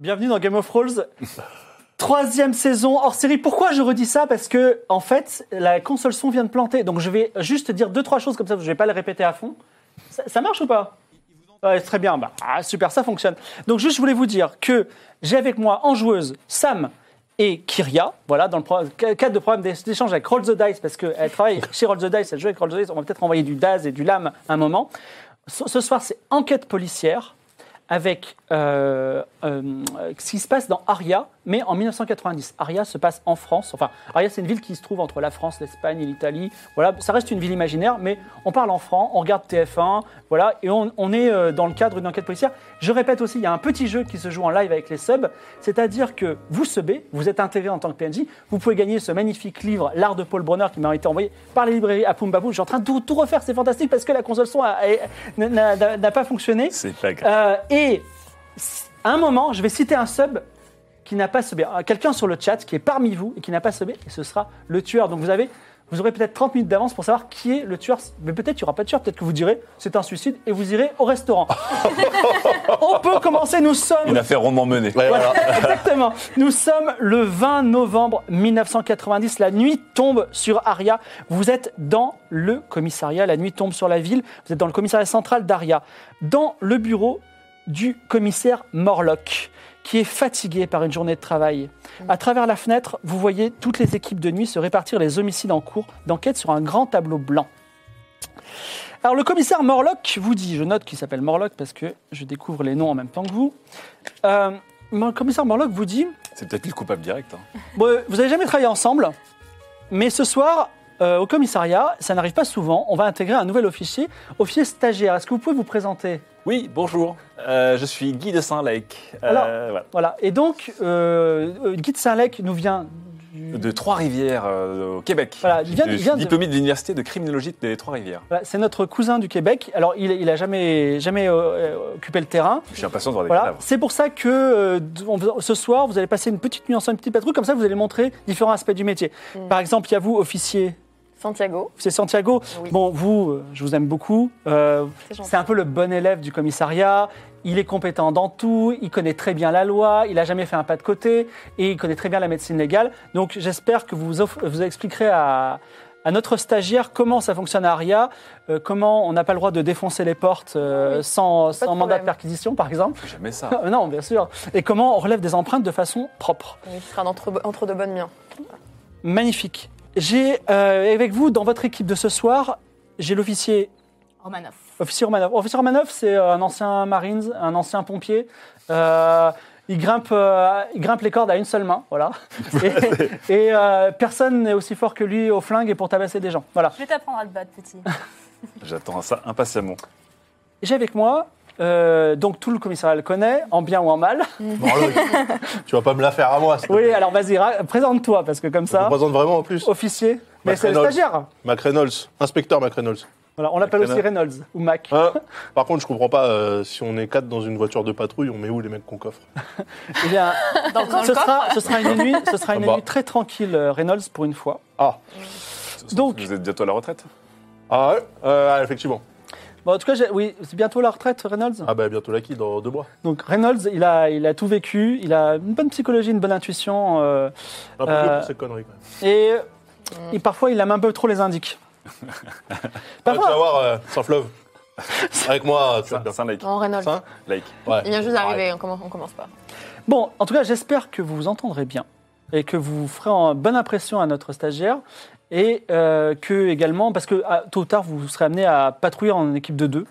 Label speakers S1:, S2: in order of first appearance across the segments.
S1: Bienvenue dans Game of Thrones. Troisième saison hors série. Pourquoi je redis ça Parce que, en fait, la console son vient de planter. Donc, je vais juste dire deux, trois choses comme ça, je ne vais pas les répéter à fond. Ça, ça marche ou pas Ouais, Très bien, bah, ah, super, ça fonctionne. Donc, juste, je voulais vous dire que j'ai avec moi en joueuse Sam et Kyria. Voilà, dans le pro- cadre de programme d'échange avec Roll the Dice, parce qu'elle travaille chez Roll the Dice, elle joue avec Roll the Dice. On va peut-être envoyer du Daz et du Lame à un moment. Ce ce soir, c'est enquête policière avec euh, euh, ce qui se passe dans Aria, mais en 1990. Aria se passe en France. Enfin, Aria, c'est une ville qui se trouve entre la France, l'Espagne et l'Italie. Voilà, ça reste une ville imaginaire, mais on parle en franc, on regarde TF1, voilà, et on, on est euh, dans le cadre d'une enquête policière. Je répète aussi, il y a un petit jeu qui se joue en live avec les subs, c'est-à-dire que vous subez, vous êtes intégré en tant que PNJ, vous pouvez gagner ce magnifique livre, L'art de Paul Bronner, qui m'a été envoyé par les librairies à Pumbaboum. Je suis en train de tout, tout refaire, c'est fantastique, parce que la console son a- a- n'a n'a- n'a pas fonctionné.
S2: C'est pas
S1: Euh,
S2: grave.
S1: et s- à un moment, je vais citer un sub qui n'a pas subé. Euh, Quelqu'un sur le chat qui est parmi vous et qui n'a pas subé, et ce sera le tueur. Donc vous avez, vous aurez peut-être 30 minutes d'avance pour savoir qui est le tueur. Mais peut-être il n'y aura pas de tueur, peut-être que vous direz c'est un suicide et vous irez au restaurant. On peut commencer, nous sommes
S2: Une affaire rondement menée.
S1: voilà, exactement. Nous sommes le 20 novembre 1990. La nuit tombe sur Aria. Vous êtes dans le commissariat. La nuit tombe sur la ville. Vous êtes dans le commissariat central d'Aria. Dans le bureau du commissaire Morlock, qui est fatigué par une journée de travail. À travers la fenêtre, vous voyez toutes les équipes de nuit se répartir les homicides en cours d'enquête sur un grand tableau blanc. Alors le commissaire Morlock vous dit, je note qu'il s'appelle Morlock parce que je découvre les noms en même temps que vous. Euh, le commissaire Morlock vous dit,
S2: C'est peut-être le coupable direct. hein.
S1: Bon, euh, vous n'avez jamais travaillé ensemble, mais ce soir, euh, au commissariat, ça n'arrive pas souvent, on va intégrer un nouvel officier, officier stagiaire. Est-ce que vous pouvez vous présenter
S2: Oui, bonjour. Euh, je suis Guy de Saint-Lake. Euh,
S1: Alors-
S2: voilà.
S1: Voilà. Et donc, euh, euh, Guy de Saint-Lec nous vient du...
S2: De Trois-Rivières, euh, au Québec.
S1: Voilà, il vient-
S2: je
S1: il
S2: suis
S1: vient de-
S2: diplômé de l'université de criminologie des Trois-Rivières.
S1: Voilà, c'est notre cousin du Québec. Alors, il, il a jamais, jamais euh, euh, occupé le terrain.
S2: Je suis impatient de voir des
S1: Voilà,
S2: cadavres.
S1: c'est pour ça que euh, on vous- ce soir, vous allez passer une petite nuit ensemble, une petite patrouille, comme ça vous allez montrer différents aspects du métier. Par exemple, il y a vous, officier,
S3: Santiago,
S1: c'est Santiago.
S3: Oui.
S1: Bon, vous, euh, je vous aime beaucoup. Euh,
S3: c'est gentil.
S1: c'est un peu le bon élève du commissariat. Il est compétent dans tout, il connaît très bien la loi, il n'a jamais fait un pas de côté et il connaît très bien la médecine légale. Donc j'espère que vous, off- vous expliquerez à, à notre stagiaire comment ça fonctionne à ARIA, euh, comment on n'a pas le droit de défoncer les portes euh,
S3: Oui,
S1: sans,
S3: pas de
S1: sans mandat de
S3: problème.
S1: perquisition, par exemple.
S2: Jamais ça.
S1: Ah, non, bien sûr. Et comment on relève des empreintes de façon propre.
S3: Oui, ce sera un entre, entre de bonnes miens.
S1: Magnifique. J'ai euh, avec vous dans votre équipe de ce soir, j'ai l'officier
S4: Romanov.
S1: officier Romanov. Officier Romanov, c'est euh, un ancien Marines, un ancien pompier. Euh, il grimpe, euh, il grimpe les cordes à une seule main, voilà. Et, et, euh, personne n'est aussi fort que lui au flingue et pour tabasser des gens, voilà.
S4: Je vais t'apprendre à te battre, petit.
S2: J'attends ça impatiemment.
S1: J'ai avec moi, euh, donc tout le commissariat le connaît, en bien ou en mal.
S5: Morlock, tu vas pas me la faire à moi. s'il te
S1: Oui,
S5: plaît.
S1: alors vas-y, ra- présente-toi parce que comme
S5: Je me
S1: ça,
S5: présente vraiment en plus.
S1: officier. Mais
S5: Mac
S1: c'est le
S5: Reynolds.
S1: stagiaire.
S5: Mac Reynolds, inspecteur Mac Reynolds.
S1: Voilà, on l'appelle
S2: Mac
S1: aussi Reynolds ou Mac.
S5: Hein Par contre, je comprends pas, euh, si on est quatre dans une voiture de patrouille, on met où les mecs qu'on coffre
S1: Eh bien,
S4: Dans, dans
S1: ce
S4: le coffre
S1: sera, ce sera une nuit, ce sera une
S5: Ah bah.
S1: nuit très tranquille, euh, Reynolds, pour une fois. Donc-
S2: Vous êtes bientôt à la retraite
S5: Ah ouais Euh, ah, Effectivement.
S1: Bon, en tout cas, j'ai- oui, c'est bientôt la retraite, Reynolds.
S5: Ah bah bientôt l'acquis dans deux mois.
S1: Donc Reynolds, il a, il a tout vécu, il a une bonne psychologie, une bonne intuition, euh,
S5: Un peu
S1: Euh,
S5: vieux pour ces conneries. Quand même.
S1: et,
S4: Mm.
S1: et parfois il aime un peu trop les indiques.
S5: Ah, tu vas
S1: Parfois,
S5: voir, euh, Saint-Fleuve. Avec moi, tu vas bien.
S2: Saint-Lake.
S3: En Reynolds.
S5: Saint
S2: Lake.
S5: Ouais.
S3: Il vient juste d'arriver, on, commence- on commence pas.
S1: bon, en tout cas, j'espère que vous vous entendrez bien et que vous ferez une bonne impression à notre stagiaire et euh, que également, parce que ah, tôt ou tard, vous serez amené à patrouiller en équipe de deux.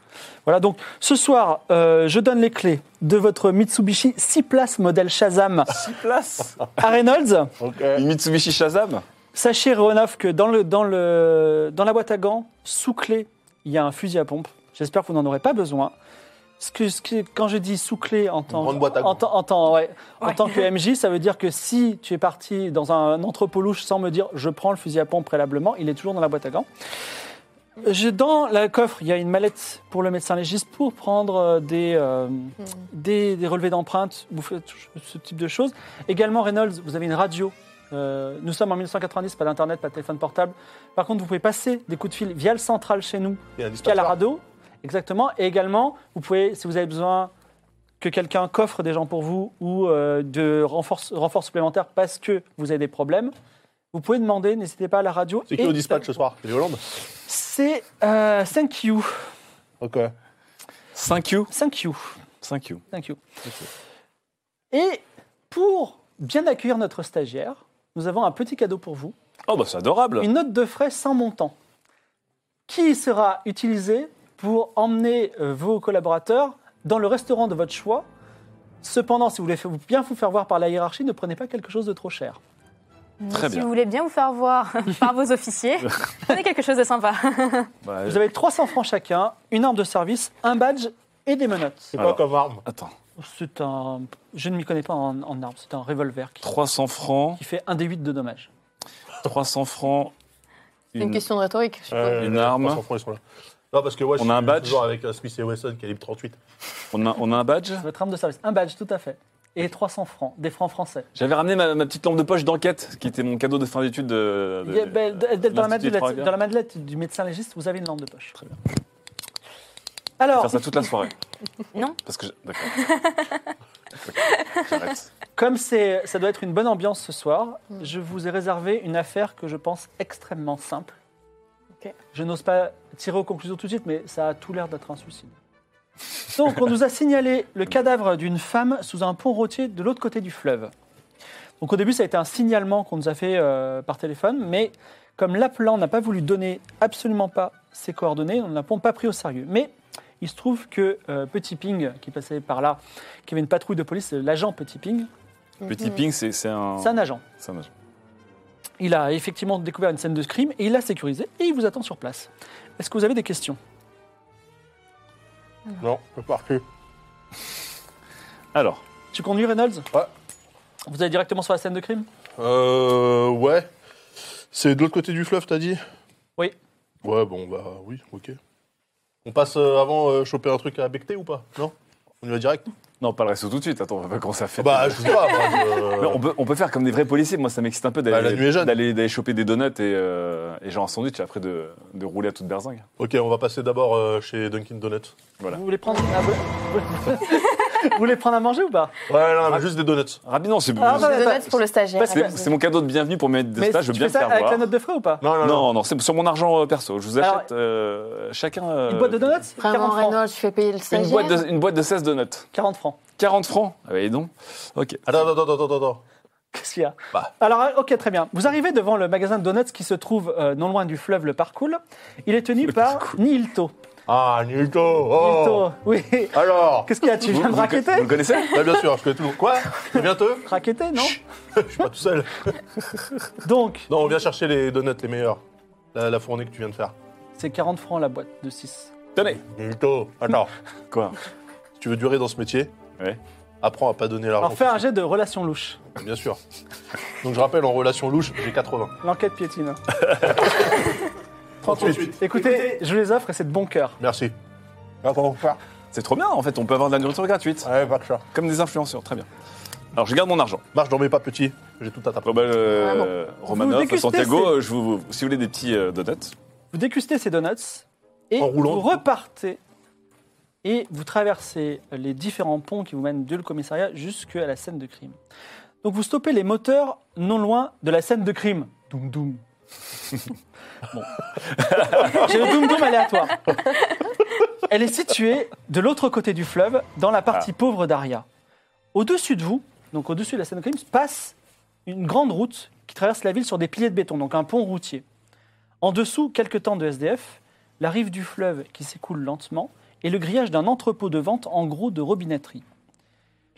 S1: Voilà, donc ce soir, euh, je donne les clés de votre Mitsubishi 6 places modèle Shazam
S2: 6 places
S1: à Reynolds.
S5: Ok.
S2: Une Mitsubishi Shazam
S1: Sachez, Reonaf, que dans, le, dans, le, dans la boîte à gants, sous clé, il y a un fusil à pompe. J'espère que vous n'en aurez pas besoin. Ce que, ce que- quand je dis sous clé en tant,
S5: grande boîte à
S1: en,
S5: gants.
S1: tant- en tant- ouais, en
S3: Ouais.
S1: tant que MJ, ça veut dire que si tu es parti dans un entrepôt louche sans me dire je prends le fusil à pompe préalablement, il est toujours dans la boîte à gants. Je- dans le coffre, il y a une mallette pour le médecin légiste pour prendre euh, des, euh, des, des relevés d'empreintes, vous faites ce type de choses. Également, Reynolds, vous avez une radio. Euh, nous sommes en 1990, pas d'internet, pas de téléphone portable. Par contre, vous pouvez passer des coups de fil via le central chez nous,
S5: Il y
S1: via
S5: a un
S1: la
S5: dispatcher.
S1: radio. Exactement. Et également, vous pouvez, si vous avez besoin que quelqu'un coffre des gens pour vous ou euh, de renforts renforts supplémentaires parce que vous avez des problèmes, vous pouvez demander, n'hésitez pas à la radio.
S5: C'est qui
S1: Et-
S5: au dispatch ce soir C'est Hollande
S1: C'est euh, thank you.
S5: Ok.
S2: 5 U
S1: Thank you.
S2: 5 U.
S1: Thank you. Et pour bien accueillir notre stagiaire, nous avons un petit cadeau pour vous.
S2: Oh, bah c'est adorable
S1: Une note de frais sans montant qui sera utilisée pour emmener euh, vos collaborateurs dans le restaurant de votre choix. Cependant, si vous voulez fa- bien vous faire voir par la hiérarchie, ne prenez pas quelque chose de trop cher.
S2: Très
S4: si
S2: bien.
S4: vous voulez bien vous faire voir par vos officiers, prenez quelque chose de sympa.
S2: Bah,
S1: Vous avez 300 francs chacun, une arme de service, un badge et des menottes.
S5: C'est quoi
S2: Alors.
S5: comme arme
S2: Attends,
S1: C'est un... Je ne m'y connais pas en, en armes, c'est un revolver qui,
S2: 300 francs,
S1: qui fait 1 des 8 de dommages.
S2: 300 francs,
S3: C'est une
S2: une-
S3: question de rhétorique. je suppose.
S5: Euh,
S2: Une arme.
S5: 300 francs, ils sont là. Non, parce que ouais,
S2: On
S5: je
S2: a un
S5: suis
S2: badge.
S5: toujours avec euh, Smith et Wesson calibre 38.
S2: On a, on a un badge
S1: Votre arme de service, un badge, tout à fait. Et 300 francs, des francs français.
S2: J'avais ramené ma, ma petite lampe de poche d'enquête, qui était mon cadeau de fin d'études de, de-
S1: Il y a- ben, de- de- dans, la
S2: l'Institut des Trois
S1: madelette,
S2: Rivières.
S1: dans la madelette du médecin légiste, vous avez une lampe de poche.
S2: Très bien. Je vais
S1: Alors,
S2: faire ça toute la soirée.
S4: Non.
S2: Parce que. je- D'accord. J'arrête.
S1: comme c'est, ça doit être une bonne ambiance ce soir, je vous ai réservé une affaire que je pense extrêmement simple.
S3: Ok.
S1: Je n'ose pas tirer aux conclusions tout de suite, mais ça a tout l'air d'être un suicide. Donc, on nous a signalé le cadavre d'une femme sous un pont routier de l'autre côté du fleuve. Donc, au début, ça a été un signalement qu'on nous a fait euh, par téléphone, mais comme l'appelant n'a pas voulu donner absolument pas ses coordonnées, on ne l'a pas pris au sérieux. Mais il se trouve que euh, Petit Ping, qui passait par là, qui avait une patrouille de police, euh, l'agent Petit Ping, Mm-hmm.
S2: Petit ping, c'est c'est un.
S1: c'est un agent.
S2: c'est un agent.
S1: Il a effectivement découvert une scène de crime et il l'a sécurisé et il vous attend sur place. Est-ce que vous avez des questions
S5: Non, je pars plus.
S2: Alors,
S1: Tu conduis Reynolds
S5: Ouais.
S1: Vous allez directement sur la scène de crime
S5: Euh. Ouais. C'est de l'autre côté du fleuve, t'as dit
S1: Oui.
S5: Ouais, bon, bah oui, ok. On passe euh, avant euh, choper un truc à becter ou pas Non On y va direct
S2: non, pas le resto tout de suite. Attends, on va pas commencer à faire.
S5: Bah, je sais pas. moi, je- euh,
S2: Mais on, peut, on peut faire comme des vrais policiers. Moi, ça m'excite un peu
S5: Bah, la nuit
S2: d'aller
S5: est jeune.
S2: d'aller d'aller choper des donuts et, euh, et genre un sandwich et après de, de rouler à toute berzingue.
S5: Ok, on va passer d'abord euh, chez Dunkin' Donuts.
S2: Voilà.
S1: Vous voulez prendre à... vous voulez prendre à manger ou pas
S5: Ouais, non, mais juste des donuts.
S2: Rapide, non, c'est
S1: Ah, bah,
S3: Des
S1: bah,
S3: donuts pour le stagiaire.
S1: parce que-
S2: c'est- c'est mon cadeau de bienvenue pour mes de
S1: Mais
S2: stage. Je veux
S1: tu
S2: bien
S1: fais ça
S2: faire
S1: avec
S2: voir.
S1: la note de frais ou pas
S5: Non, non, non.
S2: Non, non, c'est sur mon argent euh, perso. Je vous
S1: Alors,
S2: achète euh, chacun. euh,
S1: Une boîte de donuts
S3: Vraiment,
S1: 40 francs.
S3: Reynolds, tu fais payer le stagiaire.
S2: une boîte, de, une boîte de 16 donuts.
S1: 40 francs.
S2: 40 francs Ah bah, et donc Ok.
S5: Attends, attends, attends, attends, attends.
S1: Qu'est-ce qu'il y a
S5: Bah.
S1: Alors, euh, ok, très bien. Vous arrivez devant le magasin de donuts qui se trouve euh, non loin du fleuve, le Parcoul. Il est tenu par Nihilto.
S5: Ah, Nilto oh.
S1: Nihilto, oui.
S5: Alors
S1: Qu'est-ce qu'il y a Tu viens de
S2: vous,
S1: raqueter
S2: le connaissez
S5: Bah, Bien sûr, je connais tout le monde. Quoi On vient te
S1: Raqueter, non
S5: Je suis pas tout seul.
S1: Donc,
S5: Non, on vient chercher les donuts les meilleurs. La, la fournée que tu viens de faire.
S1: c'est 40 francs la boîte de 6.
S2: Tenez
S5: Nilto Attends,
S2: Quoi
S5: si tu veux durer dans ce métier
S2: Ouais.
S5: Apprends à pas donner l'argent.
S1: Alors, fais un jet de relation louche.
S5: Bien sûr. Donc je rappelle, en relation louche, j'ai 80.
S1: L'enquête piétine.
S5: 38.
S1: Écoutez, je vous les offre et c'est de bon cœur.
S5: Merci. Attends, ça.
S2: C'est trop bien en fait, on peut avoir de la nourriture gratuite.
S5: Ouais, pas de ça.
S2: Comme des influenceurs, très bien. Alors je garde mon argent.
S5: Marche, dormez pas petit. J'ai tout à ta place.
S2: Roman, euh,
S1: Ah Vous
S2: Romanov,
S1: dégustez,
S2: Santiago,
S1: c'est-
S2: euh, je vous, vous- si vous voulez des petits euh, donuts.
S1: Vous dégustez ces donuts et
S5: En roulant.
S1: vous repartez et vous traversez les différents ponts qui vous mènent de le commissariat jusqu'à la scène de crime. Donc vous stoppez les moteurs non loin de la scène de crime. Doum doum. bon. J'ai le doum doum aléatoire. Elle est située de l'autre côté du fleuve, dans la partie
S5: Ah.
S1: pauvre d'Aria. Au-dessus de vous, donc au-dessus de la scène de crime, passe une grande route qui traverse la ville sur des piliers de béton, donc un pont routier. En dessous, quelques temps de SDF, la rive du fleuve qui s'écoule lentement et le grillage d'un entrepôt de vente en gros de robinetterie.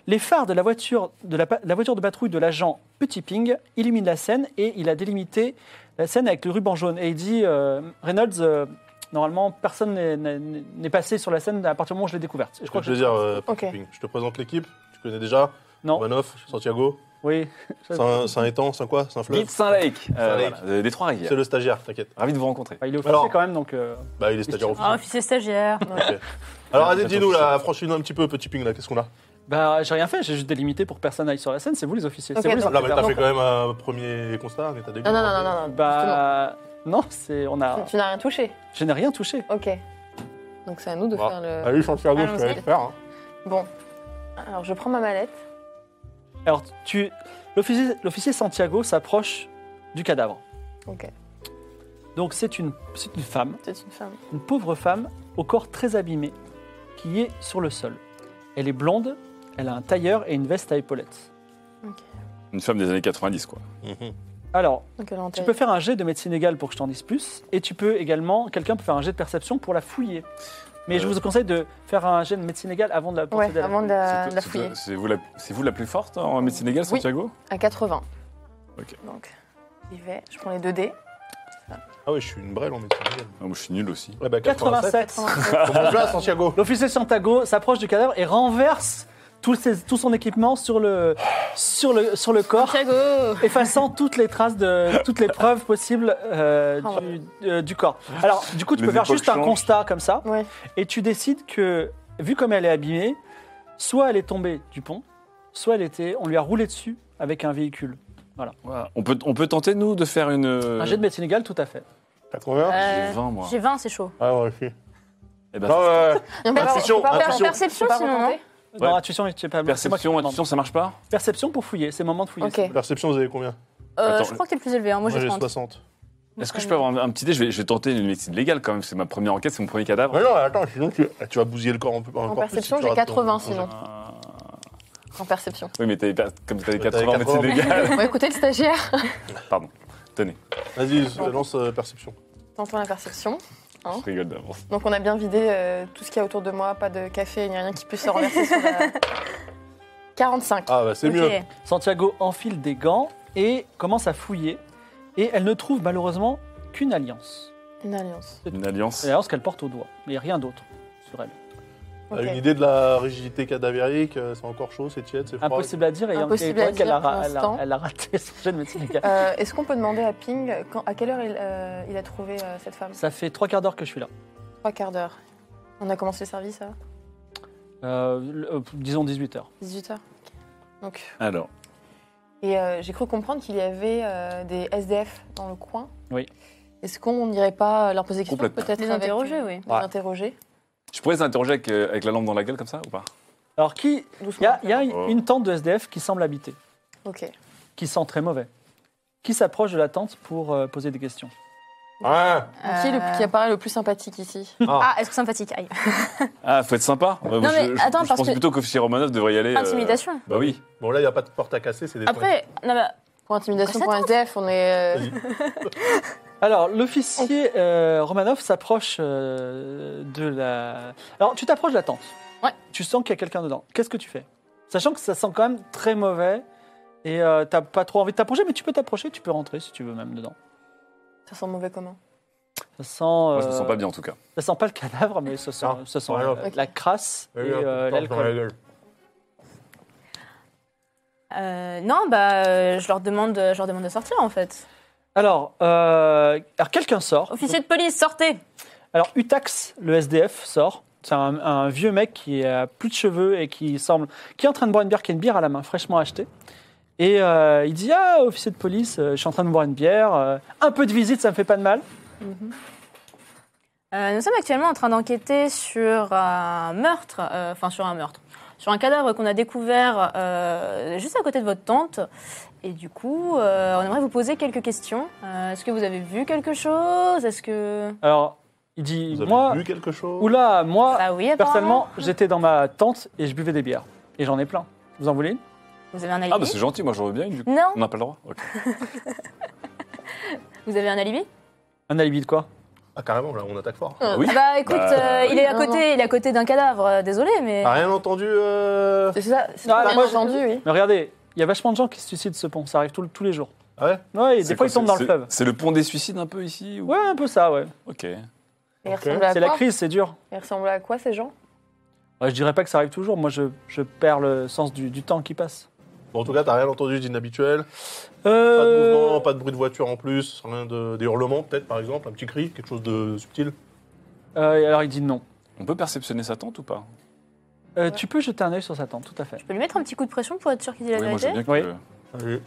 S1: Les phares de la voiture de, la, pa- la voiture de patrouille de l'agent Petit Ping illuminent la scène et il a délimité la scène avec le ruban jaune. Et il dit euh, Reynolds, euh, normalement, personne n'est- n'est n'est passé sur la scène à partir du moment où je l'ai découverte. Et je crois que
S5: je veux dire, euh,
S3: Ok.
S5: Ping, je te présente l'équipe. Tu connais déjà
S1: Non,
S5: Manoff, Santiago,
S1: oui.
S5: c'est un, c'est un étang, c'est un quoi C'est un fleuve
S2: Guide Saint-Lake, euh,
S5: Saint-Lake.
S2: voilà, de- des
S5: C'est
S2: Trois-Rivières.
S5: le stagiaire, t'inquiète.
S2: Ravi de vous rencontrer.
S1: Bah, il est officier
S5: Alors-
S1: quand même, donc. euh,
S5: Bah, il est stagiaire
S4: Ah,
S5: officiel.
S4: officier stagiaire.
S5: Alors,
S2: Ouais,
S5: allez,
S2: Ah, attends,
S5: dis-nous,
S2: je sais.
S5: là, franchis-nous un petit peu, petit ping, là, qu'est-ce qu'on a
S1: Bah, j'ai rien fait, j'ai juste délimité pour que personne n'aille sur la scène, c'est vous les officiers.
S3: Ok,
S1: c'est vous les
S3: donc-
S5: Là, mais t'as
S1: enquêteurs.
S5: fait quand même un premier constat, un état des
S3: Non,
S5: lieux,
S3: non,
S5: un
S3: non,
S5: peu.
S3: non, non.
S1: Bah, non, c'est. On
S3: justement.
S1: a.
S3: Tu tu n'as rien touché.
S1: Je n'ai rien touché.
S3: Ok. Donc c'est à nous de
S5: Bah,
S3: faire le.
S5: Allez, Santiago, je te
S4: Allons-y.
S5: laisse faire. hein.
S3: Bon. Alors je prends ma mallette.
S1: Alors, tu. L'officier l'officier Santiago s'approche du cadavre.
S3: Ok.
S1: Donc, c'est une, c'est une femme,
S3: C'est une femme.
S1: une pauvre femme au corps très abîmé, qui est sur le sol. Elle est blonde, elle a un tailleur et une veste à épaulettes.
S2: Une femme des années 90, quoi.
S5: Mhm.
S1: Alors,
S3: Donc elle est en
S1: tu
S3: taille.
S1: peux faire un jet de médecine légale pour que je t'en dise plus, et tu peux également, quelqu'un peut faire un jet de perception pour la fouiller. Mais je
S2: Euh.
S1: vous conseille de faire un jet de médecine légale avant de la
S3: Ouais,
S1: procéder à Euh, la
S3: avant de la,
S2: C'est-
S3: de la
S2: c'est-
S3: fouiller.
S2: C'est vous, la- c'est vous la plus forte en médecine légale,
S3: Oui.
S2: Santiago
S3: À 80.
S2: Ok.
S3: Donc j'y vais. Je prends les deux dés.
S5: Ah, ouais, je suis une brêle en métier.
S2: Ah, moi, Je suis nul aussi.
S5: Ouais,
S1: ben,
S5: bah, 87.
S1: 87.
S5: Comment là, Santiago
S1: L'officier Santiago s'approche du cadavre et renverse tout, ses- tout son équipement sur le, sur le, sur le corps,
S4: Thiago
S1: effaçant toutes les traces de toutes les preuves possibles euh,
S3: Oh.
S1: du, euh, du corps. Alors, du coup, tu
S2: Les
S1: peux faire
S2: époques
S1: juste un
S2: changent.
S1: constat comme ça,
S3: Ouais.
S1: et tu décides que, vu comme elle est abîmée, soit elle est tombée du pont, soit elle était, on lui a roulé dessus avec un véhicule.
S2: On, peut, on peut tenter, nous, de faire une.
S1: Un jet de médecine légale, tout à fait.
S5: 80
S2: Ah, Euh, J'ai 20, moi.
S4: J'ai 20, c'est chaud.
S5: Ah, ouais, aussi.
S2: Eh
S1: Bah,
S2: ben,
S5: Ah,
S2: ça-
S5: ouais, ouais.
S3: Non, mais
S5: Intuition,
S3: on peut pas- on peut pas-
S5: intuition.
S3: Perception,
S4: Je peux pas
S3: sinon.
S4: retenter.
S3: hein.
S1: Non,
S2: Ouais.
S1: intuition, tu es pas- c'est moi qui te
S2: Perception,
S1: demande.
S2: intuition, ça marche pas
S1: Perception pour fouiller, c'est le moment de fouiller.
S3: Ok.
S5: Perception, vous avez combien
S4: Euh,
S2: Attends,
S4: je crois que t'es le plus élevé, hein. moi j'ai 30.
S5: 60.
S2: Est-ce que je peux avoir un, un petit dé je vais, je vais tenter une médecine légale quand même, c'est ma première enquête, c'est mon premier cadavre.
S5: Mais non, attends, sinon tu, ah, tu vas bousiller le corps en,
S3: En perception, j'ai 80 sinon. En perception.
S2: Oui, mais t'avais pas- comme t'avais
S5: T'avais
S2: 80 en médecine
S5: 80.
S2: légale.
S3: Bon, écoutez le stagiaire.
S5: Vas-y, lance euh, perception.
S3: Tentons la perception.
S2: Je rigole d'avance.
S3: Donc on a bien vidé euh, tout ce qu'il y a autour de moi, pas de café, il n'y a rien qui puisse se renverser sur la... 45.
S5: Ah, bah c'est
S4: Ok.
S5: mieux.
S1: Santiago enfile des gants et commence à fouiller. Et elle ne trouve malheureusement qu'une alliance.
S3: Une alliance.
S2: Une alliance.
S1: L'alliance qu'elle porte au doigt, mais rien d'autre sur elle.
S3: Ok.
S5: T'as Ah, une idée de la rigidité cadavérique euh, C'est encore chaud, c'est tiède, c'est froid.
S1: Impossible à dire, et
S3: Impossible
S1: et
S3: à
S1: toi, qu'elle
S3: dire
S1: a, ra-
S3: pour
S1: elle a-
S3: l'instant.
S1: elle a raté son jeu de médecine légale.
S3: Euh, Est-ce qu'on peut demander à Ping euh, quand- à quelle heure il, euh, il a trouvé euh, cette femme
S1: Ça fait trois quarts d'heure que je suis là.
S3: Trois quarts d'heure. On a commencé le service à
S1: Euh, le- euh, disons 18 heures.
S3: 18h. Donc,
S2: Alors,
S3: et euh, j'ai cru comprendre qu'il y avait euh, des SDF dans le coin.
S1: Oui.
S3: Est-ce qu'on n'irait pas euh, leur poser des questions
S2: Complètement.
S3: peut-être
S4: Les
S3: avec-
S4: interroger, oui.
S3: Les
S1: Ouais.
S3: interroger
S2: je pourrais les interroger avec, euh, avec la lampe dans la gueule comme ça ou pas
S1: Alors, qui Il y
S3: doucement.
S1: a, il y a
S2: Oh.
S1: une tente de SDF qui semble habiter,
S3: Ok.
S1: qui sent très mauvais. Qui s'approche de la tente pour euh, poser des questions
S5: Ouais.
S4: Euh,
S3: Qui, est le- qui apparaît le plus sympathique ici
S4: Ah, est-ce que sympathique Aïe.
S2: Ah, faut être sympa. Ouais, moi,
S4: mais
S2: je, je-
S4: attends,
S2: je
S4: parce
S2: pense
S4: que-
S2: plutôt qu'officier Romanov devrait y aller. euh,
S4: Intimidation.
S2: Bah oui.
S5: Bon, là, il n'y a pas de porte à casser, c'est des
S4: Après, non, bah,
S3: Pour intimidation,
S4: Ça
S3: pour SDF, on est. euh,
S1: Alors, l'officier euh, Romanov s'approche euh, de la. Alors, tu t'approches de la tente.
S4: Ouais.
S1: Tu sens qu'il y a quelqu'un dedans. Qu'est-ce que tu fais Sachant que ça sent quand même très mauvais et euh, t'as pas trop envie de t'approcher, mais tu peux t'approcher, tu peux rentrer si tu veux même dedans.
S3: Ça sent mauvais commun.
S1: Ça sent.
S2: Moi, je me
S1: euh,
S2: sens pas bien Ah, en tout cas.
S1: Ça sent pas le cadavre, mais ça sent,
S5: Non.
S1: ça sent
S5: Ouais,
S1: euh,
S3: ok.
S1: la crasse et euh, l'alcool.
S4: euh, non, bah, euh, je leur demande, je leur demande de sortir en fait.
S1: Alors, euh, alors quelqu'un sort.
S4: Officier de police, sortez.
S1: Alors, Utax, le SDF, sort. C'est un, un vieux mec qui a plus de cheveux et qui semble. qui est en train de boire une bière, qui a une bière à la main, fraîchement achetée. Et euh, il dit Ah, officier de police, euh, je suis en train de boire une bière. euh, un peu de visite, ça me fait pas de mal.
S4: Euh, nous sommes actuellement en train d'enquêter sur un meurtre, euh, enfin sur un meurtre, sur un cadavre qu'on a découvert euh, juste à côté de votre tente. Et du coup, euh, on aimerait vous poser quelques questions. Euh, Est-ce que vous avez vu quelque chose Est-ce que...
S1: Alors, il dit
S5: Vous avez
S1: Moi,
S5: vu quelque chose
S1: oula,
S2: Ah,
S1: moi,
S4: Bah oui, apparemment.
S1: personnellement, j'étais dans ma tente et je buvais des bières. Et j'en ai plein. Vous en voulez une
S4: Vous avez un alibi
S2: Ah, bah c'est gentil, moi j'en veux bien une du coup.
S4: Non,
S2: On n'a pas le droit Ok.
S4: vous avez un alibi
S1: Un alibi de quoi
S5: Ah, carrément, là, on attaque fort.
S2: Oui.
S4: Bah écoute,
S2: Bah, Ah.
S4: euh, il est à
S3: Non, non.
S4: côté, il est à côté d'un cadavre. euh, Désolé, mais
S5: T'as rien entendu euh...
S3: C'est ça, c'est
S1: Non,
S3: pas
S1: alors,
S3: bien
S1: moi,
S3: entendu, oui.
S1: Mais regardez, il y a vachement de gens qui se suicident ce pont, ça arrive tout le- tous les jours.
S5: ah Ouais
S1: Ouais, et
S2: C'est
S1: des fois
S2: quoi,
S1: ils tombent
S2: c'est-
S1: dans le
S2: c'est-
S1: fleuve.
S2: C'est le pont des suicides un peu ici ou-
S1: Ouais, un peu ça, ouais.
S2: Ok.
S3: Mais ils
S5: Ok.
S3: ressemblent à
S1: C'est la
S3: quoi
S1: crise, c'est dur.
S3: Ils ressemblent à quoi ces gens
S1: Ouais, je dirais pas que ça arrive toujours, moi je, je perds le sens du, du temps qui passe.
S5: Bon, en tout cas, t'as rien entendu d'inhabituel. Pas de
S1: Euh,
S5: mouvement, pas de bruit de voiture en plus, rien de des hurlements peut-être par exemple, un petit cri, quelque chose de subtil.
S1: euh, alors il dit non.
S2: On peut perceptionner sa tente ou pas
S1: Euh, Tu peux jeter un œil sur sa tente, tout à fait.
S4: je peux lui mettre un petit coup de pression pour être sûr qu'il dit la
S2: Oui, moi
S4: vérité.
S2: j'aime bien que.
S1: Oui.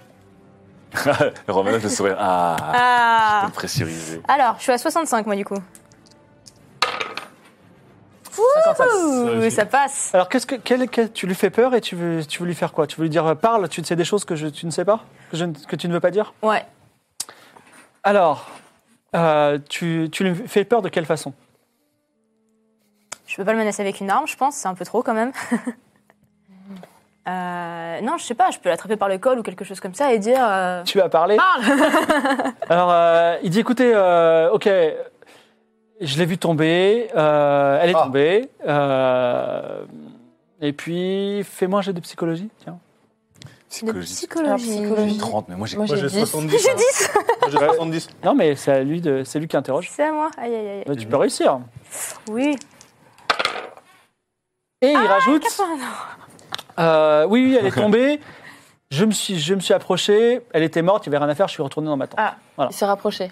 S5: Allez.
S2: Romain le sourire. Ah,
S4: Ah.
S2: pressurisé.
S4: Alors, je suis à 65 moi du coup. Ouh,
S5: réussi.
S4: ça passe.
S1: Alors qu'est-ce que, quel- quel- tu lui fais peur et tu veux, tu veux lui faire quoi Tu veux lui dire euh, parle, tu sais des choses que je- tu ne sais pas, que, je ne- que tu ne veux pas dire
S4: Ouais.
S1: Alors, euh, tu, tu lui fais peur de quelle façon
S4: Je peux pas le menacer avec une arme, je pense, c'est un peu trop quand même. Euh, non, je sais pas, je peux l'attraper par le col ou quelque chose comme ça et dire. euh,
S1: Tu as parlé
S4: Parle
S1: Alors, euh, il dit écoutez, euh, ok, je l'ai vue tomber, euh, elle est
S5: Ah.
S1: tombée, euh, et puis fais-moi un jet de psychologie, tiens.
S4: De
S2: Psychologie.
S4: psychologie.
S3: Alors, Ah, psychologie.
S2: J'ai 30, mais moi j'ai.
S3: Moi,
S5: Moi j'ai
S3: j'ai 10.
S5: 70. J'ai 10 Moi j'ai 70.
S1: Non, mais c'est à lui, de, c'est lui qui interroge.
S4: C'est à moi. Aïe, aïe, aïe.
S1: Bah, tu peux réussir.
S4: Oui.
S1: Et il rajoute
S4: Ah, non.
S1: euh, oui, oui, elle est tombée, je me suis, je me suis approché, elle était morte, il n'y avait rien à faire, je suis retourné dans ma tente.
S3: Ah,
S1: Voilà.
S3: il s'est rapproché.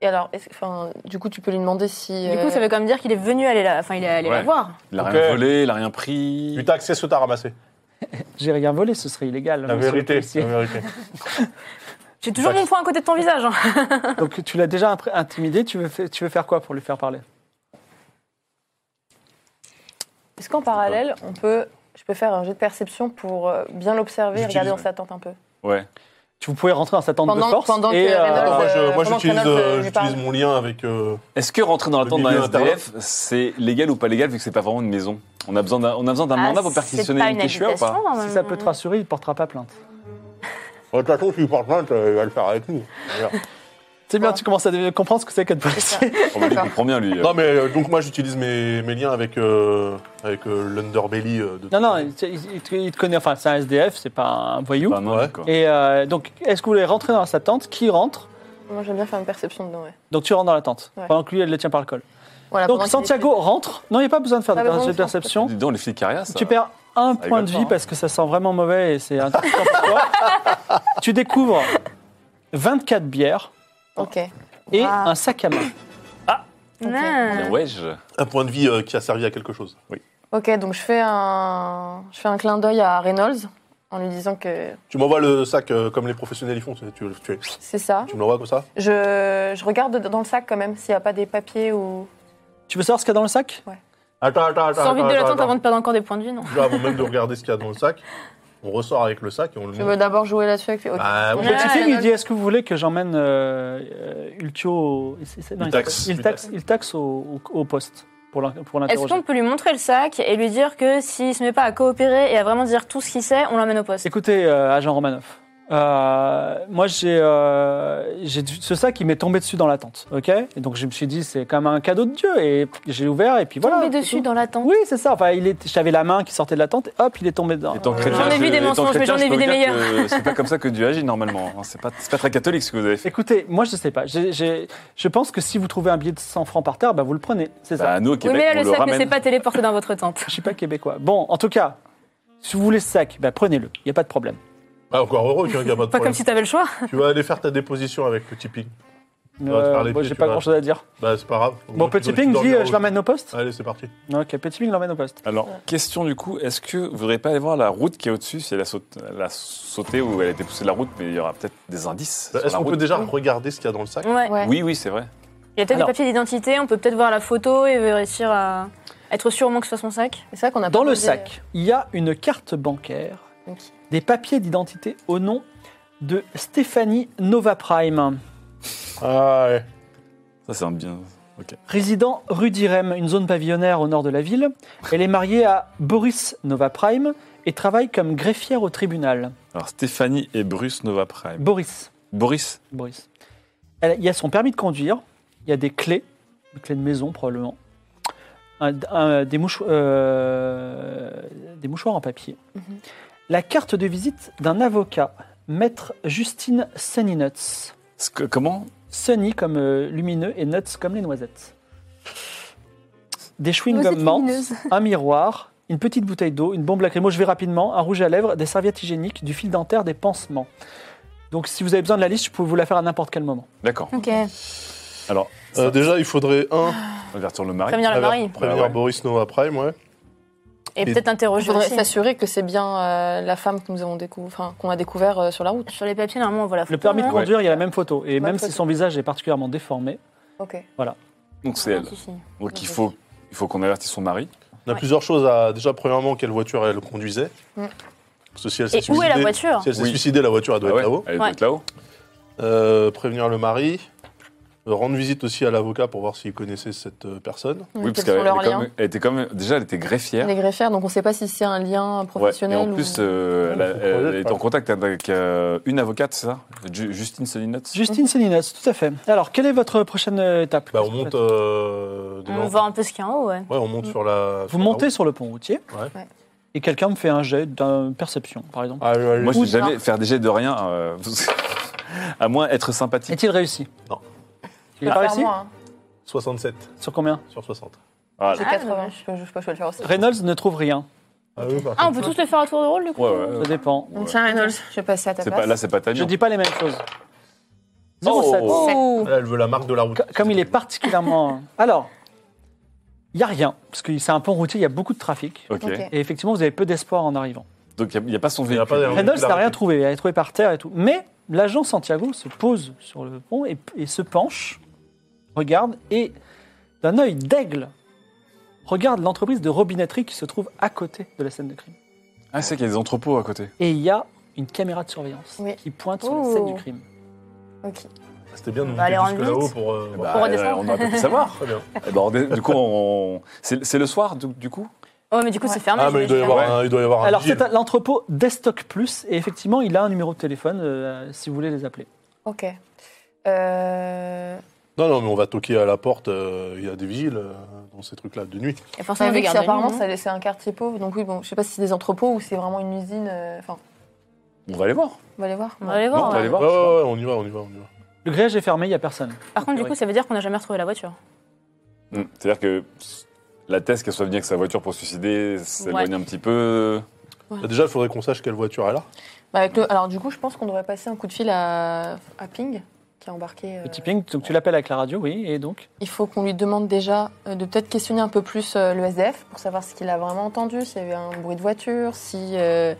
S3: Et alors, est-ce- enfin, du coup, tu peux lui demander si.
S4: Du coup, ça
S3: euh,
S4: veut quand même dire qu'il est venu aller la, enfin, il est allé la
S2: Ouais.
S4: voir.
S2: Il a
S5: Ok.
S2: rien volé, il a rien pris.
S5: Du taxe, c'est ce que t'as ramassé.
S1: J'ai rien volé, ce serait illégal.
S5: La
S1: monsieur le
S5: vérité.
S1: policier.
S5: La vérité.
S4: J'ai toujours
S5: Bah,
S4: mon poing à côté de ton visage. hein.
S1: Donc tu l'as déjà impré- intimidé, tu veux, fa- tu veux faire quoi pour lui faire parler
S3: Est-ce qu'en parallèle, on peut, je peux faire un jet de perception pour euh, bien l'observer et
S2: J'utilise,
S3: regarder dans
S2: ouais.
S3: sa tente un peu
S2: Ouais.
S1: Tu vous pouvez rentrer dans sa tente
S3: Pendant-
S1: de force
S3: pendant
S1: et euh,
S3: que Reynolds-
S5: Attends, moi, je- moi,
S3: Comment
S5: j'utilise
S3: Cronal, euh,
S5: euh,
S3: lui
S5: j'utilise
S3: parle
S5: mon lien avec. euh,
S2: Est-ce que rentrer dans la
S5: Le
S2: tente d'un
S5: milieu
S2: SDF, c'est légal ou pas légal, vu que c'est pas vraiment une maison On a besoin d'un on a besoin d'un
S4: Ah,
S2: mandat pour
S4: c'est
S2: perquisitionner
S4: pas hein.
S2: une Quechua ou
S4: habitation,
S2: pas
S4: normalement.
S1: si ça peut te rassurer, il ne portera pas plainte.
S5: Bah, De toute façon, s'il porte plainte, euh, il va le faire avec nous. Voilà.
S1: C'est bien,
S3: Ouais.
S1: tu commences à dev- comprendre ce que c'est qu'être
S3: ça.
S1: policier.
S2: Oh, bah, lui, Il comprend bien, lui.
S5: Non, mais euh, donc moi j'utilise mes, mes liens avec, euh, avec euh, l'underbelly euh, de.
S1: Non, non, il, il- il te- il te connaît, enfin, c'est un SDF, c'est pas un voyou.
S2: Pas un homme,
S5: Ouais.
S2: quoi.
S1: Et euh, donc, est-ce que vous voulez rentrer dans sa tente Qui rentre
S3: Moi, j'aime bien faire une perception dedans, ouais.
S1: Donc, tu rentres dans la tente,
S3: Ouais.
S1: pendant que lui, elle le tient par le col.
S3: Voilà,
S1: donc,
S3: pendant qu'il
S1: Santiago rentre. Non, il n'y a pas besoin de faire
S3: Pas
S1: de,
S3: besoin de
S1: de
S3: faire de
S1: perception.
S2: Dis donc, les flics Caria, ça.
S1: Tu perds un
S2: Ça
S1: point de
S2: rigole
S1: vie
S2: pas, hein.
S1: parce que ça sent vraiment mauvais et c'est un truc pour toi. Tu découvres 24 bières
S3: était- Ok.
S1: et
S4: Ah.
S1: un sac à main.
S4: Non.
S2: Bien, ouais, je-
S5: Un point de vie euh, qui a servi à quelque chose.
S3: Ok, donc je fais un, je fais un clin d'œil à Reynolds en lui disant que
S5: Tu m'envoies le sac euh, comme les professionnels ils font. Tu, tu, tu,
S3: c'est ça.
S5: tu me l'envoies comme ça
S3: Je, je regarde dans le sac quand même s'il n'y a pas des papiers ou.
S1: Tu veux savoir ce qu'il y a dans le sac
S5: Attends, attends, attends.
S4: Sans envie de
S5: attends,
S4: l'attendre
S5: attends.
S4: avant de perdre encore des points de vie, non
S5: Déjà, avant même de regarder ce qu'il y a dans le sac, on ressort avec le sac et on le
S3: Je veux
S5: montre.
S3: d'abord jouer là-dessus avec lui. Ok.
S5: Bah, oui.
S4: Ouais,
S1: Petit film,
S4: ouais,
S1: il
S4: ouais.
S1: dit est-ce que vous voulez que j'emmène euh, euh, Ultio au- c'est- c'est- non, il
S5: Ultax.
S1: s'appelle- Ultax- Ultax au, au- au poste pour l'in- pour
S4: Est-ce
S1: l'interroger.
S4: qu'on peut lui montrer le sac et lui dire que s'il se met pas à coopérer et à vraiment dire tout ce qu'il sait, on l'emmène au poste
S1: Écoutez, euh, agent Romanoff, euh, moi j'ai euh, j'ai du- ce sac qui m'est tombé dessus dans la tente, ok Et donc je me suis dit c'est comme un cadeau de Dieu et j'ai ouvert et puis voilà.
S4: Tomber
S1: c'est
S4: dessus
S1: tout.
S4: dans la tente.
S1: Oui, c'est ça. Enfin, il est, j'avais la main qui sortait de la tente et hop, il est tombé Euh, dedans.
S2: Étant chrétien,
S4: J'en ai vu
S2: je-
S4: des
S2: étant
S4: mensonges, mais
S2: chrétien,
S4: j'en ai
S2: je peux
S4: vu
S2: vous
S4: des
S2: dire que C'est pas comme ça que Dieu agit normalement. hein. C'est pas, c'est pas très catholique ce que vous avez fait.
S1: Écoutez, moi je sais pas. J'ai- j'ai- je pense que si vous trouvez un billet de 100 francs par terre, bah, vous le prenez. C'est ça.
S2: Bah, nous, au
S4: Oui,
S2: Québec,
S4: mais là,
S2: on
S4: le
S2: le
S4: sac ne s'est
S2: ramène.
S4: pas téléporté dans votre tente.
S1: Je suis pas québécois. Bon, en tout cas, si vous voulez ce sac, bah, prenez-le. Il n'y a pas de problème.
S5: Ah, encore heureux qu'il n'y a pas de
S4: Pas
S5: problème.
S4: comme si t'avais le choix.
S5: Tu vas aller faire ta déposition avec le tipping. va te
S1: Euh,
S5: faire les
S1: moi,
S5: pieds,
S1: j'ai
S5: tu
S1: pas
S5: vas-
S1: grand-chose à dire.
S5: Bah, c'est pas grave.
S1: Bon, Petit Ping dit euh, je l'emmène au poste.
S5: Allez, c'est parti. Bah,
S1: Non, ok, Petit Ping l'emmène au poste.
S2: Alors, question du coup, est-ce que vous voudriez pas aller voir la route qui est au-dessus, si elle a, saut- elle a sauté ou elle a été poussée de la route, mais il y aura peut-être des indices
S5: Bah,
S2: sur
S5: Est-ce
S2: la
S5: qu'on peut
S2: route.
S5: déjà regarder ce qu'il y a dans le sac
S4: Ouais.
S3: Ouais.
S2: Oui, oui, c'est vrai.
S4: Il y a peut-être des
S1: Alors.
S4: papiers d'identité, on peut peut-être voir la photo et réussir à être sûr au moins que ce soit son sac.
S3: C'est vrai qu'on a
S1: Dans
S3: pas
S1: le
S3: posé-
S1: sac, il y a une carte bancaire,
S3: Ok.
S1: des papiers d'identité au nom de Stéphanie Nova Prime,
S5: Ah, ouais.
S2: Ça, c'est un bien.
S1: résident rue d'Irem, une zone pavillonnaire au nord de la ville. Elle est mariée à Boris Nova Prime et travaille comme greffière au tribunal.
S2: Alors, Stéphanie et Bruce Nova Prime.
S1: Boris.
S2: Boris,
S1: Boris. Elle- il y a son permis de conduire, il y a des clés, des clés de maison probablement, un- un- des, moucho- euh, des mouchoirs en papier,
S6: Mhm.
S1: la carte de visite d'un avocat, maître Justine Sunnynuts.
S2: Ce que- Comment
S1: Sunny comme euh, lumineux et nuts comme les noisettes. Des chewing-gums
S6: Noisettes
S1: menthe,
S6: lumineuses.
S1: un miroir, une petite bouteille d'eau, une bombe lacrymo, je vais rapidement, un rouge à lèvres, des serviettes hygiéniques, du fil dentaire, des pansements. Donc si vous avez besoin de la liste, je peux vous la faire à n'importe quel moment.
S2: D'accord.
S6: Ok.
S2: Alors,
S5: Euh, déjà, il faudrait un
S2: ouverture le mari.
S4: Prévenir le
S5: prévenir-
S4: mari.
S5: prévenir
S2: Bah ouais.
S5: Boris Nova Prime, ouais.
S4: Et
S5: Et-
S4: peut-être
S3: Il
S4: interroger
S3: faudrait
S4: aussi.
S3: s'assurer que c'est bien euh, la femme que nous avons décou- enfin, qu'on a découvert euh, sur la route.
S4: Sur les papiers, normalement, on voit la photo.
S1: Le permis de
S4: hein.
S2: Ouais.
S1: conduire, il y a la même photo. Et
S3: Même
S1: même si
S3: photo.
S1: son visage est particulièrement déformé,
S3: Ok.
S2: Donc c'est elle. Donc il faut, il faut qu'on avertisse son mari.
S5: On a
S4: Ouais.
S5: plusieurs choses à. Déjà, premièrement, quelle voiture elle conduisait.
S3: Mm.
S5: Parce que si elle s'est
S4: Et où est la
S5: suicidée-
S4: voiture
S5: Si elle s'est
S2: Oui.
S5: suicidée, la voiture, elle doit
S2: Ah
S5: être
S2: ouais,
S5: là-haut.
S2: Elle doit
S4: Ouais.
S2: être là-haut.
S5: Euh, prévenir le mari. Euh, rendre visite aussi à l'avocat pour voir s'il connaissait cette euh, personne.
S2: Oui, parce qu'elle
S3: quels sont
S2: elle
S3: leurs
S2: est quand
S3: liens
S2: même- elle était quand même. Déjà, elle était greffière.
S3: Les greffières, donc on ne sait pas si c'est un lien
S2: Ouais,
S3: professionnel
S2: et en
S3: ou-
S2: plus, euh, elle, a-
S5: Ouais, faut qu'on
S2: elle est en
S5: l'aide,
S2: contact avec euh, une avocate, c'est ça Ju- Justine Solinuts
S1: Justine Séninas, tout à fait. Alors, quelle est votre prochaine euh, étape
S5: Bah, on monte. euh, déjà,
S4: On voit un peu ce qu'il y a en haut, ouais.
S5: Ouais, on monte sur la. sur
S1: Vous
S5: la
S1: montez
S5: route.
S1: sur le pont routier
S5: Ouais.
S3: Ouais.
S1: et quelqu'un me fait un jet d'un perception, par exemple.
S5: Ah, allez, allez.
S2: Moi, je
S1: Ou
S2: ne sais jamais faire des jets de rien, euh, à moins être sympathique.
S1: Est-il réussi
S5: Non.
S1: Il est pas réussi
S3: Clairement, hein.
S5: 67
S1: Sur combien
S5: sur 60.
S2: Voilà.
S3: J'ai
S4: Ah,
S3: 80,
S4: dommage.
S3: je peux, je peux- je peux le faire aussi.
S1: Reynolds ne trouve rien.
S5: Ah, oui, par
S4: Ah, on
S5: contre.
S4: peut tous le faire à tour de rôle, du coup
S2: Ouais, ouais,
S1: Ça dépend.
S2: Ouais.
S3: Donc, Tiens, Reynolds, je vais passer à ta
S2: C'est
S3: place.
S2: pas, là, c'est pas ta
S1: Je
S2: mine.
S1: dis pas les mêmes choses.
S2: Oh.
S1: 07.
S4: Ouh.
S5: Là, elle veut la marque de la route.
S1: Co- Comme il est particulièrement. Alors, il n'y a rien, parce que c'est un pont routier, il y a beaucoup de trafic.
S2: Ok.
S3: Ok.
S1: Et effectivement, vous avez peu d'espoir en arrivant.
S2: Donc, il n'y a, pas son
S5: y a
S2: véhicule.
S5: pas d'air.
S1: Reynolds
S5: Il a
S1: n'a rien
S5: arrêté.
S1: trouvé, il a trouvé par terre et tout. Mais l'agent Santiago se pose sur le pont et, et se penche, regarde, et d'un œil d'aigle, regarde l'entreprise de robinetterie qui se trouve à côté de la scène de crime.
S2: Ah, c'est qu'il y a des entrepôts à côté.
S1: Et il y a une caméra de surveillance
S3: Oui.
S1: qui pointe sur la
S4: Oh.
S1: scène du crime.
S3: Ok.
S5: C'était bien de monter
S4: Bah, allez,
S5: jusque
S4: rendre
S5: là-haut
S4: visite.
S5: pour. euh,
S2: Eh
S5: voir.
S2: bah,
S4: On
S2: euh,
S4: redescend.
S2: on aurait pu le savoir.
S5: Très bien.
S2: Eh ben, on dé- du coup, on... c'est c'est le soir, du, du coup
S4: Ouais, mais du coup, c'est fermé.
S5: Ah, mais il doit y
S4: j'imagine.
S5: avoir un. Il doit y avoir un
S1: Alors,
S5: vigile.
S1: c'est à l'entrepôt Destock Plus, et effectivement, il a un numéro de téléphone euh, si vous voulez les appeler.
S3: Ok. Euh...
S5: Non, non, mais on va toquer à la porte. euh, Il y a des vigiles euh, dans ces trucs-là de nuit.
S4: Et forcément,
S3: Ça,
S4: des
S3: vu que c'est-
S4: gardes de nuit,
S3: apparemment,
S4: non
S3: ça- c'est un quartier pauvre, donc oui, bon, je sais pas si c'est des entrepôts ou c'est vraiment une usine. euh, Enfin,
S2: On va aller voir.
S3: on va aller voir.
S4: On va aller
S2: Non,
S4: voir.
S2: on va
S4: ouais.
S2: aller
S5: Ouais,
S2: voir.
S5: ouais, ouais, on y va, on y va, on y va.
S1: Le grillage est fermé, il n'y a personne.
S4: Par contre, du coup, ça veut dire qu'on n'a jamais retrouvé la voiture.
S2: Mm. C'est-à-dire que la thèse qu'elle soit venue avec sa voiture pour se suicider s'éloigne
S4: Ouais.
S2: un petit peu.
S5: Bah, Déjà, il faudrait qu'on sache quelle voiture elle a.
S3: Bah, avec le- Alors, du coup, je pense qu'on devrait passer un coup de fil à, à Ping, qui a embarqué. euh,
S1: Le tipping, donc tu l'appelles avec la radio, oui, et donc
S3: Il faut qu'on lui demande déjà euh, de peut-être questionner un peu plus euh, le SDF pour savoir ce qu'il a vraiment entendu, s'il y avait un bruit de voiture, si. euh,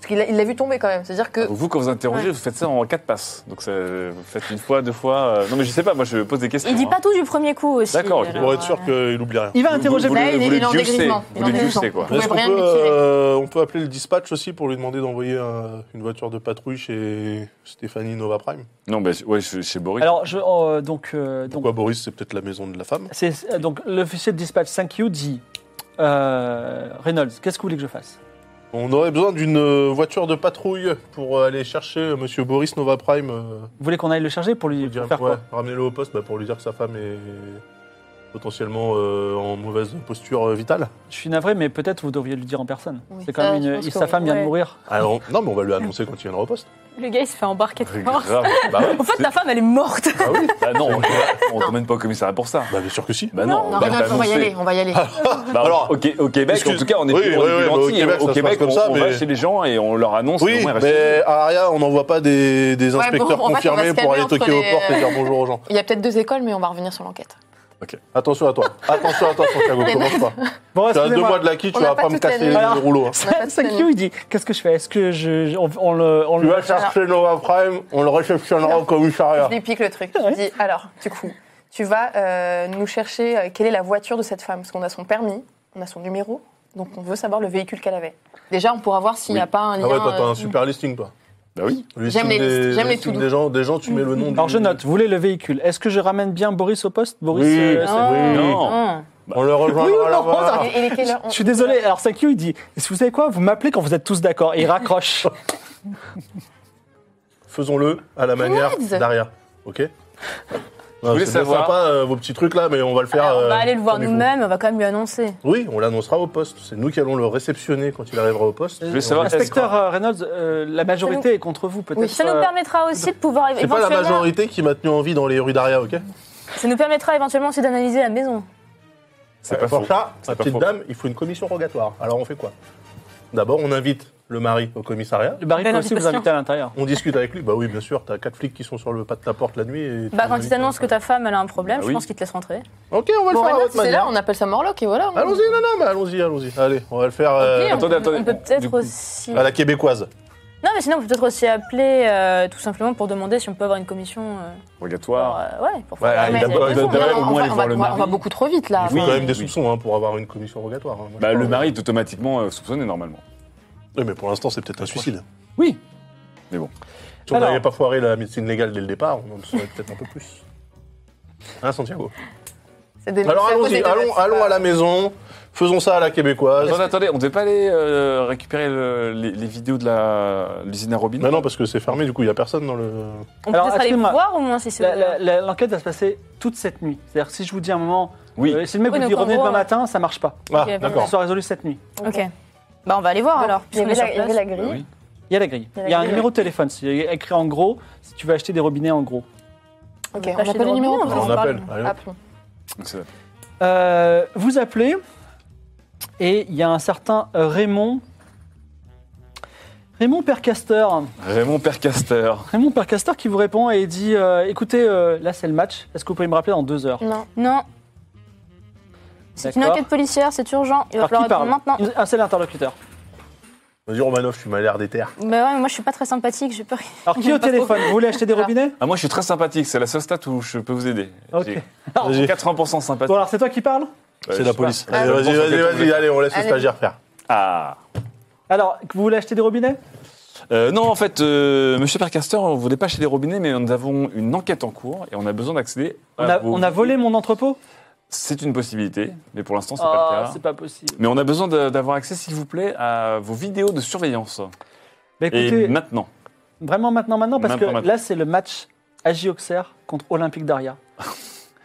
S3: Parce qu'il a- il l'a vu tomber quand même. C'est-à-dire que.
S2: Vous, quand vous interrogez, vous faites ça en quatre passes. Donc, ça, vous faites une fois, deux fois. euh, Non, mais je sais pas, moi, je pose des questions.
S4: Il dit
S2: hein.
S4: pas tout du premier coup aussi.
S2: D'accord, ok.
S4: alors,
S5: Pour être sûr
S4: euh,
S5: qu'il oublie rien.
S1: il va
S2: Vous-
S1: interroger.
S2: vous-
S3: Là, il est-
S2: vous le
S3: il est en
S2: juicez,
S3: dégrisement. Il
S2: Vous
S3: est en
S2: le
S3: dégrisement.
S2: juicez, quoi.
S3: Vous
S5: Est-ce qu'on
S3: pouvez rien
S5: peut,
S3: lui tirer.
S5: euh, on peut appeler le dispatch aussi pour lui demander d'envoyer un- une voiture de patrouille chez Stéphanie Nova Prime
S2: Non, bah, ouais, je- chez Boris.
S1: Alors, je, euh, donc, euh, donc,
S5: Pourquoi Boris, c'est peut-être la maison de la femme
S1: c'est- euh, donc l'officier de dispatch 5Q dit euh, Reynolds, qu'est-ce que vous voulez que je fasse
S5: On aurait besoin d'une euh, voiture de patrouille pour euh, aller chercher euh, monsieur Boris Nova Prime. euh,
S1: Vous voulez qu'on aille le charger pour lui
S5: pour dire-
S1: pour faire
S5: ouais,
S1: quoi
S5: Ramener-le au poste bah, pour lui dire que sa femme est potentiellement euh, en mauvaise posture euh, vitale.
S1: Je suis navré, mais peut-être vous devriez le dire en personne.
S3: Oui,
S1: c'est quand
S3: ça,
S1: même
S3: je
S1: une,
S3: pense que
S1: sa
S3: oui,
S1: femme vient de
S4: ouais.
S1: mourir.
S5: Alors, non, mais on va lui annoncer quand il viendra au poste.
S4: Le gars, il se fait embarquer de force.
S2: Grave.
S5: Bah ouais.
S4: En fait, la femme, elle est morte.
S5: Bah oui.
S2: Bah non, on ne t'emmène pas au commissariat pour ça.
S5: Bah bien sûr que si.
S2: Bah non, va
S3: Non, Reynolds, on va y
S2: t'annoncer.
S3: aller, on va y aller.
S2: Bah,
S5: Alors,
S2: au, au Québec,
S5: excuse-
S2: en tout cas, on est
S5: Oui,
S2: plus, on
S5: oui,
S2: est plus
S5: oui, mais au
S2: gentils.
S5: Québec,
S2: Au
S5: ça se
S2: Québec,
S5: passe
S2: on,
S5: comme ça,
S2: on
S5: mais-
S2: va chez les gens et on leur annonce.
S5: Oui,
S2: au moins, restez-
S5: mais à Aria, on n'envoie pas des, des
S3: Ouais,
S5: inspecteurs
S3: bon, en fait, on va se
S5: confirmés pour
S3: calmer
S5: aller
S3: entre
S5: toquer
S3: les-
S5: aux portes et dire bonjour aux gens.
S3: Il y a peut-être deux écoles, mais on va revenir sur l'enquête.
S5: Attention à toi. Attention à toi, Santiago, commence pas.
S1: Bon,
S5: Tu as deux
S1: excusez-moi.
S5: mois de l'acquis, tu
S3: On
S5: vas
S3: n'a pas
S5: pas me
S3: toute la
S5: casser
S3: nuit.
S5: le
S1: Alors-
S5: rouleau. hein.
S3: On a pas de
S1: 5Q, il dit Qu'est-ce que je fais Est-ce que je, je- on, on le. On
S5: Tu
S1: le-
S5: vas chercher Nova Prime, on le réceptionnera au commissariat.
S3: Je lui pique le truc. Je lui dis alors, du coup, tu vas euh, nous chercher euh, quelle est la voiture de cette femme, parce qu'on a son permis, on a son numéro, donc on veut savoir le véhicule qu'elle avait. Déjà, on pourra voir s'il n'y a
S2: Oui.
S3: pas un lien.
S5: Ah ouais, toi, t'as
S3: euh,
S5: un super listing, toi.
S2: Bah oui.
S5: Le
S3: J'aime
S5: listing
S3: les listes,
S5: des-
S3: j'aime
S5: le
S3: les
S5: listing
S3: to-do.
S5: des gens, des gens, tu mets le nom du-
S1: Alors, je note, vous voulez le véhicule. Est-ce que je ramène bien Boris au poste Boris
S5: Oui,
S1: euh,
S3: Ah,
S5: c'est- oui.
S2: Non.
S4: Non.
S5: On le
S1: Oui ou
S5: rejoindra
S1: non
S5: là-bas.
S3: il- il est quelle heure
S1: Je suis désolé. Alors, 5Q, il dit Vous savez quoi Vous m'appelez quand vous êtes tous d'accord. Et il raccroche.
S5: Faisons-le à la manière
S3: What
S5: d'Aria. Ok Je voulais savoir. sympa, euh, vos petits trucs là, mais on va le faire.
S2: Ah,
S4: Alors, on va
S5: euh,
S4: aller le voir
S5: comme il faut.
S4: nous-mêmes, on va quand même lui annoncer.
S5: Oui, on l'annoncera au poste. C'est nous qui allons le réceptionner quand il arrivera au poste.
S2: voulais savoir-
S1: Inspecteur euh, Reynolds, euh, la majorité est contre vous, peut-être.
S3: Oui,
S4: Ça nous
S1: euh,
S4: permettra aussi de pouvoir
S5: C'est pas
S4: éventuellement.
S5: la majorité qui m'a tenu en vie dans les rues d'Aria, ok
S4: Ça nous permettra éventuellement aussi d'analyser la maison.
S2: C'est
S5: Euh,
S2: pas
S5: pour
S2: faux.
S5: ça,
S2: C'est
S5: ma
S2: pas
S5: petite
S2: faux.
S5: dame, il faut une commission rogatoire. Alors on fait quoi D'abord, on invite le mari au commissariat.
S1: Le
S3: Ben,
S1: baril peut
S4: Belle
S1: aussi vous
S4: invitation.
S1: inviter à l'intérieur.
S5: On discute avec lui. Bah oui, bien sûr, t'as quatre flics qui sont sur le pas de ta porte la nuit. Et tu
S4: Bah,
S5: les
S4: quand
S5: invites
S4: ils t'annoncent que ta femme elle a un problème,
S2: Bah
S4: je
S2: oui.
S4: pense qu'ils te laissent rentrer.
S5: Ok, on va le
S3: Bon,
S5: faire à
S3: Reynolds,
S5: votre
S3: c'est là,
S5: manière.
S3: on appelle ça Morlock et voilà. on-
S5: Allons-y, non, non, mais allons-y, allons-y. Allez, on va le faire euh,
S4: Au pire, on,
S2: attendez,
S4: peut-
S2: attendez.
S4: on peut
S2: Du
S4: peut-être
S2: coup-
S4: aussi.
S5: à la québécoise.
S4: Non, mais sinon, on peut peut-être aussi appeler euh, tout simplement pour demander si on peut avoir une commission. euh,
S2: Rogatoire.
S4: pour, euh, ouais, pour
S2: Ah. Ouais,
S4: faire.
S2: il
S4: Mais-
S2: a besoin
S4: mais-
S2: de-
S3: Non,
S2: de-
S3: non,
S2: au moins
S3: on va-
S2: aller
S3: on
S2: voir
S3: va-
S2: le
S3: on va
S2: mari.
S3: beaucoup trop vite là.
S5: Il faut
S3: Enfin,
S5: quand même des
S2: oui.
S5: soupçons hein, pour avoir une commission rogatoire. hein. Moi,
S2: Bah,
S5: je
S2: le
S5: pense.
S2: mari est automatiquement euh, soupçonné normalement.
S5: Oui, mais pour l'instant, c'est peut-être un suicide.
S1: Oui.
S2: Mais bon.
S5: Si on
S1: Alors-
S5: n'avait pas foiré la médecine légale dès le départ, on en saurait peut-être un peu plus. Hein, Santiago
S3: c'est des-
S5: Alors
S3: c'est à côté
S5: allons-y,
S3: de-
S5: allons, allons à la maison, faisons ça à la québécoise.
S2: Attendez, attendez, on devait pas aller euh, récupérer le- les, les vidéos de la- l'usine à Robin
S5: Non, non, parce que c'est fermé, du coup, il n'y a personne dans le.
S4: On peut
S1: Alors,
S4: peut-être aller
S1: excuse-moi.
S4: voir au moins si c'est.
S1: La- la- la- L'enquête va se passer toute cette nuit. C'est-à-dire, si je vous dis à un moment,
S2: Oui.
S1: euh, si le mec
S4: Oui,
S1: vous
S4: donc
S1: dit
S4: en
S1: revenez
S4: gros,
S1: demain
S4: ouais.
S1: matin, ça marche pas.
S5: Ah,
S4: Ok,
S1: Que
S5: d'accord.
S1: ce soit résolu cette nuit.
S4: Ok. Bah, on va aller voir
S3: Donc,
S4: alors.
S3: Il y avait
S4: puisqu'on est
S3: la- il y
S4: sur
S3: avait
S4: place.
S3: la
S2: Bah
S3: grille.
S2: oui.
S1: Il y a la grille.
S3: Il y a la
S1: Il y a un
S3: grille.
S1: numéro de téléphone. C'est écrit en gros si tu veux acheter des robinets en gros.
S3: Ok, on
S4: Bah, chez
S3: appelle le
S4: Dorothy,
S3: numéro.
S4: on
S5: Alors, on
S4: se parle.
S5: appelle. Allez, hop.
S3: Appelons.
S2: Donc, c'est-
S1: Euh, vous appelez et il y a un certain euh, Raymond. Raymond Percaster.
S2: Raymond Percaster.
S1: Raymond Percaster qui vous répond et il dit euh, écoutez, euh, là c'est le match. Est-ce que vous pouvez me rappeler dans deux heures
S3: Non.
S4: Non. C'est une
S1: D'accord.
S4: enquête policière, c'est urgent. Il va
S1: Par qui
S4: falloir
S1: parle Ah,
S4: répondre maintenant.
S1: Une- Un seul interlocuteur.
S5: Vas-y, Romanov, tu m'as l'air déter.
S4: Bah ouais, mais moi je suis pas très sympathique, j'ai peur.
S1: Alors qui au téléphone Vous voulez acheter des robinets
S2: Ah, moi, je suis très sympathique. C'est la seule stat où je peux vous aider.
S1: Ok.
S2: J'ai
S1: Alors,
S5: Vas-y.
S2: 80% sympathique.
S1: Bon alors c'est toi qui parles
S2: Euh, je
S5: C'est la
S2: sais pas.
S5: police.
S2: Ah,
S5: Allez,
S2: je
S5: vas-y,
S2: pense
S5: vas-y,
S2: que-
S5: vas-y, allez, on laisse le
S3: Allez.
S5: stagiaire faire.
S2: Ah.
S1: Alors, vous voulez acheter des robinets
S2: Euh, non, en fait, euh, Monsieur Percaster, on ne voulait pas chez les robinets, mais nous avons une enquête en cours et on a besoin d'accéder.
S1: on
S2: à
S1: a,
S2: vos-
S1: on a volé mon entrepôt
S2: C'est une possibilité, mais pour l'instant, c'est pas
S1: Ah,
S2: le cas.
S1: pas possible.
S2: Mais on a besoin de- d'avoir accès, s'il vous plaît, à vos vidéos de surveillance.
S1: Bah,
S2: Et
S1: écoutez,
S2: maintenant.
S1: vraiment maintenant, maintenant, parce
S2: Maintenant,
S1: que
S2: maintenant.
S1: là, c'est le match Agioxer contre Olympique d'Aria.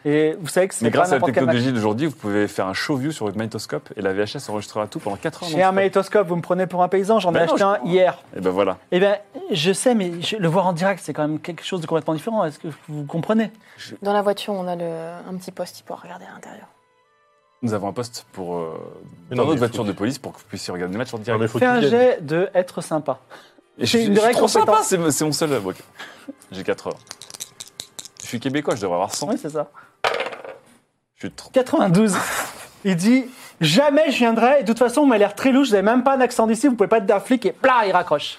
S1: Et vous savez que c'est
S2: Mais
S1: pas
S2: grâce à la
S1: n'importe quel match.
S2: technologie d'aujourd'hui, vous pouvez faire un show view sur votre magnétoscope et la VHS enregistrera tout pendant 4 ans.
S1: J'ai un magnétoscope, vous me prenez pour un paysan, j'en ai
S2: Bah non,
S1: acheté
S2: je
S1: un
S2: comprends.
S1: hier.
S2: Et ben voilà.
S1: Eh bien, je sais, mais je- le voir en direct, c'est quand même quelque chose de complètement différent. Est-ce que vous comprenez
S3: Dans la voiture, on a le- un petit poste, il pourra regarder à l'intérieur.
S2: Nous avons un poste pour euh,
S5: Mais
S2: dans
S5: non,
S2: notre
S5: mais
S2: voiture
S5: faut-
S2: de police pour que vous puissiez regarder le match en
S5: Non,
S2: direct.
S5: mais faut
S1: Fais un
S5: qu'il vienne.
S1: jet de être sympa.
S2: Et je,
S1: C'est
S2: suis-
S1: une
S2: je suis
S1: vraie
S2: trop sympa,
S1: compétence.
S2: c'est c'est mon seul. bon, ok. J'ai 4 heures. Je suis québécois, je devrais avoir 100.
S1: Oui, c'est ça.
S2: Je suis trop.
S1: 92. Il dit Jamais je viendrai, de toute façon, vous m'avez l'air très louche, vous n'avez même pas un accent d'ici, vous pouvez pas être d'un flic, et plat, il raccroche.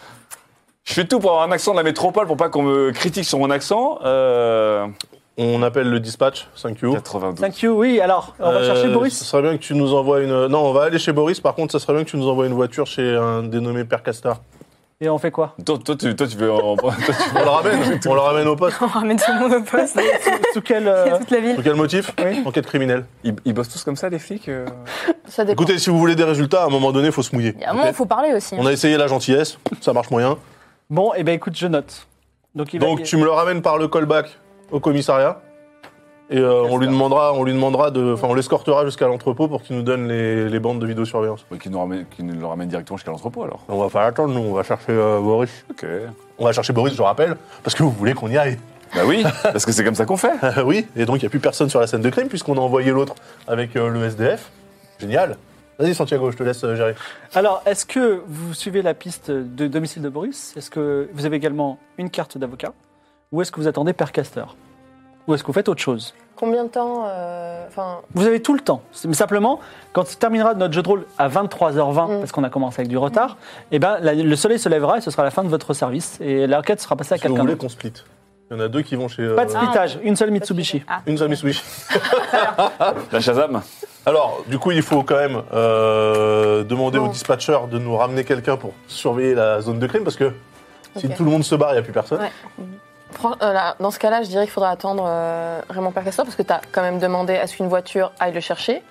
S2: Je fais tout pour avoir un accent de la métropole pour pas qu'on me critique sur mon accent. Euh,
S5: On appelle le dispatch, 5 you.
S2: 92.
S1: Thank you, oui, alors, on va
S5: Euh,
S1: chercher
S5: Ce
S1: Boris.
S5: serait bien que tu nous envoies une. Non, on va aller chez Boris. Par contre, ça serait bien que tu nous envoies une voiture chez un dénommé Père Castard.
S1: Et on fait quoi
S2: Toi, toi, tu, toi, tu veux. en- toi, tu-
S5: On le ramène. on le ramène au poste.
S4: On ramène tout le monde au poste,
S1: Sous quel. euh,
S4: toute la ville.
S5: Pour quel motif
S1: Oui.
S5: Enquête criminelle.
S2: Ils, ils bossent tous comme ça, les flics euh
S3: Ça dépend.
S5: Écoutez, si vous voulez des résultats, à un moment donné, faut se mouiller.
S4: Il y
S1: Ah,
S4: a un moment où
S5: Ok
S4: faut parler aussi. hein.
S5: On a essayé la gentillesse, ça marche moyen.
S1: Bon, et ben écoute, je note. Donc, il va-
S5: Donc tu me le ramènes par le callback au commissariat. Et euh, on lui demandera, on lui demandera de, enfin, on l'escortera jusqu'à l'entrepôt pour qu'il nous donne les, les bandes de vidéosurveillance.
S2: Oui, Qu'ils nous, ramènent- qu'ils nous le ramènent directement jusqu'à l'entrepôt alors.
S5: Ben, On va pas attendre, nous, on va chercher euh, Boris.
S2: Ok.
S5: On va chercher Boris, je rappelle, parce que vous voulez qu'on y aille.
S2: Bah oui, parce que c'est comme ça qu'on fait.
S5: Ah oui, et donc il n'y a plus personne sur la scène de crime puisqu'on a envoyé l'autre avec euh, le SDF. Génial. Vas-y Santiago, je te laisse euh, gérer.
S1: Alors, est-ce que vous suivez la piste de domicile de Boris Est-ce que vous avez également une carte d'avocat Ou est-ce que vous attendez Père Caster Ou est-ce que vous faites autre chose
S3: Combien de temps euh, Enfin,
S1: Vous avez tout le temps. Mais simplement, quand se terminera notre jeu de rôle à 23h20,
S3: Mm.
S1: parce qu'on a commencé avec du retard, eh ben, la- le soleil se lèvera et ce sera la fin de votre service. Et l'enquête sera passée à
S5: Si vous
S1: quelqu'un
S5: voulez
S1: d'autre.
S5: qu'on split. Il y en a deux qui vont chez. euh,
S1: Pas de splittage, une seule Mitsubishi.
S4: Ah.
S5: Une seule Mitsubishi.
S2: La Shazam.
S5: Alors, du coup, il faut quand même euh, demander au dispatcher de nous ramener quelqu'un pour surveiller la zone de crime, parce que si
S3: Ok.
S5: tout le monde se barre, il n'y a plus personne.
S3: Ouais. fran- euh, là, dans ce cas-là, je dirais qu'il faudra attendre euh, Raymond Percastor parce que t'as quand même demandé à ce qu'une voiture aille le chercher.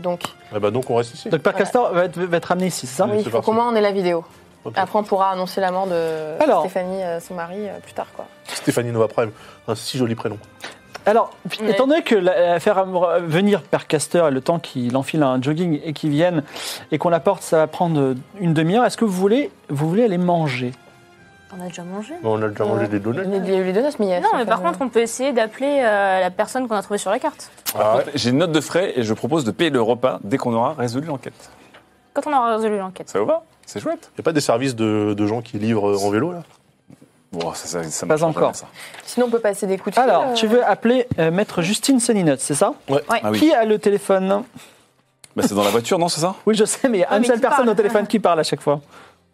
S3: Donc,
S5: Eh ben, donc, on reste ici.
S1: Donc Père
S3: Ouais.
S1: Castor va être, va être ramené ici, c'est ça
S5: Oui,
S3: oui,
S5: c'est
S3: il faut
S5: parti.
S3: qu'au moins on ait la vidéo.
S5: Ok.
S3: Après, on pourra annoncer la mort de
S1: Alors.
S3: Stéphanie, euh, son mari, euh, plus tard, quoi.
S5: Stéphanie Nova Prime, un si joli prénom.
S1: Alors,
S3: Ouais.
S1: étant donné que la- la faire amor- venir Père Castor et le temps qu'il enfile un jogging et qu'il vienne et qu'on l'apporte, ça va prendre une demi-heure, est-ce que vous voulez, vous voulez aller manger
S4: On a déjà mangé
S5: Bon, on a déjà
S3: Ouais.
S5: mangé des donuts.
S3: Il y a eu les deux noces, mais il y a euh,
S4: Non,
S3: cette
S4: mais par
S3: femme-
S4: contre, on peut essayer d'appeler euh, la personne qu'on a trouvée sur la carte.
S2: Par contre, J'ai une note de frais et je propose de payer le repas dès qu'on aura résolu l'enquête.
S4: Quand on aura résolu l'enquête.
S2: Ça vous va C'est chouette.
S5: Il n'y a pas des services de, de gens qui livrent euh, en vélo, là
S2: Bon, ça, ça, ça
S1: Pas
S2: marchera
S1: encore.
S2: jamais, ça.
S3: Sinon, on peut passer des coups de fil.
S1: Alors,
S3: euh,
S1: tu veux appeler euh, maître Justine Soninut, c'est ça
S2: Ah oui.
S1: Qui a le téléphone
S2: Bah, c'est dans la voiture, non, c'est ça
S1: Oui, je sais, mais il y a
S3: Ah,
S4: Ouais,
S1: une
S4: mais
S1: seule
S4: qui
S1: personne
S4: parle,
S1: au téléphone
S4: ouais.
S1: qui parle à chaque fois.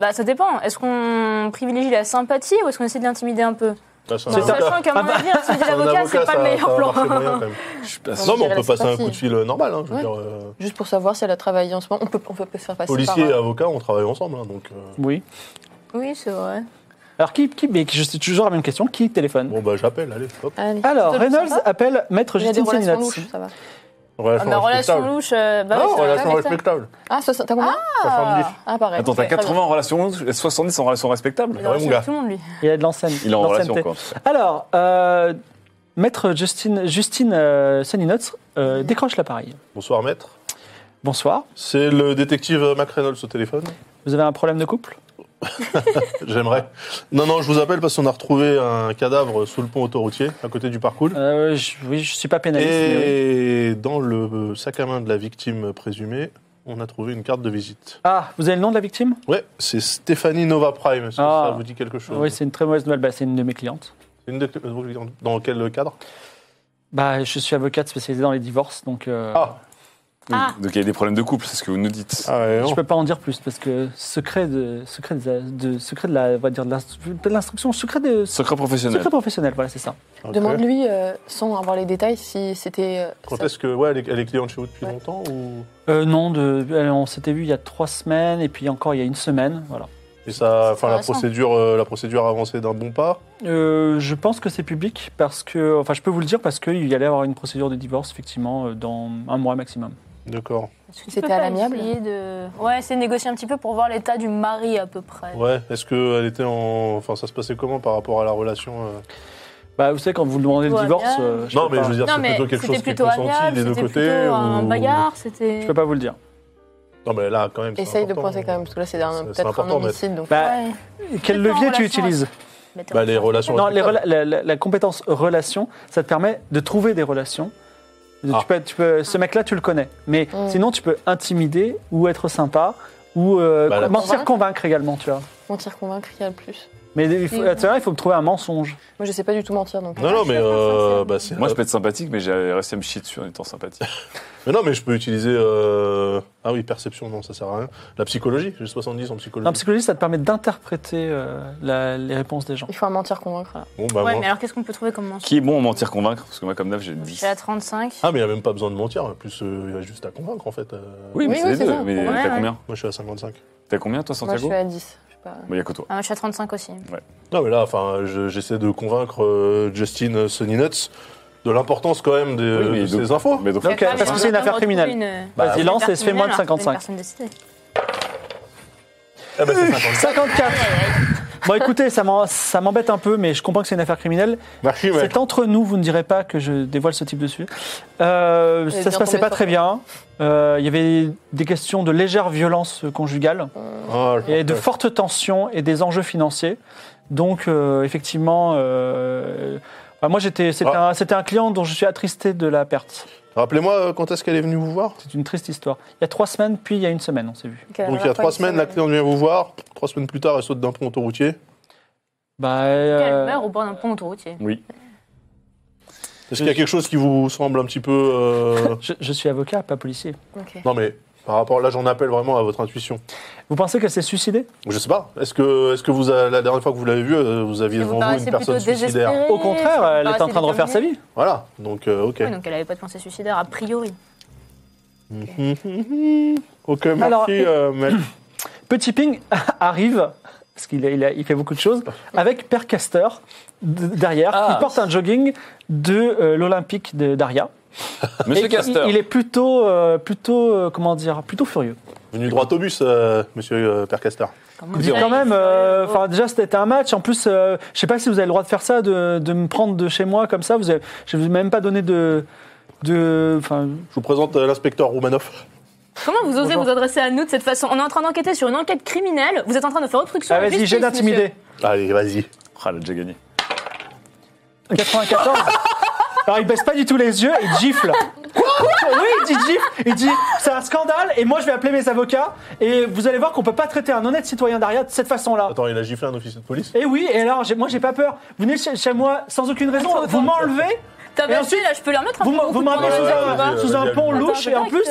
S4: Bah, ça dépend. Est-ce qu'on privilégie la sympathie ou est-ce qu'on essaie de l'intimider un peu
S5: Bah, c'est
S4: Bah,
S5: un-
S4: Sachant qu'à mon avis, intimider
S5: c'est un
S4: l'avocat,
S5: avocat,
S4: c'est pas
S5: ça-
S4: le
S5: ça
S4: meilleur
S5: va
S4: plan.
S5: marcher moyen, quand même.
S2: Je suis pas sûr.
S5: Non, mais
S3: dirait
S5: on peut
S3: la
S5: passer un
S3: sympathie.
S5: coup de fil euh, normal. hein, je veux
S3: Ouais.
S5: dire, euh,
S3: Juste pour savoir si elle a travaillé en ce moment, on peut, on peut se faire passer
S5: policier euh, et
S3: par... euh,
S5: avocat, on travaille ensemble. hein, donc, euh,
S1: Oui.
S4: Oui, c'est vrai.
S1: Alors, qui, qui mais je- c'est toujours la même question, qui téléphone
S5: bon, bah j'appelle, allez, hop.
S3: Allez.
S1: Alors,
S3: Plutôt le
S1: Reynolds
S3: sympa.
S1: appelle maître
S3: Il y a des
S1: Justine
S3: relations
S1: Soninut.
S3: louches, ça va.
S4: Ah,
S5: Relation
S4: bah, relation
S5: respectable.
S4: louche, euh, bah,
S5: Non,
S4: ouais, c'est vrai,
S5: relation
S4: mais ça-
S5: respectable.
S3: Ah, ça, ça- t'as combien
S5: 70.
S3: Ah, pareil.
S2: Attends, t'as
S3: Très bien.
S2: 80 en relation, 70 en relation respectable
S4: Il est en relation
S5: mon gars.
S4: avec tout le monde, lui.
S1: Il y a de l'enseigne.
S2: Il est en relation,
S1: l'ancienneté.
S2: quoi.
S1: Alors, euh, maître Justine, Justine euh, Soninut, euh, décroche l'appareil.
S5: Bonsoir, maître.
S1: Bonsoir.
S5: C'est le détective euh, Mac Reynolds au téléphone.
S1: Vous avez un problème de couple
S5: J'aimerais. Non, non, je vous appelle parce qu'on a retrouvé un cadavre sous le pont autoroutier, à côté du parcours.
S1: Euh, je, Oui, je suis pas pénaliste. mais oui.
S5: Et dans le sac à main de la victime présumée, on a trouvé une carte de visite.
S1: Ah, vous avez le nom de la victime
S5: Ouais, c'est Stéphanie Nova Prime. Est-ce que
S1: Ah.
S5: ça vous dit quelque chose
S1: Oui, c'est une très mauvaise nouvelle. Bah, c'est une de mes clientes.
S5: C'est une de- vous voulez dire Dans quel cadre
S1: Bah, je suis avocate spécialisée dans les divorces, donc euh,
S5: Ah,
S2: Oui,
S4: Ah.
S2: Donc il y a des problèmes de couple, c'est ce que vous nous dites.
S5: ah ouais,
S1: je
S5: non.
S1: peux pas en dire plus parce que secret de secret de, de- secret de la, on va dire de l'instru- de l'instruction, secret de
S2: Secret professionnel.
S1: secret professionnel. Voilà, c'est ça.
S5: Ok.
S3: Demande-lui, euh, sans avoir les détails, si c'était... euh,
S5: Quand
S3: ça-
S5: est-ce que. Ouais, elle est, elle est cliente chez vous depuis
S3: Ouais.
S5: longtemps ou...
S1: Euh, non, de, elle, on s'était vu il y a trois semaines et puis encore il y a une semaine. Voilà.
S5: Et ça. Enfin, la
S4: intéressant.
S5: procédure, euh, la procédure avancée d'un bon pas.
S1: Euh, je pense que c'est public parce que, enfin, je peux vous le dire parce qu'il y allait avoir une procédure de divorce effectivement euh, dans un mois maximum.
S5: D'accord.
S4: Est-ce que tu
S3: C'était
S4: peux
S3: à
S4: pas
S3: l'amiable
S4: essayer de... Ouais, essayer de négocier un petit peu pour voir l'état du mari à peu près.
S5: Ouais, est-ce qu'elle était en. Enfin, ça se passait comment par rapport à la relation euh
S1: Bah, vous savez quand vous demandez le
S4: Ouais,
S1: divorce,
S4: bien.
S1: euh, je
S5: Non,
S1: peux
S5: mais
S1: pas-
S5: je veux dire,
S4: Non,
S5: c'est
S4: mais
S5: plutôt quelque
S4: c'était
S5: chose qui est
S4: plutôt
S5: consenti
S4: amiable,
S5: des deux
S4: c'était
S5: côtés.
S4: plutôt un
S5: ou-
S4: bagarre, c'était...
S1: je peux pas vous le dire.
S5: Non, mais là, quand même. c'est
S3: Essaye de
S5: important.
S3: pointer quand même, parce que là, c'est
S5: C'est-
S3: un-
S5: c'est
S3: peut-être un
S5: important, mais-
S3: homicide, donc...
S1: Bah,
S4: Ouais.
S1: Quel
S4: Peut-être pas en
S1: levier tu
S4: relation
S1: utilises
S4: Mais t'es
S5: Bah,
S4: en
S5: les
S4: relation
S5: relations.
S1: Non, les
S5: respectables.
S1: rela- la, la- la compétence relation, ça te permet de trouver des relations.
S5: Ah.
S1: Tu peux, tu peux- ce mec-là, tu le connais. Mais
S3: Mm.
S1: sinon, tu peux intimider ou être sympa ou euh,
S5: Bah, la-
S1: mentir, convaincre également, tu vois.
S3: Mentir convaincre, il y a le plus.
S1: Mais il faut,
S4: Mm.
S1: tu vois, il faut me trouver un mensonge.
S3: Moi, je sais pas du tout mentir, donc...
S5: Non, non, mais. euh, bah, c'est-
S2: Moi, je peux être sympathique, mais j'ai réussi à me chier dessus en étant sympathique.
S5: Mais non, mais je peux utiliser. euh, Ah oui, perception, non, ça sert à rien. La psychologie, j'ai 70 en psychologie.
S1: En psychologie, ça te permet d'interpréter euh, la- les réponses des gens.
S3: Il faut un mentir convaincre, là.
S5: Bon, bah,
S4: Ouais,
S5: moi-
S4: mais alors qu'est-ce qu'on peut trouver comme mensonge
S2: Qui est bon en mentir convaincre Parce que moi, comme d'hab, j'ai
S4: Je
S2: 10.
S4: suis à 35.
S5: Ah, mais il n'y a même pas besoin de mentir, en plus, euh, il y a juste à convaincre, en fait. euh.
S2: Oui, mais
S3: Oui,
S2: c'est
S3: oui,
S2: les
S3: c'est
S2: deux.
S3: ça.
S2: Mais
S3: Ouais,
S2: t'as
S4: ouais.
S2: combien
S5: Moi, je suis à 55.
S2: T'as combien, toi,
S3: Moi, je
S2: Santiago
S3: suis à 10. Je sais pas.
S2: Bon, Bah, il y a que toi.
S4: Ah, moi, je suis à 35 aussi.
S5: Non, mais là, enfin, je- j'essaie de convaincre euh, Justin Sunny Nuts de l'importance, quand même, des,
S2: Oui, mais
S5: de
S2: donc-
S5: ces infos.
S2: Mais donc,
S1: Ok,
S4: Ouais, mais
S1: parce
S4: on
S1: que
S4: a
S1: c'est une
S4: bien
S1: affaire
S4: retrouvé
S1: criminelle.
S4: une-
S1: Vas-y,
S4: une
S1: lance et
S4: affaire
S1: se fait moins de
S4: criminelle, alors
S1: 55.
S4: que c'est une personne décédée.
S5: Ah, bah, c'est 55.
S1: 54 Bon, écoutez, ça m'en- ça m'embête un peu, mais je comprends que c'est une affaire criminelle.
S5: Merci, mec.
S1: C'est entre nous, vous ne direz pas que je dévoile ce type de sujet. Euh,
S3: est
S1: ça se
S3: bien
S1: passait
S3: tombée
S1: pas
S3: sur
S1: très
S3: toi.
S1: bien. Euh, Il y avait des questions de légère violence conjugale
S5: Ah, le
S1: et de
S5: portrait.
S1: fortes tensions et des enjeux financiers. Donc, euh, effectivement, euh, bah, moi j'étais, c'était,
S5: Ah.
S1: un, c'était un client dont je suis attristé de la perte.
S5: Rappelez-moi euh, quand est-ce qu'elle est venue vous voir
S1: C'est une triste histoire. Il y a trois semaines, puis il y a une semaine, on s'est vu.
S3: Donc, la
S5: Donc il y a
S3: dernière fois,
S5: trois semaines, la cliente vient vous voir. Trois semaines plus tard, elle saute d'un pont autoroutier.
S1: Bah,
S4: Elle
S1: euh,
S4: meurt au bord d'un pont autoroutier.
S2: oui.
S5: Est-ce qu'il y a quelque chose qui vous semble un petit peu... euh,
S1: je, je suis avocat, pas policier.
S3: Ok.
S5: Non mais par rapport... Là, j'en appelle vraiment à votre intuition.
S1: Vous pensez qu'elle s'est suicidée
S5: Je sais pas. Est-ce que, est-ce que vous, a- la dernière fois que vous l'avez vue, euh, vous aviez
S4: Et
S5: devant vous une
S4: vous paraissez plutôt
S5: personne suicidaire
S4: désespérée
S1: Au contraire,
S4: ça vous
S1: elle est en
S4: paraissait
S1: train de refaire sa vie.
S5: Voilà. Donc, euh, ok.
S4: Oui, donc elle n'avait pas de pensée suicidaire, a priori.
S5: Ok, merci,
S1: Alors,
S5: euh, maître.
S1: Petit Ping arrive, parce qu'il a- il a- il fait beaucoup de choses, avec Père Castor de- derrière,
S2: Ah.
S1: qui porte un jogging de euh, l'Olympique de- d'Aria.
S2: Monsieur
S1: Et qui-
S2: Castor.
S1: Il, est plutôt, euh, plutôt, euh, comment dire, plutôt furieux.
S5: Venu droit au bus, euh, monsieur euh, Père Castor.
S6: quand
S1: Je dis
S6: même.
S1: quand même, euh, enfin déjà c'était un match. En plus, euh, je sais pas si vous avez le droit de faire ça, de, de me prendre de chez moi comme ça. Vous avez, je vous ai même pas donné de, de, enfin,
S5: Je vous présente euh, l'inspecteur Roumanoff.
S4: Comment vous osez vous adresser à nous de cette façon On est en train d'enquêter sur une enquête criminelle, vous êtes en train de faire obstruction
S1: ah,
S4: à la
S1: vas-y,
S4: justice,
S1: j'ai
S4: monsieur.
S1: d'intimidé.
S5: Allez, vas-y.
S2: Ah, elle a déjà gagné.
S1: 94. Alors il baisse pas du tout les yeux, il gifle. Oui, il dit gifle, il dit c'est un scandale et moi je vais appeler mes avocats et vous allez voir qu'on peut pas traiter un honnête citoyen d'Aria de cette façon-là.
S5: Attends, il a giflé un officier de police
S1: Et oui, et alors j'ai- moi j'ai pas peur. Vous venez chez, chez moi sans aucune raison, vous m'enlevez,
S4: T'as
S1: Et
S4: battu,
S1: ensuite,
S4: là, je peux leur mettre un
S1: vous
S4: peu
S1: m'en-
S4: beaucoup
S1: vous
S4: de
S1: m'enlevez
S4: points
S1: sous
S4: dans
S5: Ah,
S4: la
S1: un-
S5: vas-y,
S1: sous un
S5: vas-y,
S1: pont
S5: vas-y.
S1: louche et en plus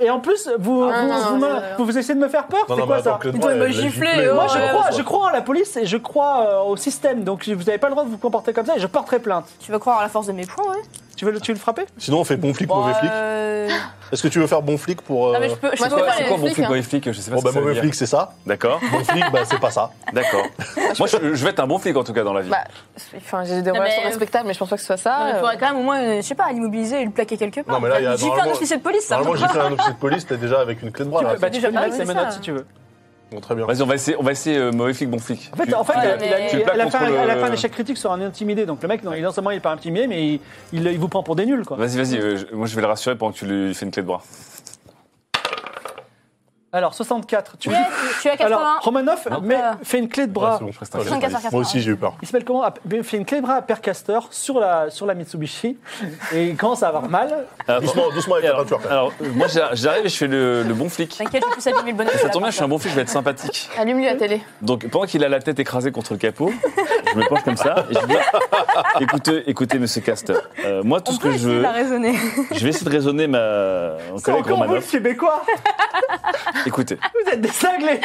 S1: Et en plus, vous,
S3: Ah,
S1: vous,
S3: non,
S1: vous,
S3: non,
S1: m'a-
S3: non, non.
S1: vous, vous essayez de me faire peur, c'est quoi ça
S5: que-
S3: Il
S5: ouais,
S3: doit me
S5: elle a
S3: gifler,
S5: giflé,
S3: euh,
S1: Moi, oh, je
S5: ouais,
S1: crois,
S5: ouais.
S1: je crois en la police et je crois euh, au système. Donc, je- vous n'avez pas le droit de vous comporter comme ça et je porterai plainte.
S4: Tu veux croire à la force de mes points, ouais
S1: Tu veux le, tu veux le frapper
S5: Sinon, on fait bon flic, mauvais
S1: Bah,
S5: flic.
S4: euh...
S5: Est-ce que tu veux faire bon flic pour.
S4: Non, mais
S5: euh,
S4: je peux, je
S3: Moi,
S4: peux
S3: je crois-
S4: pas
S3: c'est
S4: les
S2: Quoi, bon
S4: flics,
S2: flic,
S4: hein.
S2: mauvais flic, je sais pas
S5: Bon,
S2: ce
S5: bah,
S2: que ça veut
S5: mauvais
S2: dire.
S5: flic, c'est ça.
S2: D'accord,
S5: Bon flic, bah, c'est pas ça.
S2: d'accord. Moi, je, je vais être un bon flic en tout cas dans la vie.
S3: Bah, c'est- enfin, j'ai des
S4: Non,
S3: relations
S4: Ah, mais- euh,
S3: respectables, mais je pense pas que ce soit
S4: Non, mais
S3: ça.
S4: il
S3: euh.
S4: faudrait quand même au moins, euh, je sais pas, l'immobiliser et le plaquer quelque part.
S5: Non, mais là, il y a
S4: J'ai fait un
S5: normalement-
S4: officier de police, ça
S5: Normalement,
S4: me
S5: j'ai
S4: va.
S5: fait un officier de police, t'es déjà avec une clé de bras.
S1: tu
S5: là.
S1: peux, bah, tu
S4: déjà
S3: Ah,
S1: peux me
S4: pas
S1: mettre
S4: fait
S1: les menottes
S4: ça.
S1: si tu veux.
S5: Bon, très bien.
S2: Vas-y, on va essayer, on va essayer euh, mauvais flic, bon flic.
S1: En fait,
S2: Tu-
S1: en fait
S2: tu-
S1: il a-
S4: mais-
S1: il a-
S4: Tu
S1: il a-
S2: plaques
S1: elle a fait un-
S2: contre le-
S1: elle a fait un échec critique sur un intimidé. Donc, le mec, non, il- non seulement il est pas intimidé, mais il, il, il vous prend pour des nuls. Quoi.
S2: Vas-y, vas-y, euh, je- moi je vais le rassurer pendant que tu lui fais une clé de bras.
S1: Alors, 64. Tu
S4: Yes, tu es à 80.
S1: Alors, Romanov met-
S4: Ah.
S1: fait une clé de
S5: Ah,
S1: bras.
S5: c'est bon.
S2: Prestation.
S5: Ouais, j'ai pas dit.
S4: 84,
S5: Moi aussi, j'ai eu peur.
S1: Il s'appelle comment Ah, Il fait une clé de bras à Per Caster sur la, sur la Mitsubishi et il commence à avoir mal.
S2: Ah,
S5: Doucement, doucement avec la
S2: Alors,
S5: peinture. quand même.
S2: alors, euh, moi j'a- j'arrive et je fais le, le bon flic.
S4: T'inquiète, je pousse à 10 000 bonheurs.
S2: Ça tombe bien, je suis un bon flic, je vais être sympathique.
S3: Allume-lui la télé.
S2: Donc pendant qu'il a la tête écrasée contre le capot, je me penche comme ça et je dis écoutez, écoutez, monsieur Caster, euh, moi tout
S4: On
S2: ce que
S4: peut
S2: je
S4: essayer de
S2: veux,
S4: la raisonner.
S2: je vais essayer de raisonner ma mon
S1: C'est
S2: collègue
S1: encore vous, le
S2: Romanov.
S1: Québécois
S2: Écoutez,
S1: Vous êtes des cinglés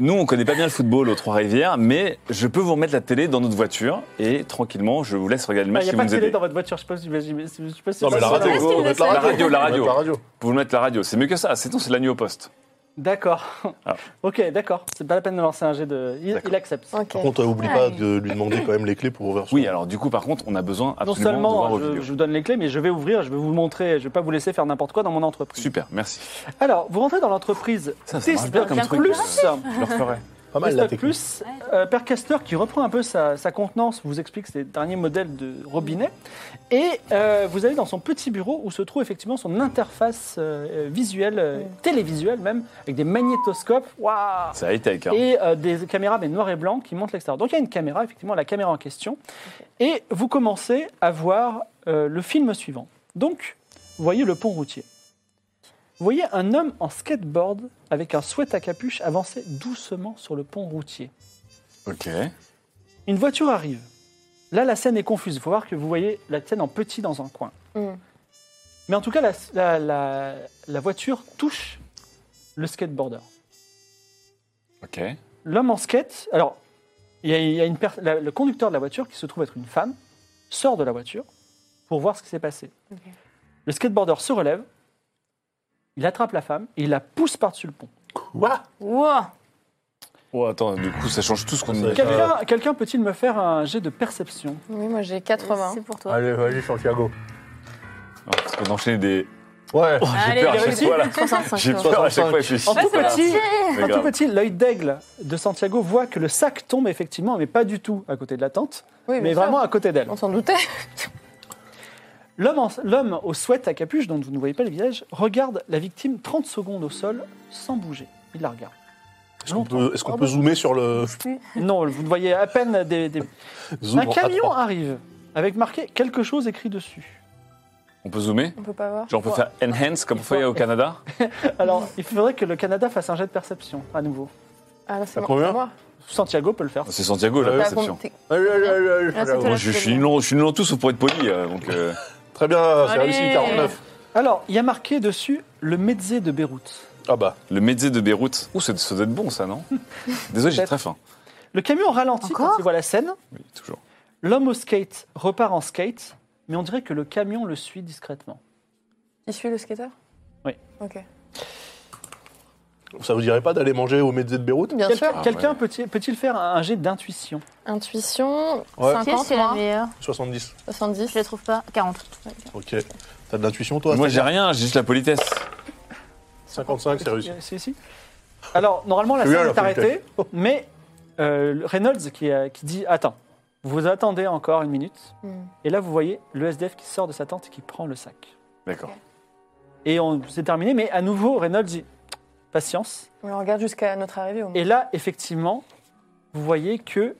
S2: nous on connaît pas bien le football aux Trois-Rivières, mais je peux vous remettre la télé dans notre voiture et tranquillement je vous laisse regarder le
S1: Il
S2: match
S1: n'y Ah, a
S2: si
S1: pas
S2: vous
S1: de
S2: nous
S1: télé
S2: aidez.
S1: dans votre voiture, je pense. j'imagine- Je pense que
S5: Non,
S1: c'est
S5: mais la
S1: ça.
S5: radio,
S4: Est-ce qu'il
S5: on va
S4: le
S5: mettre la
S4: sait
S5: radio.
S2: La radio, la
S5: on va mettre
S2: radio. Vous mettre la radio, c'est mieux que ça, sinon c'est la nuit au poste.
S1: D'accord.
S2: Ah.
S1: Ok, d'accord. C'est pas la peine de lancer un jet de. Il,
S2: D'accord.
S1: il accepte.
S3: Ok.
S5: Par contre, euh, oublie
S4: Ouais.
S5: pas de lui demander quand même les clés pour ouvrir son.
S2: Oui, alors du coup, par contre, on a besoin
S1: Non
S2: absolument de
S1: seulement
S2: voir
S1: euh,
S2: vos
S1: je,
S2: vidéos.
S1: je vous donne les clés, mais je vais ouvrir, je vais vous montrer, je vais pas vous laisser faire n'importe quoi dans mon entreprise.
S2: Super, merci.
S1: Alors, vous rentrez dans l'entreprise
S2: Ça, ça marche
S1: Test
S2: bien comme
S4: bien
S2: truc. hein.
S1: Plus.
S2: Je le referai.
S5: Pas mal la
S1: Test
S5: technique.
S1: Plus, euh, Per Caster qui reprend un peu sa, sa contenance, vous explique ses derniers modèles de robinet. Et euh, vous allez dans son petit bureau où se trouve effectivement son interface euh, visuelle, euh, télévisuelle même, avec des magnétoscopes. Waouh
S2: C'est high-tech. hein.
S1: et euh, des caméras mais noires et blancs qui montrent l'extérieur. Donc il y a une caméra, effectivement, la caméra en question. Et vous commencez à voir euh, le film suivant. Donc, vous voyez le pont routier. Vous voyez un homme en skateboard avec un sweat à capuche avancer doucement sur le pont routier.
S2: Ok.
S1: Une voiture arrive. Là, la scène est confuse. Il faut voir que vous voyez la scène en petit dans un coin.
S3: Mm.
S1: Mais en tout cas, la, la- la- la voiture touche le skateboarder.
S2: Ok.
S1: L'homme en skate, alors, il y a, il y a une per- la- le conducteur de la voiture, qui se trouve être une femme, sort de la voiture pour voir ce qui s'est passé. Le skateboarder se relève, il attrape la femme et il la pousse par-dessus le pont.
S5: Quoi
S4: Wow.
S2: Oh, attends, du coup, ça change tout ce qu'on
S5: Ça,
S2: dit.
S5: ça-
S1: Quelqu'un quelqu'un peut-il me faire un jet de perception
S3: Oui, moi j'ai 80.
S4: C'est pour toi.
S5: Allez, vas-y, Santiago.
S2: Ah, Parce qu'on enchaîne des.
S5: Ouais.
S2: Oh, j'ai
S4: Allez,
S2: peur à
S1: il a
S2: chaque
S1: réussi.
S2: fois là.
S3: 65.
S2: J'ai
S3: non.
S2: peur à chaque fois. et Je suis
S1: En tout
S4: c'est
S1: petit,
S2: Mais
S1: un tout
S2: grave.
S1: petit, l'œil d'aigle de Santiago voit que le sac tombe effectivement, mais pas du tout à côté de la tente,
S3: Oui,
S1: mais
S3: bien sûr.
S1: vraiment à côté d'elle.
S3: On s'en doutait.
S1: L'homme en- l'homme au sweat à capuche, dont vous ne voyez pas le visage, regarde la victime 30 secondes au sol sans bouger. Il la regarde.
S5: Est-ce qu'on peut,
S4: ah
S5: est-ce qu'on peut zoomer sur le.
S1: Non, vous ne voyez à peine des. des-
S5: Zoom
S1: Un
S5: en
S1: camion
S5: A3.
S1: arrive avec marqué quelque chose écrit dessus.
S2: On peut zoomer
S3: On peut pas voir.
S2: Genre, on peut faire enhance comme on fait au Canada
S1: Alors, il faudrait que le Canada fasse un jet de perception à nouveau.
S3: Ah non, c'est
S5: T'as
S3: moi.
S5: combien
S3: c'est moi.
S1: Santiago peut le faire.
S2: C'est Santiago, la
S5: Ouais.
S3: T'as
S2: perception.
S3: compté-
S5: Allez, allez, allez, allez,
S4: hein. Ah,
S5: Santiago.
S4: c'est
S2: Moi, je je suis nul en- je suis nul en tout sauf pour être poli. euh, Donc, euh,
S5: Très bien, c'est
S4: Allez.
S5: réussi, 49.
S1: Alors, il y a marqué dessus le Mezzé de Beyrouth.
S5: Ah bah.
S2: le médecin de Beyrouth. Ouh, ça ça doit être bon ça, non Désolé, j'ai
S1: Peut-être.
S2: très faim.
S1: Le camion ralentit quand
S4: Encore
S1: il voit la scène.
S2: Oui, toujours.
S1: L'homme au skate repart en skate, mais on dirait que le camion le suit discrètement.
S3: Il suit le skater
S1: Oui.
S3: Ok.
S5: Ça vous dirait pas d'aller manger au Mezzé de Beyrouth
S3: Bien
S1: Quelqu'un
S3: sûr.
S2: Ah,
S1: quelqu'un peut-il peut-il faire un jet d'intuition
S3: Intuition,
S5: Ouais.
S3: 50
S4: c'est la
S3: moins
S4: meilleure
S5: 70.
S3: 70.
S4: Je les trouve pas. 40.
S5: Ok. T'as de l'intuition, toi
S2: Moi,
S5: c'est-
S2: j'ai rien, j'ai juste la politesse.
S5: 55, c'est réussi.
S1: C'est ici Alors, normalement, la
S5: Oui,
S1: scène
S5: alors,
S1: est arrêtée, mais euh, le- Reynolds qui, euh, qui dit Attends, vous attendez encore une minute.
S3: Hmm.
S1: Et là, vous voyez le SDF qui sort de sa tente et qui prend le sac.
S2: D'accord.
S1: Et on c'est terminé, mais à nouveau, Reynolds dit Patience.
S3: On le regarde jusqu'à notre arrivée au moins.
S1: Et là, effectivement, vous voyez que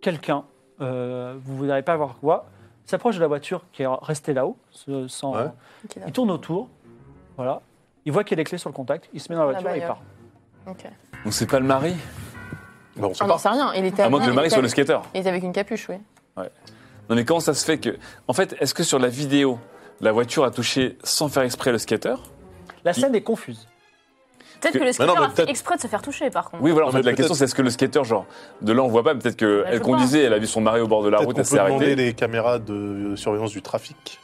S1: quelqu'un, euh, vous n'allez pas voir quoi, s'approche de la voiture qui est restée là-haut, ce- sans.
S5: Ouais.
S3: Ok,
S1: Il tourne autour, voilà. Il voit qu'il y a les clés sur le contact, il se met dans la
S3: La
S1: voiture et il
S3: bagnole.
S1: part.
S3: Ok.
S2: Donc c'est pas le mari
S5: Bah, on sait
S4: Ah,
S3: On
S5: pas.
S3: n'en sait rien. Il était
S2: À moins que
S3: avec-
S2: le mari
S3: il était
S2: soit le
S3: avec-
S2: skater.
S3: Il était avec une capuche, oui.
S2: Non mais comment ça se fait que... En fait, est-ce que sur la vidéo, la voiture a touché sans faire exprès le skater
S1: La scène est confuse.
S4: Peut-être que le
S5: Mais non,
S4: skater
S5: mais
S4: a fait
S5: peut-être-
S4: exprès de se faire toucher, par contre.
S2: Oui, voilà, en
S5: Non,
S2: fait,
S5: mais
S2: la
S5: peut-être-
S2: question c'est est-ce que le skater, genre, de là on voit pas, peut-être
S4: Bah, je
S2: qu'elle conduisait, elle a vu son mari au bord de la
S5: Peut-être
S2: route,
S5: qu'on
S2: elle s'est
S5: peut demander
S2: arrêtée.
S5: des caméras de surveillance du trafic.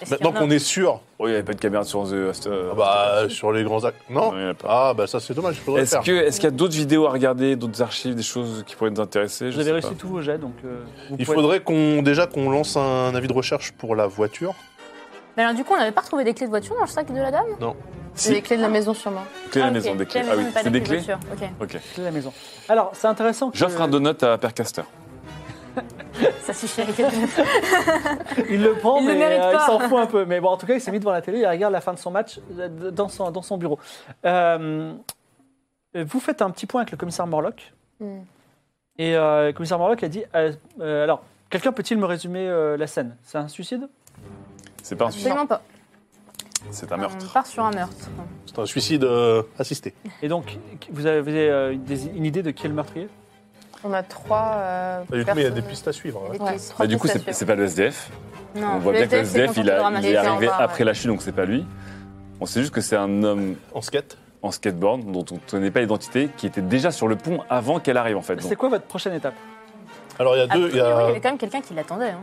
S4: Est-ce qu'il y en
S5: Maintenant
S4: a
S5: qu'on est sûr,
S2: Oh, il n'y avait pas de caméra sur The...
S5: ah bah, sur les grands actes. Non.
S2: Non, il y en a pas.
S5: Ah, bah ça, c'est dommage, il faudrait le
S2: Est-ce
S5: faire.
S2: que- est-ce qu'il y a d'autres vidéos à regarder, d'autres archives, des choses qui pourraient nous intéresser Je
S1: Vous avez
S2: sais
S1: réussi
S2: pas.
S1: tous vos jets, donc. euh, vous
S5: Il
S1: pouvez-
S5: faudrait qu'on déjà qu'on lance un avis de recherche pour la voiture.
S4: Mais alors, du coup, on n'avait pas retrouvé des clés de voiture dans le sac de la dame
S2: Si,
S3: Les clés de la maison, sûrement.
S2: clés à
S4: Ah,
S2: la
S4: ok.
S2: maison, des clés.
S4: de
S2: Ah
S4: maison,
S2: oui,
S4: mais pas
S2: c'est des clés
S4: de voiture, ok.
S2: Ok.
S1: C'est la maison. Alors, c'est intéressant. que-
S2: J'offre un donut à Per Caster.
S4: Ça suffit avec les
S1: Il le prend,
S4: Il le
S1: mais
S4: mérite
S1: euh, il
S4: pas.
S1: s'en fout un peu. Mais bon, en tout cas, il s'est mis devant la télé, il regarde la fin de son match euh, dans son, dans son bureau. Euh, vous faites un petit point avec le commissaire Morlock.
S4: Mm.
S3: Hmm.
S1: Et euh, le commissaire Morlock a dit euh, euh, Alors, quelqu'un peut-il me résumer euh, la scène C'est un suicide
S2: C'est pas un suicide,
S4: Absolument pas.
S2: c'est un
S4: On
S2: meurtre.
S4: part sur un meurtre.
S5: C'est un suicide euh, assisté.
S1: Et donc, vous avez euh, des- une idée de qui est le meurtrier
S3: On a trois. euh,
S5: Bah, du coup, mais il y a
S3: personnes-
S5: des pistes à suivre. hein.
S3: des
S4: Ouais.
S3: pistes, trois
S2: Bah, du coup,
S3: pistes à
S2: c'est
S3: suivre.
S2: c'est pas le SDF.
S4: Non,
S2: on voit bien que le
S4: SDF,
S2: SDF, il, a- il
S3: de
S2: est
S3: ramasser.
S2: arrivé
S3: En bas,
S2: après la chute, donc c'est pas lui. On sait juste que c'est un homme
S5: En skate.
S2: en skateboard dont on ne connaît pas l'identité, qui était déjà sur le pont avant qu'elle arrive en fait. Donc,
S1: C'est quoi votre prochaine étape
S5: Alors il y a deux. il y a-
S4: il y avait quand même quelqu'un qui l'attendait. hein.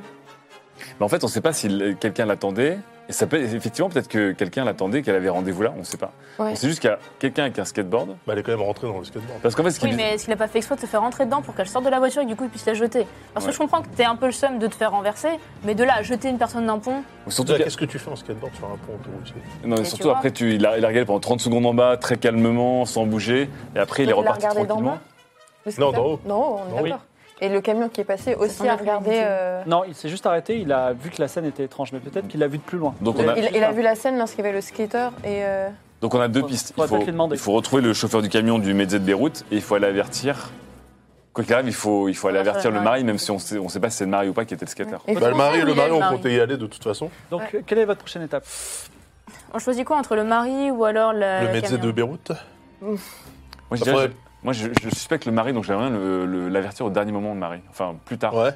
S2: mais en fait, on ne sait pas si l- quelqu'un l'attendait. Et ça peut, effectivement, peut-être que quelqu'un l'attendait, qu'elle avait rendez-vous là, on ne sait pas.
S3: Ouais.
S2: On sait juste qu'il y a quelqu'un avec un skateboard.
S5: bah, elle est quand même rentrée dans le skateboard.
S2: Parce qu'en fait, ce qui
S4: Oui, mais est-ce qu'il a pas fait exprès de se faire rentrer dedans pour qu'elle sorte de la voiture et que du coup il puisse la jeter Parce
S2: Ouais.
S4: que je comprends que t'es un peu le seum de te faire renverser, mais de là à jeter une personne d'un pont,
S2: surtout, qu'il y
S5: Déjà,
S2: a-
S5: Qu'est-ce que tu fais en skateboard sur un pont autoroutier
S2: non, mais
S4: tu
S2: surtout
S4: vois.
S2: après, tu, il, a, il a regardé pendant 30 secondes en bas, très calmement, sans bouger. Et après, il est
S3: Donc, il a
S2: reparti
S3: regardé d'en
S2: tranquillement.
S3: bas Le
S5: Non,
S3: scooter
S5: d'en haut.
S3: D'en haut, on est
S1: Oui.
S3: d'accord. Et le camion qui est passé aussi
S4: semble
S3: a
S4: plus
S3: regardé.
S4: ridicule.
S3: euh,
S1: Non, il s'est juste arrêté, il a vu que la scène était étrange, mais peut-être qu'il l'a vu de plus loin.
S2: Donc, on
S5: Bah,
S3: le-
S2: a-
S3: il, il a vu la scène lorsqu'il y avait le skater et. euh,
S2: Donc on a deux
S1: Faut-
S2: pistes.
S1: faut
S2: Il faut,
S1: peut-être lui demander.
S2: il faut retrouver le chauffeur du camion du Mezzet de Beyrouth et il faut aller avertir. Quoi qu'il arrive, il faut, il faut aller
S4: Ah, ça
S2: avertir
S4: va,
S2: le
S4: ouais.
S2: mari, même si on sait, on sait pas si c'est le mari ou pas qui était le skater.
S3: et
S5: Bah, le mari et le
S4: il y a
S5: mari,
S4: le
S5: on
S4: mari.
S5: comptait y aller de toute façon.
S1: Donc,
S3: Ouais.
S1: quelle est votre prochaine étape
S4: on choisit quoi entre le mari ou alors le.
S5: le médecin
S4: camion
S5: de Beyrouth.
S2: Moi, je,
S5: Après-
S2: dirais- je- moi, je- je suspecte le mari, donc j'aimerais bien le- le- l'avertir au dernier moment le mari. Enfin, plus tard.
S5: Ouais.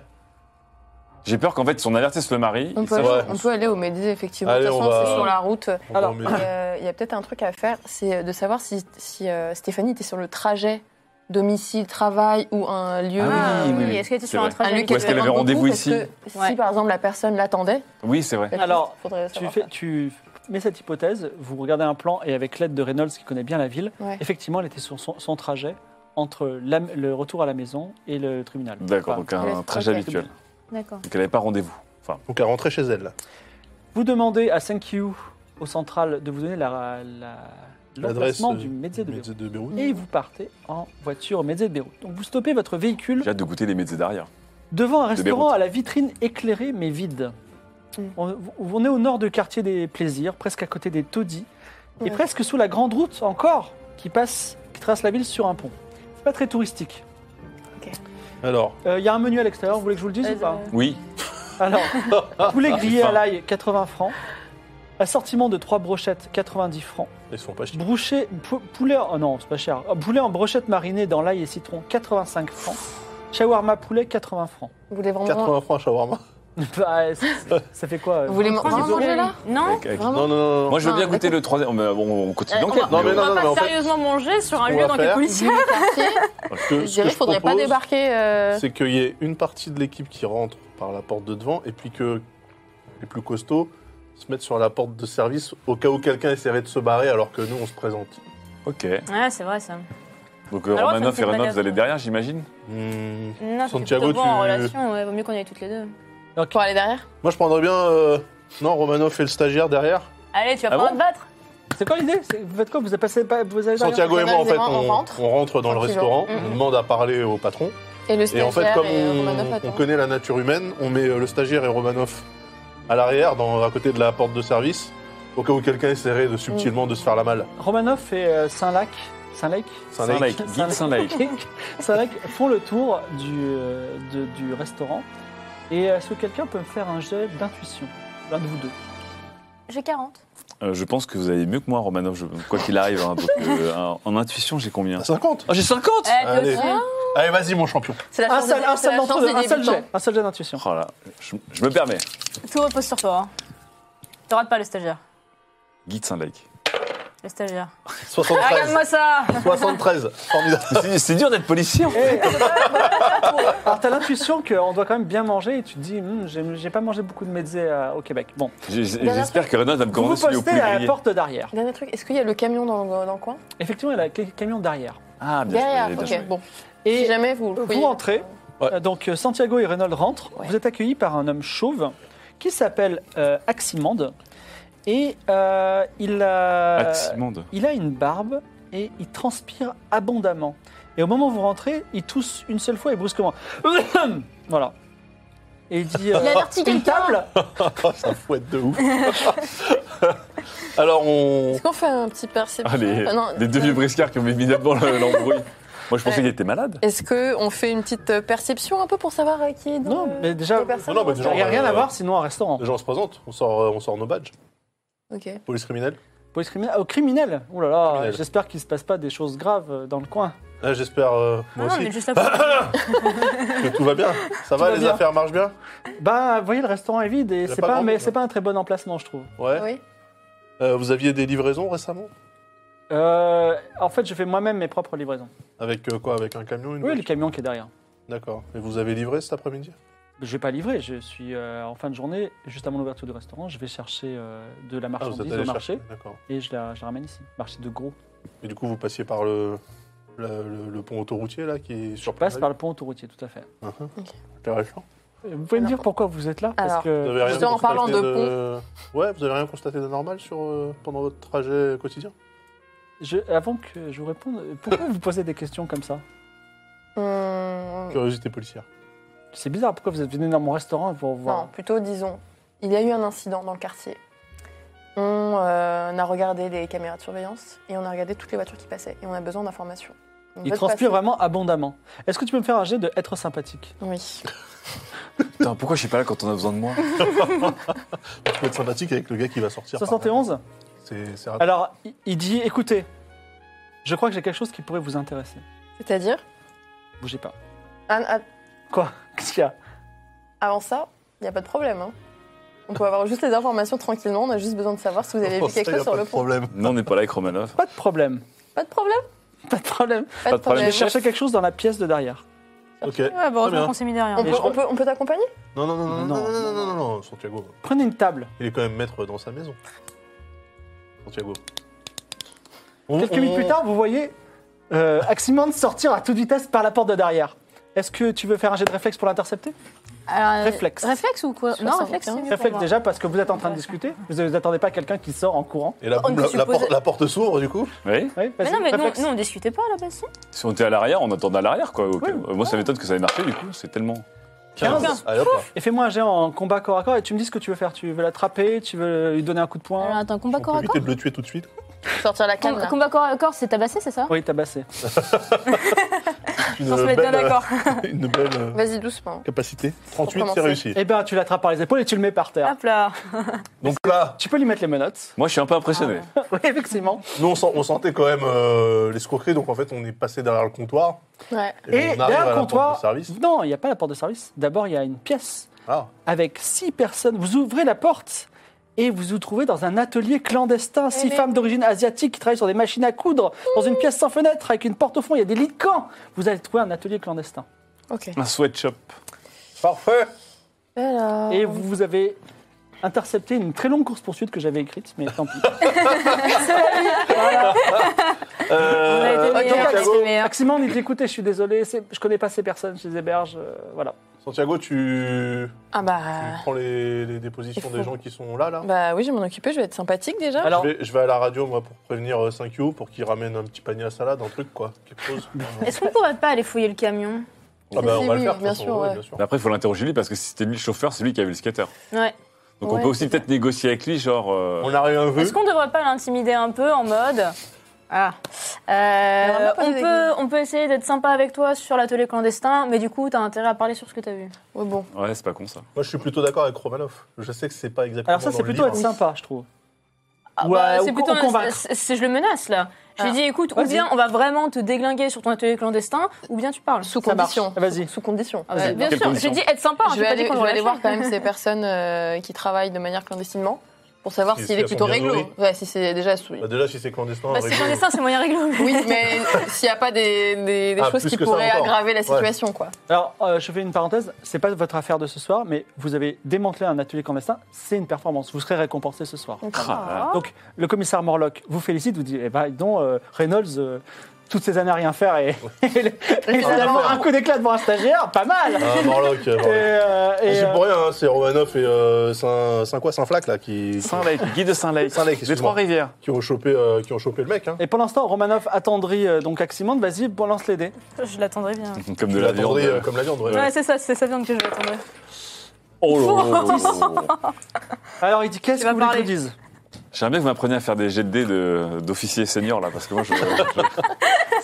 S2: J'ai peur qu'en fait, si on avertisse le mari,
S3: On
S2: il
S3: peut,
S2: sache-
S3: aller,
S5: Ouais.
S3: on peut aller au Médis, effectivement.
S5: Allez,
S3: de toute
S5: on
S3: façon,
S5: va-
S3: c'est sur la route. euh,
S5: On va
S1: Alors,
S5: en
S3: Il
S5: mettre-
S3: y a peut-être un truc à faire, c'est de savoir si, si euh, Stéphanie était sur le trajet domicile, travail ou un lieu.
S4: Ah oui,
S2: Oui, oui,
S4: est-ce qu'elle était
S2: c'est
S4: sur un
S2: vrai.
S4: trajet
S3: un lieu
S4: avec
S3: qui
S2: Où est-ce
S4: le-
S2: qu'elle avait
S3: vraiment
S2: rendez-vous
S3: beaucoup, parce
S2: ici
S3: que
S4: Ouais.
S3: Si par exemple la personne l'attendait,
S2: Oui, c'est vrai.
S1: Alors,
S3: faudrait
S1: tu,
S3: savoir
S1: fais, tu mets cette hypothèse, vous regardez un plan et avec l'aide de Reynolds qui connaît bien la ville,
S3: Ouais.
S1: effectivement, elle était sur son, son trajet entre la- le retour à la maison et le tribunal.
S2: D'accord,
S1: Enfin,
S2: donc un
S3: laisse-
S2: trajet
S3: ok.
S2: habituel.
S4: D'accord.
S2: Donc elle n'avait pas rendez-vous. Enfin,
S5: Donc elle rentrait chez elle. là.
S1: Vous demandez à Thank You, au central, de vous donner la- la-
S5: L'adresse
S1: l'emplacement
S5: euh,
S1: du médecin de Beyrouth.
S5: Mezzet de Beyrouth.
S1: Et vous partez en voiture au médecin de Beyrouth. Donc vous stoppez votre véhicule
S2: j'ai hâte de goûter les médecins d'arrière.
S1: devant un restaurant
S2: Beyrouth.
S1: à la vitrine éclairée mais vide.
S3: Mm.
S1: On, on est au nord du quartier des plaisirs, presque à côté des taudis, et
S3: Ouais.
S1: presque sous la grande route encore qui passe, qui trace la ville sur un pont. C'est pas très touristique.
S5: Alors,
S1: Euh, Il y a un menu à l'extérieur, vous voulez que je vous le dise
S4: Euh,
S1: ou pas
S2: Oui,
S1: Alors, poulet grillé à
S2: faim.
S1: l'ail, 80 francs. Assortiment de trois brochettes, 90 francs.
S5: ils se font pas chier.
S1: Brouché, pou- poulet, en- oh non, c'est pas cher. Oh, Poulet en brochette marinée dans l'ail et citron, 85 francs. Shawarma poulet, 80 francs.
S3: Vous voulez vraiment.
S5: 80 francs à shawarma.
S1: Bah, ça, ça fait quoi euh,
S3: Vous voulez
S1: vingt-
S3: vraiment
S1: dix euros
S3: manger là
S4: Non
S2: avec- avec-
S3: Vraiment
S5: Non, non, non. non.
S2: Moi, je veux
S3: Non,
S2: bien goûter
S3: d'accord.
S2: le troisième. mais bon, on continue
S4: Euh, on va-
S2: l'enquête.
S5: Non, mais
S4: on
S5: non, non,
S4: va
S5: mais en
S4: pas
S5: fait-
S4: sérieusement manger sur un
S5: qu'on
S4: lieu
S5: va
S4: dans quelles
S5: faire-
S4: conditions
S3: Quartier,
S5: Que-
S3: Je
S5: ce que
S3: dirais qu'il faudrait pas
S5: propose,
S3: débarquer. euh,
S5: C'est qu'il y ait une partie de l'équipe qui rentre par la porte de devant et puis que les plus costauds se mettent sur la porte de service au cas où quelqu'un essaierait de se barrer alors que nous on se présente.
S2: euh, Ok.
S4: Ouais, c'est vrai ça.
S2: Donc euh,
S4: Alors, ça me
S2: Romanov
S4: fait
S2: et
S4: pas
S2: Reynolds,
S4: gaffe.
S2: vous allez derrière, j'imagine
S5: Hmm.
S4: Non, c'est
S5: Santiago,
S4: plutôt bon en
S5: tu-
S4: relation, ouais, vaut mieux qu'on y aille toutes les deux.
S3: Pour aller derrière
S5: Moi je prendrais bien. euh, Non, Romanov et le stagiaire derrière.
S4: Allez, tu vas
S2: Ah
S4: pas
S2: bon
S4: te battre
S1: C'est quoi l'idée C'est- Vous faites quoi Vous passez pas vous allez derrière
S5: Santiago et moi, en fait,
S3: Organisément,
S5: on,
S3: on rentre.
S5: on rentre dans le
S3: Tranquillement.
S5: restaurant, on
S3: Mhm.
S5: demande à parler au patron.
S3: Et le
S5: Et en fait,
S3: stagiaire
S5: comme
S3: et
S5: on,
S3: Romanov
S5: on
S3: attend.
S5: connaît la nature humaine, on met euh, le stagiaire et Romanov à l'arrière, dans- à côté de la porte de service, au cas où quelqu'un essaierait de, subtilement de se faire la malle.
S1: Romanov et euh, Saint-Lac, Saint-Lac,
S2: Saint-Lake, Guide Saint-Lake.
S1: Saint-Lac font le tour du, euh, de- du restaurant. Et est-ce que quelqu'un peut me faire un jet d'intuition L'un de vous deux.
S4: J'ai 40.
S2: Euh, je pense que vous allez mieux que moi, Romanov, je- quoi qu'il arrive. hein, donc, euh, en- en intuition, j'ai combien
S5: À 50
S1: Oh, j'ai 50
S4: Eh, toi
S3: Ah.
S5: Allez.
S4: aussi.
S5: Allez, vas-y, mon champion.
S3: C'est la
S1: Un
S3: chance
S1: seul,
S3: des-
S1: un
S3: c'est
S1: seul
S3: la
S1: d'entre
S3: chance
S1: eux,
S3: des
S1: un seul
S3: débutants.
S1: jet, un seul jet d'intuition.
S2: Oh là, je, je me permets.
S4: Tout repose sur toi. hein. T'auras pas le stagiaire.
S2: Guide Saint-Lake.
S4: Le stagiaire.
S1: Ah,
S5: 73.
S4: Regarde-moi ça
S5: 73. Formidable.
S2: C'est- C'est dur d'être policier. hein. en fait.
S1: Eh, Alors t'as l'intuition qu'on doit quand même bien manger et tu te dis Hum, j'ai- j'ai pas mangé beaucoup de mezzé euh, au Québec. Bon,
S2: J'ai- j'ai- J'espère que Renan va me
S1: vous
S2: commander
S1: vous
S2: celui au
S1: postez
S2: poulet
S1: à la
S2: grillé.
S1: porte d'arrière.
S3: Dernier truc, est-ce qu'il y a le camion dans, dans le coin
S1: Effectivement, il y a le camion d'arrière.
S2: Ah, bien
S3: Derrière,
S2: joué, bien
S3: ok,
S2: joué.
S3: bon. Si
S1: Et
S3: jamais vous.
S1: vous
S3: oui.
S1: rentrez.
S5: Ouais.
S1: Euh, Donc euh, Santiago et Reynolds rentrent.
S3: Ouais.
S1: Vous êtes accueillis par un homme chauve qui s'appelle euh, Aximande. Et euh, il, a,
S2: Aximande.
S1: il a une barbe et il transpire abondamment. Et au moment où vous rentrez, il tousse une seule fois et brusquement. voilà. Et il dit euh,
S4: Il avertit
S1: Une
S4: quelqu'un.
S1: table
S5: Oh, ça fouette de ouf. Alors, on.
S3: Est-ce qu'on fait un petit perception
S2: Ah, les,
S3: Ah, non.
S2: les deux vieux briscards qui ont mis évidemment le- l'embrouille. Moi, je pensais
S3: Ouais.
S2: qu'il était malade.
S3: Est-ce qu'on fait une petite euh, perception un peu pour savoir euh, qui est dans
S1: Non,
S3: le-
S1: mais déjà-
S3: les personnes
S5: Non, non, mais
S1: Il
S5: Genre,
S1: n'y a rien
S5: euh,
S1: à voir sinon un restaurant.
S5: Déjà, on se présente, on sort, euh, on sort nos badges.
S3: Ok.
S5: Police criminelle.
S1: Police criminelle. Au criminel Oh là là,
S5: Criminel.
S1: j'espère qu'il ne se passe pas des choses graves euh, dans le coin.
S5: Ah, J'espère, euh,
S4: Non,
S5: moi
S4: non, on
S5: aussi,
S4: est juste là pour.
S5: que tout va bien. Ça va,
S1: va
S5: les
S1: bien.
S5: affaires marchent bien
S1: Bah, vous voyez, le restaurant est vide et
S5: Y a
S1: c'est
S5: pas
S1: pas,
S5: grand
S1: mais
S5: monde,
S1: c'est pas un très bon emplacement, je trouve.
S5: Ouais.
S3: Oui.
S5: Euh, vous aviez des livraisons récemment
S1: Euh, en fait, je fais moi-même mes propres livraisons.
S5: Avec euh, quoi Avec un camion une
S1: Oui, le
S5: voiture
S1: camion qui est derrière.
S5: D'accord. Et vous avez livré cet après-midi
S1: Je vais pas livrer, je suis euh, en fin de journée, juste avant l'ouverture du restaurant, je vais chercher euh, de la
S5: Ah, vous
S1: marchandise
S5: allé
S1: au marché
S5: chercher, D'accord.
S1: et je la, je la ramène ici. Marché de gros.
S5: Et du coup, vous passiez par le, le, le- le pont autoroutier, là, qui est
S1: Je
S5: sur
S1: passe par le pont autoroutier, tout à fait.
S5: Mhm.
S3: Ok.
S5: Intéressant.
S1: Euh, Vous pouvez me
S3: Alors-
S1: dire pourquoi vous êtes là Parce
S3: Alors-
S5: Vous
S1: que
S5: avez rien
S3: Euh, Justement, en parlant
S5: constaté
S3: de
S5: Ouais, vous avez rien constaté de normal sur, euh, pendant votre trajet quotidien
S1: je- avant que je vous réponde, pourquoi vous posez des questions comme ça
S3: Hum,
S5: Curiosité policière.
S1: C'est bizarre, pourquoi vous êtes venu dans mon restaurant pour voir
S3: Non, plutôt disons, il y a eu un incident dans le quartier. On, euh, on a regardé les caméras de surveillance et on a regardé toutes les voitures qui passaient et on a besoin d'informations. On
S1: Il
S3: veut te
S1: transpire
S3: passer.
S1: vraiment abondamment. Est-ce que tu peux me faire un jet de être sympathique
S3: Oui.
S2: Putain, pourquoi je suis pas là quand on a besoin de moi
S5: Tu peux être sympathique avec le gars qui va sortir. par là.
S1: 71
S5: C'est c'est raté.
S1: Alors, il- il dit écoutez, je crois que j'ai quelque chose qui pourrait vous intéresser.
S3: C'est-à-dire,
S1: Bougez pas.
S3: Anne, a-
S1: Quoi Qu'est-ce qu'il y a
S3: avant ça, il n'y a pas de problème. hein. On peut avoir juste les informations tranquillement, on a juste besoin de savoir si vous avez
S5: Oh,
S3: vu
S5: ça,
S3: quelque
S5: y a
S3: chose sur
S5: pas
S3: le
S5: de
S3: pont.
S5: problème.
S2: Non, on n'est pas là avec Romanov.
S1: Pas de problème.
S3: Pas de problème
S1: Pas de problème.
S3: Pas, de problème.
S1: Je cherchais quelque chose dans la pièce de derrière.
S5: Ok.
S4: Ouais, bah,
S5: bien.
S4: heureusement qu'on s'est mis derrière.
S3: On
S1: Mais
S3: peut,
S1: je-
S3: on peut- on peut t'accompagner
S5: Non, non, non, non,
S1: Non,
S5: non, non, non, non, non, non, Santiago.
S1: Prenez une table.
S5: Il est quand même maître dans sa maison. Santiago. Oh,
S1: Quelques minutes plus tard, vous voyez euh, Aximand sortir à toute vitesse par la porte de derrière. Est-ce que tu veux faire un jet de réflexe pour l'intercepter
S4: Alors, euh,
S1: Réflexe.
S4: Réflexe ou quoi Non,
S3: 75.
S4: réflexe. c'est mieux pour
S1: Réflexe
S4: moi.
S1: déjà parce que vous êtes en train de discuter. Vous n'attendez pas quelqu'un qui sort en courant.
S5: Et la,
S4: On
S5: la-
S4: était
S5: la
S4: supposé-
S5: porte, la porte s'ouvre, du coup
S2: Oui.
S1: Oui, vas-y,
S4: Mais non, mais nous,
S1: réflexe.
S4: nous, on discutait pas à la base. non
S2: Si on était à l'arrière, on attendait à l'arrière, quoi. ok.
S1: Oui.
S2: Euh, Moi, ça m'étonne que ça ait marché, du coup. C'est tellement.
S5: 15.
S1: Quinze.
S5: Allez, hop là.
S1: Et fais-moi un jet en combat corps à corps et tu me dis ce que tu veux faire. Tu veux l'attraper Tu veux lui donner un coup de poing
S4: Alors, attends,
S5: On
S4: combat
S5: peut
S4: corps à corps
S5: éviter de le tuer tout de suite.
S3: Sortir la canne.
S4: Com-
S3: là.
S4: Combat corps à corps, c'est tabassé, c'est ça
S1: Oui, tabasser.
S5: Une
S4: On se met bien
S5: belle, euh,
S4: d'accord.
S5: une belle euh,
S3: Vas-y doucement.
S5: capacité.
S3: Pour
S5: 38,
S3: commencer.
S5: c'est réussi.
S1: Eh ben, tu l'attrapes par les épaules et tu le mets par terre.
S4: Hop là.
S5: Donc là,
S1: Tu peux lui mettre les menottes.
S2: Moi, je suis un peu impressionné.
S1: oui, effectivement.
S5: nous, on, sent- on sentait quand même euh, l'escroquerie, donc en fait, on est passé derrière le comptoir.
S3: Ouais.
S1: Et
S5: on arrive
S1: derrière
S5: à
S1: le
S5: la porte
S1: comptoir.
S5: de service.
S1: Non, il n'y a pas la porte de service. D'abord, il y a une pièce
S5: Ah,
S1: avec six personnes. Vous ouvrez la porte et vous vous trouvez dans un atelier clandestin. Six
S3: mais-
S1: femmes d'origine asiatique qui travaillent sur des machines à coudre, dans une pièce sans fenêtre, avec une porte au fond. Il y a des lits de camp. Vous allez trouver un atelier clandestin.
S3: Ok.
S2: Un sweatshop.
S5: parfait
S3: Alors.
S1: Et vous, vous avez intercepté une très longue course-poursuite que j'avais écrite, mais tant pis.
S4: On a été
S1: donc,
S4: meilleurs, on a été
S1: Thiago,
S4: meilleurs.
S1: Maximum, il dit écoutez, je suis désolé, c'est- je connais pas ces personnes, je les héberge, euh, voilà.
S5: Santiago, tu,
S3: Ah
S5: tu
S3: bah.
S5: prends les, les dépositions
S3: il faut-
S5: des gens qui sont là, là
S3: Bah oui, je vais m'en occuper, je vais être sympathique déjà.
S1: Alors-
S5: je, vais, je vais à la radio, moi, pour prévenir euh, 5U pour qu'il ramène un petit panier à salade, un truc, quoi. Quelque chose.
S4: Est-ce qu'on pourrait pas aller fouiller le camion
S5: Ah bah,
S3: Si,
S5: on va
S3: oui,
S5: le faire, de toute
S3: bien
S5: façon,
S3: sûr,
S5: ouais,
S3: ouais.
S5: bien sûr.
S2: Mais après, il faut l'interroger lui parce que si c'était lui le chauffeur, c'est lui qui avait le skater.
S4: Ouais.
S2: Donc
S3: Ouais,
S2: on peut aussi
S3: c'est
S2: peut-être négocier avec lui, genre. euh,
S5: On arrive un peu.
S4: Est-ce qu'on devrait pas l'intimider un peu en mode ah. euh,
S3: On va pas poser
S4: on,
S3: des
S4: peut, on peut essayer d'être sympa avec toi sur l'atelier clandestin, mais du coup, t'as intérêt à parler sur ce que t'as vu.
S3: Ouais, bon.
S2: Ouais, c'est pas con ça.
S5: Moi, je suis plutôt d'accord avec Romanov. Je sais que c'est pas exactement.
S1: Alors ça,
S5: dans
S1: c'est
S5: le
S1: plutôt
S5: livre.
S1: être sympa, je trouve.
S4: Ah,
S1: Ouais,
S4: bah,
S1: ou-
S4: c'est plutôt.
S1: ou convaincre.
S4: c'est- c'est- je le menace là. Je lui
S3: Ah.
S4: dis écoute, ou
S1: Vas-y.
S4: bien on va vraiment te déglinguer sur ton atelier clandestin, ou bien tu parles.
S3: Sous
S1: Ça marche.
S3: condition.
S1: Vas-y.
S3: Sous condition.
S4: Ah, bah,
S2: Vas-y,
S4: bien
S2: quelles
S4: sûr, j'ai
S2: conditions
S4: dit être sympa, hein,
S3: je
S4: j'ai
S3: vais
S4: pas
S3: aller,
S4: dit qu'on
S3: je
S4: le
S3: vais aller
S4: relâchait.
S3: voir quand même ces personnes euh, qui travaillent de manière clandestinement pour savoir
S5: Si-
S3: s'il
S5: si
S3: est
S5: elles
S3: plutôt
S5: sont bien
S3: réglo.
S5: nourries.
S3: Ouais, si c'est déjà sous.
S5: Bah, déjà, si c'est clandestin,
S4: Bah,
S5: rigolo.
S4: c'est clandestin, c'est moyen réglo.
S3: Oui, mais s'il n'y a pas des, des- des
S5: Ah,
S3: choses
S5: plus
S3: qui
S5: que ça
S3: pourraient
S5: encore.
S3: aggraver la
S5: Ouais.
S3: situation, quoi.
S1: Alors, euh, je fais une parenthèse, c'est pas votre affaire de ce soir, mais vous avez démantelé un atelier clandestin, c'est une performance, vous serez récompensé ce soir.
S2: Ah,
S1: Donc, le commissaire Morlock vous félicite, vous dit, eh ben, dis donc, euh, Reynolds, euh, toutes ces années à rien faire, et, et le- et finalement, un coup d'éclat devant un stagiaire, pas mal
S5: Ah, Morlock. euh,
S1: Et,
S5: Morlock.
S1: euh, et,
S5: Ah, C'est
S1: euh,
S5: pour rien, hein, c'est Romanov et euh, Saint, Saint quoi, Saint Flac là qui,
S2: Saint-Lake, Guy de Saint-Lake.
S5: Saint-Lake,
S2: Les
S5: excuse-moi.
S2: Trois-Rivières.
S5: qui ont chopé euh, qui ont chopé le mec. Hein.
S1: et pour l'instant, Romanov attendri euh, donc Aximande, vas-y, bon, lance les dés.
S4: Je l'attendrai bien.
S2: Comme de
S5: Tu
S2: la viande.
S5: l'attendrais, euh, comme la viande. ouais.
S4: Ouais, c'est ça, c'est sa viande que je l'attendrai.
S2: Oh là là.
S1: Alors, il dit, qu'est-ce
S4: Tu
S1: que
S4: vas
S1: vous voulez que
S4: parler.
S1: je dise
S2: J'aimerais bien que vous m'appreniez à faire des jets de dés de- d'officier senior là, parce que moi, je, je-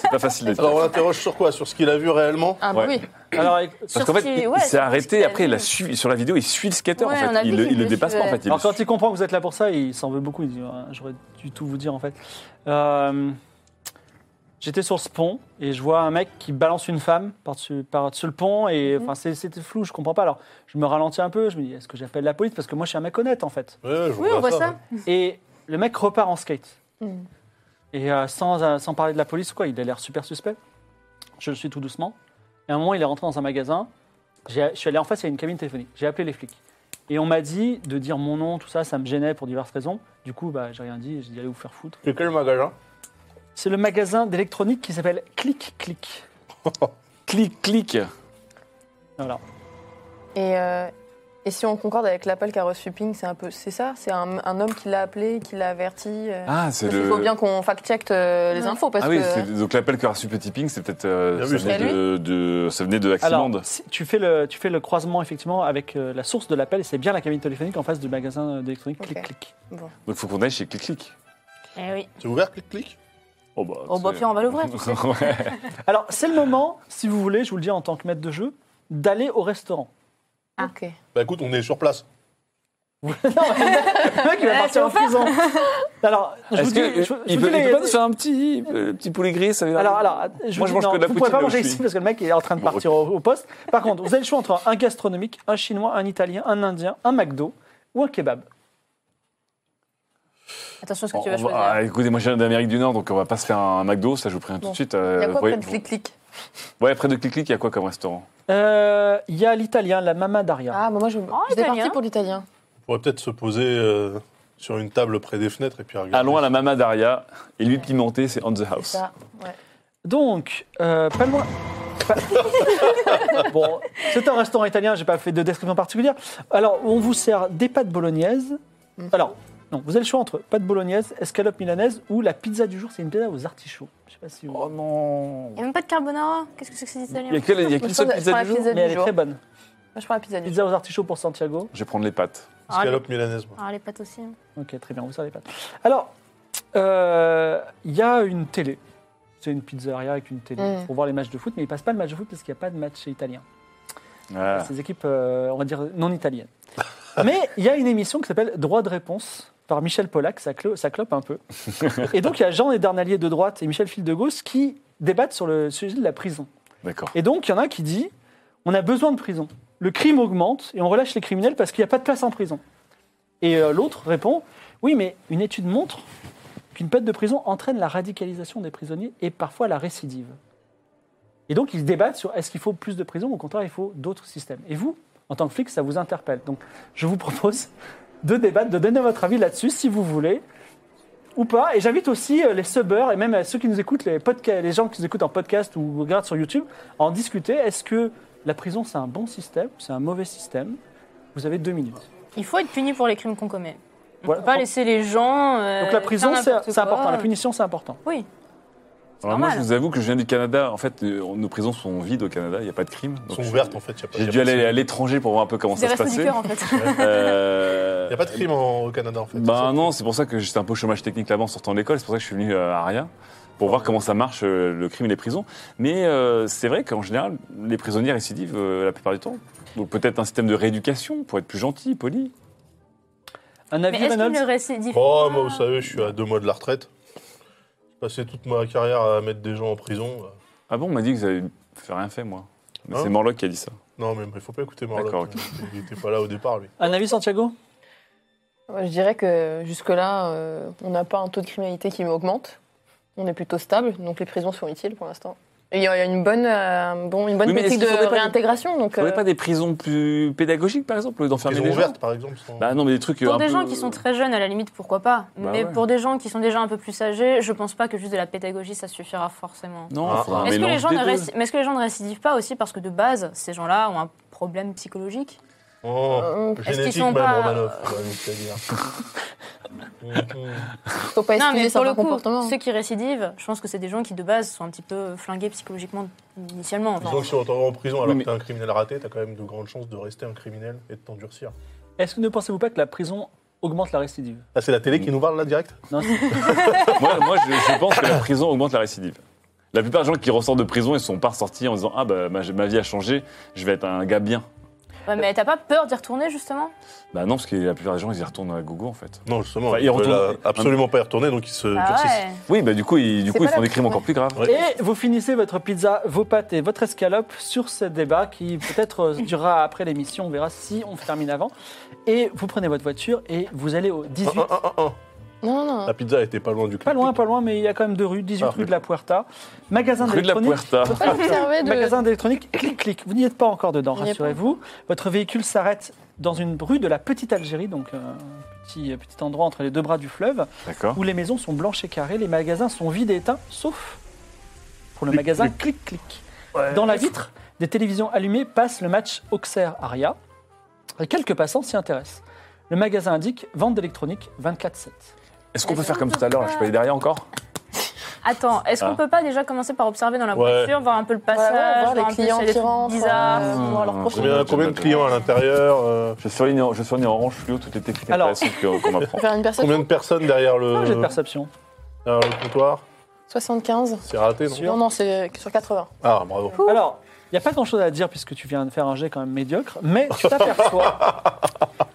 S2: c'est pas facile d'être.
S5: Alors on l'interroge sur quoi Sur ce qu'il a vu réellement
S3: Ah, bah
S2: Ouais.
S3: oui.
S1: Alors, il-
S2: Parce qu'en
S4: Sur
S2: fait,
S4: qui-
S2: il,
S4: ouais,
S2: il s'est
S4: sur ce
S2: arrêté.
S4: qu'il a
S2: Après, il a
S4: vu.
S2: suivi sur la vidéo, il suit le skater
S4: Ouais,
S2: en
S4: on a
S2: fait.
S4: vu
S2: Il, le-
S4: qu'il
S2: il le
S4: le
S2: dépasse pas en
S4: suivait.
S2: fait. Il
S1: Alors
S2: le
S1: quand il comprend que vous êtes là pour ça, il s'en veut beaucoup. Il dit Ah, j'aurais dû tout vous dire en fait. Euh, J'étais sur ce pont et je vois un mec qui balance une femme par-dessus par le pont et enfin c'est- c'était flou, je comprends pas. Alors je me ralentis un peu, je me dis est-ce que j'appelle la police parce que moi je suis un mec honnête en fait.
S5: Ouais, ouais, je
S4: Oui, on voit ça.
S5: hein.
S1: Et le mec repart en skate.
S3: Mhm.
S1: Et euh, sans, euh, sans parler de la police, quoi, il a l'air super suspect. Je le suis tout doucement. Et à un moment, il est rentré dans un magasin. J'ai- Je suis allé en face, il y a une cabine téléphonique. J'ai appelé les flics. Et on m'a dit de dire mon nom, tout ça, ça me gênait pour diverses raisons. Du coup, bah, j'ai rien dit, j'ai dit allez vous faire foutre.
S5: C'est quel magasin
S1: C'est le magasin d'électronique qui s'appelle Click Click.
S2: Clic, clic.
S1: Voilà.
S3: Et, euh, et si on concorde avec l'appel qu'a reçu Ping, c'est un peu. C'est ça C'est un, un homme qui l'a appelé, qui l'a averti. euh,
S2: Ah, c'est
S3: parce
S2: le.
S3: qu'il faut bien qu'on fact-check euh, les
S4: Ouais.
S3: infos parce
S2: ah oui,
S3: que.
S2: c'est- donc l'appel que reçu Petit Ping, c'est peut-être. euh, ça,
S5: Bien vu,
S2: venait
S3: c'est à lui.
S2: de, de- ça venait de
S1: Alors,
S2: Aximande.
S1: si- tu fais, le, tu fais le croisement effectivement avec euh, la source de l'appel et c'est bien la cabine téléphonique en face du magasin euh, d'électronique Click
S3: Ok.
S1: Click.
S2: Donc il faut qu'on aille chez Clic, clic.
S4: Eh oui.
S5: C'est ouvert clic clic.
S2: Oh bah.
S4: Oh, bah,
S2: c'est-
S4: puis on va l'ouvrir, tu sais.
S2: Ouais.
S1: Alors, c'est le moment, si vous voulez, je vous le dis en tant que maître de jeu, d'aller au restaurant.
S3: Ok.
S5: Bah écoute, on est sur place.
S1: Le mec, il va
S4: Eh,
S1: partir en
S4: c'est offert.
S1: prison. Alors, je vous
S2: Est-ce
S1: dis.
S2: que- euh,
S1: je- je vous
S2: il
S1: dis
S2: peut, il
S1: les-
S2: peut pas nous faire un petit, euh, petit poulet gris ça veut dire-
S1: alors, alors, je
S2: Moi,
S1: vous
S2: je
S1: dis,
S2: mange
S1: non,
S2: que de la
S1: vous pouvez
S2: poutine
S1: pas
S2: où
S1: manger
S2: je suis.
S1: ici parce que le mec il est en train de
S2: Bon,
S1: partir au, au poste. Par contre, vous avez le choix entre un gastronomique, un chinois, un italien, un indien, un McDo ou un kebab.
S4: Attention à ce que
S2: On-
S4: tu vas
S2: on va-
S4: choisir.
S2: ah, écoutez, moi je viens d'Amérique du Nord, donc on va pas se faire un McDo, ça je vous préviens tout
S3: Bon.
S2: de suite.
S3: Il y a
S2: euh,
S3: quoi
S2: voyez-
S3: près de clic-clic
S2: Ouais, près de Clic Clic, il y a quoi comme restaurant
S1: Euh, Il y a l'italien, la mamma d'aria.
S3: Ah, bah moi je. J'étais
S4: italien.
S3: partie pour l'italien.
S5: On pourrait peut-être se poser euh, sur une table près des fenêtres et puis regarder.
S2: Allons à la Mama Daria, et lui pimenté, c'est On the
S3: C'est
S2: House.
S3: ça. Ouais.
S1: Donc, euh, pas loin. pas- bon, c'est un restaurant italien, j'ai pas fait de description particulière. Alors, on vous sert des pâtes bolognaises.
S3: Mhm.
S1: Alors, non, vous avez le choix entre pâtes bolognaises, escalope milanaise ou la pizza du jour, c'est une pizza aux artichauts. Je sais pas si vous.
S2: Oh non
S4: Il n'y a même pas de carbonara. Qu'est-ce que c'est que ces
S2: Il y
S4: Italiens
S2: a quelle, il y a
S3: Moi,
S2: qu'une
S3: je
S2: seule
S3: prends la- je prends
S2: pizza du
S3: la
S2: jour
S3: pizza
S1: Mais
S3: du
S1: elle est
S3: jour.
S1: très
S3: Moi
S1: bonne.
S3: je prends la pizza du jour.
S1: Pizza aux artichauts pour Santiago.
S2: Je vais prendre les pâtes.
S5: Escalope milanaise. moi.
S4: Ah, les pâtes aussi.
S1: Ok, très bien, on vous servez pas. Alors, euh, il y a une télé. C'est une pizzeria avec une télé
S3: Mm.
S1: pour voir les matchs de foot, mais il passe pas le match de foot parce qu'il n'y a pas de match italien.
S2: Voilà.
S1: ces équipes, euh, on va dire, non italiennes. Mais il y a une émission qui s'appelle Droit de réponse par Michel Pollack, ça, clo- ça clope un peu. Et donc il y a Jean Edernalier de droite et Michel Fil de gauche qui débattent sur le sujet de la prison.
S2: D'accord.
S1: Et donc il y en a un qui dit on a besoin de prison. Le crime augmente et on relâche les criminels parce qu'il n'y a pas de place en prison. Et euh, l'autre répond oui, mais une étude montre qu'une peine de prison entraîne la radicalisation des prisonniers et parfois la récidive. Et donc, ils se débattent sur est-ce qu'il faut plus de prison ou au contraire, il faut d'autres systèmes. Et vous, en tant que flic, ça vous interpelle. Donc, je vous propose de débattre, de donner votre avis là-dessus si vous voulez ou pas. Et j'invite aussi euh, les subbers et même euh, ceux qui nous écoutent, les, podca- les gens qui nous écoutent en podcast ou regardent sur YouTube, à en discuter. Est-ce que La prison, c'est un bon système, c'est un mauvais système. Vous avez deux minutes.
S4: Il faut être puni pour les crimes qu'on commet. On
S1: Voilà.
S4: peut
S2: Oh.
S4: pas laisser les gens. euh,
S1: Donc la prison,
S4: faire
S1: c'est
S4: n'importe
S1: c'est
S4: quoi.
S1: important. La punition, c'est important.
S4: Oui. C'est
S2: Alors moi, je
S4: normal.
S2: vous avoue que je viens du Canada. En fait, euh, nos prisons sont vides au Canada. Il n'y a pas de crime.
S5: Ils
S2: Donc,
S5: sont
S2: je-
S5: ouvertes en fait. y a pas- y
S2: J'ai
S5: a
S2: dû
S5: pas de-
S2: aller à l'étranger pour voir un peu comment
S4: C'est
S2: ça se
S4: resté du
S2: passait.
S4: cœur en fait.
S2: Euh,
S5: Il n'y a pas de crime en- au Canada en fait.
S2: Bah non, c'est pour ça que j'étais un peu au chômage technique là-bas en sortant de l'école, c'est pour ça que je suis venu euh, à Aria, pour voir comment ça marche euh, le crime et les prisons. Mais euh, c'est vrai qu'en général, les prisonniers récidivent euh, la plupart du temps. Donc peut-être un système de rééducation pour être plus gentil, poli.
S1: Un
S4: Mais
S1: avis,
S4: est-ce qu'il
S1: Reynolds
S4: le récidive
S5: Oh, moi, vous savez, je suis à deux mois de la retraite. J'ai passé toute ma carrière à mettre des gens en prison.
S2: Ah bon, on m'a dit que vous avez fait rien fait, moi. Mais
S5: Hein
S2: c'est Morlock qui a dit ça.
S5: Non, mais il faut pas écouter Marlotte.
S2: D'accord, ok.
S5: Il n'était pas là au départ, lui.
S1: Un avis, Santiago
S3: Je dirais que jusque-là, euh, on n'a pas un taux de criminalité qui augmente. On est plutôt stable, donc les prisons sont utiles pour l'instant. Et il y a il y a une bonne, euh, un bon, une bonne
S2: Oui, mais
S3: politique
S2: est-ce qu'il faudrait
S3: de
S2: pas des-
S3: réintégration. Donc,
S2: Vous
S3: euh,
S2: n'avez pas des prisons plus pédagogiques, par exemple, au lieu d'enfermer
S5: Ils
S2: des
S5: ont
S2: gens
S5: ouvertes, par exemple. sans-
S2: Bah non, mais des trucs.
S4: Pour
S2: un
S4: des
S2: peu- euh,
S4: gens qui sont très jeunes, à la limite, pourquoi pas.
S2: Bah
S4: mais
S2: ouais.
S4: pour des gens qui sont déjà un peu plus âgés, je pense pas que juste de la pédagogie, ça suffira forcément.
S2: Non,
S5: Ah,
S2: il faudra
S5: ah.
S2: un
S4: Est-ce que, les
S2: mélange
S4: gens
S2: des
S4: ne
S2: deux.
S4: réci- mais est-ce que les gens ne récidivent pas aussi parce que de base, ces gens-là ont un problème psychologique
S5: Oh,
S3: Euh, est-ce
S4: qu'ils
S5: génétique
S4: sont
S5: même,
S4: pas-
S5: Romanov. on va nous le dire. Mhm.
S3: euh, faut pas
S4: Non, mais
S3: excuser
S4: pour
S3: certains
S4: le coup,
S3: comportements.
S4: ceux qui récidivent, je pense que c'est des gens qui de base sont un petit peu flingués psychologiquement initialement. enfin.
S5: Disons que si on t'envoie en prison alors
S2: Oui,
S5: que t'es un criminel raté, t'as quand même de grandes chances de rester un criminel et de t'endurcir.
S1: Est-ce que ne pensez-vous pas que la prison augmente la récidive
S5: Ah, c'est la télé qui nous parle là direct
S1: Non,
S2: Moi, moi, je, je pense que la prison augmente la récidive. La plupart des gens qui ressortent de prison, ils ne sont pas ressortis en disant Ah, bah, ma, ma vie a changé, je vais être un gars bien.
S4: Ouais, mais t'as pas peur d'y retourner justement
S2: Bah non, parce que la plupart des gens, ils y retournent à gogo, en fait.
S5: Non, justement,
S2: Enfin,
S5: ils
S2: il
S5: peuvent
S2: retourne-
S5: là absolument pas y retourner, donc ils se
S2: Euh,
S3: Ah
S4: Bah
S5: durcissent.
S4: ouais.
S2: Oui, bah du coup, ils, du
S3: C'est
S2: coup, ils
S3: pas
S2: font
S3: la
S2: des crimes
S3: prison.
S2: encore plus graves.
S5: Ouais. Ah,
S1: Et vous finissez votre pizza, vos pâtes et votre escalope sur ce débat qui peut-être euh, durera après l'émission. On verra si on termine avant. Et vous prenez votre voiture et vous allez au 18.
S5: Un, un, un, un, un.
S3: Non, non, non.
S5: ah, La pizza était pas loin du clip.
S1: Pas loin, pas loin, mais il y a quand même deux rues. 18
S5: Ah,
S1: rue de la Puerta. Magasin
S2: Rue de la
S1: d'électronique.
S2: Puerta.
S3: Pas observer de-
S1: Magasin d'électronique, clic, clic. Vous n'y êtes pas encore dedans,
S3: On n'y est pas
S1: rassurez-vous. Votre véhicule s'arrête dans une rue de la Petite Algérie, donc euh, un petit, petit endroit entre les deux bras du fleuve,
S2: D'accord.
S1: où les maisons sont blanches et carrées, les magasins sont vides et éteints, sauf pour le
S5: Clic,
S1: magasin clic, clic. Dans la vitre, des télévisions allumées passent le match Auxerre-Aria, et quelques passants s'y intéressent. Le magasin indique vente d'électronique 24-7.
S2: Est-ce qu'on peut faire comme tout à l'heure là, Je suis pas allé derrière encore
S4: Attends, est-ce qu'on
S2: Ah.
S4: peut pas déjà commencer par observer dans la
S5: Ouais.
S4: voiture, voir un peu le
S3: Voilà,
S4: passage,
S3: ouais, voir
S4: voir,
S3: les
S4: un peu s'il y a
S3: clients
S4: des
S3: qui
S4: trucs
S3: rentrent,
S4: bizarres
S3: euh,
S2: Mmh.
S3: voir leurs proches.
S5: Combien, Eh combien de clients à l'intérieur euh,
S2: Je surligne, en- je surligne en orange fluo toutes les techniques
S1: Alors.
S2: intéressantes que- euh, qu'on m'apprend.
S3: Faire une personne
S5: Combien de personnes derrière le,
S1: Ah, j'ai de perception.
S5: derrière le comptoir
S3: 75.
S5: C'est raté, non
S3: Non, non, c'est sur 80.
S5: Ah, bravo.
S1: Alors, il n'y a pas grand-chose à dire puisque tu viens de faire un jet quand même médiocre, mais tu t'aperçois,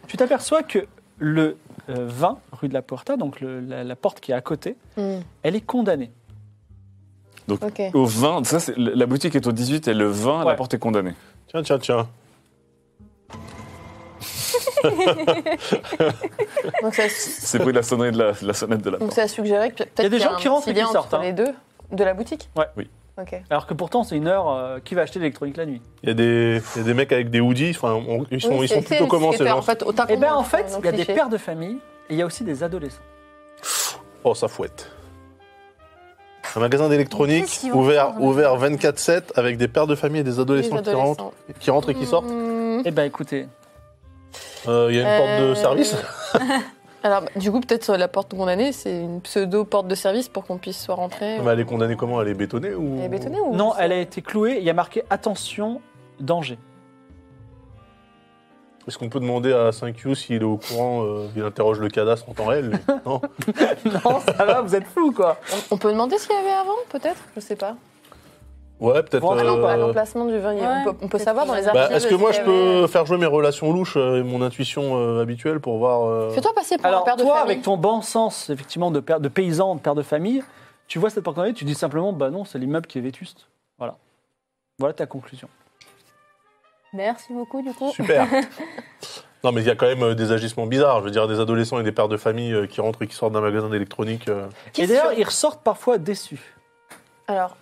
S1: tu t'aperçois que le euh, 20 rue de la Puerta, donc le- la, la porte qui est à côté,
S3: Hmm,
S1: elle est condamnée.
S3: Ok.
S2: Au 20, ça, c'est- la boutique est au 18 et le 20,
S1: Ouais.
S2: la porte est condamnée.
S5: Tiens, tiens, tiens.
S3: Donc ça, donc
S2: C'est le bruit de la sonnerie de la, de la sonnette de la porte.
S3: ça suggérait que peut-être
S1: Il y a des
S3: qu'il
S1: gens
S3: un
S1: qui rentrent
S3: petit
S1: et qui
S3: lien
S1: sortent,
S3: entre
S1: hein.
S3: les deux de la boutique.
S1: Ouais.
S2: Oui.
S3: Ok.
S1: Alors que pourtant, c'est une heure euh, qui va acheter de l'électronique la nuit.
S5: Il y, a des- il y a des mecs avec des hoodies, enfin, on- ils sont,
S3: Oui,
S5: ils
S3: c'est-
S5: sont
S3: c'est-
S5: plutôt comment
S3: c'était
S5: ces gens
S3: En fait, autant
S1: Eh bien,
S3: qu'on-
S1: en fait,
S3: dans le
S1: il y a des
S3: cliché.
S1: pères de famille et il y a aussi des adolescents.
S5: Oh, ça fouette. Un magasin d'électronique
S4: Qu'est-ce qu'ils vont faire,
S5: ouvert, ouvert
S4: dans
S5: 24-7 avec des paires de familles et des
S3: Des
S5: adolescents, qui rentrent,
S3: adolescents.
S5: qui rentrent et qui sortent.
S3: Hmm.
S1: Eh bien, écoutez,
S5: Euh, Il y a une porte de
S3: Mmh. Euh,
S5: service
S3: Alors, du coup, peut-être sur la porte condamnée, c'est une pseudo porte de service pour qu'on puisse soit rentré.
S5: Mais Elle est condamnée comment Elle est bétonnée ou...
S3: Elle est bétonnée ou
S1: non, elle a été clouée, il y a marqué attention, danger.
S5: Est-ce qu'on peut demander à 5Q s'il est au courant euh, Il interroge le cadastre en temps réel lui Non.
S1: non, ça va, vous êtes fous, quoi.
S3: On, on peut demander ce qu'il y avait avant, peut-être Je sais
S5: Euh,
S3: pas.
S5: Ouais, peut-être.
S1: Bon,
S3: À l'em- à
S5: euh,
S3: l'emplacement du vin, il y a-
S4: Ouais,
S3: on peut, on peut
S4: peut-être
S3: savoir dans
S4: qu'on
S3: les
S4: a-
S3: archives.
S5: bah, Est-ce que moi
S3: ce
S5: je
S3: qu'il y avait.
S5: peux faire jouer mes relations louches euh, et mon intuition euh, habituelle pour voir. euh,
S3: Fais-toi passer pour un
S1: Alors,
S3: père de
S1: toi,
S3: famille.
S1: avec ton bon sens, effectivement, de, père, de paysan, de père de famille, tu vois cette porte condamnée, tu dis simplement, bah non, c'est l'immeuble qui est vétuste. Voilà. Voilà ta conclusion.
S4: Merci beaucoup du coup.
S5: Super. non, mais il y a quand même euh, des agissements bizarres. Je veux dire, des adolescents et des pères de famille euh, qui rentrent et qui sortent d'un magasin d'électronique. euh.
S1: Et
S3: Question.
S1: d'ailleurs, ils ressortent parfois déçus.
S3: Alors,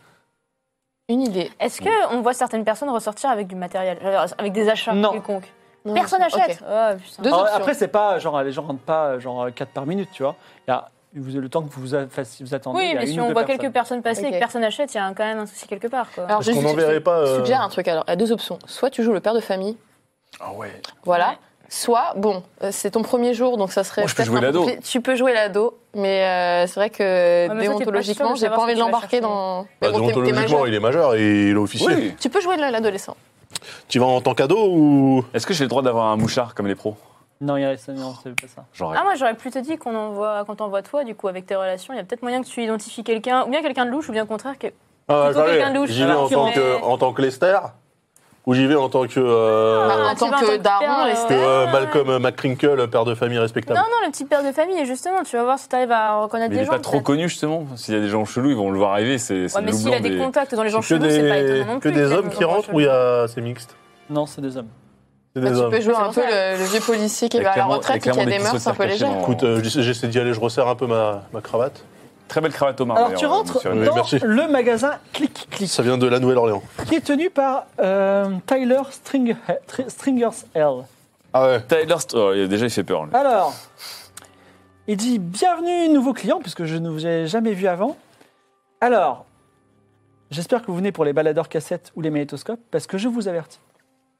S3: une idée.
S4: Est-ce que on voit certaines personnes ressortir avec du matériel, euh, avec des achats
S1: Non.
S4: quelconques
S3: Non,
S4: Personne
S3: ok.
S4: n'achète. Ah, putain.
S3: Deux
S1: Alors,
S3: options.
S1: après, c'est pas genre, les gens rentrent pas genre 4 par minute, tu vois. Il y a Vous avez le temps que vous vous, a- enfin, si vous attendez. il
S4: Oui,
S1: y a
S4: mais
S1: une
S4: si
S1: ou
S4: on
S1: deux
S4: voit
S1: personnes.
S4: quelques personnes passer et
S3: Ok. Ah,
S4: que personne achète, il y a un- quand même un souci quelque part. Quoi.
S3: Alors,
S5: Parce qu'on
S3: juste-
S5: n'enverrait pas.
S3: Je
S5: euh,
S3: suggère un truc alors. Il y a deux options. Soit tu joues le père de famille.
S2: Ah ouais.
S3: Voilà.
S4: Ouais.
S3: Soit, bon, euh, c'est ton premier jour, donc ça serait.
S2: Moi, je peux
S3: peut-être
S2: jouer
S3: un peu
S2: l'ado.
S3: plus- Tu peux jouer l'ado, mais euh, c'est vrai que
S4: Ouais, mais ça, t'es pas
S3: déontologiquement,
S4: sûr de
S3: j'ai pas
S4: savoir
S3: envie
S4: ce
S3: de
S4: que tu vas
S3: l'embarquer
S4: chercher.
S3: dans.
S5: bah,
S3: bon, t'es- t'es
S5: déontologiquement,
S3: majeur.
S5: il est majeur et il est officier.
S2: Oui.
S3: Tu peux jouer l'adolescent.
S5: Tu vas en tant qu'ado ou.
S2: Est-ce que j'ai le droit d'avoir un mouchard comme les pros
S1: Non, il y a ça, non, c'est pas ça.
S2: Genre.
S4: Ah, moi, j'aurais plus te dit qu'on envoie, quand on voit toi, du coup, avec tes relations, il y a peut-être moyen que tu identifies quelqu'un, ou bien quelqu'un de louche, ou bien au contraire. Que...
S5: Ah,
S4: Plutôt
S5: attendez,
S4: quelqu'un de louche.
S5: J'y vais en
S4: Alors,
S5: tant, que,
S4: ouais.
S5: en tant que Lester ou j'y vais en tant que. euh,
S3: Ah, en
S4: tu
S3: tant
S4: vas
S3: que daron,
S4: père,
S3: les
S4: euh,
S5: que euh,
S4: ouais.
S5: Malcolm McCrinkle, père de famille respectable
S4: Non, non, le petit père de famille, et justement, tu vas voir si tu arrives à reconnaître
S2: Mais il
S4: des
S2: est
S4: gens.
S2: pas trop
S4: peut-être.
S2: connu justement. S'il y a des gens chelous, ils vont le voir arriver. C'est c'est
S4: Ouais, mais
S2: le
S4: s'il a
S2: blanc
S4: des
S2: des-
S4: contacts dans les gens
S5: C'est
S4: chelous, c'est pas étonnant non
S5: que
S4: plus.
S5: des
S4: peut-être,
S5: hommes
S4: dans
S5: qui
S4: un
S5: rentrent ou
S4: endroit
S5: il y
S4: chelou.
S5: a. C'est mixte
S1: Non, c'est des hommes.
S5: C'est
S3: Bah,
S5: des
S3: tu
S5: hommes.
S3: peux jouer
S4: C'est
S3: un
S4: pour
S3: peu
S4: ça.
S3: le, le vieux policier qui
S2: Il y a
S3: va à la
S2: clairement-
S3: retraite
S2: il y
S3: et
S2: a
S3: qui a
S2: clairement
S3: des
S2: des
S3: mœurs un peu
S2: cachés
S3: légères.
S2: dans-
S5: Écoute, euh, j'essa- j'essaie d'y aller, je resserre un peu ma, ma cravate.
S2: Très belle cravate Thomas.
S1: Alors, tu rentres
S5: oui,
S1: dans
S5: merci.
S1: le magasin Click Click,
S5: Ça vient de la Nouvelle-Orléans.
S1: qui est tenu par euh, Tyler Stringer- Tri- Stringers L.
S5: Ah ouais
S2: Tyler, St- oh, il a- déjà il fait peur. lui.
S1: Alors, il dit bienvenue nouveau client, puisque je ne vous ai jamais vu avant. Alors, j'espère que vous venez pour les baladeurs cassettes ou les magnétoscopes, parce que je vous avertis.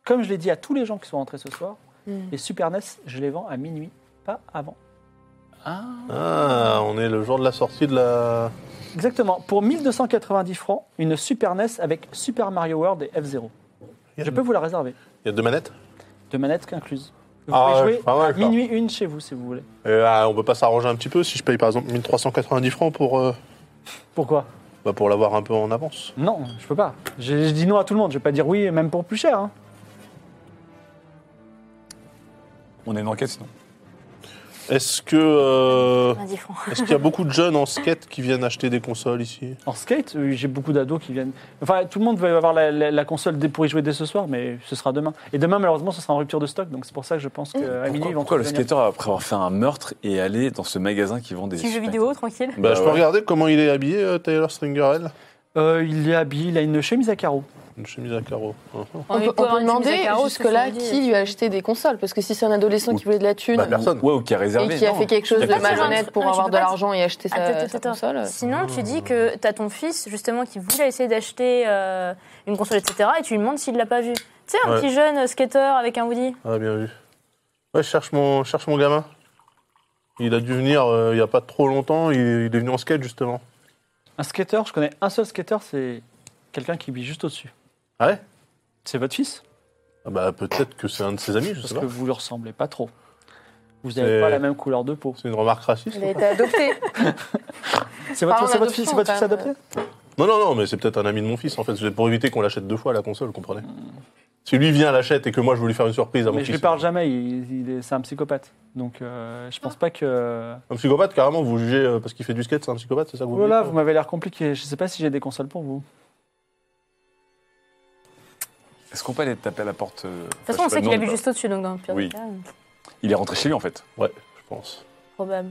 S1: Comme je l'ai dit à tous les gens qui sont rentrés ce soir, les Super NES, je les vends à minuit, pas avant.
S5: Ah, on est le jour de la sortie de la.
S1: Exactement, pour 1290 francs, une Super NES avec Super Mario World et F-Zero.
S5: Il y a
S1: Je
S5: de-
S1: peux vous la réserver,
S5: Il y a deux manettes
S1: de manettes incluses. Vous
S5: Ah ouais,
S1: pouvez jouer
S5: pas mal,
S1: à
S5: ça.
S1: minuit une chez vous, si vous voulez.
S5: Euh, ah, On peut pas s'arranger un petit peu si je paye par exemple 1390 francs pour, euh,
S1: Pourquoi
S5: bah, pour l'avoir un peu en avance.
S1: Non, je peux pas. Je, je dis non à tout le monde, je vais pas dire oui, même pour plus cher. hein.
S2: On est une enquête sinon.
S5: Est-ce que. euh,
S4: Un 10 francs.
S5: Est-ce qu'il y a beaucoup de jeunes en skate qui viennent acheter des consoles ici
S1: En skate, oui, j'ai beaucoup d'ados qui viennent. Enfin, tout le monde veut avoir la, la- la console dès- pour y jouer dès ce soir, mais ce sera demain. Et demain, malheureusement, ce sera en rupture de stock, donc c'est pour ça que je pense qu'à minuit,
S2: Pourquoi,
S1: ils vont
S2: pourquoi le
S1: tous venir.
S2: skater après avoir fait un meurtre et aller dans ce magasin qui vend des
S4: Petit jeu
S2: super-
S4: vidéo, tranquille.
S5: bah,
S2: Bah,
S5: Je
S2: ouais.
S5: peux regarder comment il est habillé, euh, Taylor Stringer, elle
S1: Euh, Il est habillé, il a une chemise à carreaux.
S5: Une chemise à carreaux. Hein, hein.
S3: On, peut, on peut demander jusque-là qui lui a acheté des consoles, parce que si c'est un adolescent qui voulait de la thune
S5: Bah, personne.
S2: Ouais, ou qui a
S3: et
S2: réservé.
S3: qui a
S2: non.
S3: fait quelque chose
S2: Il y
S3: de
S2: a personne.
S3: malhonnête pour
S4: Ah, tu
S3: avoir
S4: peux
S3: de
S4: pas-
S3: l'argent et acheter
S4: Attends,
S3: sa
S4: attends,
S3: sa
S4: attends.
S3: console. euh,
S4: Sinon, tu dis
S5: Ah.
S4: que t'as ton fils, justement, qui voulait essayer d'acheter euh, une console, etc., et tu lui demandes s'il l'a pas vu. Tu sais, un
S5: Ouais.
S4: petit jeune euh, skater avec un Woody.
S5: Ah, bien vu. Ouais, je cherche mon, je cherche mon gamin. Il a dû venir euh, il n'y a pas trop longtemps, il, il est venu en skate justement.
S1: Un skater, je connais un seul skater, c'est quelqu'un qui vit juste au-dessus.
S5: Ah ouais
S1: C'est votre fils
S5: Ah bah, Peut-être que c'est un de ses amis, je
S1: Parce
S5: sais
S1: que
S5: pas.
S1: vous lui ressemblez pas trop. Vous
S5: C'est-
S1: n'avez pas la même couleur de peau.
S5: C'est une remarque raciste.
S3: Il a été adopté.
S1: C'est votre,
S3: Parlons
S1: c'est votre, fils-
S3: d'adoption,
S1: c'est votre fils
S3: quand même.
S1: adopté
S5: Non, non, non, mais c'est peut-être un ami de mon fils en fait. C'est pour éviter qu'on l'achète deux fois la console, vous comprenez Si lui vient, l'achète et que moi je veux lui faire une surprise à mon
S1: Mais je
S5: fils.
S1: lui parle jamais, il, il est- c'est un psychopathe. Donc euh, je pense pas que.
S5: Un psychopathe, carrément, vous jugez euh, parce qu'il fait du skate, c'est un psychopathe, c'est ça que vous
S1: Voilà,
S5: voulez
S1: vous m'avez l'air compliqué. Je sais pas si j'ai des consoles pour vous.
S2: Est-ce qu'on peut aller taper à la porte euh,
S5: Ah,
S4: De toute façon,
S2: enfin, je
S4: on
S2: sais
S4: sait
S2: pas,
S4: qu'il
S2: non,
S4: habite juste au-dessus, donc dans le pire
S2: Oui.
S4: des cas, euh,
S2: Il est rentré chez lui en fait.
S5: Ouais, je pense.
S4: probable.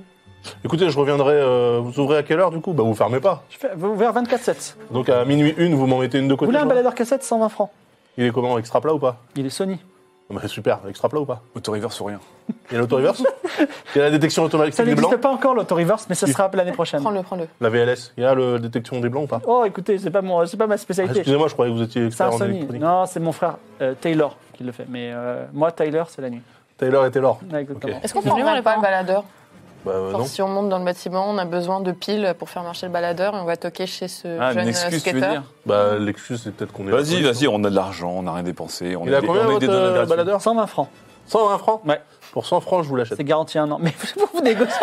S5: Écoutez, je reviendrai. euh, vous ouvrez à quelle heure du coup Bah vous fermez pas.
S1: Je fais vers 24-7.
S5: Donc à minuit une, vous m'en mettez une de
S1: Vous
S5: côté.
S1: voulez un
S5: je vois.
S1: baladeur cassette 120 francs
S5: Il est comment Extra plat ou pas
S1: Il est Sony.
S5: Ah bah, Super, extra plat ou pas
S2: Autoriver sur rien.
S5: Il y a l'auto-reverse Il y a la détection automatique
S1: Ça
S5: des
S1: n'existe
S5: blancs
S1: pas encore l'auto-reverse, mais ça
S5: Il-
S1: sera l'année prochaine.
S3: Prends-le, prends-le.
S5: La VLS, il y a la détection des blancs ou pas
S1: Oh, écoutez, c'est pas, mon, c'est pas ma
S5: Ah,
S1: spécialité.
S5: Excusez-moi, je croyais que vous étiez
S1: c'est
S5: expert
S1: un
S5: en
S1: Sony.
S5: électronique.
S1: Non, c'est mon frère euh, Taylor qui le fait. Mais euh, moi, Tyler, c'est la nuit.
S5: Taylor et Taylor.
S1: Ouais, exactement.
S3: Est-ce qu'on
S4: J'aimerais voir
S3: prendrait
S4: les
S3: pas le
S4: parents.
S3: baladeur
S5: Bah euh,
S3: Genre,
S5: non.
S3: Si on monte dans le bâtiment, on a besoin de piles pour faire marcher le baladeur et on va toquer chez ce
S2: Ah,
S3: jeune euh,
S2: une excuse, tu veux
S3: skater.
S2: dire
S5: Bah l'excuse, c'est peut-être qu'on est.
S2: Vas-y, vas-y, on a de l'argent, on n'a rien dépensé. On
S5: Il a
S2: des-
S5: combien
S2: on
S5: votre
S2: des donneurs
S5: euh,
S2: gratuits.
S5: baladeur
S1: 120 francs.
S5: 120 francs
S1: Ouais.
S5: Pour 100 francs, je vous l'achète.
S1: C'est garanti un an. Mais vous vous négociez.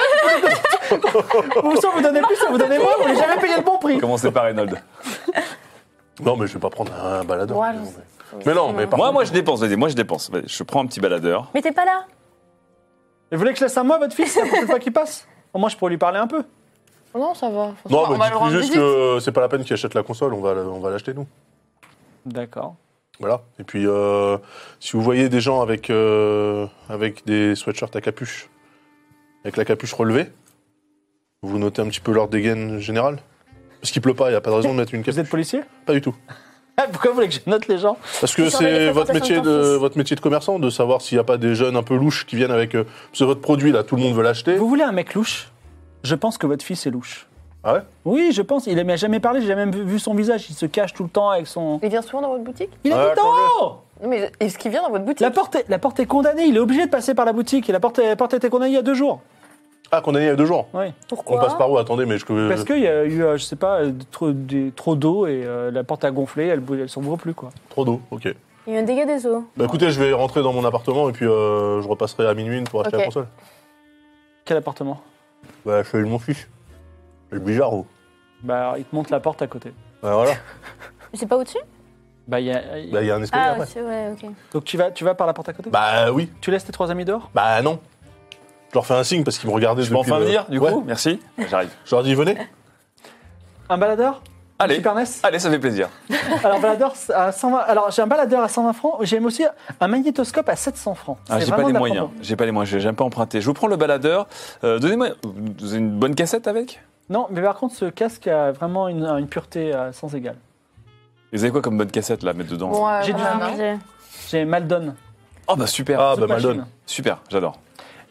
S1: Vous, soit vous donnez plus, soit vous donnez moins. Vous voulez jamais payer le bon prix.
S2: Commencez par Reynold.
S5: Non, mais je vais pas prendre un baladeur.
S3: Ouais,
S5: mais,
S3: non,
S5: non, mais... mais non, mais par
S2: Moi,
S5: contre-
S2: moi, je dépense, vas-y, moi, je dépense. Vas-y, Je prends un petit baladeur.
S4: Mais t'es pas là
S1: Vous voulez que je laisse un mois votre fils la prochaine fois qu'il passe Au moins, je pourrais lui parler un peu.
S3: Non, ça va.
S5: Non,
S3: on va le
S5: mais dites-lui
S3: rendre
S5: juste
S3: visite.
S5: que c'est pas la peine qu'il achète la console, on va, le- on va l'acheter nous.
S1: D'accord.
S5: Voilà. Et puis, euh, si vous voyez des gens avec, euh, avec des sweatshirts à capuche, avec la capuche relevée, vous notez un petit peu leur dégaine générale Parce qu'il pleut pas, il n'y a pas de raison de mettre une
S1: Vous
S5: capuche.
S1: êtes policier
S5: Pas du tout.
S1: Pourquoi vous voulez que je note les gens
S5: Parce que
S4: Vous surveillez
S5: c'est
S4: les
S5: votre métier,
S4: fréquentations de ton
S5: de,
S4: fils.
S5: votre métier de commerçant, de savoir s'il n'y a pas des jeunes un peu louches qui viennent avec. euh, parce que votre produit, là, tout le monde veut l'acheter.
S1: Vous voulez un mec louche Je pense que votre fils est louche.
S5: Ah ouais
S1: Oui, je pense. Il m'a jamais parlé, j'ai jamais vu vu son visage. Il se cache tout le temps avec son.
S3: Il vient souvent dans votre boutique
S1: Il est
S5: Ah,
S1: tout en haut
S3: Non, mais est-ce qu'il vient dans votre boutique
S1: la porte, est, la porte est condamnée, il est obligé de passer par la boutique. Et la porte, la porte était condamnée il y a deux jours.
S5: Ah, condamné il y a deux jours.
S1: Oui.
S4: Pourquoi
S5: On passe par où Attendez, mais je.
S1: Parce qu'il y a eu, euh, je sais pas, euh, trop, des- trop d'eau et euh, la porte a gonflé, elle ne s'ouvre plus. quoi.
S5: Trop d'eau, ok.
S4: Il y a un dégât des eaux.
S5: Bah écoutez, je vais rentrer dans mon appartement et puis euh, je repasserai à minuit pour acheter
S3: Ok.
S5: la console.
S1: Quel appartement
S5: Bah, je suis mon fils. Le bijaro.
S1: Bah, alors, il te montre la porte à côté.
S5: Bah voilà.
S4: C'est pas au-dessus
S1: Bah, il y a- il-
S5: Bah, il y a un escalier
S4: Ah,
S5: après.
S4: au-dessus, ouais, ok.
S1: Donc tu vas, tu vas par la porte à côté
S5: Bah oui.
S1: Tu laisses tes trois amis dehors
S5: Bah non. Je leur fais un signe parce qu'ils me regardaient
S2: Je peux enfin
S5: le-
S2: venir, du
S5: Ouais.
S2: coup Merci. J'arrive.
S5: Je leur dis, venez.
S1: Un baladeur
S2: Allez.
S1: Super NES
S2: Allez, ça fait plaisir.
S1: Alors, baladeur à 120 Alors, j'ai un baladeur à 120 francs, j'ai même aussi un magnétoscope à 700 francs.
S2: Ah,
S1: C'est
S2: j'ai pas
S1: vraiment
S2: les
S1: de la
S2: moyens.
S1: promo.
S2: J'ai pas les moyens. J'ai j'ai un peu emprunté. Je vous prends le baladeur. Euh, Donnez-moi vous avez une bonne cassette avec
S1: Non, mais par contre, ce casque a vraiment une, une pureté euh, sans égale.
S2: Vous avez quoi comme bonne cassette là à mettre dedans
S3: Bon, euh,
S1: J'ai
S3: pas
S1: du
S4: bah,
S3: mal,
S1: vin.
S3: hein.
S4: J'ai-
S1: J'ai Maldon.
S2: Oh bah super.
S5: Ah
S1: The
S5: bah
S1: Machine.
S5: Maldon.
S2: Super, j'adore.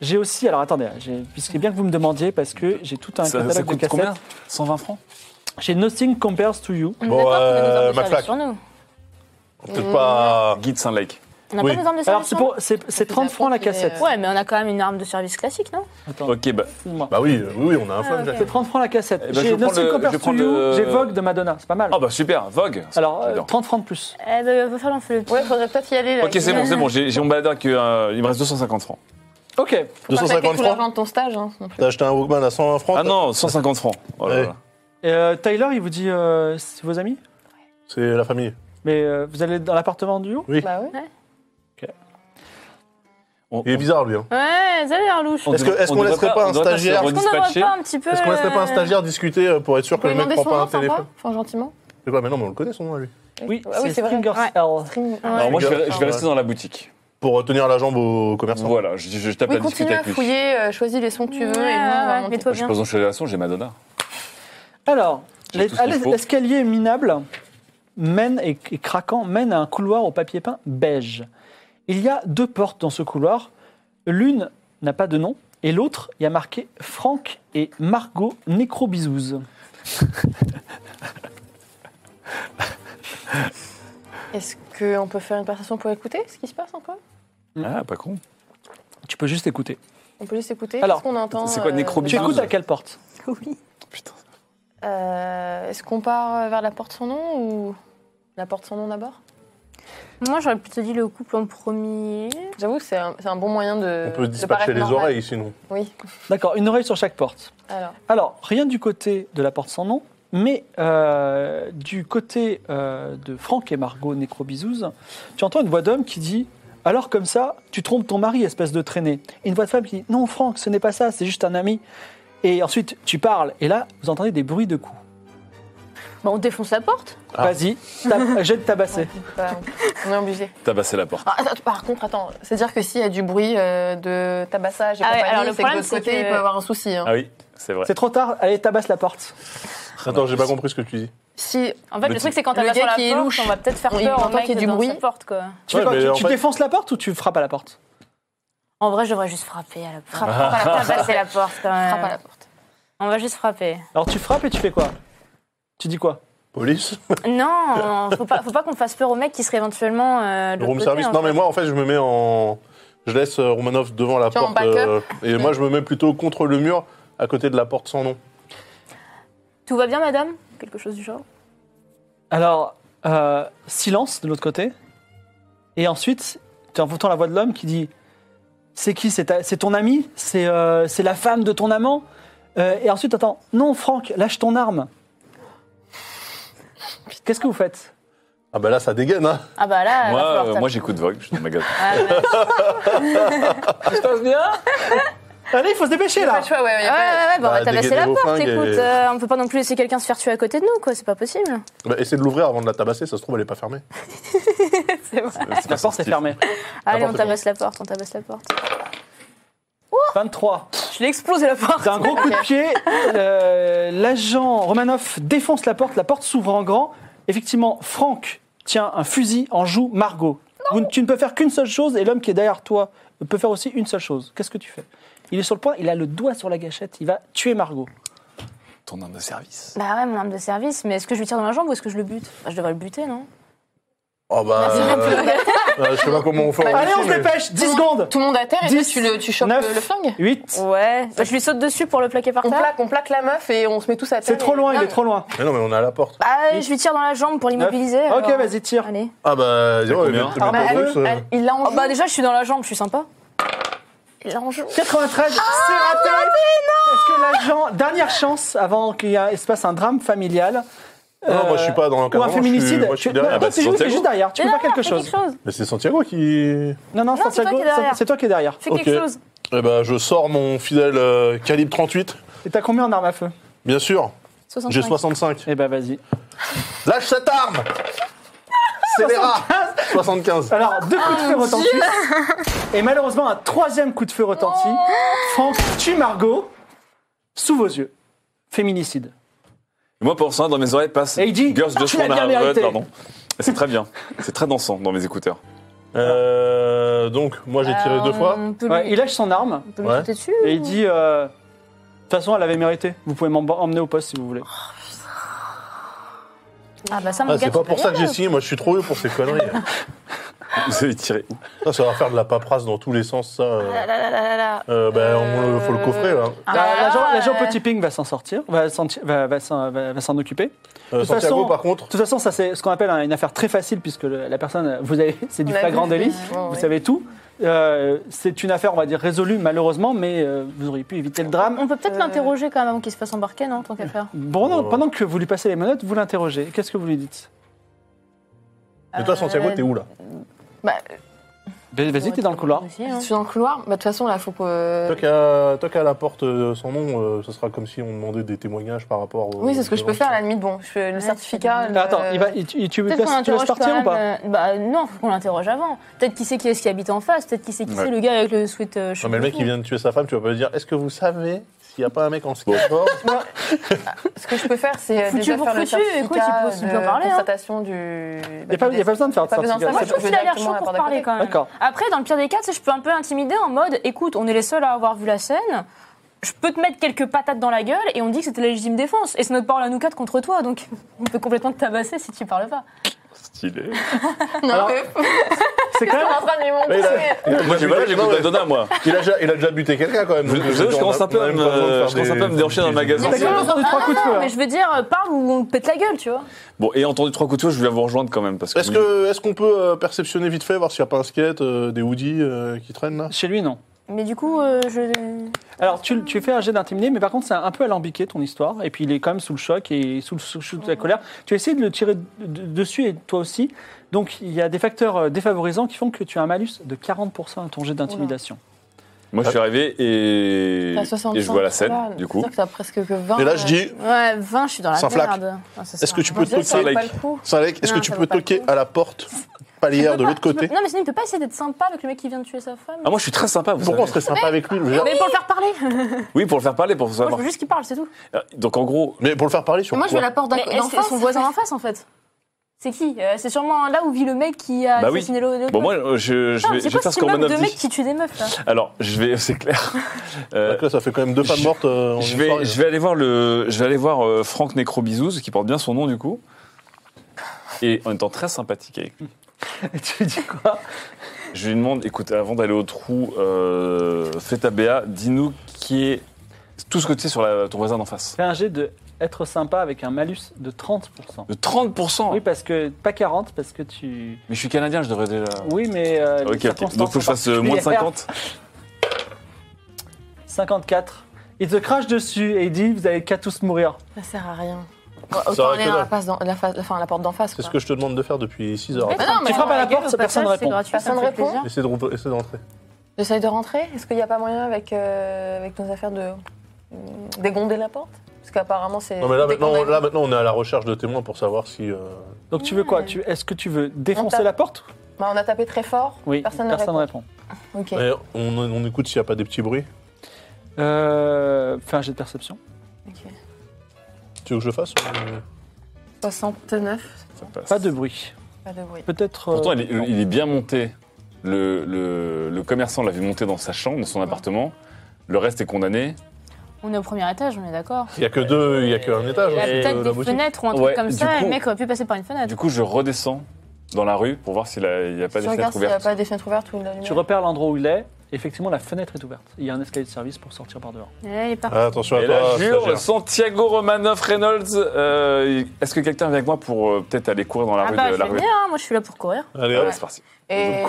S1: J'ai aussi, alors attendez, j'ai- puisque bien que vous me demandiez, parce que j'ai tout un
S2: Ça,
S1: catalogue
S2: ça
S1: de
S2: coûte
S1: cassettes.
S2: combien 120 francs
S1: J'ai Nothing Compares to You.
S4: On est
S5: Bon,
S4: d'accord qu'on a nos
S5: euh,
S4: armes de
S5: Mac
S4: service
S5: Flack.
S4: sur nous.
S5: Peut-être pas.
S2: Mmh. Guide Saint-Lake.
S4: On n'a
S5: Oui.
S4: pas nos armes de
S1: Alors
S4: service
S1: c'est
S4: sur
S1: pour, c'est c'est 30 francs la cassette.
S4: nous Ouais, mais on a quand même une arme de service classique, non
S1: Attends,
S2: Ok, bah
S1: excuse-moi.
S5: Bah oui, oui, oui, on
S3: Ah,
S5: a un flingue.
S4: ok.
S5: Jack.
S1: C'est 30 francs la cassette.
S2: Eh ben, je
S1: j'ai
S2: vais prendre
S1: Nothing
S2: le- je
S1: Compares
S2: vais
S1: to
S2: prendre
S1: You,
S2: le-
S1: j'ai Vogue de Madonna, c'est pas mal.
S2: Oh bah super, Vogue.
S1: alors euh,
S2: J'adore.
S1: 30 francs de plus.
S4: Eh ben, va falloir faire le
S3: Ouais, faudrait peut-être y aller là.
S2: Ok, c'est bon, c'est bon. J'ai j'ai mon baladeur qui euh, il me reste 250 francs.
S1: Ok,
S3: Faut pas claquer
S5: 250
S3: tout
S5: francs.
S3: l'argent de ton stage. Hein, non plus.
S5: T'as acheté un Walkman à 120 francs.
S2: Ah non, 150 francs. Oh là
S5: Ouais.
S2: là.
S1: Euh, Tyler il vous dit, euh, c'est vos amis
S5: C'est la famille.
S1: Mais euh, vous allez dans l'appartement du haut
S3: Bah oui.
S2: On-
S5: Il est
S2: on-
S5: bizarre lui. Hein.
S4: Ouais, ça a l'air louche.
S2: on
S4: Est-ce
S5: Est-ce que-
S2: devrait-
S5: est-ce
S2: on
S5: qu'on
S2: devrait
S5: laisserait pas un
S2: on devrait se
S5: stagiaire
S4: qu'on n'envoie
S2: redispatcher
S4: pas un petit peu.
S5: Est-ce qu'on laisserait pas un
S4: euh,
S5: stagiaire discuter euh, pour être sûr
S3: Vous
S5: que
S3: pouvez
S5: le mec
S3: demander
S5: prend
S3: son
S5: pas
S3: nom
S5: un téléphone
S3: sympa Enfin, gentiment.
S5: C'est quoi Mais non, mais on le connaît son nom à lui.
S1: Oui,
S3: Ah oui,
S1: c'est
S3: c'est vrai.
S1: Stringers
S4: Ouais.
S1: L.
S3: String-
S4: Alors,
S3: ouais.
S2: Alors moi je vais,
S5: Ah,
S2: je vais rester
S5: ouais.
S2: dans la boutique.
S5: Pour euh, tenir la jambe aux commerçants.
S2: Voilà, je, je tape
S3: Oui,
S2: la discute
S3: continue à
S2: avec lui. Moi,
S3: fouiller, euh, choisis les sons que tu veux
S4: Ouais,
S3: et nous, on va
S4: ouais,
S3: monter.
S4: mets-toi
S2: Je
S4: bien.
S2: pose en relation, j'ai Madonna.
S1: Alors,
S2: J'ai
S1: les-
S2: tout ce qu'il
S1: allez,
S2: faut.
S1: l'escalier minable mène et, et craquant mène à un couloir au papier peint beige. Il y a deux portes dans ce couloir. L'une n'a pas de nom et l'autre, il y a marqué Franck et Margot Nécrobisouze.
S3: Est-ce qu'on peut faire une passation pour écouter ce qui se passe un peu
S5: Mmh.
S2: Ah, pas con.
S1: Tu peux juste écouter.
S3: On peut juste écouter
S1: Alors,
S3: Qu'est-ce qu'on entend
S2: c'est quoi,
S3: euh,
S2: nécrobie
S1: Tu écoutes à
S2: Bisouze.
S1: quelle porte
S2: Putain.
S3: Euh, Est-ce qu'on part vers la porte sans nom ou la porte sans nom d'abord
S4: Moi, j'aurais plutôt dit le couple en premier.
S3: J'avoue que c'est un, c'est un bon moyen de.
S5: On peut
S3: Euh, de paraître
S5: dispatcher les
S3: normal.
S5: oreilles sinon.
S3: Oui.
S1: D'accord, une oreille sur chaque porte.
S3: Alors,
S1: Alors, rien du côté de la porte sans nom, mais euh, du côté euh, de Franck et Margot Nécrobisouze, tu entends une voix d'homme qui dit Alors comme ça, tu trompes ton mari, espèce de traînée. Et une voix de femme qui dit Non, Franck, ce n'est pas ça, c'est juste un ami. Et ensuite, tu parles, et là, vous entendez des bruits de coups.
S4: Bah, on défonce la porte.
S5: Ah.
S1: Vas-y, tape- jette de tabasser.
S3: bah, on est obligé.
S2: Tabasser la porte.
S3: Ah, attends, par contre, attends, c'est-à-dire que s'il y a du bruit euh, de tabassage et
S4: Ah ouais,
S3: compagnie,
S4: alors le
S3: c'est que
S4: problème,
S3: de l'autre
S4: c'est
S3: côté,
S4: que-
S3: il peut avoir un souci. hein.
S2: Ah oui, c'est vrai.
S1: C'est trop tard, allez, tabasse la porte.
S2: Ah,
S5: Attends, j'ai pas compris ce que tu dis.
S3: Si,
S4: En fait,
S2: Le
S4: le, truc, c'est quand
S3: le
S4: t'as
S3: gars
S4: sur la
S3: qui est
S4: porte,
S3: louche,
S4: on va peut-être faire
S3: on- il
S4: peur au
S3: entend
S4: mec
S3: qu'il y a du
S4: dans
S3: bruit.
S4: sa porte, quoi.
S1: Tu, fais
S5: Ouais,
S1: quoi
S5: mais
S1: Tu-
S5: en
S1: tu
S5: fait-
S1: défonces la porte ou tu frappes à la porte
S4: En vrai, je devrais juste frapper à la porte.
S3: frappe, frappe à la porte,
S4: Tabasser la porte, quand même.
S3: frappe à la porte.
S4: On va juste frapper.
S1: Alors, tu frappes et tu fais quoi Tu dis quoi
S5: Police
S4: Non, faut pas, faut pas qu'on fasse peur au mec qui serait éventuellement euh, de l'autre
S5: Room
S4: côté,
S5: service
S4: en
S5: Non,
S4: fait.
S5: mais moi, en fait, je me mets en. Je laisse euh, Romanov devant la
S3: Tu es en
S5: porte. euh,
S3: backup.
S5: et moi, je me mets plutôt contre le mur, à côté de la porte sans nom.
S4: Tout va bien, madame Quelque chose du genre.
S1: Alors, euh, silence de l'autre côté. Et ensuite, tu entends la voix de l'homme qui dit C'est qui C'est ta- c'est ton ami C'est euh, c'est la femme de ton amant Euh, Et ensuite, attends Non, Franck, lâche ton arme. Qu'est-ce que vous faites
S5: Ah, bah là, ça dégaine, hein
S4: Ah bah là, va falloir
S2: Moi, euh,
S4: taper.
S2: moi j'écoute Vogue, je suis dans ma gueule.
S4: Ah, ouais,
S1: Ça se passe bien Allez, il faut se dépêcher
S3: Pas
S1: là
S3: le choix, ouais, ouais,
S4: ouais, ouais,
S3: ouais.
S4: ouais, bah, on
S5: Bah,
S4: va tabasser
S5: dégainer
S4: la
S5: vos
S4: porte,
S5: fringues et-
S4: écoute. euh, on peut pas non plus laisser quelqu'un se faire tuer à côté de nous, quoi, c'est pas possible.
S5: bah, Essaye de l'ouvrir avant de la tabasser, ça se trouve, elle est pas fermée.
S4: c'est vrai.
S1: La porte est fermée.
S4: Allez, on
S5: N'importe
S4: tabasse la porte, on tabasse la porte.
S1: 23.
S4: Je l'ai explosé la porte.
S1: D'un gros coup de pied, euh, l'agent Romanov défonce la porte, la porte s'ouvre en grand. Effectivement, Franck tient un fusil en joue Margot. Vous ne- tu ne peux faire qu'une seule chose et l'homme qui est derrière toi peut faire aussi une seule chose. Qu'est-ce que tu fais Il est sur le point, il a le doigt sur la gâchette, il va tuer Margot.
S2: Ton arme de service.
S4: Bah ouais, mon arme de service, mais est-ce que je lui tire dans la jambe ou est-ce que je le bute Bah, Je devrais le buter, non
S5: Oh bah. euh, je sais pas comment on fait.
S3: Bah,
S5: en
S1: Allez, on
S5: Russie,
S1: se
S5: mais-
S1: dépêche 10 secondes
S3: Tout le monde à terre et
S1: Dix,
S3: toi, tu, le, tu chopes
S1: neuf,
S3: le, le flingue
S1: 8
S4: Ouais. Bah, je lui saute dessus pour le plaquer par
S3: on
S4: terre
S3: plaque, on plaque la meuf et on se met tous à terre.
S1: C'est trop loin, il
S3: Non,
S1: est trop loin.
S5: Mais non, mais on est à la porte.
S4: Bah, je lui tire dans la jambe pour l'immobiliser.
S1: Ok,
S4: alors.
S1: vas-y, tire.
S4: Allez.
S5: Ah bah, zéro,
S2: combien
S5: mais- euh.
S2: Ah
S5: mais
S3: bah,
S5: pour
S3: elle-
S5: eux, ça-
S3: elle- il l'a en
S4: Oh,
S3: joue.
S4: bah déjà, je suis dans la jambe, je suis sympa.
S3: il l'a en joue.
S1: 93,
S4: Ah,
S1: c'est raté Est-ce que l'agent, dernière chance avant qu'il y a- il se passe un drame familial
S5: Non, moi, je suis pas dans
S1: ou euh, un
S5: l'encadrement, je suis-
S1: féminicide
S5: moi, je suis
S1: tu-
S5: derrière.
S1: non,
S2: Ah bah,
S1: c'est juste,
S2: Santiago.
S1: c'est juste derrière, tu peux
S4: Mais
S1: faire
S4: non,
S1: quelque
S4: fais
S1: chose.
S4: chose.
S5: Mais c'est Santiago qui.
S1: Non, non,
S4: Non, c'est toi
S1: Santiago,
S4: qui es derrière.
S1: c'est- c'est toi qui es derrière.
S4: Fais
S5: Ok.
S4: quelque chose.
S5: Eh ben, je sors mon fidèle euh, calibre 38,
S1: Et t'as combien en arme à feu
S5: bien sûr.
S4: 65.
S5: J'ai 65.
S1: Eh ben vas-y.
S5: Lâche cette arme Scélérat 75.
S1: Alors, deux coups de feu retentissent. Et malheureusement, un troisième coup de feu retentit. Franck tue Margot sous vos yeux. Féminicide.
S2: Et moi, pour ça, dans mes oreilles passe
S1: Et il dit,
S2: Girls Just
S1: tu l'as
S2: Wanna
S1: bien
S2: Have Fun,
S1: mérité.
S2: pardon. Et C'est très bien. C'est très dansant dans mes écouteurs.
S5: Euh, donc, moi, j'ai tiré
S4: Euh,
S5: deux fois.
S4: On peut lui,
S1: Ouais, il lâche son arme
S4: on peut lui
S5: Ouais.
S4: sauter dessus.
S1: et il dit euh, De toute façon, elle avait mérité. Vous pouvez m'emmener au poste si vous voulez.
S4: Ah bah ça, mon
S5: Ah,
S4: gars,
S5: c'est pas pour ça que j'ai signé, moi, je suis trop vieux pour ces conneries.
S2: Vous avez tiré où
S5: ça, ça va faire de la paperasse dans tous les sens, ça. euh.
S3: Ah,
S5: Euh, ben, on le- faut le coffrer, là.
S1: La- L'agent
S4: Ah,
S1: l'agent
S4: ouais.
S1: Petit Ping va s'en sortir, va s'en va- va s'en- va- va s'en occuper.
S5: Euh,
S1: toute
S5: Santiago,
S1: façon-
S5: par contre.
S1: De toute façon, ça c'est ce qu'on appelle une affaire très facile puisque le- la personne, vous avez, c'est du
S3: On a
S1: flagrant
S3: vu,
S1: délit,
S3: euh, ouais,
S1: vous
S3: ouais.
S1: savez tout. Euh, c'est une affaire, on va dire résolue malheureusement, mais euh, vous auriez pu éviter le drame.
S4: On peut peut-être l'interroger quand même avant qu'il se fasse embarquer, non, tant qu'à faire.
S1: Bon, non,
S5: Ouais.
S1: pendant que vous lui passez les menottes, vous l'interrogez. Qu'est-ce que vous lui dites
S5: Et toi, Santiago, t'es où, là
S3: Bah,
S1: Ben, Vas-y, t'es dans le couloir.
S4: Aussi,
S3: je
S4: hein.
S3: suis dans le couloir. Bah, De toute façon, là, faut euh, que.
S5: Toi qui as- toi qui as la porte euh, sans nom, euh, ce sera comme si on demandait des témoignages par rapport. au-
S3: Oui, c'est ce que je peux faire à la limite. Bon, je fais le
S4: Ouais,
S3: certificat.
S4: c'est
S3: le-
S4: bien.
S1: Attends, il va, il- tu, tu,
S4: Peut-être qu'on
S1: laisses, tu laisses
S4: l'interroge
S1: partir
S4: quand
S1: ou pas
S4: même, euh, Bah non, faut qu'on l'interroge avant. Peut-être qui c'est qui est-ce qui habite en face, peut-être qui c'est qui
S2: Ouais.
S4: c'est le gars avec le sweat euh,
S5: Non, mais le mec, il vient de tuer sa femme, tu vas pas lui dire est-ce que vous savez s'il n'y a pas un mec en skateboard
S3: Ce que je peux faire, c'est euh,
S4: Foutu
S3: déjà
S4: pour
S3: faire le
S4: foutu, écoute, il peut
S3: certificat
S4: aussi
S3: de
S4: bien parler, hein.
S3: constatation du.
S1: Il n'y a, pas- il y a pas besoin de faire de
S3: Pas besoin de
S4: Moi,
S1: certificat.
S4: je trouve qu'il a l'air chaud
S3: Directement à la
S4: pour
S3: porte d'à
S4: parler
S3: côté.
S4: quand même.
S1: D'accord.
S4: Après, dans le pire des cas, tu sais, je peux un peu intimider en mode écoute, on est les seuls à avoir vu la scène. Je peux te mettre quelques patates dans la gueule et on dit que c'était la légitime défense. Et c'est notre parole à nous quatre contre toi, donc on peut complètement te tabasser si tu parles pas.
S2: Stylé.
S3: Non,
S1: Alors,
S3: mais
S4: euh,
S1: C'est quand
S3: on est
S1: même.
S3: en train de lui
S5: Mais il
S3: montrer.
S5: a- il a-
S2: Moi, j'ai
S5: mais-
S2: pas j'écoute
S5: non, mais-
S2: Madonna, moi.
S5: il a déjà- Il a déjà buté quelqu'un quand même.
S2: Vous-
S5: donc,
S2: vous
S5: je
S2: savez,
S5: veux
S2: je
S5: dire,
S2: commence
S5: on a-
S2: un peu
S5: on a
S2: à
S5: même
S2: me-
S5: pas besoin de faire
S2: je commence un
S5: des-
S2: peu à me déhancher dans un
S5: des-
S2: magasin.
S1: T'as quand même besoin de trois coups de feu.
S4: Non,
S1: hein.
S4: mais je veux dire, parle ou on te pète la gueule, tu vois.
S2: Bon, et entendu trois coups de feu, je vais vous rejoindre quand même. Parce que
S5: Est-ce que- est-ce qu'on peut euh, perceptionner vite fait, voir s'il n'y a pas un skate, euh, des hoodies euh, qui traînent là
S1: Chez lui, non.
S4: Mais du coup, euh, je.
S1: Alors, tu, tu fais un jet d'intimider, mais par contre, c'est un peu alambiqué ton histoire. Et puis, il est quand même sous le choc et sous le sous le choc de la colère. Tu essaies de le tirer de- de- dessus et toi aussi. Donc, il y a des facteurs euh, défavorisants qui font que tu as un malus de 40% à ton jet d'intimidation.
S2: Moi, je
S5: Ah.
S2: suis arrivé et,
S3: T'as 65,
S2: et je vois la
S3: voilà,
S2: scène, du
S3: C'est
S2: coup.
S3: sûr que t'as presque que 20.
S5: Et
S4: euh,
S5: là, je dis
S4: Ouais, 20, je suis dans la
S5: Sans flaque.
S4: merde. Ah, ça
S5: Est-ce
S4: sert
S5: que
S4: à
S5: tu
S4: rien.
S5: peux
S3: Vas-y,
S5: te
S3: ça vaut
S2: toquer
S3: pas le coup.
S5: Salek, est-ce que
S4: Non,
S5: tu
S4: ça
S5: peux
S4: vaut pas le
S5: toquer
S4: coup.
S5: à la porte palière de l'autre
S4: Tu peux-
S5: côté
S4: Non, mais sinon, il peut pas essayer d'être sympa avec le mec qui vient de tuer sa femme.
S2: Ah, moi, je suis très sympa. Vous
S5: Pourquoi on
S2: savez.
S5: serait sympa avec lui je veux dire-
S4: mais pour le faire parler.
S5: Bah,
S2: Oui, pour le faire parler, pour
S4: Moi, je
S2: savoir. Euh,
S4: veux juste qu'il parle, c'est tout.
S2: Donc, en gros,
S5: Mais pour le faire parler sur
S3: Moi, je vais
S5: quoi
S3: à la porte
S4: Mais est-ce que
S3: d'enfance.
S4: son voisin en face, en fait. C'est qui Euh, C'est sûrement là où vit le mec qui a
S2: Bah oui.
S4: assassiné l'autre.
S2: bon, moi, euh, je, je
S4: Non,
S2: vais,
S4: mais
S2: je
S4: c'est
S2: vais
S4: quoi
S2: faire ce
S4: ce
S2: qu'on
S4: meuf de
S2: m'a
S4: mec
S2: dit.
S4: qui tue des meufs là
S2: Alors, je vais, c'est clair. Euh,
S5: Donc là, ça fait quand même deux femmes
S2: je-
S5: mortes euh, en
S2: je
S5: une
S2: vais,
S5: soirée.
S2: je vais aller voir le, je vais aller voir euh, Franck Necrobisous, qui porte bien son nom, du coup. Et en étant très sympathique avec lui.
S1: Et tu dis quoi
S2: Je lui demande, écoute, avant d'aller au trou, euh, fais ta BA, dis-nous qui est tout ce que tu sais sur la- ton voisin d'en face.
S1: Fais un jet de être sympa avec un malus de 30%.
S2: De 30%.
S1: Oui, parce que. Pas 40, parce que tu.
S2: Mais je suis canadien, je devrais déjà.
S1: Oui, mais. euh, les
S2: Ok, ok.
S1: circonstances
S2: Donc faut que je
S1: sont
S2: fasse euh, moins de
S1: particulières.
S2: 50.
S1: 54. Il te crache dessus et il dit Vous allez qu'à tous mourir.
S3: Ça sert à rien.
S5: sert
S3: Autant
S5: à
S3: aller
S5: que
S3: à la,
S5: dalle.
S3: face d'en- la, face- enfin, à la porte d'en face.
S5: C'est ce
S3: quoi.
S5: que je te demande de faire depuis 6 heures.
S4: Mais
S3: non, mais
S1: tu frappes à la
S4: gueule,
S1: porte,
S4: au
S1: personne
S4: passage,
S1: répond.
S4: C'est gratuit,
S3: Personne
S4: ça me fait
S3: répond.
S4: plaisir.
S5: Essaye de re- essaie d'entrer.
S4: Euh,
S3: J'essaye de rentrer. Est-ce qu'il n'y a pas moyen avec, euh, avec nos affaires de euh, dégonder la porte Parce qu'apparemment, c'est.
S5: Non mais là
S3: dès qu'on
S5: maintenant,
S3: a-
S5: là maintenant on est à la recherche de témoins pour savoir si... euh,
S1: Donc, tu veux quoi Tu- Est-ce que tu veux défoncer
S3: tape.
S1: la porte
S3: Bah, on a tapé très fort.
S1: Oui,
S3: Personne,
S1: personne ne
S3: ne
S1: répond.
S3: répond. Ok.
S5: mais on, on écoute s'il n'y a pas des petits bruits.
S1: Euh, fais un jet de perception.
S3: ok.
S5: Tu veux que je le fasse ou-
S3: 69.
S2: Ça passe.
S1: Pas de bruit.
S3: Pas de bruit.
S1: Peut-être. euh,
S2: Pourtant, il est, il est bien monté. Le, le- le commerçant l'avait monté dans sa chambre, dans son appartement. Le reste est condamné.
S4: On est au premier étage, on est d'accord.
S5: Il y a que deux, il y a qu'un étage.
S4: Il y a
S5: hein,
S4: peut-être
S5: de
S4: des
S5: boutique.
S4: fenêtres ou un
S2: Ouais,
S4: truc comme
S2: du
S4: ça,
S2: coup-
S4: le mec aurait pu passer par une fenêtre.
S2: Du coup, je redescends dans la rue pour voir s'il a- il n'y a pas
S3: Tu
S2: des
S3: regardes
S2: fenêtres
S3: s'il n'y a
S2: ouvertes.
S3: pas des fenêtres ouvertes ou de la
S1: Tu
S3: lumière.
S1: repères l'endroit où il est. Effectivement, la fenêtre est ouverte. Il y a un escalier de service pour sortir par dehors.
S4: Eh, il est parti.
S5: Ah, attention à
S2: Et là,
S5: toi,
S2: jure,
S5: stagiaire.
S2: Santiago Romanoff Reynolds, euh, est-ce que quelqu'un vient avec moi pour euh, peut-être aller courir dans la
S4: Ah
S2: rue
S4: bah,
S2: de
S4: je
S2: la
S4: vais
S2: rue
S4: venir, hein, moi je suis là pour courir.
S5: Allez, hop.
S2: Allez, c'est parti.
S3: Et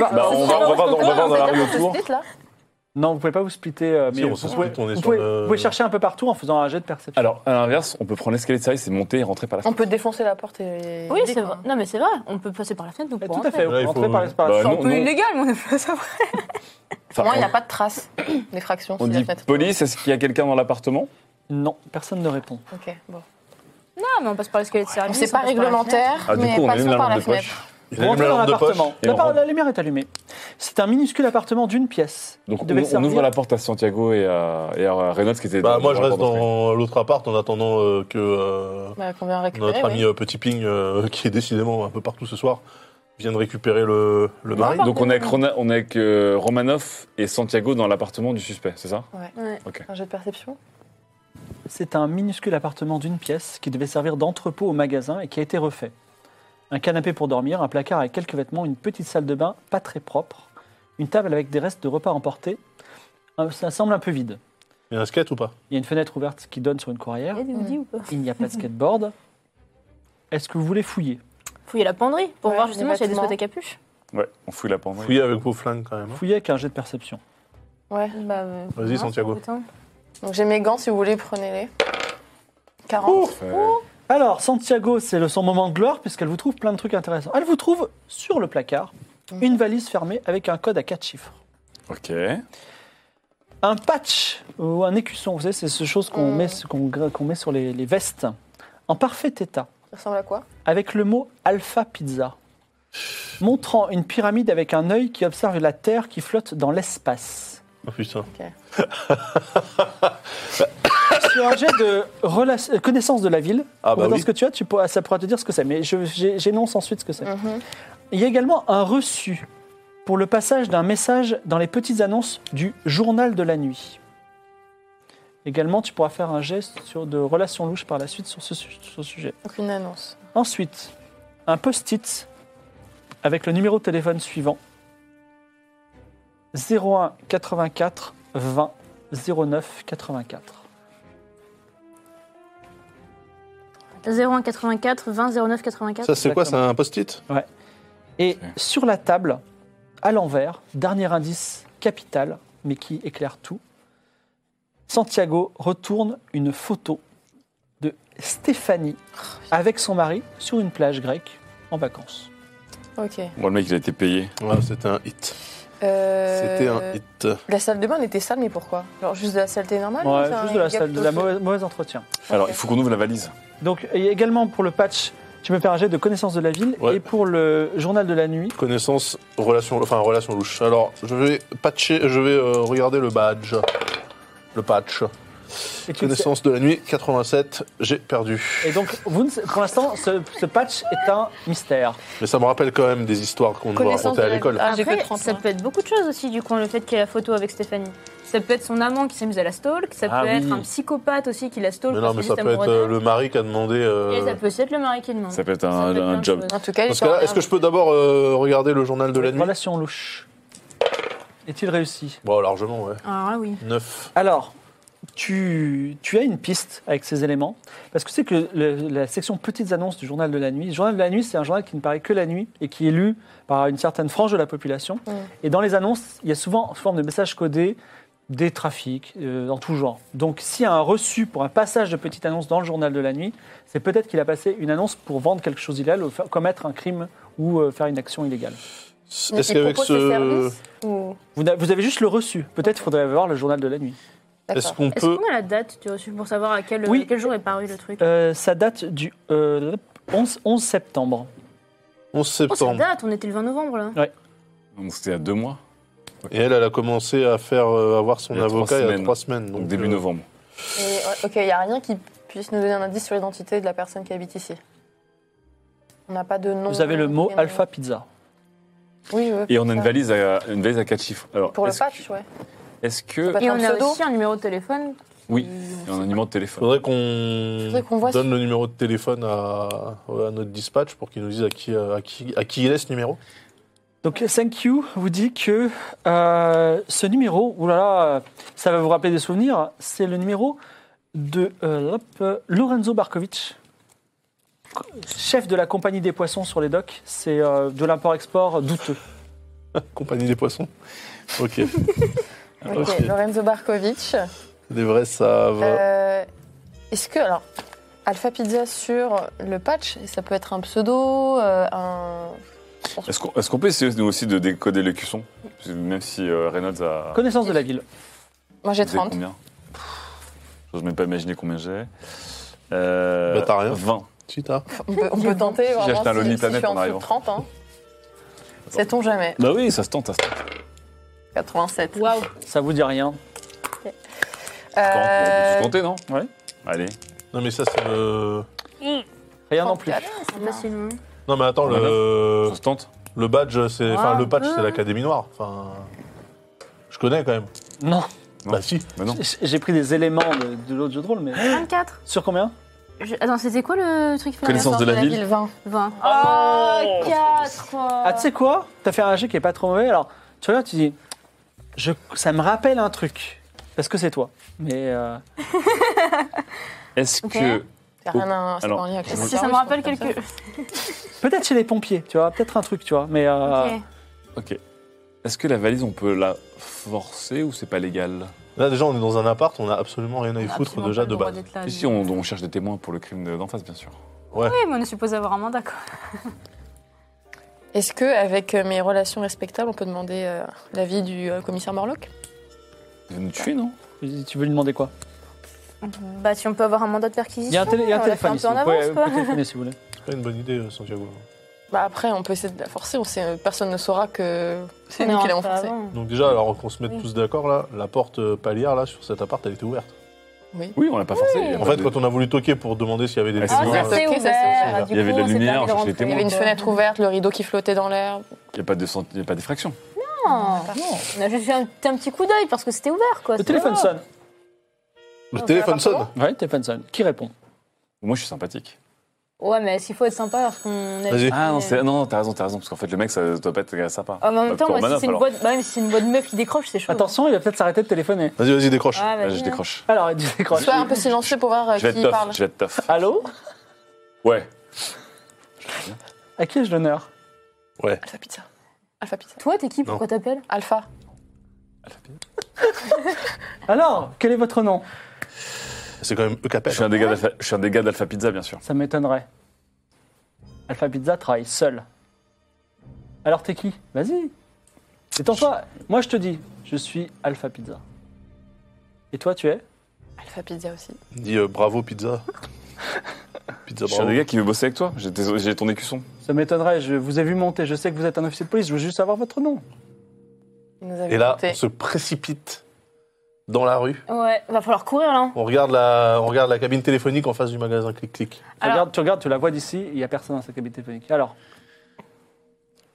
S2: Bah, on, va, on va voir, dans- on va voir dans la rue autour.
S1: Non, vous pouvez pas vous splitter. euh,
S5: Si,
S1: mais
S5: on
S1: vous,
S5: se
S1: pouvez,
S5: split, on est
S1: vous
S5: sur
S1: pouvez-
S5: le-
S1: vous pouvez chercher un peu partout en faisant un jet de perception.
S2: Alors, à l'inverse, on peut prendre l'escalier de service et monter et rentrer par la
S3: On
S2: fenêtre.
S3: peut défoncer la porte et.
S4: Oui,
S3: et-
S4: c'est vrai. Non, mais c'est vrai, on peut passer par la fenêtre, donc
S1: Eh,
S4: pour
S1: tout à
S4: rentrer.
S1: fait,
S5: Là,
S1: vous
S5: il
S1: rentrez
S5: faut-
S1: par l'espace.
S2: Bah,
S4: C'est un
S2: non,
S4: peu
S2: non.
S4: illégal, mais on ne peut pas savoir.
S2: Enfin,
S3: Au moins, il n'y a
S2: on-
S3: pas de traces d'effraction.
S2: on
S3: s'il a
S2: dit
S3: fait.
S2: police, est-ce qu'il y a quelqu'un dans l'appartement
S1: Non, personne ne répond.
S3: Ok, bon.
S4: Non, mais on passe par l'escalier de service.
S3: C'est
S4: on
S3: pas
S4: passe par la
S3: réglementaire,
S2: Ah, du
S3: mais
S2: coup, on allume
S3: passons
S2: la
S3: par
S2: lampe
S3: la
S2: de poche.
S3: fenêtre.
S5: Il
S1: Vous
S5: allume
S1: rentrez
S5: la
S1: dans
S5: lampe de poche.
S1: l'appartement.
S2: et
S1: La,
S2: on
S1: par-
S2: rentre.
S1: la lumière est allumée. C'est un minuscule appartement d'une pièce.
S2: Donc,
S1: Il
S2: on,
S1: devait
S2: on
S1: servir-
S2: ouvre la porte à Santiago et à, et à Reynolds qui était
S5: Bah, moi, je
S2: la
S5: reste
S2: porte d'entrée.
S5: dans l'autre appart en attendant euh, que euh,
S3: Bah, qu'on vient récupérer.
S5: notre
S3: oui.
S5: ami euh, Petit Ping, euh, qui est décidément un peu partout ce soir, vienne récupérer le, le
S4: Non,
S5: mari.
S4: pas-
S2: Donc, on est avec, Rona- on est avec euh, Romanoff et Santiago dans l'appartement du suspect, c'est ça
S4: fenêtre. Ouais.
S3: Un jeu de perception.
S1: C'est un minuscule appartement d'une pièce qui devait servir d'entrepôt au magasin et qui a été refait. Un canapé pour dormir, un placard avec quelques vêtements, une petite salle de bain pas très propre, une table avec des restes de repas emportés. Euh, Ça semble un peu vide.
S5: Il y a un skate ou pas
S1: Il y a une fenêtre ouverte qui donne sur une courrière.
S4: Il y a des hoodies ou pas
S1: Il n'y a pas de skateboard. Est-ce que vous voulez fouiller
S4: Fouiller la penderie pour
S3: Ouais,
S4: voir justement
S3: les
S4: s'il y a des
S3: vêtements.
S4: sweats à capuche.
S2: Ouais, on fouille la penderie.
S5: Fouillez avec vos flingues quand même. hein.
S1: Fouiller avec un jet de perception.
S3: Ouais.
S4: Bah, euh,
S5: Vas-y,
S4: ouais,
S5: Santiago.
S4: c'est embêtant.
S3: Donc j'ai mes gants, si vous voulez, prenez-les. 40.
S2: Fait-
S1: Alors, Santiago, c'est le- son moment de gloire puisqu'elle vous trouve plein de trucs intéressants. Elle vous trouve sur le placard une valise fermée avec un code à quatre chiffres.
S2: Ok.
S1: Un patch ou un écusson, vous savez, c'est ce chose qu'on
S3: Mm.
S1: met, ce qu'on gra- qu'on met sur les, les vestes. En parfait état,
S3: Ça ressemble à quoi
S1: avec le mot Alpha Pizza, montrant une pyramide avec un œil qui observe la Terre qui flotte dans l'espace.
S5: Oh putain.
S1: Sur un jet de rela- euh, connaissance de la ville,
S5: Ah,
S1: pour
S5: bah
S1: voir
S5: oui.
S1: ce que tu as, tu pourras- ça pourra te dire ce que c'est, mais je- j'ai- j'énonce ensuite ce que c'est.
S3: Mhm.
S1: Il y a également un reçu pour le passage d'un message dans les petites annonces du journal de la nuit. Également, tu pourras faire un geste sur de relations louches par la suite sur ce, su- sur ce sujet.
S3: Donc une annonce.
S1: Ensuite, un post-it avec le numéro de téléphone suivant 01 84 20 09 84.
S4: 01 84 20 09 84.
S5: Ça, c'est quoi C'est
S1: Exactement.
S5: un post-it
S1: Et sur la table, à l'envers, dernier indice capital, mais qui éclaire tout, Santiago retourne une photo de Stéphanie avec son mari sur une plage grecque en vacances.
S3: Ok.
S2: Bon, le mec, il a été payé.
S5: Ouais, c'était un hit.
S3: Euh,
S5: C'était un hit.
S3: La salle de bain elle était sale, mais pourquoi Genre juste de la saleté normale ou
S1: Ouais,
S3: c'est un
S1: juste de la,
S3: gap
S1: salle, de la
S3: plutôt-
S1: mauvaise, mauvaise entretien.
S2: Alors, il faut qu'on ouvre la valise.
S1: Donc, et également pour le patch, tu me fais un jet de connaissance de la ville
S5: Ouais.
S1: et pour le journal de la nuit.
S5: Connaissance, relation, enfin relation louche. Alors, je vais patcher, je vais euh, regarder le badge. Le patch.
S1: Et, tu ne sais-
S5: Connaissance de la nuit, 87, j'ai perdu.
S1: et donc, vous ne sais- pour l'instant, ce- ce patch est un mystère.
S5: Mais ça me rappelle quand même des histoires qu'on doit
S3: Connaissance
S5: raconter
S3: de
S5: à
S3: la-
S5: l'école.
S3: Ah, j'ai
S4: Après,
S3: que 30,
S4: ça
S3: hein.
S4: peut être beaucoup de choses aussi, du coup, le fait qu'il y ait la photo avec Stéphanie. Ça peut être son amant qui s'amuse à la stalk, ça
S2: Ah
S4: peut
S2: oui.
S4: être un psychopathe aussi qui la stalk.
S5: Mais non,
S4: parce
S5: mais
S4: qu'il
S5: ça
S4: est
S5: peut être
S4: amoureux
S5: euh, le mari qui a demandé. euh,
S4: d'elle. Et ça peut aussi être le mari qui demande.
S2: Ça peut être
S4: Ça
S2: un,
S4: peut être
S2: un
S4: plein de
S2: job.
S4: choses.
S3: En tout cas,
S5: Dans ce cas-là, est-ce que je peux d'abord euh, regarder le journal de la nuit
S1: Relation louche. Est-il réussi
S5: Bon, largement, ouais.
S4: Ah oui.
S5: 9.
S1: Alors, tu, tu as une piste avec ces éléments, parce que c'est que le- la section petites annonces du journal de la nuit, le journal de la nuit, c'est un journal qui ne paraît que la nuit et qui est lu par une certaine frange de la population. Et dans les annonces, il y a souvent en forme de messages codés des trafics euh, en tout genre. Donc s'il y a un reçu pour un passage de petite annonce dans le journal de la nuit, c'est peut-être qu'il a passé une annonce pour vendre quelque chose illégal ou faire- commettre un crime ou euh, faire une action illégale.
S5: Est-ce qu'avec ce.
S1: Vous, n'a- vous avez juste le reçu. Peut-être faudrait voir le journal de la nuit.
S5: Est-ce qu'on
S4: Est-ce
S5: peut.
S4: qu'on a la date du reçu pour savoir à quel,
S1: Oui.
S4: quel jour est paru le truc
S1: Euh, ça date du euh, 11, 11 septembre.
S5: 11
S4: Oh, ça
S5: septembre.
S4: date, on était le 20 novembre là.
S2: Donc, c'était à deux mois,
S5: Et elle, elle a commencé à faire euh, avoir son
S2: Il y a trois
S5: avocat il y a
S2: semaines.
S5: trois semaines.
S2: donc
S5: Donc,
S2: début
S5: euh,
S2: novembre.
S3: euh, ok, il n'y a rien qui puisse nous donner un indice sur l'identité de la personne qui habite ici. On n'a pas de nom.
S1: Vous avez le mot
S3: prénom.
S1: Alpha Pizza.
S3: Oui, oui.
S2: Et on a
S3: ça.
S2: une valise à, une valise à quatre chiffres. Alors,
S3: Pour le
S2: est-ce que-
S3: patch, ouais.
S2: Est-ce que.
S3: Ça
S4: Et on
S3: Attends,
S4: a
S3: pseudo
S4: aussi un numéro de téléphone.
S2: Oui, et on a un numéro de téléphone.
S5: Faudrait qu'on
S3: Faudrait qu'on voit
S5: donne
S3: si-
S5: le numéro de téléphone à, à notre dispatch pour qu'il nous dise à qui, euh, à, qui, à qui il est ce numéro.
S1: Donc, Thank You vous dit que euh, ce numéro, oulala, euh, ça va vous rappeler des souvenirs, c'est le numéro de euh, hop, euh, Lorenzo Barkovic, chef de la compagnie des poissons sur les docks. C'est euh, de l'import-export douteux.
S5: Compagnie des poissons. Ok.
S2: Ah,
S3: Ok,
S5: Ok.
S3: Lorenzo Barkovic.
S5: Des vrais savent.
S3: Euh, Est-ce que, alors, Alpha Pizza sur le patch, ça peut être un pseudo, euh, un.
S2: Est-ce qu'on est-ce qu'on peut essayer, nous aussi, de décoder les cuissons Parce que Même si euh, Reynolds a.
S1: Connaissance de la ville.
S3: Moi j'ai
S2: Vous avez
S3: 30.
S2: Combien J'ose même pas imaginer combien j'ai. Euh,
S5: Bah, t'as rien.
S2: 20.
S5: Si, t'as.
S3: On peut, on peut tenter
S2: J'ai
S3: vraiment
S2: acheté un
S3: si,
S2: Lonely
S3: si je
S2: Planet
S3: suis en
S2: en
S3: dessous de
S2: arrivant.
S3: 30. Hein. Sait-on jamais
S2: Bah oui, ça se tente, ça se tente.
S3: 87.
S4: Waouh.
S1: Ça vous dit rien.
S2: Quand on peut
S3: Euh,
S2: tous compter, non
S1: Ouais.
S2: Allez.
S5: Non, mais ça, c'est le.
S4: Mmh.
S1: Rien non plus.
S3: 34.
S4: Facilement.
S5: Non, mais attends, le,
S2: Ça se tente
S5: le badge, c'est. Enfin,
S4: Ah.
S5: le patch, c'est l'Académie Noire. Enfin. Je connais quand même.
S1: Non,
S2: Non.
S5: Bah, si.
S2: Bah non.
S1: j'ai pris des éléments de, de l'autre jeu de rôle, mais.
S4: 24.
S1: Sur combien
S4: Je- Attends, c'était quoi le truc fait
S2: Connaissance de la ville.
S3: 20.
S4: 20. Ah, 4
S1: Ah, tu sais quoi T'as fait un jet qui est pas trop mauvais. Alors, tu vois, tu dis, je, ça me rappelle un truc. Parce que c'est toi. Mais euh,
S2: Est-ce
S4: Ok.
S2: que.
S3: C'est rien à-
S2: Oh,
S3: c'est pas
S2: Alors,
S3: en lien avec
S4: Si ça me rappelle quelque
S1: peut-être chez les pompiers, tu vois, peut-être un truc, tu vois. Mais euh,
S5: Ah,
S4: Ok.
S2: Ok. Est-ce que la valise, on peut la forcer ou c'est pas légal
S5: Là, déjà, on est dans un appart, on a absolument rien à y
S4: On a
S5: foutre
S4: absolument
S5: déjà
S4: pas le
S5: de
S4: droit
S5: base.
S4: d'être là,
S2: Si,
S4: nous.
S2: si, on, on cherche des témoins pour le crime de- d'en face, bien sûr.
S4: Oui, mais on est supposé avoir un mandat, quoi.
S3: Est-ce que avec euh, mes relations respectables, on peut demander euh, l'avis du euh, commissaire Morlock
S2: Il veut nous tuer, non
S1: tu veux lui demander quoi
S4: Bah, si on peut avoir un mandat de
S1: Il y a
S4: perquisition.
S1: un, télé- il y a un
S4: on l'a fait
S1: téléphone
S4: euh, un
S1: ici.
S4: peu en
S1: vous pouvez-
S4: avance,
S1: vous
S4: quoi.
S1: pouvez téléphoner si vous voulez.
S5: C'est pas une bonne idée, euh, Santiago.
S3: Bah après, on peut essayer de la forcer. On sait, euh, personne ne saura que c'est nous qui l'avons
S4: Pas
S3: forcé.
S1: Ah,
S4: avant.
S5: Donc, déjà, alors qu'on se mette
S4: Oui.
S5: tous d'accord, là, la porte euh, palière, là, sur cet appart, elle était ouverte.
S2: Oui, on l'a pas forcé. il y a
S5: En
S2: pas
S5: fait,
S2: de-
S5: quand on a voulu toquer pour demander s'il y avait des
S2: bah,
S5: euh,
S2: Ah,
S4: Ah,
S5: témoins,
S4: ça
S3: c'est
S4: s'est
S3: ok, ça s'est
S4: ouvert.
S5: ouvert.
S4: du
S2: Il y avait
S4: coup,
S2: de la
S4: on s'est
S2: lumière,
S4: permis de
S2: on cherchait des
S4: rentrer.
S3: Il y
S2: témoins.
S3: avait une fenêtre ouverte, le rideau qui flottait dans l'air.
S2: Il n'y a pas de cent- il y a pas d'effraction.
S4: Non, on a juste fait un, un petit coup d'œil parce que c'était ouvert, quoi.
S1: Le
S4: c'est
S1: téléphone
S4: pas-
S1: sonne.
S5: Le
S4: Ah,
S5: téléphone
S4: c'est
S5: sonne.
S4: appartement
S1: Ouais, le téléphone sonne. Qui répond
S4: Oh.
S2: Moi, je suis sympathique.
S4: Ouais, mais s'il faut être sympa alors qu'on est.
S5: Vas-y.
S2: Ah non, c'est- non, non, t'as raison, t'as raison. Parce qu'en fait, le mec, ça doit pas être sympa.
S4: Ah, Oh, mais en même
S2: Bah,
S4: temps, moi,
S2: Cormanov,
S4: si c'est une,
S2: alors.
S4: boîte... bah, même si c'est une boîte de meuf qui décroche, c'est chaud.
S1: Attention, il va peut-être s'arrêter de téléphoner.
S5: Vas-y, vas-y, décroche.
S4: Ah,
S2: Là,
S4: vas-y,
S2: je
S4: hein.
S2: décroche.
S1: Alors, il décroche.
S3: Sois un peu silencieux pour voir euh,
S2: Je vais
S3: qui
S2: être tough,
S3: parle.
S2: je vais être tough.
S1: Allô
S2: Ouais.
S1: À qui ai-je l'honneur
S3: Alpha Pizza. Alpha Pizza.
S4: Toi, t'es qui Pourquoi t'appelles
S3: Alpha.
S1: Alors, quel est votre nom
S5: C'est quand même E eux qui
S2: Je
S5: appellent.
S2: suis un des gars d'Alpha- je suis un des gars d'Alpha Pizza, bien sûr.
S1: Ça m'étonnerait. Alpha Pizza travaille seul. Alors, t'es qui Vas-y. Détends-toi. Moi, je te dis, je suis Alpha Pizza. Et toi, tu es
S3: Alpha Pizza aussi.
S5: Il dit euh, bravo pizza. pizza
S2: Je suis un
S5: bravo.
S2: des gars qui veut bosser avec toi. J'ai tes- J'ai ton écusson.
S1: Ça m'étonnerait, je vous ai vu monter, je sais que vous êtes un officier de police, je veux juste savoir votre nom.
S3: Il nous avait
S5: Et là,
S3: compté.
S5: on se précipite dans la rue.
S4: Ouais, va falloir courir là.
S5: On regarde la, on regarde la cabine téléphonique en face du magasin Clic Clic.
S1: Tu
S4: Alors-
S1: regardes, tu regardes, tu la vois d'ici, il n'y a personne dans cette cabine téléphonique. Alors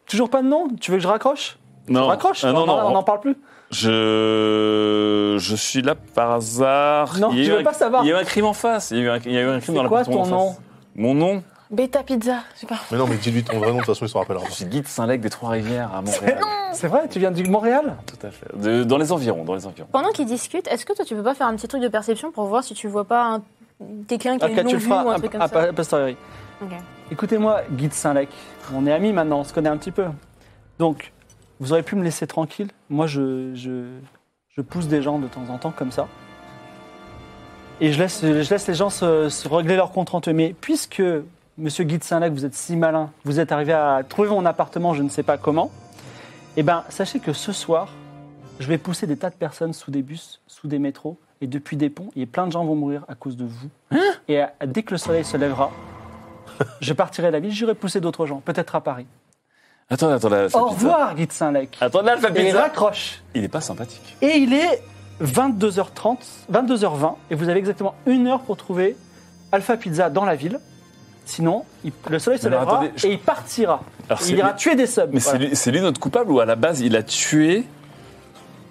S1: Toujours pas de nom Tu veux que je raccroche
S2: Non,
S1: Raccroche
S2: Ah, non,
S1: On en- On
S2: non.
S1: n'en parle plus
S2: Je... je suis là par hasard.
S1: Non,
S2: Il y a
S1: tu
S2: eu
S1: veux
S2: un-
S1: pas savoir.
S2: Il y a eu un crime en face. Il y a eu un, il y a eu un
S1: C'est
S2: crime dans
S1: quoi
S2: l'appartement
S1: ton
S2: en
S1: nom
S2: face. Mon nom
S3: Beta Pizza. Je sais pas.
S5: Mais non, mais dis-lui ton vrai nom, de toute façon, il s'en rappellera.
S2: Je suis guide Saint-Lec des Trois-Rivières à Montréal.
S1: C'est vrai, tu viens du Montréal
S2: Tout à fait. De- dans les environs, dans les environs.
S4: Pendant qu'ils discutent, est-ce que toi, tu peux pas faire un petit truc de perception pour voir si tu vois pas un... quelqu'un qui a
S1: Ok,
S4: une longue
S1: Ah, tu le
S4: vue ou
S1: feras
S4: un
S1: à-
S4: truc
S1: à-
S4: comme ça
S1: à posteriori.
S4: Ok.
S1: Écoutez-moi, Guide Saint-Lec, on est amis maintenant, on se connaît un petit peu. Donc, vous auriez pu me laisser tranquille. Moi, je, je, je pousse des gens de temps en temps comme ça. Et je laisse, je laisse les gens se, se régler leur compte entre eux. Mais puisque, monsieur Guide Saint-Lec, vous êtes si malin, vous êtes arrivé à trouver mon appartement, je ne sais pas comment, eh bien, sachez que ce soir, je vais pousser des tas de personnes sous des bus, sous des métros et depuis des ponts. Et plein de gens vont mourir à cause de vous. et à- dès que le soleil se lèvera, je partirai à la ville, j'irai pousser d'autres gens, peut-être à Paris.
S2: Attends, attends, là,
S1: Au revoir, Guy de Saint-Lec.
S2: Attends, là, Alpha
S1: Et il
S2: Pizza.
S1: raccroche.
S2: Il est pas sympathique.
S1: Et il est 22h30, 22h20, et vous avez exactement une heure pour trouver Alpha Pizza dans la ville. Sinon, il- le soleil se
S2: Mais alors,
S1: lèvera
S2: attendez, je-
S1: et il partira.
S2: Alors,
S1: Et
S2: c'est
S1: il ira
S2: lui-
S1: tuer des subs.
S2: Mais
S1: Voilà.
S2: c'est lui- c'est lui notre coupable ou à la base il a tué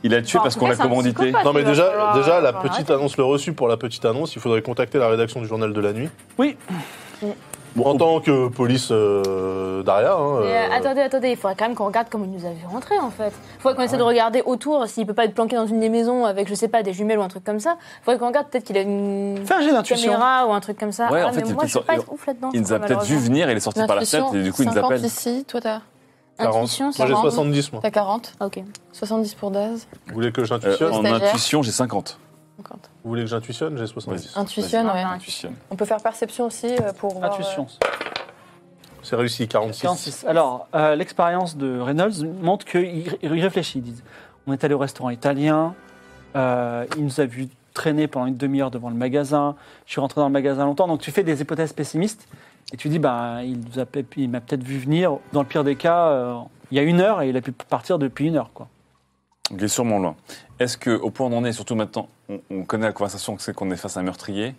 S2: Il a tué
S4: Enfin,
S2: parce
S4: en
S2: qu'on
S4: tout
S2: l'a
S4: cas, c'est un
S2: commandité.
S4: psychopathe.
S5: Non mais
S4: Il va
S5: déjà,
S4: falloir-
S5: déjà la
S4: falloir
S5: petite annonce, le reçu pour la petite annonce, il faudrait contacter la rédaction du journal de la nuit.
S1: Oui.
S5: Bon, en tant que police euh, d'Aria, hein,
S4: Mais,
S5: euh,
S4: euh, attendez, attendez, il faudrait quand même qu'on regarde comment il nous a vu rentrer en fait. Il faudrait qu'on essaie de regarder autour s'il peut pas être planqué dans une des maisons avec, je sais pas, des jumelles ou un truc comme ça. Il faudrait qu'on regarde peut-être qu'il a une
S1: Fais un jet d'intuition.
S4: caméra ou un truc comme ça.
S2: Ouais,
S4: ah,
S2: en fait,
S4: mais
S2: il
S4: moi,
S2: peut
S4: je suis
S2: sor-
S4: pas être ouf là-dedans.
S2: Il nous a peut-être vu venir, il est sorti par la
S3: L'intuition,
S2: fenêtre et du coup il nous
S3: 50
S2: appelle.
S3: ici, toi t'as
S5: 40.
S4: Intuition,
S5: moi j'ai
S4: 40.
S5: 70 moi.
S3: t'as 40,
S4: Ah, ok.
S3: 70 pour Daz,
S5: Vous voulez que
S2: Euh,
S5: j'intuitionne
S2: en
S3: stagiaire.
S2: intuition, j'ai 50.
S3: 50.
S5: Vous voulez que j'intuitionne J'ai 70.
S2: Vas-y.
S3: Intuition,
S4: Vas-y.
S3: ouais.
S4: Ah,
S2: Intuition.
S3: On peut faire perception aussi euh, pour voir...
S1: Intuition.
S5: C'est réussi, 46.
S1: 46. Alors, euh, l'expérience de Reynolds montre qu'il il réfléchit. Ils disent On est allé au restaurant italien, euh, il nous a vu traîner pendant une demi-heure devant le magasin, je suis rentré dans le magasin longtemps. Donc, tu fais des hypothèses pessimistes et tu dis ben, Il, nous a peut- il m'a peut-être vu venir, dans le pire des cas, euh, il y a une heure et il a pu partir depuis une heure. Quoi.
S2: Donc il est sûrement loin. Est-ce qu'au point où on en est, surtout maintenant, on, on connaît la conversation, on sait qu'on est face à un meurtrier,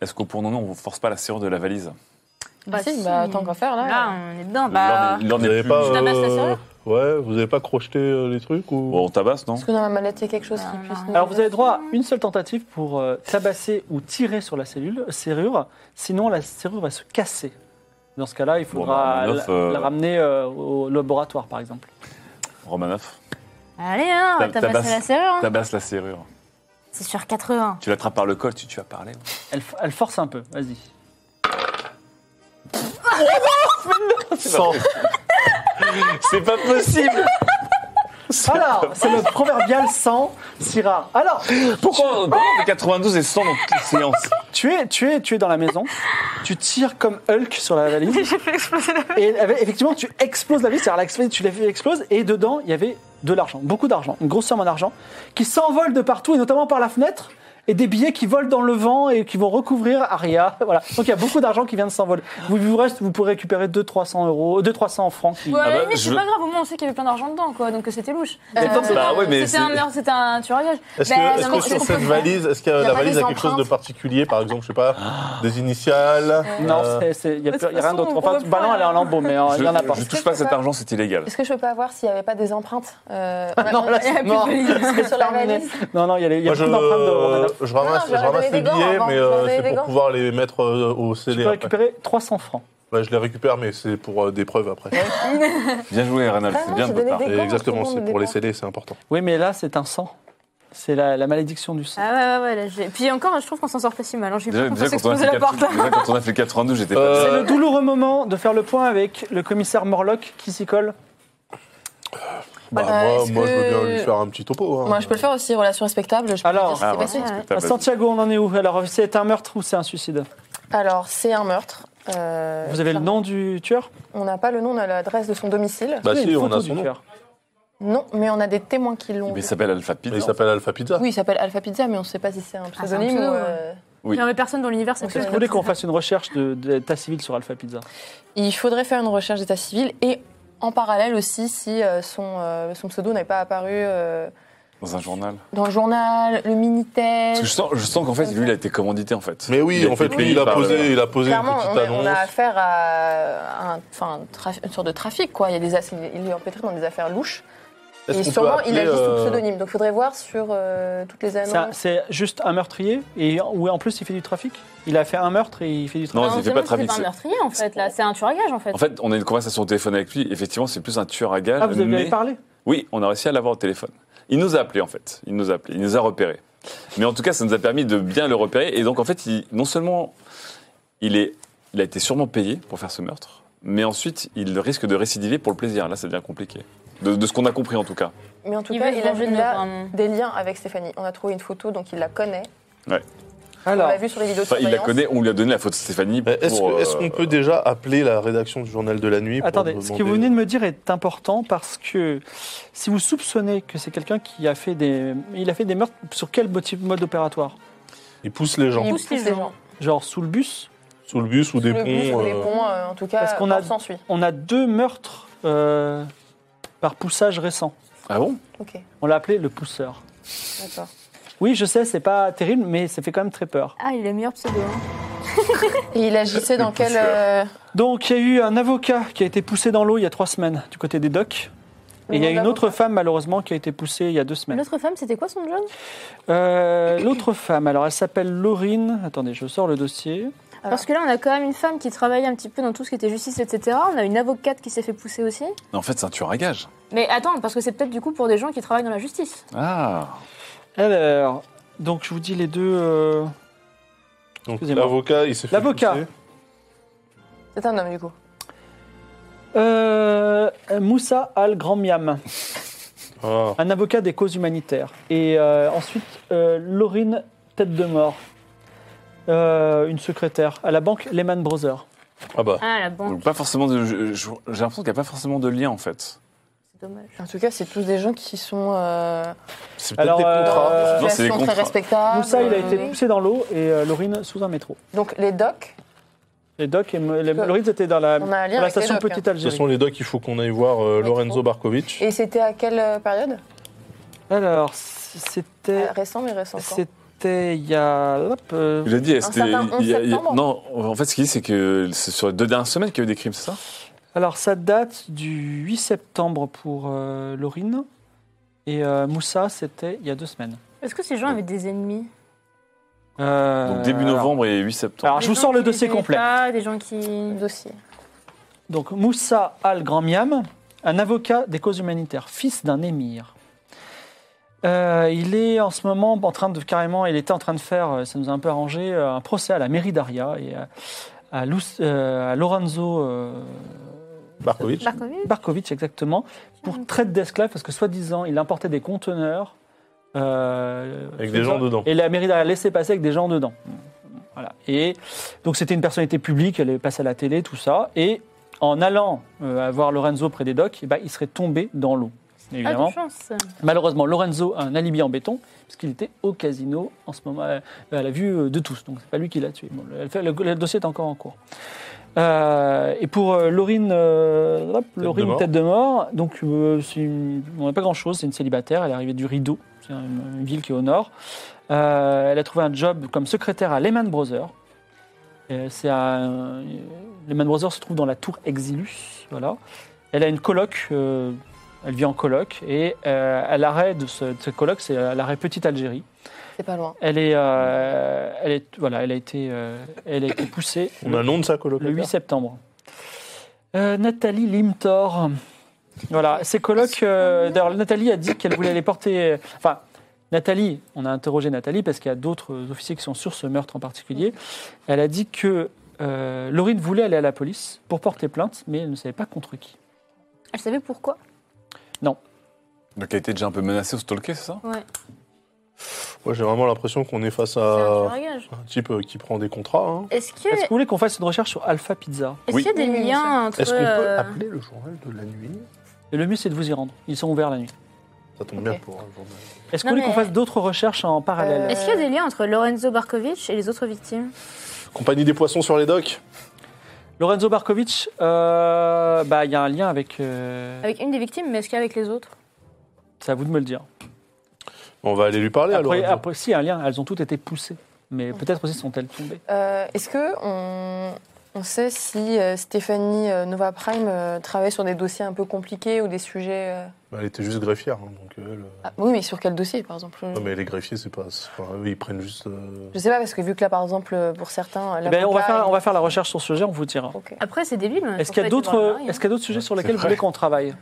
S2: est-ce qu'au point où on en est, on ne force pas la serrure de la valise
S3: euh, Ah, si, bah tant qu'à faire là.
S4: Là, on est dedans.
S2: L'ordre
S4: Bah...
S2: est- l'ordre
S5: Vous
S2: est
S5: avez
S2: plus-
S5: pas, euh,
S4: Je tabasse la serrure
S5: ouais, vous avez pas crocheté euh, les trucs ou
S2: Bon, on tabasse, non
S3: Est-ce que dans la mallette, il y a quelque chose qui
S4: Non,
S3: puisse...
S4: non.
S3: nous-
S1: Alors, vous avez droit à une seule tentative pour euh, tabasser ou tirer sur la cellule, serrure, sinon la serrure va se casser. Dans ce cas-là, il
S2: Bon,
S1: faudra
S2: bah,
S1: la-
S2: Manoff, euh,
S1: la ramener euh, au laboratoire, par exemple.
S2: Romanoff
S4: Allez, hein, on va
S2: Tab-
S4: tabasser
S2: tabasse.
S4: la serrure. hein.
S2: Tabasse la serrure.
S4: C'est sur 80.
S2: Tu l'attrapes par le col, tu, tu as parlé.
S1: Elle, f- elle force un peu, vas-y.
S5: 100
S2: C'est pas possible
S1: Alors, c'est le proverbial 100, Syrah. Alors,
S2: Pourquoi on fait 92 et 100 dans toutes les séances
S1: tu es, tu, es, tu es dans la maison, tu tires comme Hulk sur la valise. Et elle- effectivement, tu exploses la valise, c'est-à-dire elle a explosé, tu l'as vu, elle explose, et dedans, il y avait de l'argent, beaucoup d'argent, une grosse somme en argent, qui s'envole de partout, et notamment par la fenêtre, et des billets qui volent dans le vent et qui vont recouvrir Aria. Voilà. Donc il y a beaucoup d'argent qui vient de s'envoler. Vous, vous reste, vous pourrez récupérer 200-300 euros, 200-300 francs. qui-
S4: Ouais, à la
S2: bah,
S4: limite,
S2: je
S4: c'est
S2: veux-
S4: pas grave, au moins on sait qu'il y avait plein d'argent dedans, quoi, donc euh, c'était louche.
S2: pourtant, c'est- bah ouais, mais
S4: c'était un
S2: c'est-
S4: meurtre, c'était un tueur.
S5: Est-ce
S4: Bah,
S5: que, est-ce
S4: non,
S5: que
S4: mais
S5: sur
S4: c'est-
S5: cette valise, est-ce que
S3: a
S5: la
S3: pas
S5: valise
S3: des
S5: a quelque chose de
S3: empreintes
S5: particulier Par exemple, je sais pas, des initiales
S1: Non,
S5: euh,
S1: il n'y a, plus-
S4: de toute
S1: y a rien
S4: façon,
S1: d'autre. Enfin,
S4: on peut
S1: Ballon,
S4: pas-
S1: elle est en lambeau, mais euh, il
S2: Je-
S1: n'y en a pas.
S2: Je touche pas à cet argent, c'est illégal.
S3: Est-ce que je peux pas voir s'il n'y avait pas des empreintes euh,
S1: Non, là, c'est mort.
S3: sur la valise
S1: Non, non, il y a, les- il y a
S5: Moi, je,
S1: beaucoup d'empreintes de Romanoff.
S5: je ramasse,
S3: Non, non,
S5: je
S3: j'aurais
S5: ramasse
S3: donné
S5: les
S3: des gants
S5: billets,
S3: avant,
S5: mais
S3: j'aurais
S5: euh,
S3: donné
S5: c'est
S3: des
S5: pour
S3: gants.
S5: pouvoir les mettre euh, au
S1: Tu
S5: scellé.
S1: peux
S5: après.
S1: récupérer 300 francs.
S5: Ouais, je les récupère, mais c'est pour euh, des preuves après.
S2: Bien joué, Reynolds, c'est
S3: Vraiment,
S2: bien
S3: j'ai
S2: de votre
S3: donné
S2: part.
S3: des- gants,
S5: Exactement,
S3: tout le
S5: c'est
S3: monde
S5: pour les
S3: dépend.
S5: scellés, c'est important.
S1: Oui, mais là, c'est un sang. C'est la, la malédiction du sang.
S4: Ah ouais, ouais, ouais, là, j'ai- Puis encore, je trouve qu'on s'en sort pas si mal. hein. J'ai eu
S2: Déjà,
S4: peur qu'on
S2: déjà,
S4: fasse
S2: quand on a
S4: exploser
S2: fait
S4: la porte.
S2: 80 déjà, quand on a fait 92, j'étais pas.
S5: Euh,
S1: C'est le douloureux moment de faire le point avec le commissaire Morlock qui s'y colle.
S5: Ah, Bah,
S3: Euh,
S5: moi,
S3: est-ce
S5: moi je veux
S3: que-
S5: bien lui faire un petit topo. hein.
S3: Moi, je peux le faire aussi, relation respectable. Je peux
S1: Alors.
S3: dire ce qui
S2: Ah,
S3: s'est
S2: voilà,
S3: passé.
S2: c'est
S5: bah
S4: ouais.
S2: respectable.
S1: Santiago, on en est où Alors, c'est un meurtre ou c'est un suicide
S3: Alors, c'est un meurtre. euh,
S1: Vous avez le nom du tueur
S3: On n'a pas le nom, on a l'adresse de son domicile.
S5: Bah
S1: Il y
S5: si,
S1: une
S5: on
S1: photo
S5: a
S1: du
S5: son nom.
S1: tueur.
S3: Non, mais on a des témoins qui l'ont.
S2: Mais il
S3: vu.
S2: s'appelle Alpha hein, Pit.
S5: Il s'appelle Alpha Pizza.
S3: Oui, il s'appelle Alpha Pizza, mais on ne sait pas si c'est un pseudonyme
S4: pseudo,
S3: ou.
S4: ouais.
S3: euh,
S2: Oui.
S4: Non, mais personne dans l'univers, c'est
S3: Est-ce
S1: Est-ce
S4: plus.
S1: que vous
S3: Ouais,
S1: voulez
S3: c'est
S1: qu'on
S3: ça.
S1: fasse une recherche de- d'état civil sur Alpha Pizza
S3: Il faudrait faire une recherche d'état civil et en parallèle aussi si euh, son, euh, son pseudo n'est pas apparu euh,
S2: Dans un journal.
S3: dans le journal, le Minitel.
S2: Parce que je sens, je sens qu'en fait, lui, il a été commandité, en fait.
S5: Mais oui,
S2: Il a
S5: en fait,
S2: été
S5: lui,
S2: payé
S5: il a
S2: par le-
S5: posé, il a posé une
S3: Clairement,
S5: petite
S3: on a, on a
S5: annonce.
S3: affaire à un- enfin, un traf- une sorte de trafic. Quoi. Il, y a des, ass- il est empêtré dans des affaires louches. Et
S5: Est-ce qu'on peut
S3: sûrement, il
S5: appeler,
S3: agit sous
S5: euh,
S3: pseudonyme. Donc, il faudrait voir sur euh, toutes les
S1: C'est un-
S3: annonces.
S1: C'est juste un meurtrier et ou en plus il fait du trafic Il a fait un meurtre et il fait du trafic
S2: Non,
S4: Non,
S2: il fait
S4: c'est
S2: pas
S4: pas
S2: de trafic.
S4: un
S2: c'est-
S4: meurtrier en fait, là. C'est un tueur à gage en fait.
S2: En fait, on a une conversation au téléphone avec lui. Effectivement, c'est plus un tueur à gage.
S1: Ah, vous en
S2: mais-
S1: avez parlé
S2: Oui, on a réussi à l'avoir au téléphone. Il nous a appelé en fait. Il nous a appelé. Il nous a repéré. Mais en tout cas, ça nous a permis de bien le repérer. Et donc en fait, il- non seulement il, est, il a été sûrement payé pour faire ce meurtre, mais ensuite il risque de récidiver pour le plaisir. Là, ça devient compliqué. De, de ce qu'on a compris en tout cas.
S3: Mais en tout
S4: Il
S3: cas,
S4: veut se
S3: il a,
S4: venger de
S3: il
S4: nous,
S3: a
S4: apparemment.
S3: des liens avec Stéphanie. On a trouvé une photo, donc il la connaît. on
S1: Alors,
S3: l'a vu sur les vidéos de
S2: Enfin, il la
S3: surveillance.
S2: connaît. On lui a donné la photo de Stéphanie.
S5: Mais Eh, Est-ce
S2: pour,
S5: que- est-ce
S2: euh,
S5: qu'on peut déjà appeler la rédaction du journal de la nuit pour
S1: Attendez, ce que vous
S5: demander-
S1: venez de me dire est important parce que si vous soupçonnez que c'est quelqu'un qui a fait des, il a fait des meurtres sur quel motif, mode opératoire
S5: Il pousse les gens
S3: Il
S4: Pousse les gens.
S1: Genre sous le bus,
S5: sous le bus ou des
S3: Sous le bus,
S5: ponts.
S3: sous les
S5: euh,
S3: ponts, euh, en tout cas,
S1: Parce qu'on
S3: on,
S1: a-
S3: s'ensuit.
S1: on a deux meurtres euh, par poussage récent.
S2: Ah bon
S3: Ok,
S1: On l'a appelé le pousseur.
S3: d'accord.
S1: Oui, je sais, c'est pas terrible, mais ça fait quand même très peur.
S4: Ah, il est meilleur pseudo. hein.
S3: Et il agissait
S2: Le
S3: dans quel...
S2: pousseur.
S3: euh,
S1: Donc il y a eu un avocat qui a été poussé dans l'eau il y a trois semaines du côté des docks. Et il y a
S3: Demande
S1: une autre femme, malheureusement, qui a été poussée il y a deux semaines.
S4: L'autre femme, c'était quoi son job
S1: Euh, L'autre femme, alors elle s'appelle Laurine. Attendez, je sors le dossier.
S3: Alors.
S4: Parce que là, on a quand même une femme qui travaillait un petit peu dans tout ce qui était justice, etc. On a une avocate qui s'est fait pousser aussi.
S2: Non, en fait, c'est un tueur à gage.
S4: Mais attends, parce que c'est peut-être du coup pour des gens qui travaillent dans la justice.
S2: Ah
S1: Alors, donc je vous dis les deux. euh,
S5: Donc
S1: Excusez-moi.
S5: l'avocat, il s'est fait.
S1: L'avocat.
S5: pousser.
S3: C'est un homme, du coup.
S1: euh, Moussa Al Grand Miam,
S5: Ah,
S1: un avocat des causes humanitaires. Et euh, ensuite, euh, Laurine Tête de Mort, euh, une secrétaire à la banque Lehman Brothers.
S5: Ah bah.
S4: Ah, la banque,
S2: Donc, pas forcément de. je- je- J'ai l'impression qu'il n'y a pas forcément de lien, en fait.
S4: c'est dommage.
S3: En tout cas, c'est tous des gens qui sont. Euh,
S5: C'est peut-être
S1: Alors,
S5: des contrats.
S1: euh,
S2: Non, c'est des
S3: relations très
S2: contrats.
S3: respectables.
S1: Moussa, il a
S3: euh,
S1: été
S3: oui.
S1: poussé dans l'eau et euh, Laurine sous un métro.
S3: Donc, les docs,
S1: Les docs et les- Laurine, c'était dans la,
S3: on a un lien
S1: dans la
S3: avec les
S1: station
S3: docs, hein.
S1: Petite
S5: Ce
S1: Algérie.
S5: sont les docs qu'il faut qu'on aille voir euh, Lorenzo Barkovitch.
S3: Et c'était à quelle euh, période
S1: Alors, c'était.
S3: Euh, Récent, mais récent. encore.
S1: C'était il y a. hop, euh,
S2: Il a dit, est-ce
S3: Un
S2: qu'il y a-
S3: certain
S2: il y a- il y a-
S3: 11 septembre.
S2: Non, en fait, ce qu'il dit, c'est que c'est sur les deux dernières semaines qu'il y a eu des crimes, c'est ça
S1: alors, ça date du 8 septembre pour euh, Laurine. Et euh, Moussa, c'était il y a deux semaines.
S4: Est-ce que ces gens avaient des ennemis
S1: Euh,
S2: Donc, début
S1: alors-
S2: novembre et 8 septembre.
S1: Alors, je
S4: Des
S1: vous
S4: gens
S1: sors le
S4: qui les
S1: dossier
S4: payaient
S1: complet.
S4: pas, des gens qui.
S3: Dossier.
S1: Donc, Moussa Al Grand Miam, un avocat des causes humanitaires, fils d'un émir. Euh, il est en ce moment en train de carrément, il était en train de faire, euh, ça nous a un peu arrangé, euh, un procès à la mairie d'Aria et à, à Lous- euh, à Lorenzo euh,
S5: Barkovitch.
S4: Markovic
S1: Barkovitch exactement,
S4: Mm.
S1: pour traite d'esclaves, parce que soi-disant, il importait des conteneurs. euh,
S5: Avec des gens dedans.
S1: Et la mairie l'a laissé passer avec des gens dedans. Voilà. Et donc, c'était une personnalité publique, elle est passée à la télé, tout ça. Et en allant euh, voir Lorenzo près des docks, eh ben, il serait tombé dans l'eau,
S4: Ah,
S1: évidemment.
S4: de chance.
S1: Malheureusement, Lorenzo a un alibi en béton, puisqu'il était au casino en ce moment, euh, à la vue euh, de tous. Donc, c'est pas lui qui l'a tué. Bon, le, le- le dossier est encore en cours. Euh, et pour euh, Laurine, euh, hop,
S5: de
S1: Laurine,
S5: mort.
S1: tête de mort, donc euh, c'est une- on n'a pas grand-chose, c'est une célibataire, elle est arrivée du Rideau, c'est une, une ville qui est au nord. Euh, elle a trouvé un job comme secrétaire à Lehman Brothers. Euh, C'est un- Lehman Brothers se trouve dans la tour Exilus, voilà. Elle a une coloc, euh, elle vit en coloc, et euh, à l'arrêt de ce, de ce coloc, c'est euh, à l'arrêt Petite Algérie.
S3: C'est pas loin.
S1: Elle est, euh, elle est, voilà, elle a été, euh, elle a été poussée
S5: On a le nom de sa
S1: le
S5: colocataire.
S1: 8 septembre. Euh, Nathalie Limtor. Voilà, ses colocs. euh, D'ailleurs, Nathalie a dit qu'elle voulait les porter. euh, Enfin, Nathalie, on a interrogé Nathalie parce qu'il y a d'autres officiers qui sont sur ce meurtre en particulier. Elle a dit que euh, Laurine voulait aller à la police pour porter plainte, mais elle ne savait pas contre qui.
S4: Elle savait pourquoi
S2: Donc, elle était déjà un peu menacée ou stalkée, c'est ça
S4: Ouais.
S5: Moi, j'ai vraiment l'impression qu'on est face
S4: C'est un tueur
S5: à
S4: à gage.
S5: un type euh, qui prend des contrats. hein.
S4: Est-ce que-
S1: Est-ce que vous voulez qu'on fasse une recherche sur Alpha Pizza
S4: est-ce
S2: Oui.
S4: qu'il y a des
S3: Oui, oui,
S4: liens entre.
S5: Est-ce qu'on peut
S4: euh,
S5: appeler le journal de la nuit
S1: Et le mieux, c'est de vous y rendre. Ils sont ouverts la nuit.
S5: Ça tombe
S3: Ok.
S5: bien pour un journal.
S1: Est-ce que
S4: Non,
S1: vous voulez qu'on
S4: mais- Euh,
S1: fasse d'autres recherches en parallèle
S4: Est-ce qu'il y a des liens entre Lorenzo Barkovitch et les autres victimes
S5: Compagnie des poissons sur les docks
S1: Lorenzo Barkovitch, euh, bah, il y a un lien avec. euh,
S4: Avec une des victimes, mais est-ce qu'avec les autres
S1: C'est à vous de me le dire.
S5: On va aller lui parler alors.
S1: Après, après, si, un lien, elles ont toutes été poussées. Mais
S4: Ah.
S1: peut-être aussi sont-elles tombées.
S3: Euh, Est-ce que on, on sait si euh, Stéphanie euh, Nova Prime euh, travaille sur des dossiers un peu compliqués ou des sujets euh,
S5: elle était juste greffière. hein, donc, euh, elle, euh,
S3: ah, Oui, mais sur quel dossier, par exemple euh,
S5: Non, mais les greffiers, c'est pas. c'est- Enfin, eux, ils prennent juste. euh,
S3: Je sais pas parce que vu que là, par exemple, euh, pour certains,
S1: Eh ben, on, va
S3: l'avocat-
S1: faire, on va faire la recherche sur ce sujet, on vous dira.
S3: Ok.
S4: Après, Ah, c'est débile. mais
S1: Est-ce
S4: pour
S1: qu'il y a
S4: ça, ils sont dans le
S1: d'autres euh,
S4: mari, hein.
S1: est-ce qu'il y a d'autres sujets sur
S5: C'est
S1: lesquels vous
S5: vrai.
S1: voulez qu'on travaille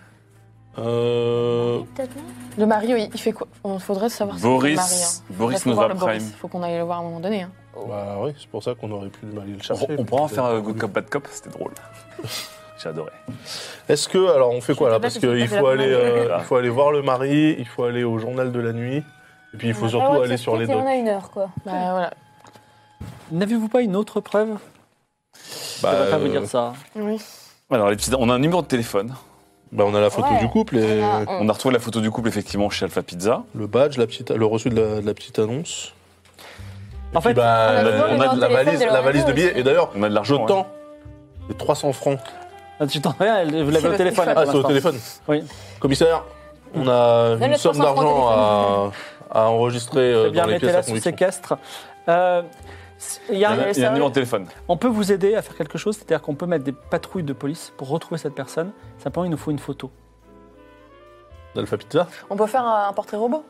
S5: euh,
S4: hein. Peut-être, non
S3: Le mari, oui, il fait quoi On faudrait savoir. hein.
S2: Boris, Boris
S3: nous
S2: Nova
S3: le
S2: Prime.
S3: Il faut qu'on aille le voir à un moment donné. hein.
S5: Bah oui, c'est pour ça qu'on aurait pu aller le
S2: On,
S5: chercher.
S2: on pourra en faire euh, Good Cop, Bad Cop, c'était drôle. J'ai adoré.
S5: Est-ce que. Alors, on fait quoi là
S4: Je sais pas
S5: Parce
S4: si c'est
S5: qu'il
S4: pas
S5: faut,
S4: de la
S5: aller,
S4: commande.
S5: euh, il faut aller voir le mari, il faut aller au journal de la nuit, et puis il faut
S4: On a pas le
S5: surtout
S4: droit de
S5: aller
S4: se
S5: sur les
S4: quitter, On
S5: docks.
S4: a une heure, quoi.
S3: Bah, voilà.
S1: N'avez-vous pas une autre preuve Je ne
S5: Bah,
S1: vais pas vous
S5: euh,
S1: dire ça.
S3: Oui.
S2: Alors, les petites- on a un numéro de téléphone.
S5: bah, on a la photo
S4: Ouais.
S5: du couple et
S3: Ah, on-
S2: On a retrouvé la photo du couple, effectivement, chez Alpha Pizza.
S5: le badge, la petite, le reçu de la, de la petite annonce.
S1: En fait,
S5: Puis, bah,
S4: on a toujours le
S5: on a
S4: numéro
S5: de
S4: de
S5: la
S4: téléphone
S5: valise,
S4: de
S5: la valise de
S4: Lorenzo
S5: billets.
S4: aussi.
S5: Et d'ailleurs,
S2: On a de
S5: je
S2: l'argent. hein.
S5: tends les 300 francs.
S1: Ah, tu t'en rien, elle- vous l'avez
S3: C'est
S1: au
S3: le
S1: téléphone. là,
S5: Ah,
S1: pour
S5: c'est
S1: l'instant.
S5: au téléphone.
S1: Oui.
S5: Commissaire, on a
S4: Donne
S5: une
S4: le
S5: somme
S4: 300 francs
S5: d'argent à, à enregistrer euh,
S1: Très Eh bien,
S5: dans les pièces
S1: mettez-la
S5: à
S1: sous
S5: conviction.
S1: séquestre. Euh, il y a-
S2: Il y a- il y a un numéro de téléphone.
S1: on peut vous aider à faire quelque chose, c'est-à-dire qu'on peut mettre des patrouilles de police pour retrouver cette personne. Simplement, il nous faut une photo.
S5: d'Alpha Pizza.
S3: On peut faire un portrait robot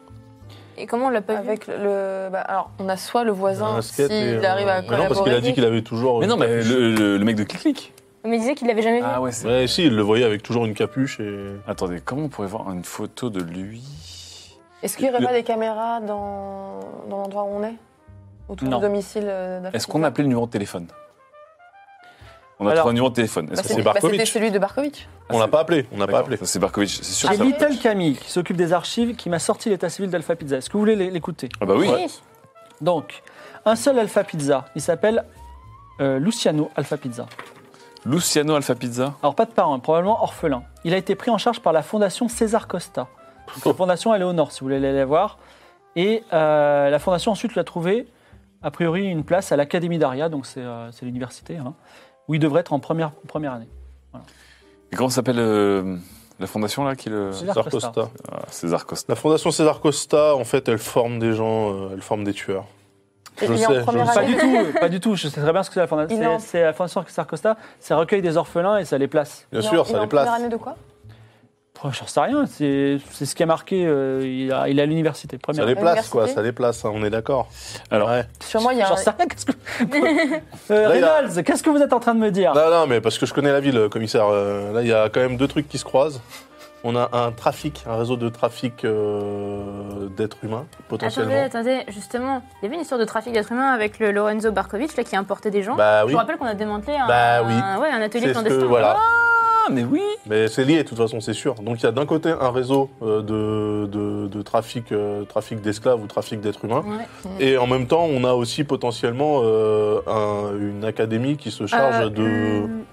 S4: Et comment on l'a
S5: Ah
S4: pas vu
S3: avec le. le- bah, alors, on a soit le voisin,
S5: Un skate
S3: s'il
S5: et, euh,
S3: arrive à
S5: Mais non, parce qu'il a
S3: collaborer.
S5: dit qu'il avait toujours.
S2: Mais
S5: une
S2: non, mais
S5: capuche.
S2: le, le- le mec de Click Click.
S4: Mais il disait qu'il l'avait jamais vu.
S2: Ah ouais, c'est.
S5: Ouais, si, il le voyait avec toujours une capuche et.
S2: Attendez, comment on pourrait voir une photo de lui
S3: Est-ce qu'il n'y aurait
S2: le-
S3: pas des caméras dans, dans l'endroit où on est Autour
S1: Non.
S3: du domicile euh, d'Alpha
S2: Est-ce qu'on a appelé le numéro de téléphone On a
S1: Alors-
S2: trouvé un numéro de téléphone. Est-ce
S3: Bah,
S2: qu'on-
S3: c'était-
S5: c'est
S3: bah, C'était
S5: Barkovitch
S3: celui de Barkovitch.
S5: On l'a pas appelé, on n'a pas
S2: D'accord,
S5: appelé.
S2: ça, C'est Barkovitch, c'est
S4: Ah,
S2: sûr.
S1: C'est
S2: ça.
S1: Little Camille qui s'occupe des archives qui m'a sorti l'état civil d'Alpha Pizza. Est-ce que vous voulez l'é- l'écouter
S2: Ah bah oui.
S1: Donc, un seul Alpha Pizza. Il s'appelle euh, Luciano Alpha Pizza.
S2: Luciano Alpha Pizza.
S1: Alors, pas de parents, hein, probablement orphelin. Il a été pris en charge par la fondation César Costa. Donc, la fondation, elle est au nord, si vous voulez aller la voir. Et euh, la fondation, ensuite, l'a trouvé, a priori, une place à l'Académie d'Aria, donc c'est euh, c'est l'université, hein, où il devrait être en première, première année.
S2: Et comment s'appelle euh, la fondation là qui le...
S1: César
S5: César
S1: Costa.
S5: Costa.
S2: Ah, César Costa.
S5: La fondation César Costa, en fait, elle forme des gens, euh, elle forme des tueurs.
S3: Et
S5: Je
S3: il est
S5: sais,
S3: en
S5: je
S3: première
S5: sais.
S1: Pas
S3: année.
S1: du tout, pas du tout. Je sais très bien ce que c'est la fondation.
S3: Il est en-
S1: C'est- C'est la fondation César Costa, ça recueille des orphelins et ça les place.
S5: Bien
S3: Il est en-
S5: sûr,
S3: il est
S5: ça les
S3: en première
S5: place.
S3: année de quoi
S1: Je J'en sais rien, c'est c'est ce qui a marqué, euh, il a- il est à l'université,
S5: Ça
S1: première.
S5: les place, quoi,
S3: Université.
S5: ça les place, hein, on est d'accord.
S2: Alors,
S5: Ouais.
S3: Sûrement, il y a
S1: J'en
S3: un.
S1: sais rien, qu'est-ce que... Euh,
S5: Là, il a-
S1: Reynolds, qu'est-ce que vous êtes en train de me dire
S2: Bah,
S5: Non, non, mais parce que je connais la ville, commissaire. Euh, Là, il y a quand même deux trucs qui se croisent. On a un trafic, un réseau de trafic euh, d'êtres humains, potentiellement.
S4: Attendez, attendez, justement, il y avait une histoire de trafic d'êtres humains avec le Lorenzo Barkovitch là, qui importait des gens.
S5: Bah oui,
S4: Je vous rappelle qu'on a démantelé un,
S5: Bah oui.
S4: un- ouais, un atelier
S5: c'est ce que...
S4: clandestin.
S5: Voilà.
S2: Ah, mais oui
S5: Mais c'est lié, de toute façon, c'est sûr. Donc, il y a d'un côté un réseau euh, de, de, de trafic, euh, trafic d'esclaves ou trafic d'êtres humains.
S4: Ouais.
S5: Et en même temps, on a aussi potentiellement euh, un- une académie qui se charge
S4: Euh,
S5: de,
S4: hum,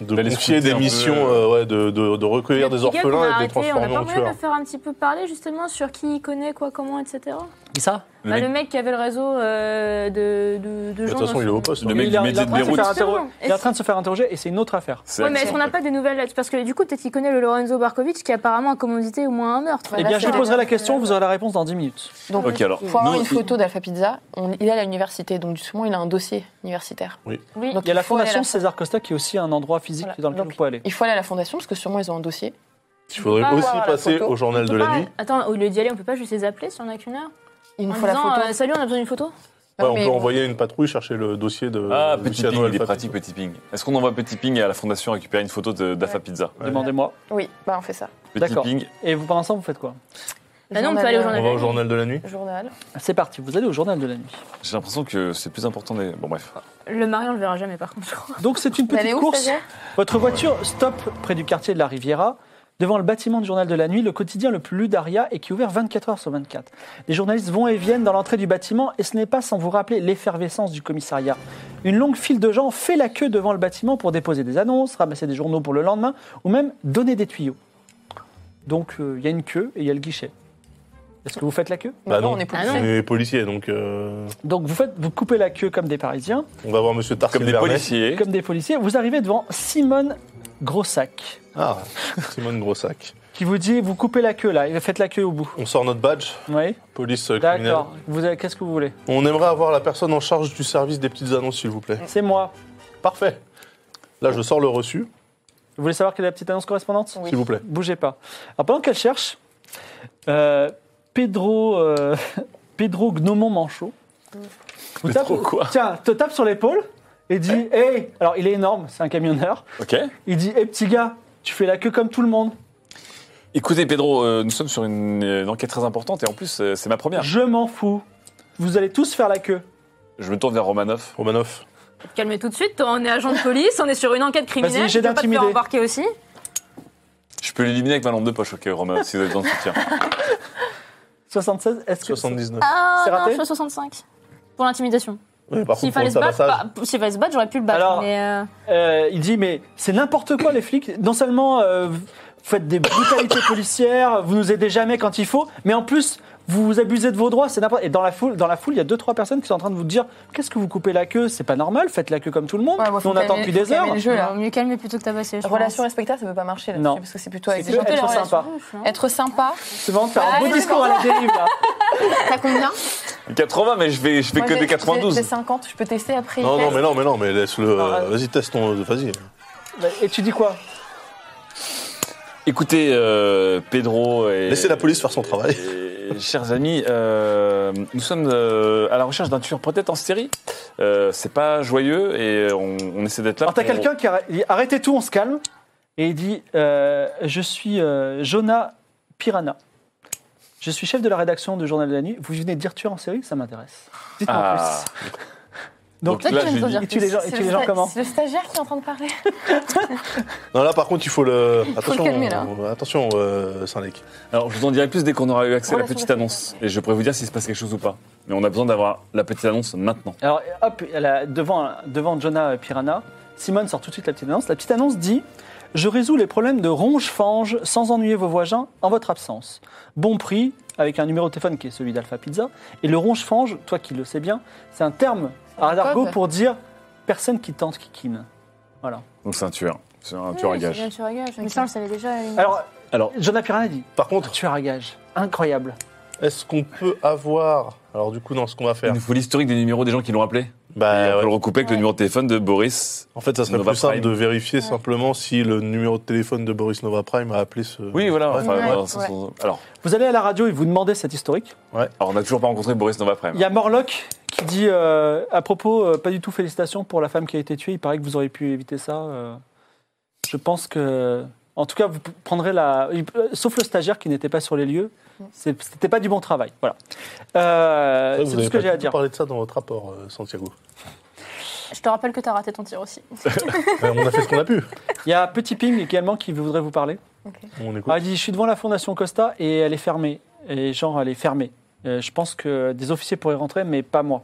S5: de
S2: D'aller scouter
S5: confier des
S2: un peu.
S5: missions, euh, ouais, de, de, de recueillir
S4: le
S5: des
S4: petit gars qu'on a
S5: orphelins et de les
S4: arrêté,
S5: transformer
S4: On
S5: en
S4: n'a pas moyen
S5: tueurs.
S4: de faire un petit peu parler justement sur qui connaît quoi, comment, etc.
S1: Qui ça
S2: Le
S4: Bah,
S2: mec-
S4: le mec qui avait le réseau euh, de, de, de
S5: De
S4: gens.
S5: toute
S4: dans
S5: façon, il est
S4: son-
S5: au poste.
S2: Le
S5: hein.
S1: Il
S2: mec
S1: est
S2: du
S1: en- il est en
S2: Médite
S1: train de se
S2: Beyrouth.
S1: faire interro-
S4: Justement.
S1: il est en train de se faire interroger et c'est une autre affaire.
S2: C'est
S4: Ouais, mais est-ce
S2: Axel.
S4: qu'on n'a pas des nouvelles là-dessus Parce que du coup, peut-être qu'il connaît le Lorenzo Barkovitch qui apparemment a commandité au moins un meurtre.
S1: eh
S3: là,
S1: bien,
S3: Bah, c'est
S1: je vous poserai
S3: vrai.
S1: la question, vous aurez la réponse dans 10 minutes.
S3: Donc,
S2: Ok,
S4: euh,
S2: alors.
S3: pour avoir
S2: nous,
S3: une photo d'Alpha Pizza, on- il est à l'université, donc justement, il a un dossier universitaire.
S4: Oui.
S3: Donc,
S1: Il y a la
S3: faut aller à
S1: fondation César Costa qui est aussi un endroit physique
S3: Voilà.
S1: dans lequel
S3: Donc,
S1: vous pouvez aller.
S3: Il faut aller à la fondation, parce que sûrement, ils ont un dossier.
S5: Il faudrait
S4: pas
S5: aussi
S3: voir la
S5: passer
S3: photo.
S5: au journal de
S4: On peut
S5: la
S4: pas-
S5: nuit.
S4: Attends, au lieu d'y aller, on peut pas juste les appeler si on a qu'une heure
S3: Il nous
S4: En
S3: faut la
S4: disant,
S3: photo.
S4: euh, Salut, on a besoin d'une photo
S5: Ouais,
S3: Non,
S5: on
S3: mais
S5: peut envoyer une patrouille chercher le dossier de
S2: Ah,
S5: de
S2: petit
S5: Euh, Luciano
S2: ping, il est
S5: Alpha.
S2: pratique, petit ping. Est-ce qu'on envoie petit ping à la fondation récupérer une photo de- d'Alpha Pizza
S1: Demandez-moi.
S3: Oui, bah, on fait ça.
S2: Petit
S1: D'accord.
S2: ping.
S1: Et vous, pendant ça, vous faites quoi
S4: Ah non, on peut aller au
S5: On
S4: journal.
S5: va au journal de la nuit.
S3: Journal.
S1: C'est parti, vous allez au journal de la nuit.
S2: J'ai l'impression que c'est plus important des. Bon, bref.
S5: Ah,
S4: Le mari, on le verra jamais par contre, je crois.
S1: Donc, c'est une
S3: Vous allez
S1: petite
S3: où,
S1: course.
S3: stagiaire
S1: Votre voiture stoppe près du quartier de la Riviera, devant le bâtiment du journal de la nuit, le quotidien le plus lu d'Aria et qui est ouvert 24 heures sur 24. Les journalistes vont et viennent dans l'entrée du bâtiment et ce n'est pas sans vous rappeler l'effervescence du commissariat. Une longue file de gens fait la queue devant le bâtiment pour déposer des annonces, ramasser des journaux pour le lendemain ou même donner des tuyaux. Donc euh, il y a une queue et il y a le guichet. Est-ce que vous faites la queue
S3: Bah,
S5: Bah
S3: non,
S5: non.
S3: on est
S4: Ah
S3: policier.
S4: non.
S5: On est policiers, donc euh,
S1: Donc vous faites, vous coupez la queue comme des Parisiens,
S5: on va voir Monsieur Tarsil
S2: Comme des
S5: Vernet.
S2: policiers.
S1: comme des policiers. Vous arrivez devant Simone Grossac
S5: Ah, Simone Grossac.
S1: qui vous dit vous coupez la queue là, et faites la queue au bout.
S5: On sort notre badge,
S1: Oui.
S5: police euh, criminelle.
S1: D'accord. Vous avez- Qu'est-ce que vous voulez
S5: On aimerait avoir la personne en charge du service des petites annonces, s'il vous plaît.
S1: C'est moi.
S5: Parfait. Là, je sors le reçu,
S1: Vous voulez savoir quelle est la petite annonce correspondante
S3: Oui.
S5: s'il vous plaît.
S1: Bougez pas. Alors pendant qu'elle cherche, euh, Pedro, euh, Pedro Gnomon Manchot vous tape,
S2: Pedro quoi
S1: tiens, te tape sur l'épaule et dit Hé Alors il est énorme, c'est un camionneur.
S2: Ok.
S1: Il dit Hé petit gars, tu fais la queue comme tout le monde.
S2: Écoutez, Pedro, euh, nous sommes sur une, euh, une enquête très importante et en plus, euh, c'est ma première.
S1: Je m'en fous. Vous allez tous faire la queue.
S2: Je me tourne vers Romanov.
S5: Romanov.
S4: Calmez tout de suite, toi, on est agent de police, on est sur une enquête criminelle.
S1: Vas-y, j'ai
S4: tu peux pas te faire
S1: d'intimider.
S4: embarquer aussi.
S2: Je peux l'éliminer avec ma lampe de poche, ok, Romanov, si vous avez besoin de soutien.
S1: 76, est-ce que.
S5: 79.
S4: Ah,
S1: C'est
S4: non,
S1: raté
S4: je suis à 65. Pour l'intimidation.
S5: Ouais, par contre, pour
S4: S'il fallait,
S5: le
S4: se battre,
S5: tabassage,
S4: pas- s'il fallait se battre, j'aurais pu le battre.
S1: Alors-
S4: mais, euh,
S1: Euh, il dit mais c'est n'importe quoi les flics. Non seulement euh, vous faites des brutalités policières, vous nous aidez jamais quand il faut, mais en plus vous vous abusez de vos droits. C'est n'importe. Et dans la foule, dans la foule, il y a deux trois personnes qui sont en train de vous dire qu'est-ce que vous coupez la queue C'est pas normal. Faites la queue comme tout le monde.
S3: Ouais, moi, faut
S1: Nous, on attend
S3: calmer-
S1: depuis
S3: faut
S1: des heures.
S3: calmer le jeu, là.
S4: alors, mieux calmer plutôt que tabasser. je
S3: Relation
S4: pense.
S3: respectable, ça peut pas marcher là
S1: Non.
S3: parce que c'est plutôt avec
S1: C'est
S3: des gens.
S1: que être
S3: Relation-
S1: sympa.
S3: Être sympa,
S1: C'est vraiment de faire un
S3: Ah,
S1: beau
S3: allez,
S1: discours à la dérive. là.
S3: t'as combien
S2: 80, mais je vais, je fais
S3: Moi,
S2: que
S3: j'ai-
S2: des
S3: J'ai
S2: 92.
S3: j'ai 50, je peux tester après.
S5: Non,
S3: il
S5: non,
S3: teste.
S5: mais non, mais non, mais laisse-le. euh,
S1: Ah, ouais.
S5: Vas-y, teste ton. Vas-y.
S1: Et tu dis quoi
S2: Écoutez, euh, Pedro et.
S5: Laissez la police faire son travail.
S2: et Chers amis, euh, nous sommes euh, à la recherche d'un tueur peut-être en série. Euh, c'est pas joyeux et on, on essaie d'être là.
S5: Oh,
S1: Alors t'as
S2: pour-
S1: quelqu'un qui a, il dit, arrêtez tout, on se calme. Et il dit euh, je suis euh, Jonah Pirana. Je suis chef de la rédaction du Journal de la Nuit. Vous venez de dire tueur en série, ça m'intéresse. Dites-moi
S2: Ah.
S1: plus.
S2: Donc,
S1: Donc,
S2: là, je
S3: qu'il va nous
S2: lui
S3: en
S2: dis,
S3: dire
S1: et tu
S3: plus.
S1: les gens- et
S3: C'est
S1: tu
S3: le
S1: les gens
S3: sta-
S1: comment
S3: C'est le stagiaire qui est en train de parler.
S5: Ah, Non, là, par contre, il faut le. Attention,
S3: calmer, là.
S5: euh, attention, euh, Saint-Lec.
S2: Alors, je vous en dirai plus dès qu'on aura eu accès à la
S3: Relation
S2: petite
S3: d'accueil.
S2: annonce. Et je pourrai vous dire s'il se passe quelque chose ou pas. Mais on a besoin d'avoir la petite annonce maintenant.
S1: Alors, hop, elle a- devant, devant Jonah Pirana, Simone sort tout de suite la petite annonce. La petite annonce dit Je résous les problèmes de ronge-fange sans ennuyer vos voisins en votre absence. Bon prix, avec un numéro de téléphone qui est celui d'Alpha Pizza. Et le ronge-fange, toi qui le sais bien, c'est un terme à
S3: un
S1: l'argot
S3: code.
S1: pour dire personne qui tente kikine. Voilà.
S2: Donc, c'est un tueur. C'est un tueur à gage.
S4: Bien, tu regardes.
S3: ok.
S4: Mais ça, on le savait déjà. à la limite.
S1: Alors,
S2: Alors,
S1: Jonah Pirana dit
S5: Par
S1: Un
S5: contre,
S1: tueur à gage. Incroyable.
S5: est-ce qu'on peut avoir. Alors, du coup, non, ce qu'on va
S2: il
S5: faire.
S2: nous faut l'historique des numéros des gens qui l'ont appelé. Et on
S5: Bah,
S2: peut
S5: ouais.
S2: le recouper avec le
S4: Ouais.
S2: numéro de téléphone de Boris.
S5: En fait, ça serait
S2: Nova
S5: plus simple
S2: Prime.
S5: de vérifier simplement si le numéro de téléphone de Boris Nova Prime a appelé ce.
S2: Oui, voilà.
S5: Ouais.
S2: enfin,
S3: Ouais.
S2: voilà, sans- sans- Alors,
S1: Vous allez à la radio et vous demandez cet historique.
S2: alors, on n'a toujours pas rencontré Boris hein. Nova
S1: Il
S2: Prime.
S1: y a Morlock qui dit euh, à propos, euh, pas du tout félicitations pour la femme qui a été tuée. Il paraît que vous auriez pu éviter ça. euh. je pense que, en tout cas, vous p- prendrez la, il- euh, sauf le stagiaire qui n'était pas sur les lieux. C'est- C'était pas du bon travail. Voilà. Euh,
S5: C'est
S1: C'est
S5: vrai que vous
S1: tout
S5: avez
S1: ce que
S5: pas
S1: j'ai à
S5: du tout
S1: dire.
S5: parlé de ça dans votre rapport, euh, Santiago.
S4: Je te rappelle que t'as raté ton tir aussi.
S5: Euh, on a fait ce qu'on a pu.
S1: Il y a Petit Ping également qui voudrait vous parler.
S5: On écoute.
S1: Ah, il dit, je suis devant la fondation Costa et elle est fermée. Et genre, elle est fermée. Euh, je pense que des officiers pourraient rentrer, mais pas moi.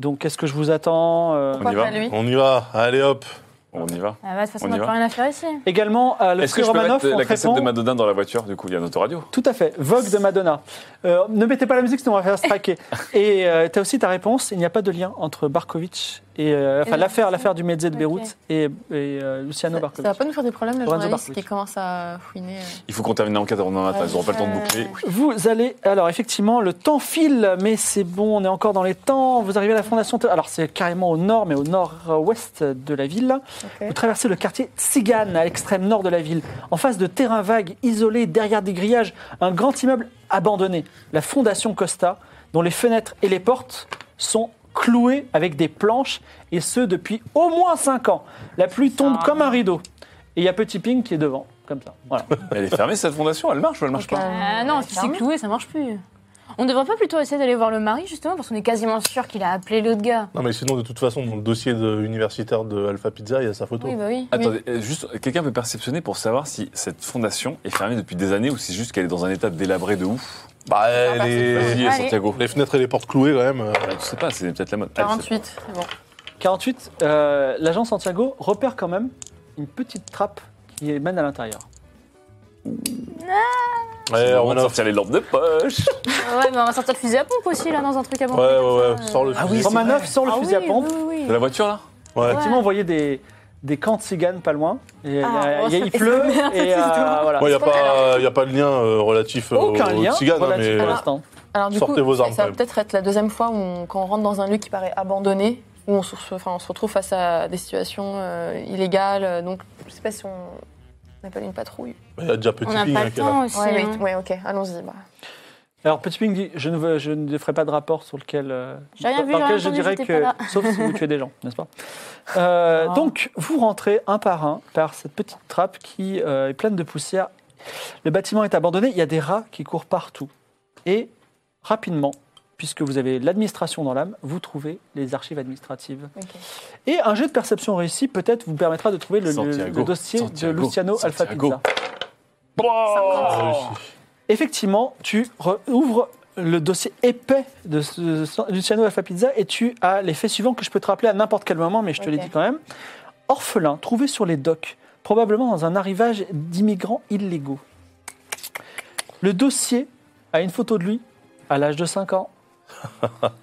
S1: Donc, est-ce que je vous attends euh,
S2: On y va.
S3: à lui.
S5: On y va. Allez hop.
S2: On y va.
S4: Ah bah, de toute façon,
S2: On y
S4: on n'a
S2: va.
S4: plus rien à faire ici.
S1: Également, à le
S2: Est-ce que je peux
S1: Romanoff,
S2: mettre
S1: on
S2: la
S1: te
S2: cassette de
S1: répond-
S2: Madonna dans la voiture Du coup, il y a notre radio.
S1: Tout à fait. Vogue de Madonna. Euh, ne mettez pas la musique, sinon on va faire straquer. Et tu as aussi ta réponse. Il n'y a pas de lien entre Barkovitch et euh, enfin
S4: Et
S1: l'affaire,
S4: Barkovitch.
S1: l'affaire du Mezzé de
S4: Ok.
S1: Beyrouth et, et, euh, Luciano
S3: Ça, ça va
S1: Barkovitch.
S3: pas nous faire des problèmes, le
S1: Lorenzo
S3: journaliste
S1: Bartoli.
S3: qui commence à fouiner. euh.
S2: Il faut qu'on termine l'enquête avant demain matin.
S4: Ouais,
S2: Ils n'auront pas le temps de
S4: ouais.
S2: boucler.
S1: Vous allez alors effectivement le temps file, mais c'est bon, on est encore dans les temps. Vous arrivez à la fondation. Te- Alors c'est carrément au nord, mais au nord-ouest de la ville. Vous traversez le quartier Tsigane, à l'extrême nord de la ville, en face de terrains vagues, isolés, derrière des grillages, un grand immeuble abandonné, la Fondation Costa, dont les fenêtres et les portes sont clouées avec des planches, et ce depuis au moins 5 ans. La pluie tombe
S4: Ça.
S1: comme un rideau. Et il y a Petit Ping qui est devant, comme ça. Voilà.
S2: Elle est fermée, cette fondation Elle marche ou elle marche pas
S4: Ah non, si c'est cloué, ça marche plus. On devrait pas plutôt essayer d'aller voir le mari, justement, parce qu'on est quasiment sûr qu'il a appelé l'autre gars.
S5: Non, mais sinon, de toute façon, dans le dossier de- universitaire de Alpha Pizza, il y a sa photo.
S4: Oui, bah oui.
S2: Attendez, euh, juste, quelqu'un peut perceptionner pour savoir si cette fondation est fermée depuis des années ou si c'est juste qu'elle est dans un état délabré de ouf
S5: Bah,
S3: bah,
S5: les...
S2: Vas-y,
S4: Allez.
S2: Santiago.
S5: les fenêtres et les portes clouées, quand même. euh,
S2: Bah, je sais pas, c'est peut-être la mode. Allez, c'est-
S3: 48, c'est bon.
S1: 48, euh, l'agent Santiago repère quand même une petite trappe qui mène à l'intérieur.
S2: c'est
S5: Ouais,
S2: le moment de
S5: Romanoff.
S2: sortir les lampes de poche.
S4: Ah Ouais, mais on va sortir le fusil à pompe aussi, là, dans un truc à
S5: Ouais,
S4: pompe.
S5: ouais, ouais. Sors le
S1: Ah
S5: fusil.
S1: Romanov sort le
S4: Ah
S1: fusil
S4: oui,
S1: à pompe.
S4: oui, oui.
S2: De la voiture, là
S5: Ouais.
S1: Effectivement, on voyait des, des camps de ciganes pas loin. Et,
S4: Ah,
S1: euh, il y a- il pleut.
S4: merde, cette
S1: et, euh,
S4: histoire.
S1: voilà.
S5: Moi, il n'y a, pas- y a pas de lien euh, relatif euh,
S1: Aucun
S5: au
S1: lien
S5: cigane, hein,
S1: relatif
S5: mais
S1: pour l'instant.
S3: Alors, du
S5: Sortez
S3: coup,
S5: vos
S3: ça-
S5: armes,
S3: ça,
S5: quand
S3: va
S5: même.
S3: peut-être être la deuxième fois où on- quand on rentre dans un lieu qui paraît abandonné, où on se, enfin, on se retrouve face à des situations euh, illégales. euh, Donc, je sais pas si on appelle une patrouille.
S5: il y a déjà
S4: On
S5: Petit
S4: n'a
S5: Ping
S4: pas
S5: hein,
S4: le
S5: qui est là.
S4: temps aussi.
S3: Ouais,
S4: hein.
S3: mais- ouais, ok, allons-y. bah.
S1: Alors, Petit Ping dit Je ne, veux, je ne ferai pas de rapport sur lequel, euh,
S4: J'ai rien
S1: dans-
S4: vu,
S1: dans
S4: j'ai
S1: lequel
S4: rien
S1: je
S4: entendu,
S1: dirais
S4: j'étais
S1: que.
S4: pas là.
S1: Sauf si vous tuez des gens, n'est-ce pas Euh,
S4: Ah.
S1: Donc, vous rentrez un par un par cette petite trappe qui euh, est pleine de poussière. Le bâtiment est abandonné il y a des rats qui courent partout. Et rapidement, puisque vous avez l'administration dans l'âme, vous trouvez les archives administratives.
S3: Ok.
S1: Et un jeu de perception réussi peut-être vous permettra de trouver le, le-
S2: Santiago,
S1: le dossier de
S2: Santiago,
S1: Luciano Alpha
S2: Santiago.
S1: Pizza.
S2: Oh
S5: Réussi.
S1: Effectivement, tu ouvres le dossier épais de ce- de Luciano Alpha Pizza et tu as l'effet suivant que je peux te rappeler à n'importe quel moment, mais je te l'ai
S3: Ok.
S1: dit quand même. Orphelin, trouvé sur les docks, probablement dans un arrivage d'immigrants illégaux. Le dossier a une photo de lui à l'âge de 5 ans.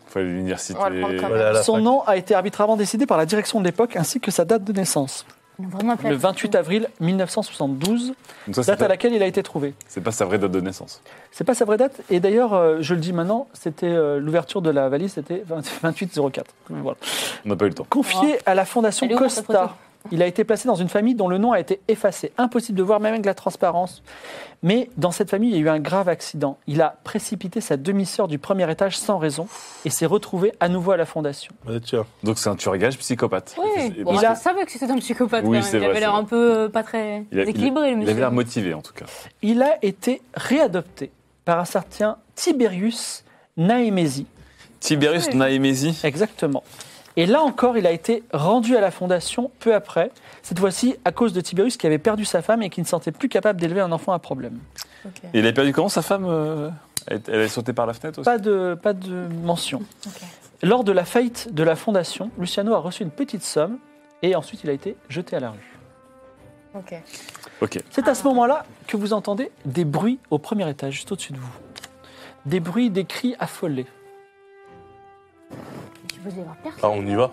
S2: Faut aller à l'université.
S3: On va le prendre quand même.
S5: Voilà, à la
S1: Son
S5: fac.
S1: nom a été arbitrairement décidé par la direction de l'époque ainsi que sa date de naissance,
S4: On a vraiment appelé
S1: le
S4: la
S1: 28 avril 1972,
S2: Donc ça, c'est
S1: date à
S2: pas,
S1: laquelle il a été trouvé.
S2: c'est pas sa vraie date de naissance.
S1: C'est pas sa vraie date. Et d'ailleurs, euh, je le dis maintenant, c'était euh, l'ouverture de la valise, c'était 20 2804. Voilà.
S2: On n'a pas eu le temps.
S1: Confié à la Fondation
S4: Ah. Elle est où,
S1: Costa.
S4: cette photo
S1: Il a été placé dans une famille dont le nom a été effacé. Impossible de voir, même avec la transparence. Mais dans cette famille, il y a eu un grave accident. Il a précipité sa demi-sœur du premier étage sans raison et s'est retrouvé à nouveau à la fondation.
S5: Ah, tiens.
S2: Donc c'est un tueur-gage psychopathe.
S4: Oui,
S2: Et
S4: bon,
S2: parce
S4: je
S2: que-
S4: savais que c'était un psychopathe
S2: Oui,
S4: quand même.
S2: c'est
S4: Il
S2: vrai,
S4: avait l'air
S2: c'est
S4: un peu euh, pas très
S2: il a-
S4: équilibré, le
S2: il avait
S4: monsieur.
S2: l'air motivé en tout cas.
S1: Il a été réadopté par un certain Tiberius Naemesi.
S2: Tiberius Naemesi.
S1: Exactement. Et là encore, il a été rendu à la fondation peu après, cette fois-ci à cause de Tiberius qui avait perdu sa femme et qui ne sentait plus capable d'élever un enfant à problème.
S2: Et Il a perdu comment sa femme euh, Elle elle est sautée par la fenêtre aussi
S1: Pas de, pas de mention. Lors de la faillite de la fondation, Luciano a reçu une petite somme et ensuite il a été jeté à la rue.
S3: Ok.
S2: Ok.
S1: C'est à ce moment-là que vous entendez des bruits au premier étage, juste au-dessus de vous. Des bruits, des cris affolés.
S4: Tu peux avoir personne.
S5: Ah, on y va.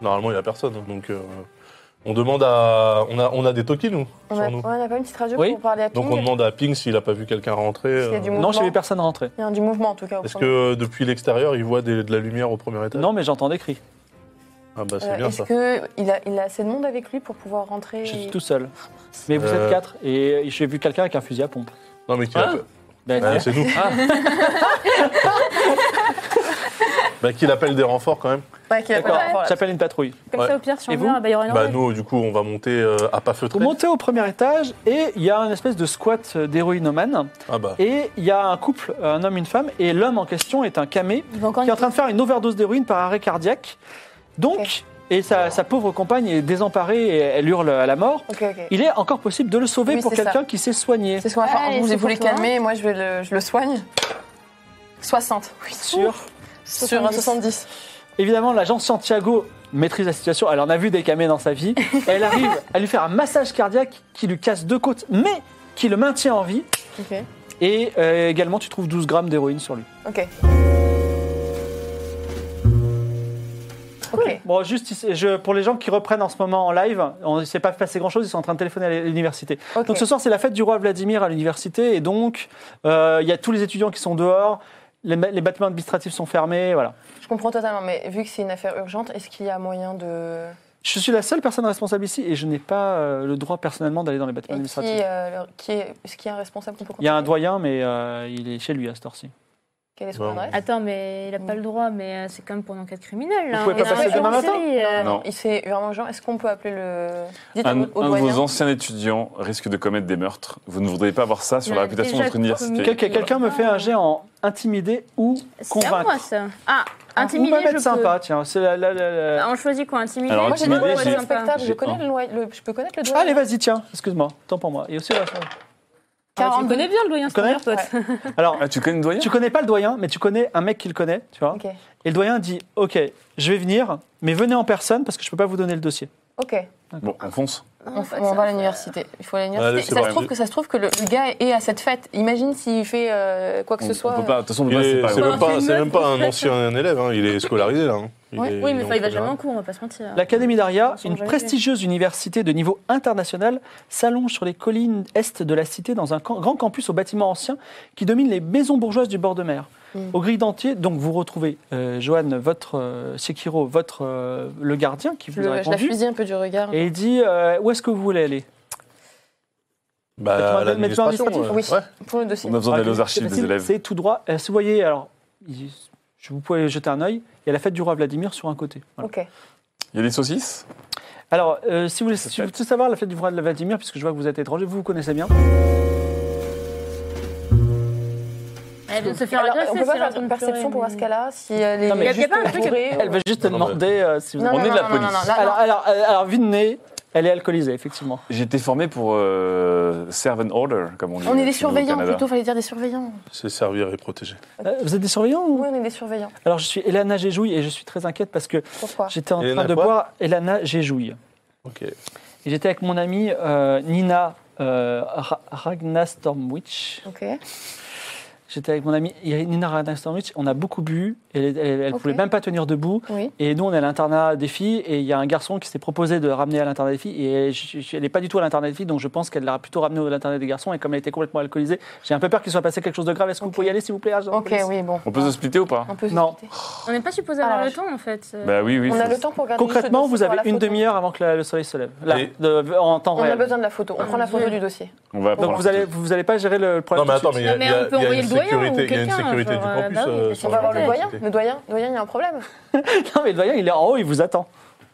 S5: Normalement, il n'y a personne. Donc, euh, on demande à. On a, on a des tokens, nous,
S3: On
S5: sur
S3: a,
S5: nous.
S3: on a pas une petite radio
S1: Oui.
S3: pour parler à Ping.
S5: Donc, on demande à Ping s'il n'a pas vu quelqu'un rentrer.
S3: S'il y a du
S5: euh,
S3: mouvement.
S1: Non, je n'ai vu personne rentrer.
S3: Il y a du mouvement en tout cas. au
S5: Est-ce que
S3: premier.
S5: euh, depuis l'extérieur, il voit des- de la lumière au premier étage
S1: Non, mais j'entends des cris.
S5: Ah, bah, c'est
S3: Euh,
S5: bien
S3: Est-ce
S5: ça.
S3: qu'il a, il a assez de monde avec lui pour pouvoir rentrer
S1: Je suis
S3: et-
S1: tout seul. Mais vous
S5: Euh.
S1: êtes quatre et j'ai vu quelqu'un avec un fusil à pompe.
S5: Non, mais qu'il a
S1: Ah.
S5: pas-
S1: Ben,
S5: Ah, c'est nous. bah, qu'il appelle des renforts quand même.
S3: Ouais, qu'il y a pas
S1: D'accord,
S3: de rapport, là.
S1: j'appelle une patrouille.
S4: Comme
S5: Ouais.
S4: ça, au pire, si on
S1: Et
S4: vient,
S1: vous
S4: bah, il y aura une
S5: Bah,
S4: enquête.
S5: nous, du coup, on va monter euh, à pas feutré.
S1: Vous montez au premier étage et il y a un espèce de squat euh, d'héroïnomane.
S5: Ah, bah.
S1: Et il y a un couple, un homme et une femme, et l'homme en question est un camé
S4: Il va encore
S1: qui est en
S4: une-
S1: train de faire une overdose d'héroïne par arrêt cardiaque. Donc, et sa, sa pauvre compagne est désemparée et elle hurle à la mort.
S3: Ok, ok.
S1: Il est encore possible de le sauver
S3: Oui,
S1: pour
S3: c'est ça.
S1: quelqu'un qui s'est soigné
S3: C'est ce qu'on va faire.
S4: Allez,
S3: vous
S4: c'est
S3: vous les
S4: pour toi.
S3: calmez, moi je, vais le, je le soigne. 60. Oui,
S1: sur.
S3: sur un 70.
S1: Évidemment, l'agent Santiago maîtrise la situation. Elle en a vu des camés dans sa vie. Elle arrive à lui faire un massage cardiaque qui lui casse deux côtes, mais qui le maintient en vie.
S3: Ok.
S1: Et euh, également, tu trouves 12 grammes d'héroïne sur lui.
S3: Ok. Ok.
S1: Bon, juste ici, je- pour les gens qui reprennent en ce moment en live, on ne s'est pas passé grand-chose, ils sont en train de téléphoner à l'université.
S3: Ok.
S1: Donc ce soir, c'est la fête du roi Vladimir à l'université, et donc euh, il y a tous les étudiants qui sont dehors, les, ma- les bâtiments administratifs sont fermés, voilà.
S3: Je comprends totalement, mais vu que c'est une affaire urgente, est-ce qu'il y a moyen de.
S1: Je suis la seule personne responsable ici, et je n'ai pas euh, le droit personnellement d'aller dans les bâtiments
S3: Et qui,
S1: administratifs.
S3: euh, le- qui est... Est-ce qu'il y a un responsable qu'on peut
S1: Il y a un
S3: contacter
S1: doyen, mais euh, il est chez lui à cette heure-ci.
S3: Quelle est son
S5: Bon.
S3: adresse
S4: Attends, mais il a pas le droit, mais euh, c'est quand même pour une enquête criminelle.
S1: Vous pouvez
S4: Il y a
S1: pas passer demain
S4: un jour en
S1: matin
S4: série, euh,
S2: Non.
S3: Il fait vraiment urgent. Est-ce qu'on peut appeler le. Dites
S2: Un,
S3: au-
S2: un
S3: au
S2: de
S3: doyen.
S2: vos anciens étudiants risque de commettre des meurtres. Vous ne voudriez pas avoir ça sur
S4: Il
S2: la
S4: a
S2: réputation de
S4: déjà
S2: notre université.
S4: commis-
S1: Quel- quel- Quelqu'un me fait un jet en intimider ou
S4: C'est à moi
S1: convaincre.
S4: ça. Ah,
S1: ou même
S4: intimider,
S1: être
S4: je
S1: sympa,
S4: peux.
S1: tiens. c'est la- la- la- la-
S4: Ah, On choisit quoi, intimider
S2: Alors,
S3: Moi j'ai des
S2: Intimider,
S3: relations
S2: j'ai-
S3: respectables, je
S2: j'ai
S3: connais
S2: un.
S3: le, loyer- le- je peux connaître le doyen.
S1: Allez, vas-y, tiens, excuse-moi, tant pour moi. Et aussi, la-
S4: Ah, Tu
S3: 42.
S4: le connais bien le doyen, c'est
S1: Connais
S4: ton meilleur pote.
S1: Alors,
S2: Ah, tu connais le doyen
S1: Tu connais pas le doyen, mais tu connais un mec qui le connaît, tu vois.
S3: Ok.
S1: Et le doyen dit Ok, je vais venir, mais venez en personne parce que je peux pas vous donner le dossier.
S3: Ok.
S2: Bon, on fonce.
S3: On, on va à l'université. Il faut aller à
S5: Allez,
S3: l'université.
S5: c'est
S3: Ça se
S5: parti.
S3: trouve que ça se trouve que le, le gars est à cette fête. Imagine s'il fait euh, quoi que
S2: On-
S3: ce
S2: on
S3: soit.
S2: peut pas- De toute façon, on peut
S5: Il
S2: pas,
S5: est-
S2: c'est
S5: C'est
S2: pas
S5: même pas,
S4: C'est
S5: c'est
S4: une
S5: même pas
S4: note,
S5: un
S4: en fait.
S5: ancien élève, hein, il est scolarisé là. hein. Il est-
S4: Oui, mais
S5: est
S4: enfin, il va
S5: en
S4: jamais
S5: première.
S4: en cours, on va pas se mentir.
S1: L'Académie d'Aria,
S4: Ils sont
S1: une
S4: jamais
S1: prestigieuse université de niveau international, s'allonge sur les collines est de la cité dans un camp- grand campus au bâtiment ancien qui domine les maisons bourgeoises du bord de mer. Au grilles d'entier, donc vous retrouvez euh, Johan, votre euh, Sekiro, votre euh, le gardien qui
S3: Je,
S1: vous a
S3: le- je la
S1: répondu,
S3: fusille un peu du regard.
S1: et il dit euh, où est-ce que vous voulez aller
S5: Bah,
S2: Euh,
S1: Faites-moi le
S5: l'administration.
S1: médecin
S5: euh,
S3: Oui,
S5: ouais.
S3: pour le dossier.
S2: On a besoin d'aller aux
S1: Ah, C'est
S2: archives des
S1: facile,
S2: élèves.
S1: C'est tout droit. Euh, si vous voyez, alors, il- je vous pouvez jeter un œil. Il y a la fête du roi Vladimir sur un côté. Voilà.
S3: Ok.
S2: Il y a des saucisses
S1: Alors, euh, si vous voulez si vous voulez tout savoir, la fête du roi de Vladimir, puisque je vois que vous êtes étranger, vous vous connaissez bien.
S4: Elle vient de se faire
S3: Alors, on
S4: agresser,
S3: peut pas
S4: c'est
S3: faire une
S4: l'enfant
S3: perception
S4: purée,
S3: pour voir ce
S4: mais-
S3: cas-là si euh, les
S1: Non, mais
S3: les
S4: juste-
S3: gens sont bourrés
S1: Elle va juste te
S5: Non, mais-
S1: demander euh, si vous.
S3: Non,
S2: On
S3: non,
S2: est de
S3: non,
S2: la
S3: non,
S2: police.
S3: Non, non, là,
S1: Alors, alors, euh, alors, vu de nez, elle est alcoolisée, effectivement.
S2: J'ai été formé pour euh, serve and order, comme on dit. euh,
S3: non. On est
S2: chez
S3: des
S2: nous au
S3: surveillants
S2: Canada.
S3: plutôt, fallait dire des surveillants.
S5: C'est servir et protéger.
S1: Euh, vous êtes des surveillants ou-
S3: Oui, on est des surveillants.
S1: Alors, je suis Elana Géjouille et je suis très inquiète parce que
S3: Pourquoi
S1: j'étais en
S5: Elana
S1: train de
S5: quoi
S1: boire Elana Géjouille.
S5: Ok.
S1: Et j'étais avec mon amie euh, Nina euh, Ra- Ragna Stormwitch.
S3: Ok.
S1: J'étais avec mon amie Irina Radnastovic, on a beaucoup bu, elle ne
S3: Ok.
S1: pouvait même pas tenir debout.
S3: Oui.
S1: Et nous, on est à l'internat des filles, et il y a un garçon qui s'est proposé de ramener à l'internat des filles, et je- je- elle n'est pas du tout à l'internat des filles, donc je pense qu'elle l'a plutôt ramené à l'internat des garçons, et comme elle était complètement alcoolisée, j'ai un peu peur qu'il soit passé quelque chose de grave. Est-ce que vous pouvez y aller, s'il vous plaît agent de
S3: Ok,
S1: police
S3: oui, bon.
S2: On peut se splitter ou pas
S3: On peut se
S1: Non.
S3: quitter.
S4: On n'est pas supposé
S3: Ah,
S4: avoir
S3: la
S4: le
S3: vache.
S4: temps en fait. euh.
S2: Bah oui, oui.
S3: On
S2: faut-
S3: a le temps pour regarder.
S1: Concrètement,
S3: ce dossier,
S1: vous
S3: pour
S1: avez
S3: la
S1: une
S3: photo.
S1: demi-heure avant que la- le soleil se lève, là,
S5: Et-
S1: de- en temps
S3: On a
S1: réel.
S3: besoin de la photo. On prend la photo du dossier.
S2: On va
S1: Donc
S2: prendre-
S1: vous allez, vous allez pas gérer le
S5: Non,
S1: problème.
S5: mais
S1: tout de
S5: attends,
S1: suite.
S5: mais il y a,
S4: Non, mais
S5: il y a-
S4: on peut
S5: il y a
S4: envoyer
S5: une
S4: le doyen
S5: sécurité,
S4: ou
S5: il y a une
S4: quelqu'un,
S5: sécurité
S4: genre,
S5: du
S4: euh,
S5: campus.
S4: bah oui,
S5: euh,
S4: mais
S5: sur
S3: On va
S5: la
S3: voir le
S5: journée.
S3: doyen. Le doyen, le doyen, il y a un problème.
S1: Non, mais le doyen, il est en haut, il vous attend.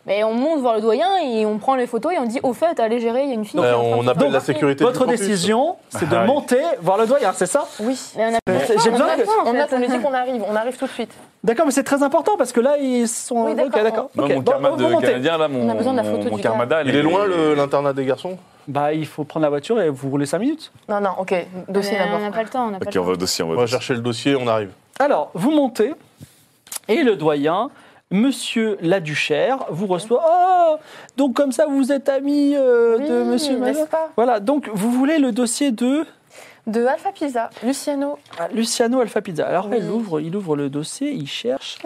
S4: Mais on monte voir le doyen et on prend les photos et on dit au fait, allez gérer, il y a une fille. qui est
S5: Euh,
S4: en train de
S5: on
S4: se faire
S5: appelle la
S4: remarquer.
S5: sécurité. du
S1: Votre
S5: campus.
S1: décision, c'est de
S2: Ah oui.
S1: monter voir le doyen, c'est ça
S3: Oui.
S4: Mais on a
S1: J'ai
S4: on a
S1: besoin
S4: pas
S1: que-
S4: le temps, en
S3: On, a,
S4: fait.
S3: on lui dit qu'on arrive, on arrive tout de suite.
S1: D'accord, mais c'est très important parce que là, ils sont.
S3: Oui,
S1: Ok,
S3: d'accord.
S2: Moi,
S1: Ok,
S2: mon
S1: bon,
S2: karma
S1: vous
S2: de
S1: montez.
S2: Canadien, là, mon,
S3: On a besoin de la photo
S2: mon
S3: du
S2: karma
S3: gars.
S2: d'Al,
S5: Il est loin le- l'internat des garçons
S1: Bah, il faut prendre la voiture et vous roulez 5 minutes.
S3: Non, non, ok. Dossier
S4: Mais On n'a
S3: d'abord.
S4: pas le temps, on n'a pas
S2: Ok,
S4: le
S2: on
S4: temps.
S2: va au dossier, on
S5: On
S2: va au
S5: va
S2: dossier.
S5: chercher le dossier, on arrive.
S1: Alors, vous montez et le doyen, monsieur Laduchère, vous reçoit. Oh Donc, comme ça, vous êtes ami euh, de
S3: Oui,
S1: monsieur
S3: n'est-ce
S1: Mazin.
S3: pas
S1: Voilà, donc vous voulez le dossier de
S3: De Alpha Pisa, Luciano.
S1: ah, Luciano Alpha Pizza. Alors,
S3: Oui.
S1: il, ouvre, il ouvre le dossier, il cherche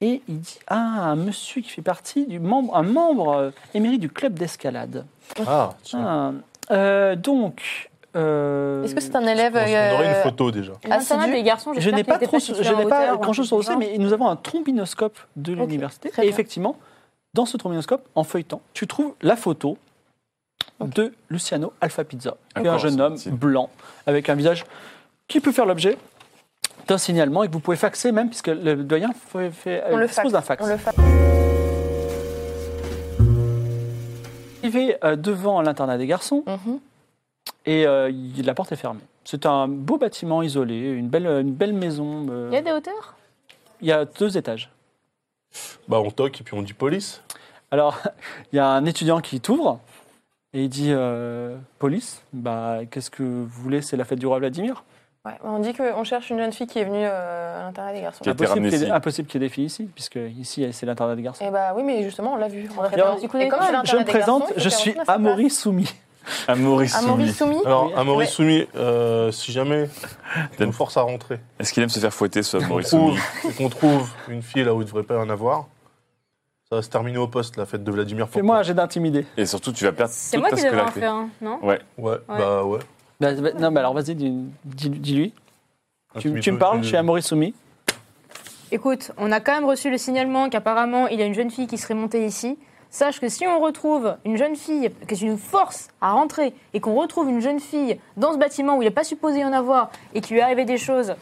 S1: et il dit Ah, un monsieur qui fait partie du membre, un membre euh, émérite du club d'escalade.
S5: Ah, tiens.
S1: Ah, euh, donc. euh,
S3: Est-ce que c'est un élève.
S5: On aurait
S3: euh,
S5: une photo déjà.
S4: Ah, ça va,
S3: assidu
S4: les garçons,
S1: Je n'ai pas, trop, je n'ai pas grand chose sur le dossier,
S4: dossier,
S1: mais nous avons un trombinoscope de
S3: hein. Ok,
S1: l'université.
S3: très
S1: Et
S3: bien.
S1: effectivement, dans ce trombinoscope, en feuilletant, tu trouves la photo
S3: Ok.
S1: de Luciano Alpha Pizza, qui est
S2: D'accord,
S1: un jeune
S2: c'est
S1: homme
S2: gentil.
S1: blanc avec un visage qui peut faire l'objet d'un signalement et que vous pouvez faxer même, puisque le doyen fait, fait, euh,
S3: On le
S1: dispose d'un fax.
S3: On le fasse.
S1: Arrivé euh, devant l'internat des garçons,
S3: Mhm.
S1: et euh, il- la porte est fermée. C'est un beau bâtiment isolé, une belle, une belle maison. euh,
S4: Il y a des hauteurs
S1: il y a deux étages.
S5: Bah, on toque et puis on dit police.
S1: Alors, il y a un étudiant qui t'ouvre et il dit euh, Police, bah, qu'est-ce que vous voulez C'est la fête du roi Vladimir
S3: Ouais, on dit qu'on cherche une jeune fille qui est venue euh, à l'internat des garçons.
S2: Qui a été
S1: Impossible
S2: ramené
S1: qu'il y ait-
S2: ici.
S1: Impossible qu'il y ait des filles ici, puisque ici, c'est l'internat des garçons.
S3: Eh bah oui, mais justement, on l'a vu. On l'a fait
S1: Alors,
S3: un petit coup
S4: je
S3: d'œil. Et comme c'est l'internat
S1: Je me
S3: des
S1: présente,
S3: garçons, il faut
S1: je
S3: faire
S1: suis
S3: retenir sa place.
S1: Amaury Soumi.
S2: À Maurice Soumi.
S3: Amaury Soumis
S5: Alors,
S1: Oui.
S5: Amaury
S3: Ouais.
S5: Soumis, euh, si jamais tu nous force à rentrer,
S2: Est-ce qu'il aime se faire fouetter, ce
S5: qu'on
S2: Maurice Soumi
S5: trouve, et qu'on trouve une fille là où il ne devrait pas y en avoir, ça va se terminer au poste, la fête de Vladimir. pour
S1: Fais-moi un
S5: toi.
S1: jet d'intimider.
S2: Et surtout, tu vas perdre
S4: C'est
S2: toute
S4: moi
S2: ta
S4: qui devrais en
S2: scolarité.
S4: faire un, non
S5: Ouais, bah ouais.
S1: Bah, bah, non, mais alors vas-y, dis- dis- dis-lui. tu,
S5: Intimide-le,
S1: tu me parles, je suis Amaury Soumi.
S4: Écoute, on a quand même reçu le signalement qu'apparemment il y a une jeune fille qui serait montée ici. Sache que si on retrouve une jeune fille, que tu nous forces à rentrer et qu'on retrouve une jeune fille dans ce bâtiment où il n'est pas supposé y en avoir et qu'il lui est arrivé des choses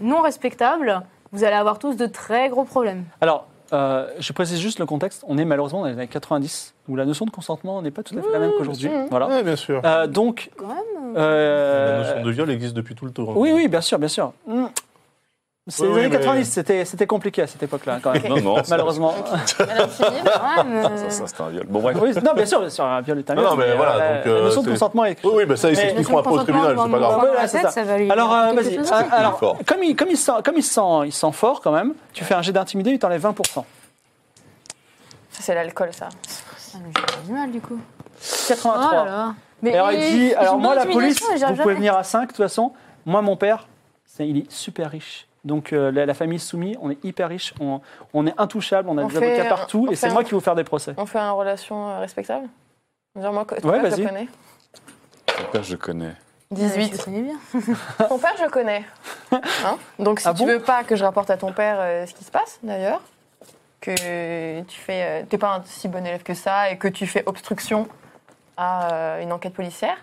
S4: non respectables, vous allez avoir tous de très gros problèmes.
S1: Alors, euh, je précise juste le contexte. On est malheureusement dans les années 90, où la notion de consentement n'est pas tout à fait la même qu'aujourd'hui. Voilà.
S5: Ouais, bien sûr.
S1: Euh, donc,
S4: Quand même.
S1: euh,
S5: La notion de viol existe depuis tout le temps.
S1: Oui, oui, bien sûr, bien sûr. Mm. C'est
S5: Oui,
S1: les
S5: oui,
S1: années
S5: mais-
S1: 90, c'était, c'était compliqué à cette époque-là, quand même.
S2: Non, non, ça,
S1: Malheureusement.
S3: Madame Soumis.
S4: quand même, euh,
S2: ça, ça, c'est un viol. Bon, bref.
S1: Oui, non, bien sûr, bien sûr, un viol est un
S5: Non,
S1: viol,
S5: non, mais voilà,
S1: euh,
S5: donc,
S1: la
S5: euh,
S1: notion de
S5: c'est-
S1: consentement est.
S5: Oui, oui, bah ça, ils
S1: Mais-
S5: s'expliqueront
S4: Notion
S5: après
S4: de
S5: au tribunal,
S4: consentement,
S5: c'est pas
S4: moi,
S5: grave.
S4: moi, dans la
S1: c'est
S4: tête,
S1: ça.
S4: ça va lui
S1: Alors, euh,
S4: apporter
S1: vas-y.
S4: quelque chose.
S1: euh, Alors,
S5: Fort.
S1: comme il, comme il sent, comme il sent, il sent fort quand même, tu fais un jet d'intimider, il t'enlève 20%.
S3: Ça, c'est l'alcool, ça.
S4: Ah, mais j'ai du mal du coup.
S1: 83.
S4: Oh là là. Mais
S1: Et alors, il
S4: et-
S1: dit,
S4: ils
S1: alors
S4: sont
S1: moi,
S4: dans
S1: la police,
S4: l'intimidation et j'arrive
S1: vous pouvez
S4: jamais.
S1: venir à 5, de toute façon. Moi, mon père, c'est- il est super riche. Donc, euh, la, la famille Soumis, on est hyper riche, on, on est intouchable, on a
S3: On
S1: des
S3: fait-
S4: euh,
S1: avocats partout,
S3: on
S1: et c'est
S3: fait
S1: moi
S3: un-
S1: qui vais vous faire des procès.
S3: On fait une relation euh, respectable Genre, moi, co- ton
S1: Ouais,
S3: père, je
S1: vas-y.
S3: le connais.
S2: Mon père, je connais.
S4: Ah, Je
S3: 18.
S4: connais bien.
S3: Ton père, je le connais. Hein Donc, si
S1: Ah
S3: tu
S1: bon
S3: veux pas que je rapporte à ton père euh, ce qui se passe, d'ailleurs, que tu fais. euh, T'es pas un si bon élève que ça et que tu fais obstruction à euh, une enquête policière,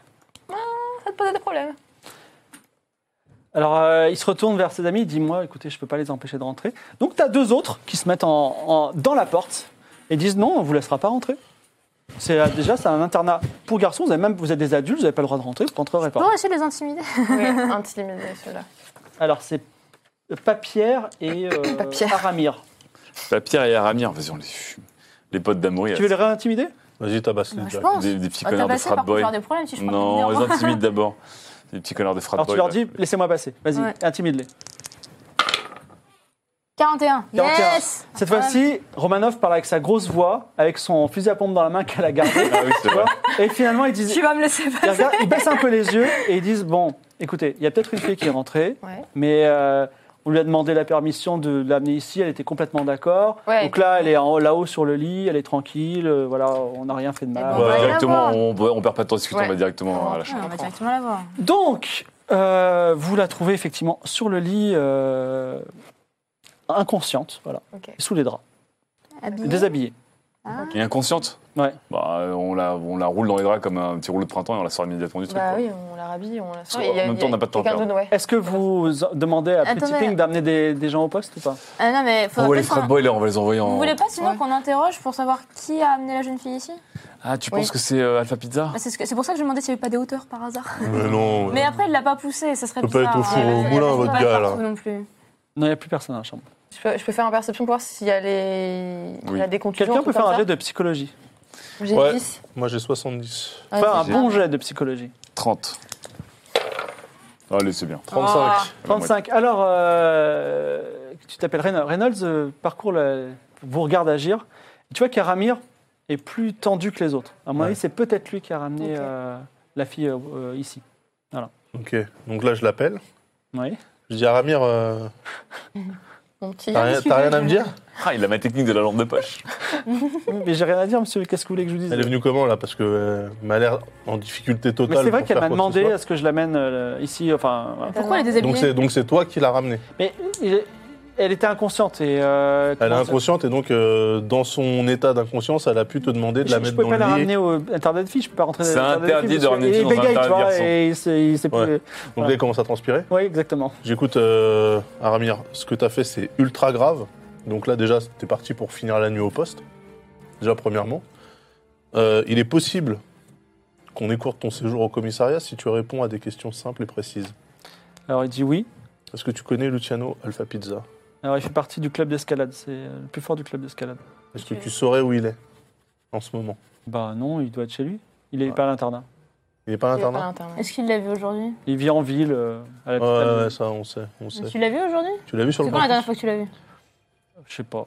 S3: ben, ça te pose des problèmes.
S1: Alors, euh, il se retourne vers ses amis, il dit Moi, écoutez, je peux pas les empêcher de rentrer. Donc, tu as deux autres qui se mettent en, en- dans la porte et disent Non, on vous laissera pas rentrer. C'est euh, Déjà, c'est un internat pour garçons, vous, avez même, vous êtes des adultes, vous n'avez pas le droit de rentrer, vous rentrerez pas.
S4: Bon, essayer de les intimider.
S3: Oui, intimider ceux-là.
S1: Alors, c'est Papierre et euh,
S3: Papierre.
S1: Aramir.
S2: Bah, Pierre et Aramir, vas-y, on les fume. Les potes d'Amaury,
S1: Tu veux les réintimider
S5: Vas-y, tabasse les
S4: Moi, Bah, je
S5: déjà.
S4: pense.
S2: des, des petits
S4: On va
S2: connards de
S4: passer
S2: frat
S4: par contre
S2: boy.
S4: faire des problèmes si je prends
S2: Non, on
S4: le
S2: les intimide d'abord. Des petits connards de frat
S1: Alors,
S2: boy.
S1: tu leur
S2: là.
S1: dis Laissez-moi passer, vas-y,
S4: Ouais.
S1: intimide-les.
S4: 41.
S1: 41.
S4: Yes
S1: Cette fois-ci, Romanov parle avec sa grosse voix, avec son fusil à pompe dans la main qu'elle a gardé.
S2: Ah oui, c'est
S1: tu
S2: vrai.
S1: vois. et finalement, ils disent,
S4: Tu vas me laisser
S1: ils,
S4: passer.
S1: regardent- ils baissent un peu les yeux et ils disent bon, écoutez, il y a peut-être une fille qui est rentrée,
S3: Ouais.
S1: mais euh, on lui a demandé la permission de l'amener ici. Elle était complètement d'accord.
S3: Ouais.
S1: Donc là, elle est en- là-haut sur le lit, elle est tranquille. euh, voilà, on n'a rien fait de mal.
S2: On
S4: Ah, bon.
S2: va
S4: va
S2: directement,
S4: la voir.
S2: on, on perd pas de temps à discuter,
S3: Ouais.
S2: on va directement à la chambre.
S4: Ah, on va directement la voir.
S1: Donc, euh, vous la trouvez effectivement sur le lit, euh, inconsciente, voilà,
S3: Ok. Mhm.
S1: sous les draps,
S4: Habillée.
S1: déshabillée.
S2: Et inconsciente
S1: Ouais.
S2: Bah, euh, on, la, on la roule dans les draps comme un petit rouleau de printemps et on la sort immédiatement du truc.
S3: Bah
S2: quoi.
S3: oui, on la rhabille, on la sort.
S2: En
S3: Il y a-
S2: même
S3: il y
S2: temps, on
S3: a
S2: n'a pas de temps à
S3: quelqu'un
S2: perdre.
S3: d'autre, ouais.
S1: Est-ce que vous demandez à Petit
S4: Attendez.
S1: Ping d'amener des, des gens au poste ou pas
S4: Ah non, mais
S2: Oh,
S4: faudrait
S2: les
S4: peut-être
S2: frat
S4: qu'on-
S2: boys, là, on va les envoyer
S4: Vous
S2: en.
S4: voulez pas sinon
S3: Ouais.
S4: qu'on interroge pour savoir qui a amené la jeune fille ici
S2: Ah, tu
S3: Oui.
S2: penses que c'est euh, Alpha Pizza
S4: Bah, C'est ce que- c'est pour ça que je me demandais s'il n'y avait pas des hauteurs par hasard.
S5: Mais non.
S4: Mais après, il l'a pas poussé, ça serait
S5: Peut pas
S4: bizarre.
S5: être au four
S4: hein.
S5: au
S4: Il y a
S5: moulin,
S4: pas
S5: votre
S4: de
S5: gars, là.
S4: partout non plus.
S1: Non, il n'y a plus personne dans la chambre.
S3: Je peux, je peux faire un perception pour voir si elle est.
S2: Oui.
S3: Elle a des contusions.
S1: Quelqu'un peut
S3: truc
S1: faire
S3: comme
S1: un
S3: ça.
S1: jet de psychologie.
S3: J'ai
S5: Ouais.
S3: 10.
S5: Moi, j'ai 70.
S3: Ouais,
S1: Enfin, un
S3: j'ai-
S1: bon jet de psychologie.
S2: 30. Allez, c'est bien.
S5: 35.
S4: Ah.
S1: 35. Alors, euh, tu t'appelles Reynolds. Reynolds euh, parcourt, la- vous regarde agir. Tu vois qu'Aramir est plus tendu que les autres. À mon
S5: Ouais.
S1: avis, c'est peut-être lui qui a ramené
S3: Ok.
S1: euh, la fille euh, euh, ici.
S5: Ok. Donc là, je l'appelle.
S1: Oui.
S5: Je dis à Ramir, euh,
S3: Mon petit.
S5: t'as rien, t'as rien à me dire
S2: Ah, il a ma technique de la lampe de poche.
S1: Mais j'ai rien à dire, monsieur. Qu'est-ce que vous voulez que je vous dise
S5: Elle est venue comment là Parce que euh, elle m'a l'air en difficulté
S1: Mais
S5: totale.
S1: c'est vrai
S5: pour
S1: qu'elle
S5: faire
S1: m'a
S5: quoi que ce
S1: demandé euh, à ce que je l'amène euh, ici. Enfin, voilà.
S4: Pourquoi elle est
S5: soit. Donc
S4: déshabillée
S5: c'est donc c'est toi qui l'as ramenée.
S1: Mais il- elle était inconsciente et. euh,
S5: Elle est
S1: comment ça-
S5: inconsciente et donc euh, dans son état d'inconscience, elle a pu te demander de
S1: Je
S5: la
S1: ne
S5: mettre
S1: peux
S5: dans
S1: pas la
S5: le
S1: ramener
S5: lit.
S1: au internat de filles, je peux pas rentrer dans
S2: C'est
S1: l'internat
S2: interdit
S1: filles
S2: de
S1: parce
S2: ramener
S1: que-
S2: des gens
S1: il
S2: dans
S1: bégaye, tu
S2: l'internat de
S1: vois,
S2: garçons.
S1: et il sait- il sait plus-
S5: Ouais. Donc là,
S1: Voilà.
S5: elle commence à transpirer.
S1: Oui, exactement.
S5: J'écoute, euh, Aramir, ce que t'as fait, c'est ultra grave. Donc là, déjà, t'es parti pour finir la nuit au poste. Déjà, premièrement. Euh, il est possible qu'on écourte ton séjour au commissariat si tu réponds à des questions simples et précises.
S1: Alors il dit oui.
S5: Est-ce que tu connais Luciano Alpha Pizza
S1: Alors Ah il fait partie du club d'escalade, c'est euh, le plus fort du club d'escalade.
S5: Est-ce que tu saurais où il est en ce moment
S1: Bah non, il doit être chez lui. Il est
S5: Ouais.
S1: pas à l'internat.
S5: Il n'est pas à
S3: Il est pas à
S5: l'internat
S3: l'internat.
S4: Est-ce qu'il l'a vue aujourd'hui
S1: Il vit en ville. euh, à la
S5: Ouais,
S1: petite
S5: ouais,
S1: amie.
S5: ouais, ça, on sait. On sait.
S4: Tu l'as vue aujourd'hui
S5: Tu l'as vu sur
S4: C'est
S5: le
S4: quand la
S5: banc
S4: dernière fois que tu l'as vue
S1: Je sais pas.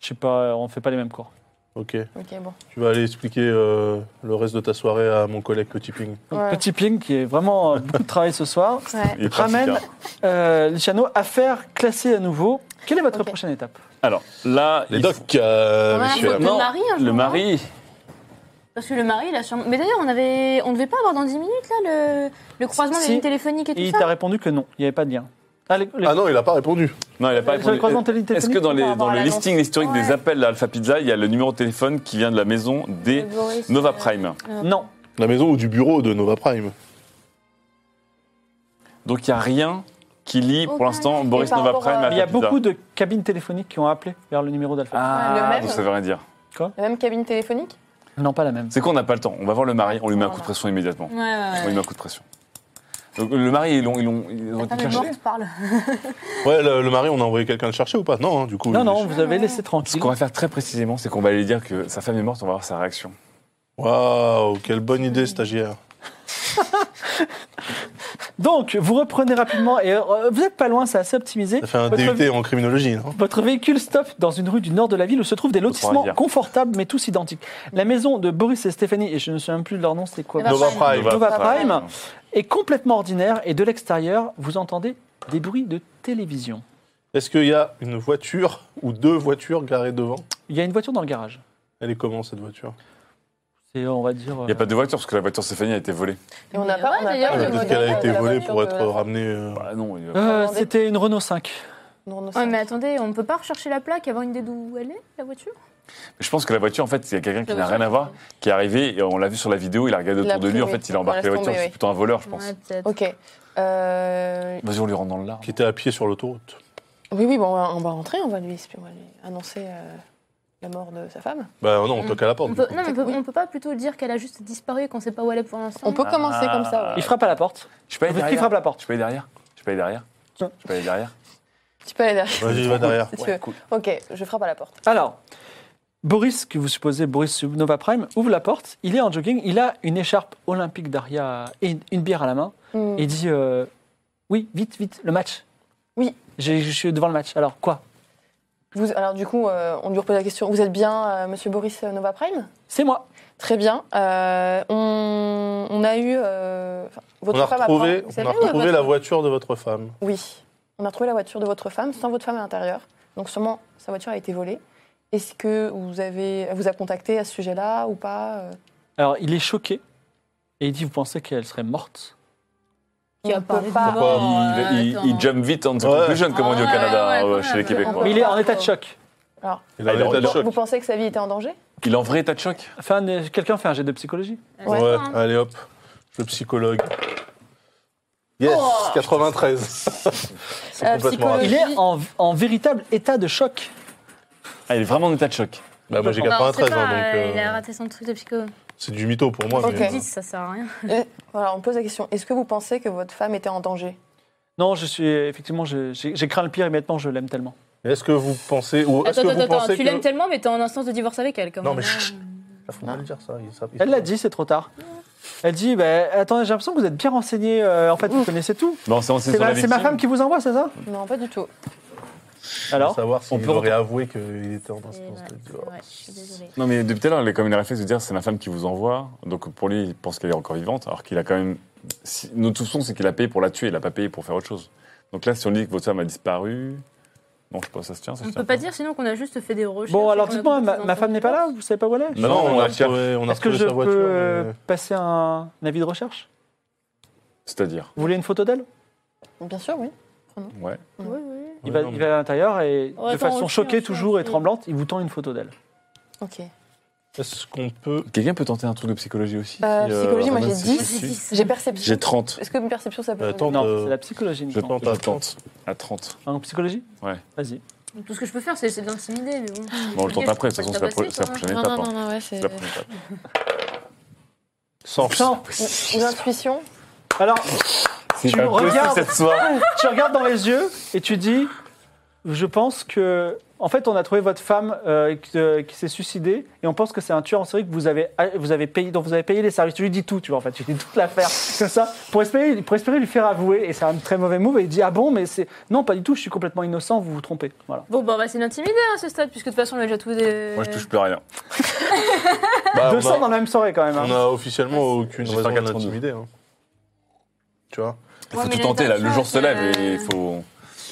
S1: Je sais pas. euh, On fait pas les mêmes cours.
S5: Ok.
S3: Ok, bon.
S5: Tu vas aller expliquer euh, le reste de ta soirée à mon collègue Petit Ping.
S1: Donc,
S3: Ouais.
S1: Petit Ping qui est vraiment euh, beaucoup de travail ce soir.
S3: Ouais.
S2: Il est pratique,
S1: Ramène
S2: hein.
S1: euh, Luciano à faire classer à nouveau. Quelle est votre
S3: Ok.
S1: prochaine étape
S2: Alors, là.
S5: Les
S2: il-
S5: docs, euh,
S4: On a la
S5: messieurs.
S4: photo.
S2: Non,
S4: Le mari, un jour,
S2: Le
S4: hein.
S2: mari.
S4: Parce que le mari, il a sûrement. Mais d'ailleurs, on avait, on devait pas avoir dans 10 minutes là le, le croisement
S1: Si.
S4: des lignes téléphoniques et
S1: Et Il
S4: tout
S1: t'a
S4: ça.
S1: répondu que non, il n'y avait pas de lien. Ah, les- les-
S5: Ah non, il n'a pas répondu.
S2: Non, il a
S1: sur
S2: pas
S1: les
S2: répondu.
S1: croisements téléphoniques,
S2: Est-ce que dans,
S1: on
S2: les,
S1: peut
S2: dans
S1: avoir
S2: le
S1: l'annonce
S2: listing historique des
S4: Ouais.
S2: appels à Alpha Pizza, il y a le numéro de téléphone qui vient de la maison des
S4: Le Boris,
S2: Nova
S4: euh,
S2: Prime.
S1: Non.
S5: La maison ou du bureau de Nova Prime.
S2: Donc, il n'y a rien qui lie pour
S4: Aucun
S2: l'instant
S4: lien.
S2: Boris
S3: Et par
S2: Nova
S3: rapport à-
S2: Prime à
S1: Mais il y a
S2: Alpha Pizza.
S1: beaucoup de cabines téléphoniques qui ont appelé vers le numéro d'Alpha.
S3: Le
S2: Ah,
S3: même.
S2: donc ça veut rien dire.
S3: La même cabine téléphonique
S1: Non, pas la même.
S2: Ah. C'est qu'on n'a pas le temps. On va voir le mari, on lui met un
S3: Voilà.
S2: coup de pression immédiatement.
S4: Ouais, ouais,
S2: On lui
S4: ouais.
S2: met un coup de pression. Donc, le mari, ils l'ont ils l'ont- ils ont
S4: La
S2: été
S4: femme est
S2: chercher.
S4: morte, parle.
S5: Ouais, le, le mari, on a envoyé quelqu'un le chercher ou pas Non, hein, du coup.
S1: Non,
S5: il-
S1: non, vous avez
S4: ouais.
S1: laissé
S2: Ce
S1: tranquille.
S2: qu'on va faire très précisément, c'est qu'on va lui dire que sa femme est morte, on va voir sa réaction.
S5: Waouh, quelle bonne idée, stagiaire.
S1: Donc, vous reprenez rapidement et euh, vous n'êtes pas loin, c'est assez optimisé.
S5: Ça fait un
S1: Votre-
S5: DUT en criminologie, non
S1: Votre véhicule stoppe dans une rue du nord de la ville où se trouvent des lotissements
S2: rivière.
S1: confortables mais tous identiques. La maison de Boris et Stéphanie, et je ne sais même plus de leur nom, c'est quoi
S4: Nova
S5: Nova
S4: Prime.
S5: Prime.
S1: Nova Prime. est complètement ordinaire et de l'extérieur, vous entendez des bruits de télévision.
S5: Est-ce qu'il y a une voiture ou deux voitures garées devant
S1: Il y a une voiture dans le garage.
S5: Elle est comment cette voiture
S1: C'est, on va dire.
S2: Il n'y a pas de voiture parce que la voiture de Stéphanie a été volée.
S3: Et on n'a
S4: Mais
S3: pas.
S4: ouais,
S3: on n'a
S4: d'ailleurs,
S3: pas
S4: le
S3: Ah, le
S5: Peut-être
S3: modèle
S5: qu'elle a
S3: de
S5: été
S3: la
S5: volée
S3: voiture
S5: pour
S3: de
S5: être
S3: la-
S5: ramenée. euh,
S2: Bah non, il-
S1: Euh,
S3: Attendez.
S1: c'était une Renault 5.
S3: Non, non,
S4: Ouais,
S3: c'est-
S4: mais attendez, on peut pas rechercher la plaque avant une idée d'où elle est, la voiture
S2: Je pense que la voiture, en fait, il y a quelqu'un qui
S4: La
S2: n'a
S4: voiture,
S2: rien à voir, qui est arrivé, et on l'a vu sur la vidéo, il a regardé
S3: Il l'a
S2: autour de lui,
S3: pris,
S2: en
S3: oui.
S2: fait, il a
S3: On
S2: embarqué
S3: laisse
S2: la voiture,
S3: tomber,
S2: c'est
S3: oui.
S2: plutôt un voleur, je pense.
S4: Ouais, peut-être.
S3: Ok. Euh,
S2: Vas-y, on lui rentre dans le lard.
S5: Qui était à pied sur l'autoroute.
S3: Oui, oui, bon, on va- on va rentrer, on va lui, on va lui annoncer euh, la mort de sa femme.
S5: Bah non, on toque à la porte.
S4: On
S5: du
S4: peut,
S5: coup.
S4: non, mais on peut,
S3: Oui.
S4: on peut pas plutôt dire qu'elle a juste disparu et qu'on sait pas où elle est pour l'instant.
S3: On peut
S2: Ah.
S3: commencer comme ça, ouais.
S1: Il frappe à la porte.
S2: Je peux aller
S1: Votre qui
S2: derrière.
S1: frappe à la porte.
S2: Je peux aller derrière. Je peux aller derrière. Je peux aller derrière.
S3: Ah. Tu peux aller derrière.
S5: Vas-y, va derrière.
S3: Si tu
S2: Ouais,
S3: veux.
S2: cool.
S3: Ok, je frappe à la porte.
S1: Alors, Boris, que vous supposez Boris sub- Nova Prime, ouvre la porte. Il est en jogging. Il a une écharpe olympique d'Aria et une- une bière à la main.
S3: Hmm.
S1: Et il dit euh, Oui, vite, vite, le match.
S3: Oui.
S1: J'ai- Je suis devant le match. Alors, quoi
S3: Vous, alors du coup, euh, on lui repose la question. Vous êtes bien euh, Monsieur Boris Nova Prime
S1: C'est moi.
S3: Très bien. Euh, on, on a eu euh, enfin, votre
S5: on a
S3: femme.
S5: retrouvé,
S3: apprend- Vous
S5: on
S3: savez où
S5: a
S3: est
S5: retrouvé
S3: votre-
S5: la voiture de votre femme.
S3: Oui, on a retrouvé la voiture de votre femme sans votre femme à l'intérieur. Donc sûrement sa voiture a été volée. Est-ce que vous avez, elle vous a contacté à ce sujet-là ou pas euh,
S1: Alors, il est choqué. Et il dit, vous pensez qu'elle serait morte
S4: Qui a
S3: on peut
S4: parlé de
S3: pas-
S4: mort,
S2: il,
S4: euh,
S2: il-
S4: attends.
S2: il jump vite hein, en étant
S5: Ouais.
S2: plus jeune, comme on dit au
S4: Ah,
S2: Canada,
S4: ouais, ouais,
S2: euh,
S4: quand
S2: chez
S4: même.
S2: les Québécois.
S1: Mais il est en état de choc.
S3: Alors,
S5: Il a
S2: Ah, il est en
S5: l'état de
S2: dehors.
S5: choc.
S3: vous pensez que sa vie était en danger
S2: Il est en vrai état de choc.
S1: Fais un- euh, Quelqu'un fait un jet de psychologie.
S5: Ouais,
S4: Ouais, hein.
S5: allez hop, le psychologue. Yes,
S3: Oh.
S5: 93. C'est
S3: Euh,
S5: complètement raté.
S1: Il
S3: psychologie.
S1: est en, en véritable état de choc.
S2: Ah, il est vraiment en état de choc.
S5: Bah, moi j'ai
S4: Non, on sait
S5: 93
S4: pas,
S5: ans, donc
S4: euh, Il
S5: euh,
S4: a raté son truc de psycho.
S5: c'est du mytho pour moi.
S3: Ok.
S5: mais-
S4: 10, ça sert à rien.
S3: Et- Voilà, on pose la question. Est-ce que vous pensez que votre femme était en danger
S1: Non, je suis effectivement, je- j'ai j'ai craint le pire et maintenant je l'aime tellement.
S5: euh, Est-ce que vous pensez ou est-ce
S4: Attends,
S5: que vous
S4: attends, attends.
S5: pensez
S4: Tu l'aimes tellement, mais t'es en instance de divorce avec elle. Quand
S5: Non,
S4: même,
S5: mais
S4: hein.
S5: chut. Ah, faut pas le dire ça. il- ça- il-
S1: Elle l'a dit, c'est trop tard. Elle dit, bah, attendez, j'ai l'impression que vous êtes bien renseigné. euh, en fait, vous connaissez tout.
S2: Bon, c'est
S1: C'est ma, c'est ma femme qui vous envoie, c'est ça
S3: Non, pas du tout.
S5: Alors,
S1: Alors,
S5: savoir si
S2: on
S5: on
S2: peut
S5: peut réavouer qu'il était en
S4: Et ouais,
S5: instance de divorce.
S4: ouais, je suis désolée.
S2: Non, mais depuis tout à l'heure, il a comme une réflexe de dire c'est ma femme qui vous envoie. Donc pour lui, il pense qu'elle est encore vivante, alors qu'il a quand même. si- Notre soupçon, c'est qu'il a payé pour la tuer, il n'a pas payé pour faire autre chose. Donc là, si on dit que votre femme a disparu. Non, je pense que ça se tient. Ça
S4: On
S2: se
S4: ne
S2: tient
S4: peut pas dire sinon qu'on a juste fait des recherches.
S1: bon, alors
S4: et qu'on a
S1: dites-moi,
S4: compris
S1: ma,
S4: des
S1: ma femme n'est pas là Vous savez pas où elle est
S2: Non,
S5: Non,
S2: on
S5: on
S2: a
S5: a
S2: retire-
S5: retrouvé, on a
S1: Est-ce que
S5: retrouvé
S1: je
S5: sa
S1: peux
S5: voiture.
S1: euh,
S5: mais-
S1: passer un avis de recherche
S2: C'est-à-dire.
S1: Vous voulez une photo d'elle
S3: Bien sûr, oui.
S2: Ouais.
S4: Oui, oui.
S1: il,
S5: Ouais,
S1: va,
S5: non,
S1: il
S5: mais-
S1: va à l'intérieur et
S4: Ouais,
S1: de
S4: Oh, attends, on
S1: façon
S4: le
S1: choquée
S4: fait, on le
S1: toujours
S4: fait.
S1: et tremblante, il vous tend une photo d'elle.
S3: Ok.
S5: Est-ce qu'on peut
S2: Quelqu'un peut tenter un truc de psychologie aussi
S3: Euh,
S2: si, euh,
S3: psychologie, moi
S2: Ronan,
S3: j'ai
S2: si-
S3: 10.
S2: si- si- si.
S3: J'ai perception.
S2: J'ai 30.
S3: Est-ce que une perception ça peut
S5: Attends,
S3: vous
S1: Non,
S3: aider
S5: euh,
S1: c'est la psychologie
S5: Je
S1: uniquement.
S5: tente
S2: Je
S5: à
S2: tente. À 30.
S1: En Hein, psychologie
S2: Ouais.
S1: Vas-y.
S4: Donc, Tout ce que je peux faire, c'est essayer de l'intimider. Mais bon.
S2: Bon, on le tente après, de toute façon, c'est la, pro-
S4: Tabasser,
S2: c'est la
S4: quoi.
S2: prochaine
S3: Non,
S2: étape.
S3: non,
S2: hein.
S3: non, non, ouais, c'est.
S2: C'est la prochaine étape.
S5: 100
S1: Sans.
S3: Une intuition
S1: Alors,
S2: C'est
S1: Tu
S2: pas
S1: me
S2: possible,
S1: regardes.
S2: cette soirée.
S1: tu regardes dans les yeux et tu dis Je pense que. En fait, on a trouvé votre femme euh, qui, euh, qui s'est suicidée et on pense que c'est un tueur en série que vous avez, euh, vous avez payé, dont vous avez payé les services. Tu lui dis tout, tu vois, en fait. Tu lui dis toute l'affaire, comme ça, pour espérer, pour espérer lui faire avouer. Et c'est un très mauvais move. Et il dit Ah bon, mais c'est. Non, pas du tout, je suis complètement innocent, vous vous trompez. Voilà.
S4: Bon, bah, on va essayer d'intimider à ce stade, puisque de toute façon, on a déjà tout des.
S2: Moi, je touche plus à rien.
S5: Bah, on,
S1: 200 dans
S5: a,
S1: la même soirée quand même. hein.
S5: on a
S4: Ah,
S5: officiellement aucune
S2: J'ai
S5: raison
S2: 182.
S5: d'intimider. Hein. Tu vois
S2: Il
S4: Ouais,
S2: faut
S4: mais
S2: tout
S4: les
S2: tenter, là. Le
S4: intentions,
S2: jour se lève
S4: c'est-
S2: et il faut.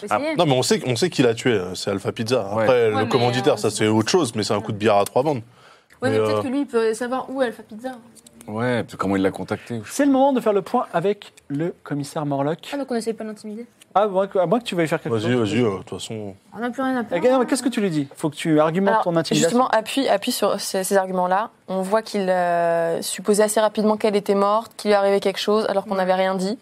S4: Faut essayer.
S5: Ah, Non, mais on sait, on sait qui l'a tué, hein, c'est Alpha Pizza. Après,
S2: Ouais,
S5: le
S4: mais,
S5: commanditaire,
S4: euh,
S5: ça c'est autre chose, mais c'est un coup de bière à trois bandes.
S4: Ouais, mais
S5: mais,
S4: peut-être
S5: euh,
S4: que lui, il peut savoir où elle fait pizza.
S2: Ouais, parce que comment il l'a contacté
S1: C'est le moment de faire le point avec le commissaire Morlock.
S4: Ah, donc on essaye pas de l'intimider.
S1: Ah, à moins que, à moins que tu veuilles faire quelque
S5: Vas-y,
S1: chose.
S5: vas-y, euh, de toute façon.
S4: On n'a plus rien à
S1: Eh,
S4: perdre.
S1: non, mais Qu'est-ce que tu lui dis Faut que tu argumentes
S3: Alors,
S1: ton intimidation.
S3: justement, appuie, appuie sur ces, ces arguments-là. On voit qu'il euh, supposait assez rapidement qu'elle était morte, qu'il lui arrivait quelque chose, alors qu'on
S4: Ouais.
S3: n'avait rien dit.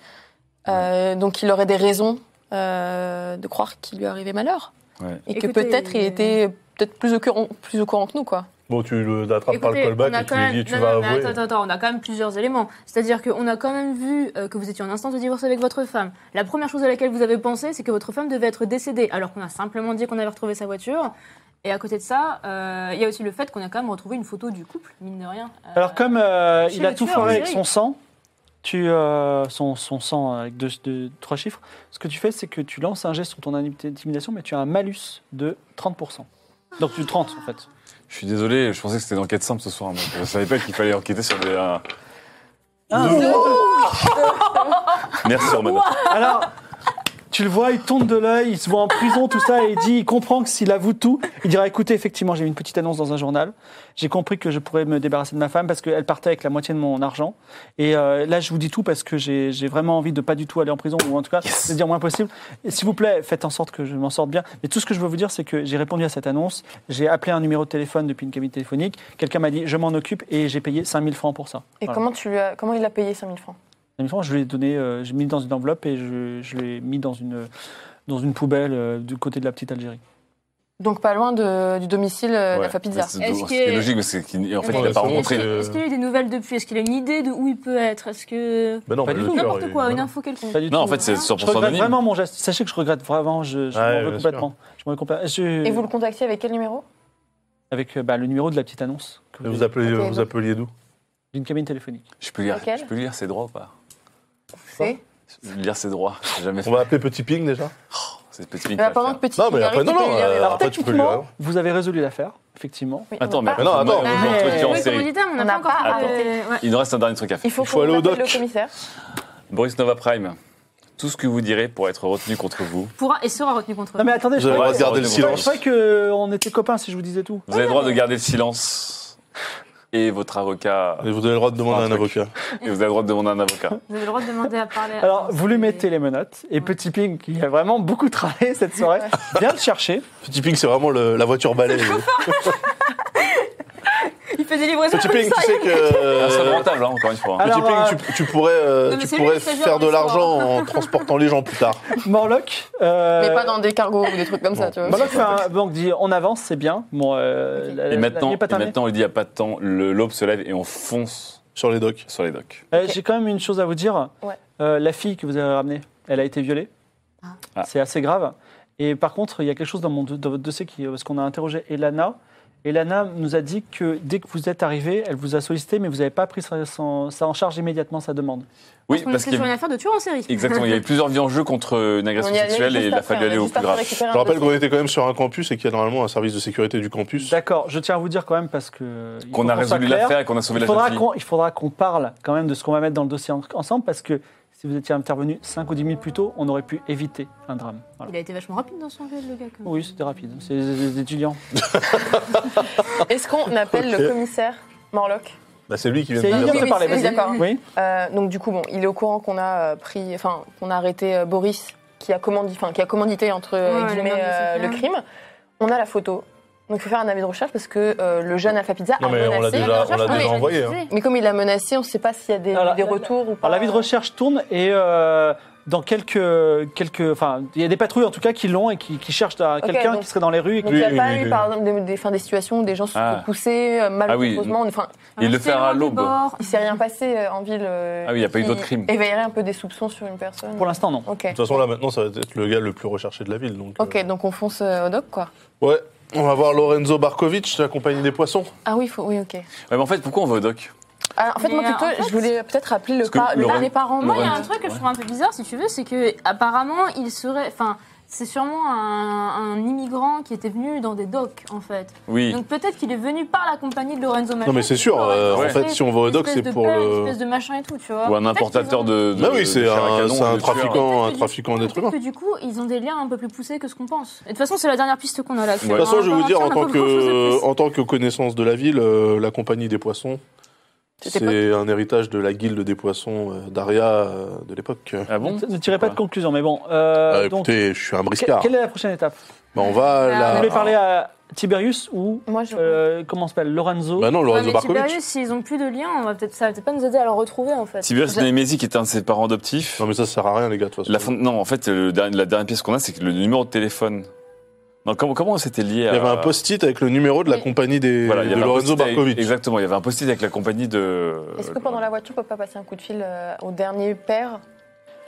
S3: Euh, donc, il aurait des raisons euh, de croire qu'il lui arrivait malheur.
S2: Ouais.
S3: Et que
S4: Écoutez,
S3: peut-être il
S4: euh,
S3: était peut-être plus au, courant, plus au courant que nous, quoi.
S5: Bon, tu le attrapes par le
S4: Écoutez,
S5: callback
S4: on a
S5: et tu
S4: quand
S5: lui
S4: même-
S5: dis, tu
S4: non,
S5: vas
S4: non, mais
S5: avouer.
S4: Attends, attends, on a quand même plusieurs éléments. C'est-à-dire qu'on a quand même vu euh, que vous étiez en instance de divorce avec votre femme. La première chose à laquelle vous avez pensé, c'est que votre femme devait être décédée, alors qu'on a simplement dit qu'on avait retrouvé sa voiture. Et à côté de ça, euh, il y a aussi le fait qu'on a quand même retrouvé une photo du couple, mine de rien. Euh,
S1: Alors comme euh,
S4: chez
S1: il a
S4: le
S1: tout
S4: tueur,
S1: foiré
S4: oui.
S1: avec son sang, tu, euh, son, son sang avec deux, deux- trois chiffres, ce que tu fais c'est que tu lances un geste sur ton intimidation mais tu as un malus de 30%. Donc tu 30 en fait.
S2: Je suis désolé, je pensais que c'était une enquête simple ce soir. moi. Je savais pas qu'il fallait enquêter sur des. euh, Merci, madame.
S1: Alors tu le vois, il tourne de l'œil, il se voit en prison, tout ça, et il dit, il comprend que s'il avoue tout, il dira, écoutez, effectivement, j'ai eu une petite annonce dans un journal, j'ai compris que je pourrais me débarrasser de ma femme parce qu'elle partait avec la moitié de mon argent, et euh, là, je vous dis tout parce que j'ai j'ai vraiment envie de pas du tout aller en prison, ou en tout cas, de dire le moins possible. Et S'il vous plaît, faites en sorte que je m'en sorte bien. Mais tout ce que je veux vous dire, c'est que j'ai répondu à cette annonce, j'ai appelé un numéro de téléphone depuis une cabine téléphonique, quelqu'un m'a dit je m'en occupe et j'ai payé 5000 francs pour ça.
S3: Et
S1: Voilà.
S3: comment, tu lui as- comment il a payé 5000 francs
S1: 5000 francs, je lui ai donné, euh, j'ai mis dans une enveloppe et je, je l'ai mis dans une, dans une poubelle euh, du côté de la petite Algérie.
S3: Donc, pas loin de- du domicile
S2: Ouais,
S3: euh,
S2: Bah,
S3: d'Alpha Pizza.
S2: mais C'est
S4: Est-ce
S2: ce qui est
S4: que-
S2: logique, parce qu'en fait,
S4: Mais
S2: il n'a pas
S5: est-ce
S4: Est-ce
S2: rencontré.
S4: qu'il
S5: Euh,
S4: est-ce qu'il a eu des nouvelles depuis Est-ce qu'il a une idée de où il peut être Est-ce que.
S5: Ben non,
S1: Pas
S5: mais
S1: du
S5: le
S1: tout.
S5: tueur,
S4: N'importe
S5: il-
S4: quoi, une
S5: non.
S4: info quelconque.
S1: Pas du
S2: Non,
S1: tout.
S2: en fait, c'est
S1: je
S2: 100%
S1: regrette
S2: anonyme.
S1: vraiment mon geste. Sachez que je regrette vraiment, je, je
S5: Ouais,
S1: m'en veux
S5: bien
S1: complètement. Je m'en veux complètement. Je-
S3: Et vous le contactez avec quel numéro
S1: Avec euh, bah, le numéro de la petite annonce que
S5: Et
S1: vous
S5: Vous appeliez,
S3: Ok,
S5: vous
S3: donc-
S5: appeliez d'où
S1: d'une cabine téléphonique.
S2: Je peux lire,
S3: Lequel
S2: je peux lire ses droits ou pas
S3: C'est
S2: Je peux Lire ses droits. j'ai Jamais fait.
S5: On va appeler Petit Ping déjà.
S2: C'est spécifique.
S3: Mais
S2: à
S3: pendant
S2: faire.
S3: que Eh ben, petit
S5: Non, mais
S3: Hillary
S5: après, non,
S3: peut
S5: non,
S3: y aller.
S5: euh,
S1: Alors
S5: après, tu peux lui
S1: techniquement,
S5: répondre.
S1: vous avez résolu l'affaire, effectivement.
S3: Oui, bah,
S2: Attends,
S3: on
S2: mais
S3: va
S5: Mais non,
S3: pas-
S5: attends,
S3: on va
S2: on
S3: pas-
S2: peut dire en
S4: Oui,
S2: série.
S4: commanditaire, on
S3: On
S4: n'a
S3: n'a
S4: pas encore
S3: pas
S4: parlé.
S3: arrêté.
S4: Ouais.
S2: Il nous reste un dernier truc à faire.
S3: Il faut
S5: Il faut
S3: qu'on
S5: aller au
S3: appelle
S5: doc.
S3: le commissaire.
S2: Boris Nova Prime, tout ce que vous direz pour être retenu contre vous.
S4: Pourra et sera retenu contre
S1: Non mais attendez,
S5: Vous
S1: je
S5: avez le droit de
S1: croyais,
S5: garder le
S2: Ouais,
S1: je croyais- je
S5: silence.
S1: croyais que euh, on était copains si je vous disais tout.
S2: Vous avez le droit de garder le silence et votre avocat.
S5: Et vous avez le droit de demander à un
S2: Un truc.
S5: avocat.
S2: Et vous avez le droit de demander un avocat.
S1: Euh,
S4: Vous avez le droit de demander à parler. à-
S1: Alors, vous lui mettez les menottes et Petit Ping, qui a vraiment beaucoup travaillé cette soirée, vient le chercher.
S5: Petit Ping, c'est vraiment le- la voiture balai. Euh,
S4: Il fait des livraisons
S5: Petit
S4: comme
S5: Ping,
S4: ça.
S5: tu sais que.
S2: Ah, C'est
S5: euh,
S2: rentable, hein, encore une fois. hein.
S5: Petit
S1: Alors, euh,
S5: Ping, tu, tu pourrais, euh,
S4: Non, mais
S5: tu
S4: c'est lui,
S5: pourrais
S4: il fait
S5: faire
S4: genre
S5: de
S4: des
S5: l'argent
S4: soirs.
S5: en transportant les gens plus tard.
S1: Morlock. euh, Bah,
S3: Mais pas dans des cargos ou des trucs comme ça, tu vois.
S1: Morlock fait un- donc dit on avance, c'est bien. Bon, euh, la- la-
S2: Et
S1: la-
S2: maintenant,
S1: il est pas
S2: et
S1: terminé.
S2: maintenant, on lui dit il n'y a pas de temps, le- l'aube se lève et on fonce
S5: Sur les docks.
S2: sur les docks.
S1: Euh, J'ai quand même une chose à vous dire.
S3: Ouais.
S1: Euh, la fille que vous avez ramenée, elle a été violée.
S2: Ah.
S1: C'est assez grave. Et par contre, il y a quelque chose dans, mon, do- dans votre dossier qui, parce qu'on a interrogé Elana. Elana nous a dit que dès que vous êtes arrivé, elle vous a sollicité, mais vous n'avez pas pris ça, son- ça en charge immédiatement, sa demande.
S2: Oui,
S4: On
S2: parce
S4: était
S2: qu'il
S4: sur une affaire de tueur en série.
S2: exactement, il y avait plusieurs vies en jeu contre euh, une
S3: On
S2: agression
S3: y allait
S2: sexuelle et
S3: juste
S2: il a
S3: après,
S2: fallu
S3: on
S2: aller au
S3: juste
S2: plus
S3: après
S2: grave.
S3: récupérer un
S5: Je rappelle
S3: dossier.
S5: qu'on était quand même sur un campus et qu'il y a normalement un service de sécurité du campus.
S1: D'accord, je tiens à vous dire quand même parce que. il
S2: Qu'on
S1: faut
S2: a
S1: soit
S2: résolu
S1: clair.
S2: l'affaire et qu'on a sauvé
S1: Il
S2: la jeune
S1: faudra
S2: fille.
S1: qu'on il faudra qu'on parle quand même de ce qu'on va mettre dans le dossier en- ensemble parce que si vous étiez intervenu 5 ou 10 minutes plus tôt, on aurait pu éviter un drame. Voilà.
S4: Il a été vachement rapide dans son duel, le gars. quand même.
S1: Oui, c'était rapide. C'est des- des étudiants.
S3: Est-ce qu'on appelle
S5: Ok.
S3: le commissaire Morlock
S5: Bah, c'est lui qui vient
S1: C'est
S5: de
S1: Eliane
S5: dire.
S3: oui,
S1: qui
S3: oui,
S1: parlait, vas-y.
S3: oui, d'accord.
S1: Oui.
S3: Euh, donc du coup, bon, il est au courant qu'on a euh, pris, enfin, qu'on a arrêté euh, Boris, qui a commandi, enfin, qui a commandité entre euh,
S4: Ouais,
S3: guillemets
S4: le meurtre de
S3: euh,
S4: Sophia.
S3: le crime. On a la photo. Donc il faut faire un avis de recherche parce que euh, le jeune Alpha Pizza
S5: Non,
S3: a
S5: mais on l'a
S3: menacé.
S5: déjà-
S3: Non, mais-
S5: on l'a déjà
S3: mais-
S5: envoyé,
S3: Mais comme il l'a menacé, on ne sait pas s'il y a des,
S1: Alors,
S3: des
S1: la-
S3: retours ou pas.
S1: Alors l'avis de recherche tourne et euh, dans quelques quelques enfin il y a des patrouilles en tout cas qui l'ont et qui, qui cherchent à- quelqu'un
S3: donc-
S1: qui serait dans les rues et
S3: Donc
S1: qui-
S3: il n'y a
S5: Oui,
S3: pas
S5: oui,
S3: eu,
S5: oui.
S3: par exemple, des, des, enfin, des situations où des gens se sont
S2: Ah.
S3: poussés euh, malencontreusement. Enfin,
S2: Il le
S4: Restez
S2: fera à
S4: loin des
S2: l'aube.
S4: bords.
S3: il s'est rien passé euh, en ville. euh,
S2: Ah oui, il y a pas eu
S3: qui
S2: d'autres crimes.
S3: Éveillerait un peu des soupçons sur une personne.
S1: pour l'instant non.
S3: Ok.
S5: De toute façon, là, maintenant, ça va être le gars le plus recherché de la ville. Donc, euh,
S3: Ok, donc on fonce euh, au doc, quoi.
S5: Ouais, on va voir Lorenzo Barkovitch, la compagnie des poissons.
S3: Ah oui, faut, oui, ok.
S2: Ouais, mais en fait, pourquoi on va au doc
S3: Ah, en fait,
S4: Mais,
S3: moi,
S4: euh,
S3: plutôt,
S4: en fait-
S3: je voulais peut-être rappeler le,
S2: Parce que
S3: par- le
S2: Laurent-
S3: pas des parents.
S4: Moi, il y a
S2: Laurent-
S4: un truc que je
S2: Ouais.
S4: trouve un peu bizarre, si tu veux, c'est que apparemment, il serait. Enfin, c'est sûrement un, un immigrant qui était venu dans des docks, en fait.
S2: Oui.
S4: Donc peut-être qu'il est venu par la compagnie de Lorenzo Machin.
S5: Non, mais c'est sûr, euh, en fait, si on va au doc, c'est pour
S4: Une
S5: le.
S4: espèce de machin et tout, tu vois.
S2: Ou un
S4: Peut-être qu'ils
S2: importateur
S4: ont-
S2: de. de-
S5: Bah oui,
S2: de
S5: c'est
S2: chair à
S5: un,
S2: canon,
S5: c'est un
S2: de tueur.
S5: trafiquant, un
S4: Peut-être que du
S5: trafiquant
S4: coup-
S5: d'êtres humains.
S4: peut-être que du coup, ils ont des liens un peu plus poussés que ce qu'on pense. Et de toute façon, c'est la dernière piste qu'on a là.
S5: De toute façon, je vais vous dire, en tant, que, euh,
S4: Moi,
S5: en tant que connaissance de la ville, euh, la compagnie des poissons,
S3: C'était
S5: c'est un héritage de la guilde des poissons euh, d'Aria euh, de l'époque.
S2: Ah bon
S1: Ne tirez pas de conclusion mais bon. euh,
S5: Ah,
S1: donc
S5: écoutez, je suis un
S1: que-
S5: briscard.
S1: quelle est la prochaine étape
S5: Bah, on va à
S4: Ah.
S1: Vous
S5: la...
S1: voulez parler à Tiberius ou
S3: Moi, je.
S1: euh, comment s'appelle Lorenzo
S5: Bah non, Lorenzo Barkovitch.
S4: s'ils ont plus de liens, on va peut-être, ça va peut-être pas nous aider à le retrouver en fait.
S2: Tiberius Nemesi, qui était un de ses parents adoptifs.
S5: Non, mais ça, ça sert à rien, les gars, de toute façon.
S2: La fond- Non, en fait, le dernier- la dernière pièce qu'on a, c'est que le numéro de téléphone. Non, comment, comment c'était lié
S5: Il y
S2: à.
S5: avait un post-it avec le numéro de la
S3: Oui.
S5: compagnie des,
S2: Voilà, il y
S5: de
S2: avait un
S5: Lorenzo
S2: post-it avec-
S5: Barkovitch.
S2: Exactement, il y avait un post-it avec la compagnie de.
S3: Est-ce que pendant la voiture, on peut pas passer un coup de fil euh, au dernier père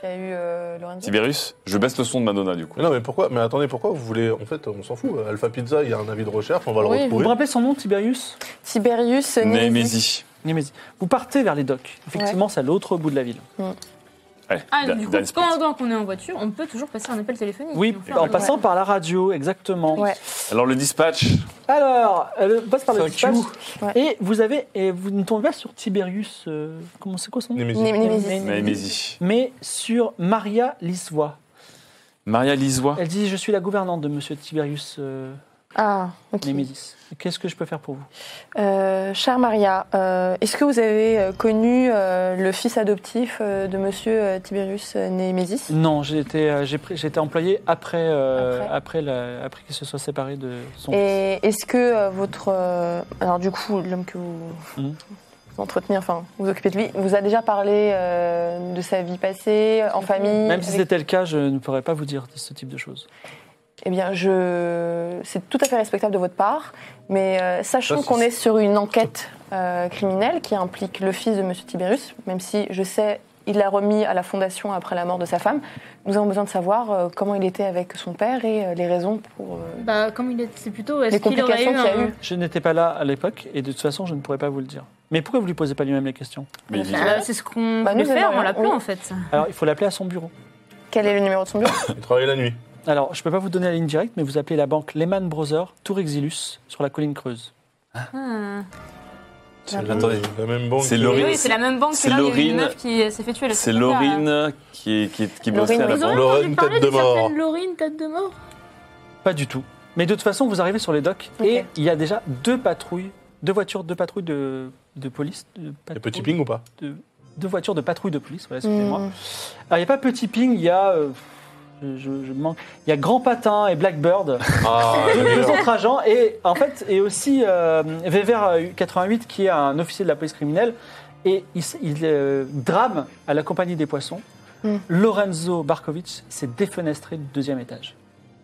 S3: qui a eu euh, Lorenzo
S2: Tiberius, je baisse le son de Madonna du coup.
S5: Mais non, mais pourquoi Mais attendez, pourquoi vous voulez En fait, on s'en fout. Alpha Pizza, il y a un avis de recherche, on va le
S3: Oui,
S1: Vous
S5: retrouver.
S1: me rappelez son nom Tiberius
S3: Tiberius euh, Némésis.
S2: Nemesi.
S1: Némésis. Vous partez vers les docks. Effectivement, c'est à l'autre bout de la ville.
S2: Allez,
S4: Ah,
S2: da-
S4: du coup,
S2: dernier sprint.
S4: pendant qu'on est en voiture, on peut toujours passer un appel téléphonique.
S1: Oui,
S4: Enfin,
S1: en
S4: ouais.
S1: passant par la radio, exactement.
S3: Ouais.
S2: Alors le dispatch,
S1: Alors, elle passe par le dispatch.
S3: Ouais.
S1: Et vous avez, et vous ne tombez pas sur Tiberius, euh, comment c'est quoi son nom
S5: Némésis.
S3: Né- Némésis.
S1: Némésis.
S2: Nemesi.
S1: Mais sur Maria Lisvois.
S2: Maria Lisois.
S1: Elle dit Je suis la gouvernante de monsieur Tiberius euh,
S3: Ah, ok.
S1: Némésis. Qu'est-ce que je peux faire pour vous
S3: Euh, chère Maria, euh, est-ce que vous avez euh, connu euh, le fils adoptif euh, de monsieur euh, Tiberius Némésis
S1: Non, j'ai été, euh, j'ai pris- j'ai été employée après, euh,
S3: Après.
S1: après. la- après qu'il se soit séparé de son
S3: Et est-ce que euh, votre. euh, alors, du coup, l'homme que vous.
S5: Hum.
S1: Mhm.
S3: vous entretenez, enfin, vous vous occupez de lui, vous a déjà parlé euh, de sa vie passée, en famille
S1: Même si
S3: avec-
S1: c'était le cas, je ne pourrais pas vous dire ce type de choses.
S3: Eh bien, je... c'est tout à fait respectable de votre part, mais euh, sachant
S5: Ça, c'est-
S3: qu'on est sur une enquête euh, criminelle qui implique le fils de M. Tiberius, même si je sais il l'a remis à la fondation après la mort de sa femme, nous avons besoin de savoir euh, comment il était avec son père et euh, les raisons pour... euh,
S4: Bah, comme il est, c'est plutôt. Est-ce
S3: Les
S4: qu'il aurait eu
S3: complications qu'il y a
S4: un-
S3: eu.
S1: Je n'étais pas là à l'époque et de toute façon, je ne pourrais pas vous le dire. Mais pourquoi vous lui posez pas lui-même les questions
S2: Mais il-
S4: Euh, c'est ce qu'on
S3: Bah,
S4: voulait
S3: nous,
S4: faire
S3: aimerions-
S4: en l'appelant
S3: oui.
S4: en fait.
S1: Alors, il faut l'appeler à son bureau.
S3: Quel est le numéro de son bureau
S5: Il travaille la nuit.
S1: Alors, je ne peux pas vous donner la ligne directe, mais vous appelez la banque Lehman Brothers, Tour Exilus, sur la colline creuse.
S4: Hmm.
S5: C'est
S2: la- Attendez.
S5: la même banque.
S2: C'est
S5: que-
S2: Laurine.
S4: Oui, c'est la même banque
S2: c'est
S4: que là où il y a eu une
S2: Laurine.
S4: meuf qui s'est fait tuer. la
S2: C'est
S4: semaine dernière, là.
S2: Laurine qui, qui, qui bossait
S3: Laurine,
S2: à la
S4: Vous
S2: banque.
S4: aurez
S5: Laurine,
S4: entendu parler
S5: tête de
S4: d'une certaine
S5: mort.
S4: Laurine, tête de mort
S1: Pas du tout. Mais de toute façon, vous arrivez sur les docks
S3: Ok.
S1: et il y a déjà deux patrouilles, deux voitures, deux patrouilles de, de police. De
S5: Les
S1: patrouille-
S5: petits ping ou pas
S1: de- Deux voitures de patrouille de police, voilà,
S3: Hmm.
S1: excusez-moi. Alors, il n'y a pas Petit Ping, il y a. euh, je, je- je manque. Il y a Grand Patin et Blackbird,
S5: Ah,
S1: deux,
S5: la
S1: deux
S5: meilleure.
S1: autres agents, et en fait, et aussi euh, Vever 88, qui est un officier de la police criminelle, et il, s- il, euh, drame à la compagnie des poissons.
S3: Mm.
S1: Lorenzo Barkovitch s'est défenestré du deuxième étage.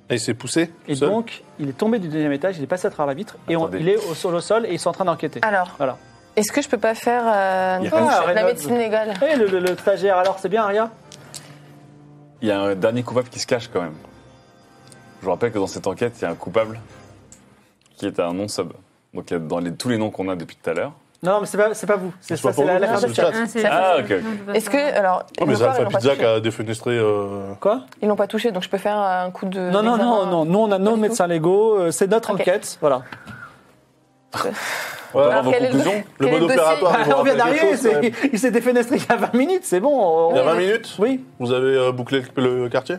S5: Et il s'est poussé
S1: Et
S5: seul
S1: donc, il est tombé du deuxième étage, il est passé à travers la vitre, et on-
S2: Attendez.
S1: il est au sol, au sol, et ils sont en train d'enquêter.
S3: Alors,
S1: Voilà.
S3: est-ce que je peux pas faire euh,
S2: Il y a rien
S3: la
S2: de-
S3: médecine- la
S1: Reynolds.
S3: médecine légale
S1: Et Eh, le, le- le stagiaire, alors, c'est bien, Aria
S2: Il y a un dernier coupable qui se cache quand même. Je vous rappelle que dans cette enquête, il y a un coupable qui est un non-sub. Donc il y a dans les- tous les noms qu'on a depuis tout à l'heure.
S1: Non, non, mais c'est pas, c'est pas vous. C'est
S5: C'est pas
S1: ça, c'est
S5: pour
S1: la,
S5: vous,
S1: la
S5: c'est
S1: fin
S5: le
S1: de
S5: chat.
S1: chat.
S4: Ah, c'est-
S2: Ah, ok, ok.
S3: Est-ce que, euh, alors,
S5: Oh, mais
S3: le corps, ils
S5: Alpha
S3: l'ont pas
S5: Pizza
S3: touché.
S5: qui a défenestré. euh,
S1: Quoi
S3: ils l'ont pas touché, donc je peux faire un coup de.
S1: Non, non, non,
S3: d'examen.
S1: non. Nous, on a nos
S3: du
S1: médecins légaux. euh, C'est notre
S3: Ok.
S1: enquête. Voilà.
S2: On peut
S5: Ouais.
S2: avoir vos
S3: quel est le-
S2: conclusions
S5: Le
S3: Quel est
S5: mode
S3: le dossier
S5: opératoire. il vous
S1: on vient
S5: rappelle quelque
S1: d'arriver.
S5: chose,
S1: c'est-
S5: quand même.
S1: Il s'est défenestré il y a 20 minutes. C'est bon. on-
S5: Il y a 20 minutes
S1: Oui.
S5: Vous avez euh, bouclé le le quartier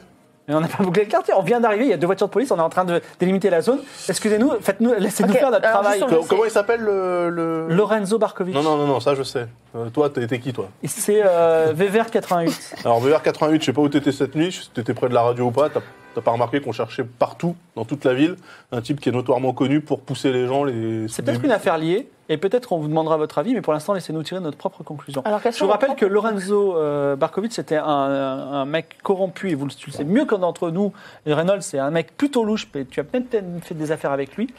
S1: Mais on n'a pas bouclé le quartier. On vient d'arriver. Il y a deux voitures de police. On est en train de délimiter la zone. Excusez-nous. Faites-nous. Laissez-nous
S3: Ok,
S1: faire notre
S3: alors,
S1: travail.
S3: juste
S5: Co-
S3: sais.
S5: Comment il s'appelle le. le-
S1: Lorenzo Barkovic.
S5: Non, non, non, non, ça je sais. Euh, toi, t'es t'es qui toi
S1: Et C'est euh, VVR 88.
S5: Alors, VR88, je sais pas où t'étais cette nuit, si t'étais près de la radio ou pas, t'as t'as pas remarqué qu'on cherchait partout, dans toute la ville, un type qui est notoirement connu pour pousser les gens. Les...
S1: C'est peut-être une affaire liée. Et peut-être qu'on vous demandera votre avis. Mais pour l'instant, laissez-nous tirer notre propre conclusion.
S3: Alors, quelles
S1: Je vous
S3: sont vos
S1: rappelle
S3: propres-
S1: que Lorenzo euh, Barkovic, c'était un, un mec corrompu, et vous le, tu le sais mieux qu'un d'entre nous. Et Reynolds, c'est un mec plutôt louche, mais tu as peut-être fait des affaires avec lui.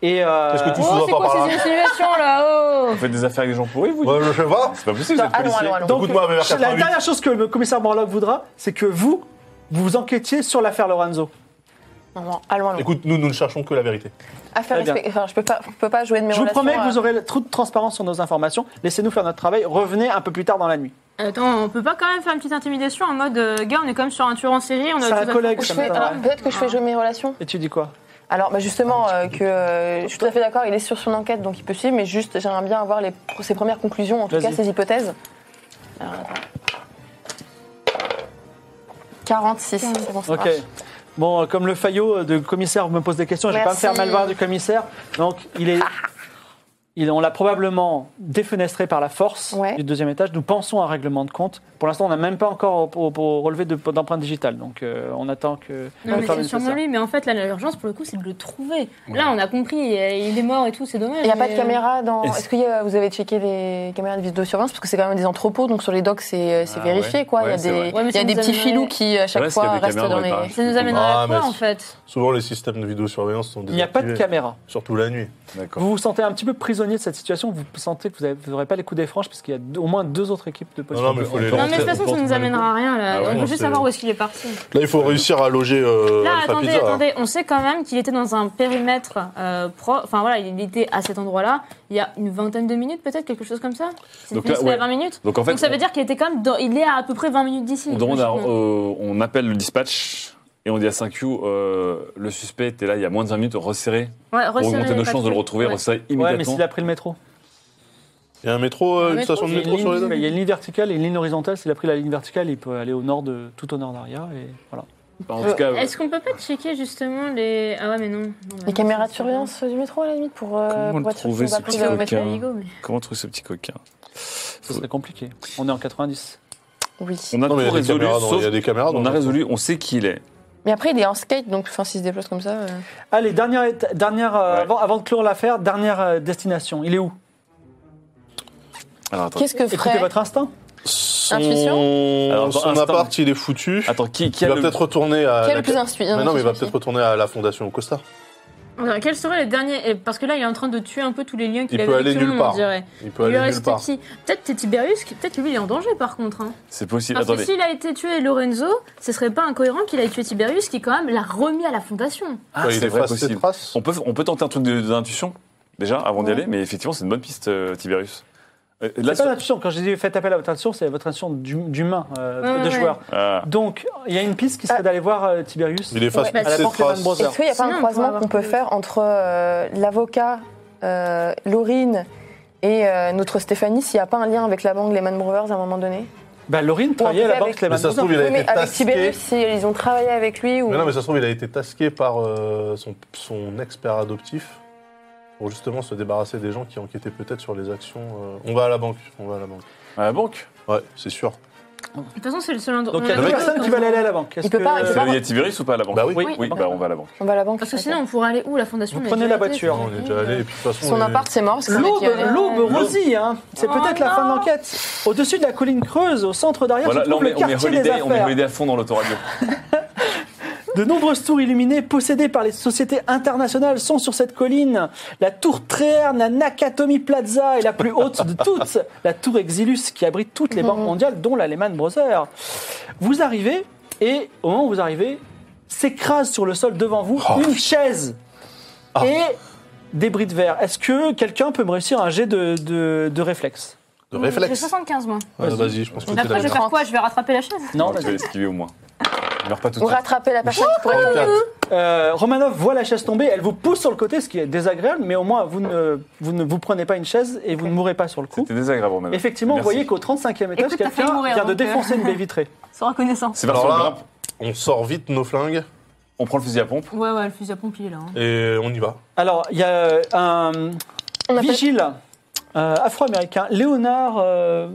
S1: Et, euh,
S5: Est-ce que tu-
S4: Oh, c'est
S5: sous-entends
S4: quoi
S5: par
S4: ces
S5: là
S4: insinuations là Oh
S2: Vous faites des affaires avec des gens pourris, vous
S5: Ouais, je sais pas.
S2: C'est pas possible, vous êtes
S3: Allons,
S2: policier.
S3: allons, allons.
S1: Donc,
S5: Écoute-moi, VVR88.
S1: la dernière chose que le commissaire Morlock voudra, c'est que vous, vous enquêtiez sur l'affaire Lorenzo.
S3: Non, non, allons,
S1: Ah.
S3: allons.
S5: Écoute, nous, nous ne cherchons que la vérité.
S1: très
S3: Affaire
S1: bien.
S3: respect- Enfin, je peux pas, je peux pas jouer de mes
S1: Je vous
S3: relations. hein.
S1: promets que
S3: à-
S1: vous aurez le- trop de transparence sur nos informations. Laissez-nous faire notre travail. Revenez un peu plus tard dans la nuit.
S4: Attends, on peut pas quand même faire une petite intimidation en mode euh, gars, on est quand même sur un tueur en série, on a
S1: C'est un
S4: tout Ah. à-
S1: collègue,
S3: Je
S1: ça
S3: fais-
S1: me
S3: alors,
S1: paraît.
S3: Peut-être que je fais jouer mes relations.
S1: Et tu dis quoi
S3: Alors, bah, justement,
S1: Ah,
S3: euh, que euh, je suis tout à fait d'accord, il est sur son enquête, donc il peut suivre, mais juste, j'aimerais bien avoir les, pr- ses premières conclusions, en tout
S1: Vas-y.
S3: cas ses hypothèses. Alors, attends. 46, c'est bon, ça
S1: Ok.
S3: marche.
S1: Bon, euh, comme le faillot euh, de commissaire me pose des questions, je vais pas me
S3: Merci.
S1: faire mal voir du commissaire. Donc, il est. il- on l'a probablement défenestré par la force
S3: Ouais.
S1: du deuxième étage. Nous pensons à un règlement de compte. Pour l'instant, on n'a même pas encore pour, pour relevé de- d'empreintes digitales. Donc, euh, on attend que.
S4: Non,
S1: que
S4: mais
S1: soit
S4: c'est
S1: le
S4: sûrement
S1: nécessaire.
S4: lui, mais en fait, là, l'urgence pour le coup, c'est de le trouver. Là, on a compris, euh, il est mort et tout, c'est dommage.
S3: Il n'y a pas
S4: mais-
S3: de caméra dans.
S2: Est-ce-
S3: Est-ce que euh, vous avez checké les caméras de vidéosurveillance Parce que c'est quand même des entrepôts, donc sur les docks, c'est euh, c'est
S2: Ah,
S3: vérifié,
S2: ouais.
S3: quoi.
S2: Ouais,
S3: il y
S2: c'est
S3: a
S2: vrai.
S3: des,
S4: Ouais, mais
S3: il y a
S4: ça
S3: des
S4: nous
S3: petits
S4: amènerait-
S3: filous qui, à chaque
S2: Ouais, parce qu'il y a
S3: fois,
S2: des
S3: restent
S2: caméras
S3: dans
S2: dans les
S3: les.
S2: parages.
S4: euh, Ça nous amènerait
S5: Ah,
S4: à quoi
S5: mais-
S4: en fait
S5: Souvent, les systèmes de vidéosurveillance sont
S1: Il
S5: désactivés.
S1: n'y a pas de caméra.
S5: Surtout la nuit.
S2: D'accord.
S1: Vous vous sentez un petit peu prisonnier de cette situation. Vous sentez que vous n'aurez pas les coups des franges parce qu'il y a deux- au moins deux autres équipes de police.
S5: Non, non, mais faut les
S4: Non,
S5: lancer.
S4: mais de toute façon,
S5: on pense
S4: ça nous
S5: qu'on a
S4: amènera à rien là.
S2: Ah ouais,
S4: on
S5: non,
S4: veut juste
S5: c'est-
S4: savoir où est-ce qu'il est parti.
S5: Là, il faut réussir à loger euh,
S4: Là,
S5: Alpha
S4: attendez,
S2: hein.
S5: Pizza.
S4: attendez, on sait quand même qu'il était dans un périmètre euh, pro. Enfin voilà, il était à cet endroit-là il y a une vingtaine de minutes, peut-être, quelque chose comme ça. C'est
S2: Donc
S4: fini,
S2: là,
S4: c'était
S2: ouais.
S4: à 20 minutes.
S2: Donc en fait,
S4: Donc ça veut dire qu'il était quand même. dans- Il est à à peu près 20 minutes d'ici.
S2: on, demande à-
S4: logiquement.
S2: euh, on appelle le dispatch et on dit à 5Q, euh, le suspect était là il y a moins de 20 minutes, resserré.
S4: Ouais,
S2: Pour
S4: resserrer
S2: augmenter
S4: les
S2: nos chances de le
S4: patrouilles.
S2: retrouver,
S4: Ouais.
S2: resserrer
S1: Ouais, mais
S2: immédiatement.
S1: s'il a pris le métro.
S5: Il y a un métro, euh,
S4: Un
S5: une
S4: métro,
S5: station de
S4: c'est
S1: Il y, a
S5: métro
S1: une
S5: sur les
S1: ligne,
S5: docks
S1: il y a une ligne verticale et une ligne horizontale. S'il a pris la ligne verticale, il peut aller au nord de, tout au nord d'Aria. Et voilà.
S2: En tout cas, euh,
S4: Est-ce qu'on peut pas checker justement les. Ah ouais, mais non. Non, bah
S3: Les
S4: non,
S3: caméras
S4: ça,
S3: de
S4: ça
S3: surveillance du métro, à la limite, pour. euh,
S2: Comment
S3: pour
S2: le
S3: être sûr
S2: trouver,
S3: qu'on va
S2: ce
S4: va.
S3: pas
S4: Je
S2: petit
S4: vais
S3: de-
S2: truc
S4: remettre
S2: Aucun.
S4: la Ligo, mais-
S2: comment trouver ce petit coquin
S1: Ce serait compliqué. On est en 90.
S3: Oui.
S2: On a
S5: Non, mais il y
S2: tout
S5: a des
S2: résolu,
S5: caméras dans- il
S2: sauf
S5: y a des euh, caméras dans
S2: on
S5: le
S2: a
S5: métro.
S2: résolu, on sait qui il est.
S3: Mais après, il est en skate, donc enfin, s'il se déplace comme ça. euh.
S1: Allez, dernière, éta- dernière euh,
S2: Ouais.
S1: avant, avant de clore l'affaire, dernière euh, destination. Il est où
S2: Alors attends,
S3: Qu'est-ce que
S1: Écoutez
S3: ferait
S1: votre instinct.
S5: Son,
S2: Alors, attends, Ah,
S5: son
S2: instant.
S5: appart, il est foutu.
S2: attends qui, qui
S5: il
S2: a
S5: va
S2: le-
S5: peut-être retourner à.
S2: Ah,
S3: Qui est
S5: la-
S3: le plus inspirant
S5: Mais non, mais il va peut-être retourner à la fondation Costa.
S4: Alors, Quels seraient les derniers et Parce que là, il est en train de tuer un peu tous les liens qu'il
S5: Il
S4: avait
S5: peut
S4: avec
S5: aller
S4: tout le
S5: nulle
S4: monde,
S5: part.
S4: on dirait.
S5: Il peut
S4: Il lui
S5: aller nulle
S4: reste
S5: part.
S4: qui Peut-être Tiberius, qui- peut-être lui, il est en danger par contre. hein.
S2: C'est possible.
S4: Parce que
S2: Attendez.
S4: s'il a été tué Lorenzo, ce serait pas incohérent qu'il ait tué Tiberius, qui quand même l'a remis à la fondation.
S2: Ah,
S5: Ouais, il
S2: c'est vrai
S5: efface ses
S2: possible.
S5: traces.
S2: On peut, on peut tenter un truc de- d'intuition, déjà, avant d'y aller, mais effectivement, c'est une bonne piste, euh, Tiberius. Euh, là,
S1: C'est pas
S2: sur-
S1: l'intuition. Quand j'ai dit faites appel à votre intuition, c'est votre intuition d'hu- d'humain, euh,
S4: Ouais, Ah.
S1: de
S4: ouais.
S1: joueur.
S2: Ah.
S1: Donc, il y a une piste qui serait d'aller voir euh, Tiberius.
S5: Il est face
S4: bah,
S3: Ouais.
S1: À la
S5: ses
S1: porte des
S5: traces.
S1: Van Brothers.
S3: Est-ce qu'il n'y a pas
S4: Sinon,
S3: un
S4: on pourrait
S3: croisement
S4: avoir
S3: qu'on peut
S4: trouvé.
S3: faire entre euh, l'avocat, euh, Laurine et euh, notre Stéphanie s'il n'y a pas un lien avec la banque Lehman Brothers à un moment donné
S1: Bah, Laurine travaillait à la
S3: fait
S1: banque
S3: avec-
S5: Mais
S1: Lehman
S5: ça se
S1: Brothers.
S5: trouve, il a
S3: Oui, mais
S5: été
S3: avec
S5: tasqué.
S3: Tiberius, si ils ont travaillé avec lui ou...
S5: Mais non, mais ça se trouve, il a été tasqué par euh, son, son ex-père adoptif pour justement se débarrasser des gens qui enquêtaient peut-être sur les actions. euh, On va à la banque, on va à la banque.
S2: À la banque
S5: Ouais, c'est sûr.
S4: De toute façon, c'est le seul endroit.
S1: Donc, il y a
S4: on
S1: deux
S4: a-
S1: personnes qui veulent aller à la banque. Est-ce
S3: Il peut
S1: que-
S3: pas- il peut
S2: C'est
S3: pas-
S2: là où il y a Tiberius ou pas à la banque
S5: Bah oui.
S4: Oui.
S2: Oui, bah on va à la banque.
S3: On va à la banque.
S4: Parce que
S3: ok.
S4: Ah, sinon, on pourrait aller où La fondation
S1: Vous
S4: on a
S1: prenez
S4: déjà
S1: la
S4: été,
S1: voiture.
S4: c'est-
S5: On est déjà allé, et puis de toute façon.
S3: Son
S4: euh,
S5: les-
S3: appart, c'est mort. c'est
S1: L'aube,
S3: avec, euh,
S1: l'aube
S3: euh,
S1: rosie, hein. C'est
S4: Oh
S1: peut-être la fin de
S4: non.
S1: l'enquête. Au-dessus de la colline creuse, au centre d'arrière,
S2: Voilà,
S1: se
S2: là on
S1: trouve
S2: met,
S1: le
S2: on met
S1: quartier des
S2: Holiday, on met
S1: affaires.
S2: Holiday à fond dans l'autoradio.
S1: De nombreuses tours illuminées possédées par les sociétés internationales sont sur cette colline. La tour Tréherne, la Nakatomi Plaza est la plus haute de toutes. La tour Exilus qui abrite toutes les banques mondiales, dont la Lehman Brothers. Vous arrivez et au moment où vous arrivez, s'écrase sur le sol devant vous
S5: Oh.
S1: une chaise et des bris de verre. Est-ce que quelqu'un peut me réussir un jet de, de- de réflexe
S5: De
S4: J'ai
S5: réflexe.
S4: 75 mois.
S5: Ah,
S1: Vas-y.
S5: Vas-y, je pense que
S4: Donc
S5: t'es la
S4: après, je vais
S5: meilleure.
S3: merde.
S4: faire quoi Je vais rattraper la chaise
S1: Non,
S2: tu vas
S1: vas-y.
S2: l'esquiver au moins. Meurs pas tout
S3: Ou
S2: de suite.
S3: rattraper la personne qui
S4: Ah,
S3: pourrait tomber.
S5: 34.
S1: Euh, Romanov voit la chaise tomber, elle vous pousse sur le côté, ce qui est désagréable, mais au moins vous ne vous, ne vous prenez pas une chaise et vous ne mourrez pas sur le coup.
S2: C'était désagréable,
S5: euh,
S2: madame.
S1: Effectivement,
S2: Merci.
S1: vous voyez qu'au 35e étage,
S4: Écoute, t'as failli
S1: quelqu'un
S4: mourir,
S1: vient de
S4: donc, euh.
S1: défoncer une baie vitrée.
S4: Sans reconnaissance.
S2: C'est parti,
S5: Alors
S2: on
S5: là-
S2: grimpe,
S5: On sort vite nos flingues
S2: on prend le fusil à pompe.
S4: Ouais, ouais, le fusil à pompe, il est là. hein.
S5: et on y va.
S1: Alors, il y a euh, un
S3: On appelle-
S1: vigile euh, afro-américain, Léonard, euh,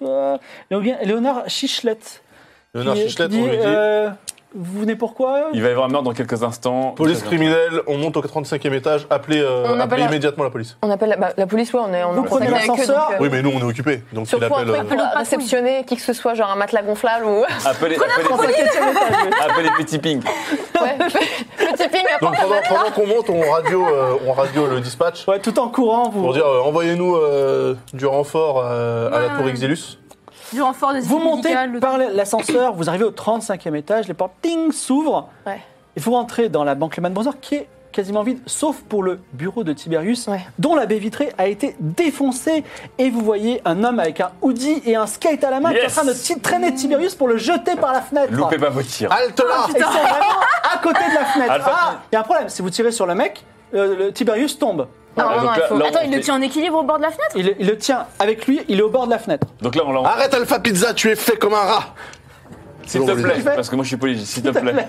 S1: Léonard- Léonard Chichelette. qui-
S5: Léonard
S1: qui
S5: Chichelette,
S1: dit,
S5: on lui dit
S1: euh, Vous venez pourquoi
S2: Il va y avoir un meurtre dans quelques instants.
S5: Police
S2: Très bien.
S5: criminelle, on monte au 35e étage, appelez, euh,
S3: On appelle
S5: appelez
S3: la-
S5: immédiatement la police.
S3: On appelle la, bah, la police, ouais, on est on est
S1: Vous
S3: en
S1: prenez
S3: contact avec eux.
S1: l'ascenseur
S3: donc, euh,
S5: Oui, mais nous, on est occupés, donc il
S3: Surtout un
S5: appelle.
S3: truc
S5: euh,
S3: pour réceptionner qui que ce soit, genre un matelas gonflable ou.
S2: Appelez, appelez,
S1: 35e étage.
S2: appelez Petit Pink.
S3: Ouais. Petit ping
S5: Donc pendant, pendant qu'on monte, on radio, euh, on radio le dispatch
S1: Ouais, tout en courant, vous,
S5: pour dire euh, envoyez-nous euh, du renfort euh, à la tour Exilus.
S4: Du renfort des
S1: Vous
S4: équipes
S1: montez
S5: hein,
S4: médicales, le-
S1: par l'ascenseur, vous arrivez au 35e étage, les portes ting s'ouvrent.
S5: euh,
S3: Ouais.
S1: Et vous rentrez dans la banque Lehman Brothers qui est quasiment vide, sauf pour le bureau de Tiberius,
S3: Ouais.
S1: dont la baie vitrée a été défoncée. Et vous voyez un homme avec un hoodie et un skate à la main qui est en
S2: Yes.
S1: train de ti- traîner Tiberius pour le jeter par la fenêtre.
S2: Loupez pas votre tir.
S5: Halte
S3: Ah,
S5: là
S1: Ils sont vraiment à côté de la fenêtre.
S2: Alpha-
S1: Ah, il y a un problème. Si vous tirez sur le mec, euh, le Tiberius tombe.
S3: Non, non, non,
S2: donc
S3: il
S2: là-
S3: faut.
S2: là, on-
S4: Attends, il le tient en équilibre au bord de la fenêtre
S1: Il, il le tient avec lui, il est au bord de la fenêtre.
S2: Donc là, on l'a.
S5: Arrête Alpha Pizza, tu es fait comme un rat
S2: S'il
S5: on
S2: te
S5: lui
S2: plaît,
S5: dit.
S2: parce que moi je suis policier, s'il te plaît.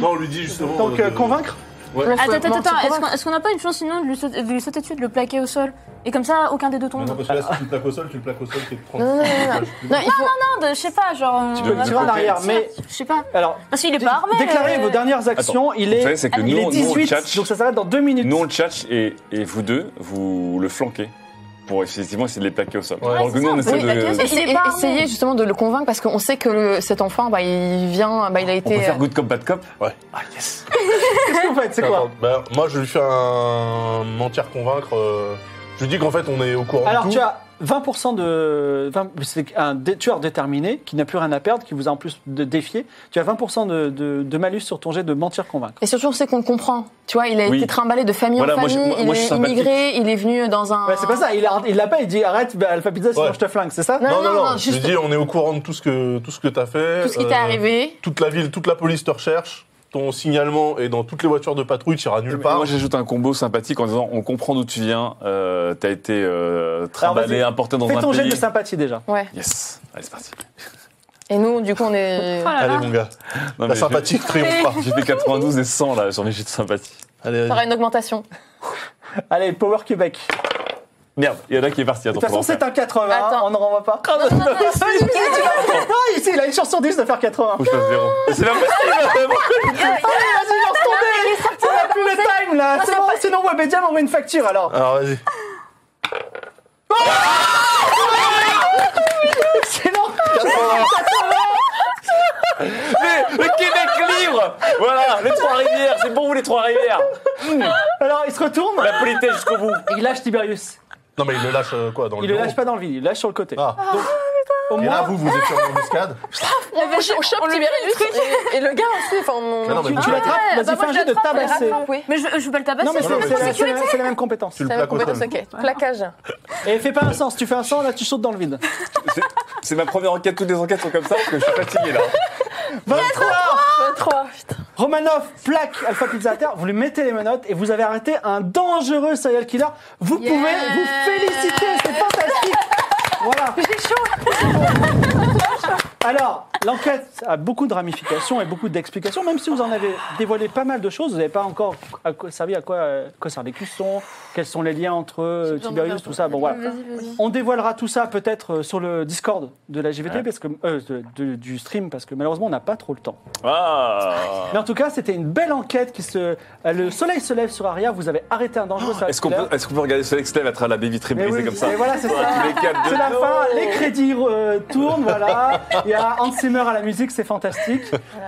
S5: Non, on lui dit justement.
S1: Donc, euh, convaincre
S4: Attends,
S1: non,
S4: attends,
S1: c'est
S4: attends,
S1: pas
S4: est-ce
S1: mal.
S4: qu'on- est-ce qu'on n'a pas une chance sinon de lui, sauter, de lui sauter dessus, de le plaquer au sol Et comme ça, aucun des deux tombe.
S5: Non, parce que là, si tu plaques au sol, tu plaques au sol, tu te prends.
S3: Non, non, non, non,
S4: Non, il faut... non, non, de- je sais pas, genre. on-
S2: dois-
S4: on
S2: tu
S1: vas en
S4: pas-
S1: arrière, mais-
S4: Je sais pas.
S1: Alors,
S4: Parce qu'il est pas armé.
S1: déclarez
S4: euh,
S1: vos dernières actions. il est,
S2: Vous savez, c'est que
S1: il
S2: nous,
S1: est
S2: on- nous, on
S1: 18,
S2: tchatche.
S1: donc ça s'arrête dans 2 minutes.
S2: Nous on le tchatche et, et vous deux, vous le flanquez pour effectivement essayer de les plaquer au sol.
S5: Ouais.
S2: Alors que
S4: Ouais,
S1: Ah,
S2: nous on
S4: c'est ça,
S2: essaie
S4: oui, plaquer au
S2: de.
S4: sol.
S3: Essayez-
S4: Il est pas armé.
S3: essayez justement de le convaincre parce qu'on sait que le- cet enfant, bah, il vient, bah, il a
S2: On peut
S3: été.
S1: euh,
S2: faire good cop, bad cop
S1: Qu'est-ce que vous faites C'est quoi
S5: Bah, Moi, je lui fais un mentir convaincre. euh, Je lui dis qu'en fait, on est au courant
S1: Alors
S5: de
S1: tu
S5: tout.
S1: as 20% de... 20 C'est un dé- tueur déterminé qui n'a plus rien à perdre, qui vous a en plus de défié. Tu as 20% de, de- de malus sur ton jet de mentir convaincre.
S3: Et surtout, on sait qu'on le comprend. Tu vois, il a
S2: Oui.
S3: été trimballé de famille
S2: Voilà,
S3: en
S2: moi, je-
S3: famille,
S2: moi, moi, je
S3: il
S2: suis
S3: est
S2: sympathique.
S3: immigré, il est venu dans un.
S1: Ouais, Bah, c'est pas ça, il a- il l'a pas, il dit arrête bah, Alpha Pizza sinon
S5: Ouais.
S1: je te flingue, c'est ça
S3: Non,
S5: Non, non, non, je lui
S3: juste
S5: dis on est au courant de tout ce que, tout ce que t'as fait.
S3: tout ce qui t'est
S5: euh,
S3: arrivé.
S5: Toute la ville, toute la police te recherche. Ton signalement est dans toutes les voitures de patrouille, tu iras nulle part.
S2: Moi j'ajoute un combo sympathique en disant on comprend d'où tu viens, euh, t'as été euh, trimballé,
S1: vas-y.
S2: importé dans
S1: Fais ton
S2: un
S1: jet
S2: pays.
S1: de sympathie déjà.
S3: Ouais.
S2: Yes, allez c'est parti.
S3: Et nous, du coup, on est.
S4: Oh là
S5: Allez,
S4: là.
S5: mon gars,
S2: Non, mais
S5: la
S2: j'ai-
S5: sympathie triomphe pas.
S3: Eh.
S2: J'ai fait 92 et 100 là sur mes jets de sympathie.
S5: Allez,
S3: On aura une augmentation.
S1: Allez, Power Québec.
S2: Merde, il y en a qui est parti.
S1: De toute façon, c'est un 80,
S3: Attends.
S1: on n'en renvoie pas. Ah, ici, il a une chance sur 10 de faire 80.
S2: Faut que je fasse zéro. C'est pas possible
S1: Allez, vas-y, lance ton dé On a plus le time là C'est bon, sinon Webedia m'envoie une facture alors
S2: Ah.
S5: Alors vas-y.
S1: C'est long
S2: Mais le Québec libre Voilà, les Trois-Rivières, c'est pour vous les Trois-Rivières
S1: Alors il se retourne
S2: La politesse jusqu'au bout
S1: Il lâche Tiberius.
S5: Non mais il le lâche euh, quoi dans
S1: Il
S5: le
S1: le
S5: bureau
S1: lâche pas dans le vide, il le lâche sur le côté.
S5: Ah.
S1: Donc, Au
S5: Et là,
S1: moins,
S5: vous, vous êtes sur l'embuscade.
S3: On, on, on chope Tiberius et, et le gars aussi. Enfin, on,
S5: Mais non, mais
S1: tu l'attrapes,
S4: ouais, bah
S1: vas-y,
S4: moi,
S1: fais un
S4: je
S1: jeu de
S4: l'attrape, elle
S1: tabasser.
S3: oui.
S4: Mais je, je vais le tabasser.
S1: Non, mais
S4: c'est
S1: c'est
S5: Non,
S4: bon,
S5: mais
S1: c'est la,
S4: c'est
S1: c'est
S4: sûr.
S1: la- c'est la même compétence.
S5: Tu le
S3: Ça va
S5: plaques au
S3: complètement
S5: sol.
S3: ok. Plaquage.
S1: Et fais pas un sens, tu fais un sens, là tu sautes dans le vide.
S2: C'est- C'est ma première enquête, toutes les enquêtes sont comme ça, parce que je suis fatigué là.
S1: 23
S3: 23, putain.
S1: Romanov plaque Alpha Pizza à terre, vous lui mettez les menottes et vous avez arrêté un dangereux serial killer. Vous
S4: Yeah.
S1: pouvez vous féliciter, c'est fantastique Voilà.
S3: J'ai chaud.
S1: Alors, l'enquête a beaucoup de ramifications et beaucoup d'explications, même si vous en avez dévoilé pas mal de choses, vous n'avez pas encore à quoi- servi à quoi, euh, quoi servent les cuissons, quels sont les liens entre euh,
S4: besoin de
S1: Tiberius,
S4: regarder.
S1: tout ça. Bon, voilà. On dévoilera tout ça peut-être euh, sur le Discord de la GVT,
S2: Ouais.
S1: parce que, euh, de- de- du stream, parce que malheureusement, on n'a pas trop le temps.
S2: Ah
S1: Mais en tout cas, c'était une belle enquête qui se. euh, Le soleil se lève sur Aria, vous avez arrêté un dangereux serial
S2: Est-ce qu'on
S1: killer.
S2: peut, est-ce qu'on peut regarder ce ex lève à travers la baie vitrée
S1: Mais
S2: brisée
S1: oui,
S2: comme ça
S1: mais voilà, c'est ça.
S2: Tous les quatre
S1: C'est la
S2: dedans.
S1: fin, les crédits euh, tournent, voilà. Il y a Hans Zimmer à la musique, c'est fantastique.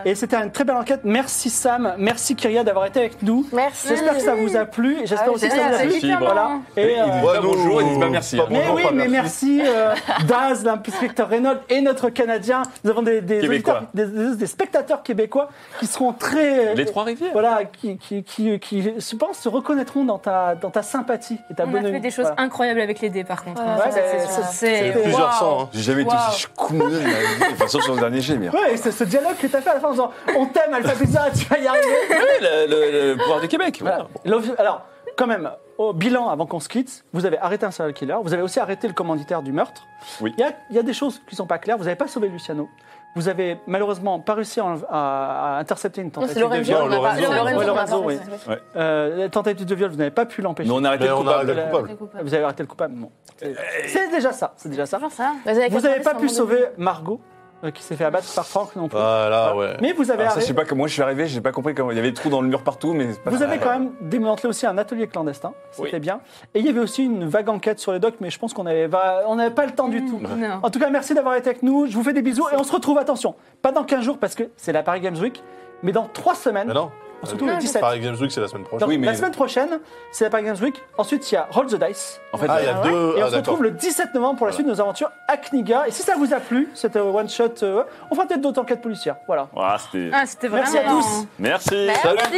S1: Et c'était une très belle enquête. Merci Sam, merci Kyria d'avoir été avec nous.
S3: Merci.
S1: J'espère que ça vous a plu. J'espère
S3: Ah oui,
S1: aussi que ça vous a
S3: génial.
S1: plu.
S2: Merci,
S1: Voilà.
S2: Et
S1: Et, euh,
S2: il dit
S5: Ouais,
S2: pas
S5: nous,
S2: bonjour, il dit pas merci.
S5: pas
S2: hein.
S5: bon.
S1: mais
S5: Bonjour,
S1: oui,
S5: pas
S1: mais
S5: merci.
S1: merci euh, Daz, l'inspecteur Reynolds et notre Canadien. Nous avons des, des,
S2: Québécois.
S1: auditeurs- des- des- des spectateurs québécois qui seront très. euh,
S2: Les Trois-Rivières.
S1: Voilà, qui, qui, qui, qui, je pense, se reconnaîtront dans ta, dans ta sympathie et ta
S4: On a
S1: bonhomie.
S4: fait des choses
S1: Voilà.
S4: incroyables avec les dés, par contre.
S3: Ouais,
S4: Ça,
S1: ouais,
S4: c'est
S1: bah,
S4: sûr.
S1: ça,
S4: C'est
S1: c'était-
S5: Plusieurs
S4: waouh.
S5: cents. hein.
S2: J'ai jamais été
S4: Wow.
S2: aussi choumoune de ma vie. Enfin, sauf sur le dernier G, mais.
S1: Ouais, et c'est ce dialogue que t'as fait à la fin en disant On t'aime, Alpha Pizza, tu vas y arriver.
S2: Oui, le, le- le pouvoir du Québec.
S1: Voilà.
S2: voilà.
S1: L'obvi- Ah, Alors, quand même, au bilan avant qu'on se quitte, vous avez arrêté un serial killer, vous avez aussi arrêté le commanditaire du meurtre.
S2: Oui.
S1: Il y a, il y a des choses qui sont pas claires, vous n'avez pas sauvé Luciano. Vous avez malheureusement pas réussi à, enlever- à- à intercepter une
S3: Non,
S1: tentative de
S3: c'est Lorenzo.
S1: viol.
S3: on a pas-
S5: Lorenzo.
S3: Lorenzo, on a pas
S1: Lorenzo,
S3: parlé.
S1: oui. Euh, la tentative de viol, vous n'avez pas pu l'empêcher.
S2: Mais on a arrêté
S5: Mais
S2: le
S5: on a
S2: coupable.
S5: le coupable.
S1: Vous avez arrêté le coupable, non. C'est- C'est déjà ça, c'est déjà ça.
S4: Genre ça.
S3: Vas-y, avec
S1: Vous n'avez
S3: 90,
S1: pas
S3: c'est un
S1: pu
S3: bon
S1: sauver
S3: début.
S1: Margot, euh, qui s'est fait abattre par Franck non plus.
S5: Voilà, ouais.
S1: Mais vous avez
S2: Alors Ah. ça, je
S1: arrêté-
S2: sais pas comment je suis arrivé, j'ai pas compris comment. Il y avait des trous dans le mur partout, mais. c'est pas-
S1: Vous avez quand même démantelé aussi un atelier clandestin, c'était
S2: Oui.
S1: bien. Et il y avait aussi une vague enquête sur les docks, mais je pense qu'on n'avait va- on n'avait pas le temps du tout.
S4: Mm, Non.
S1: En tout cas, merci d'avoir été avec nous. Je vous fais des bisous et on se retrouve, attention, pas dans 15 jours parce que c'est la Paris Games Week, mais dans 3 semaines,
S5: Mais non. Ah,
S1: on se retrouve le
S4: Non,
S1: 17.
S5: Par exemple, Zouk, c'est la semaine
S1: Donc,
S5: prochaine.
S2: Oui, mais-
S1: La semaine prochaine, c'est la Paris Games Week. Ensuite, il y a Roll the Dice.
S2: En fait,
S5: Ah, il y
S2: euh,
S5: a deux.
S1: Et on
S5: Ah,
S1: se
S5: d'accord.
S1: retrouve le 17 novembre pour la suite de nos aventures à Kniga. Et si ça vous a plu, cette one-shot, euh, on fera peut-être d'autres enquêtes policières. Voilà.
S2: voilà, c'était.
S4: Ah, c'était vraiment.
S1: Merci à tous.
S2: Merci.
S3: Merci.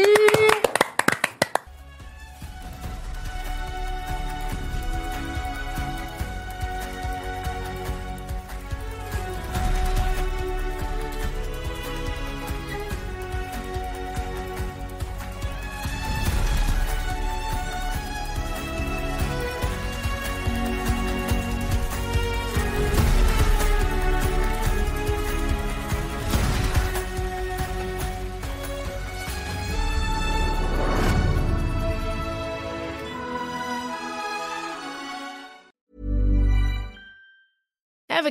S6: Ever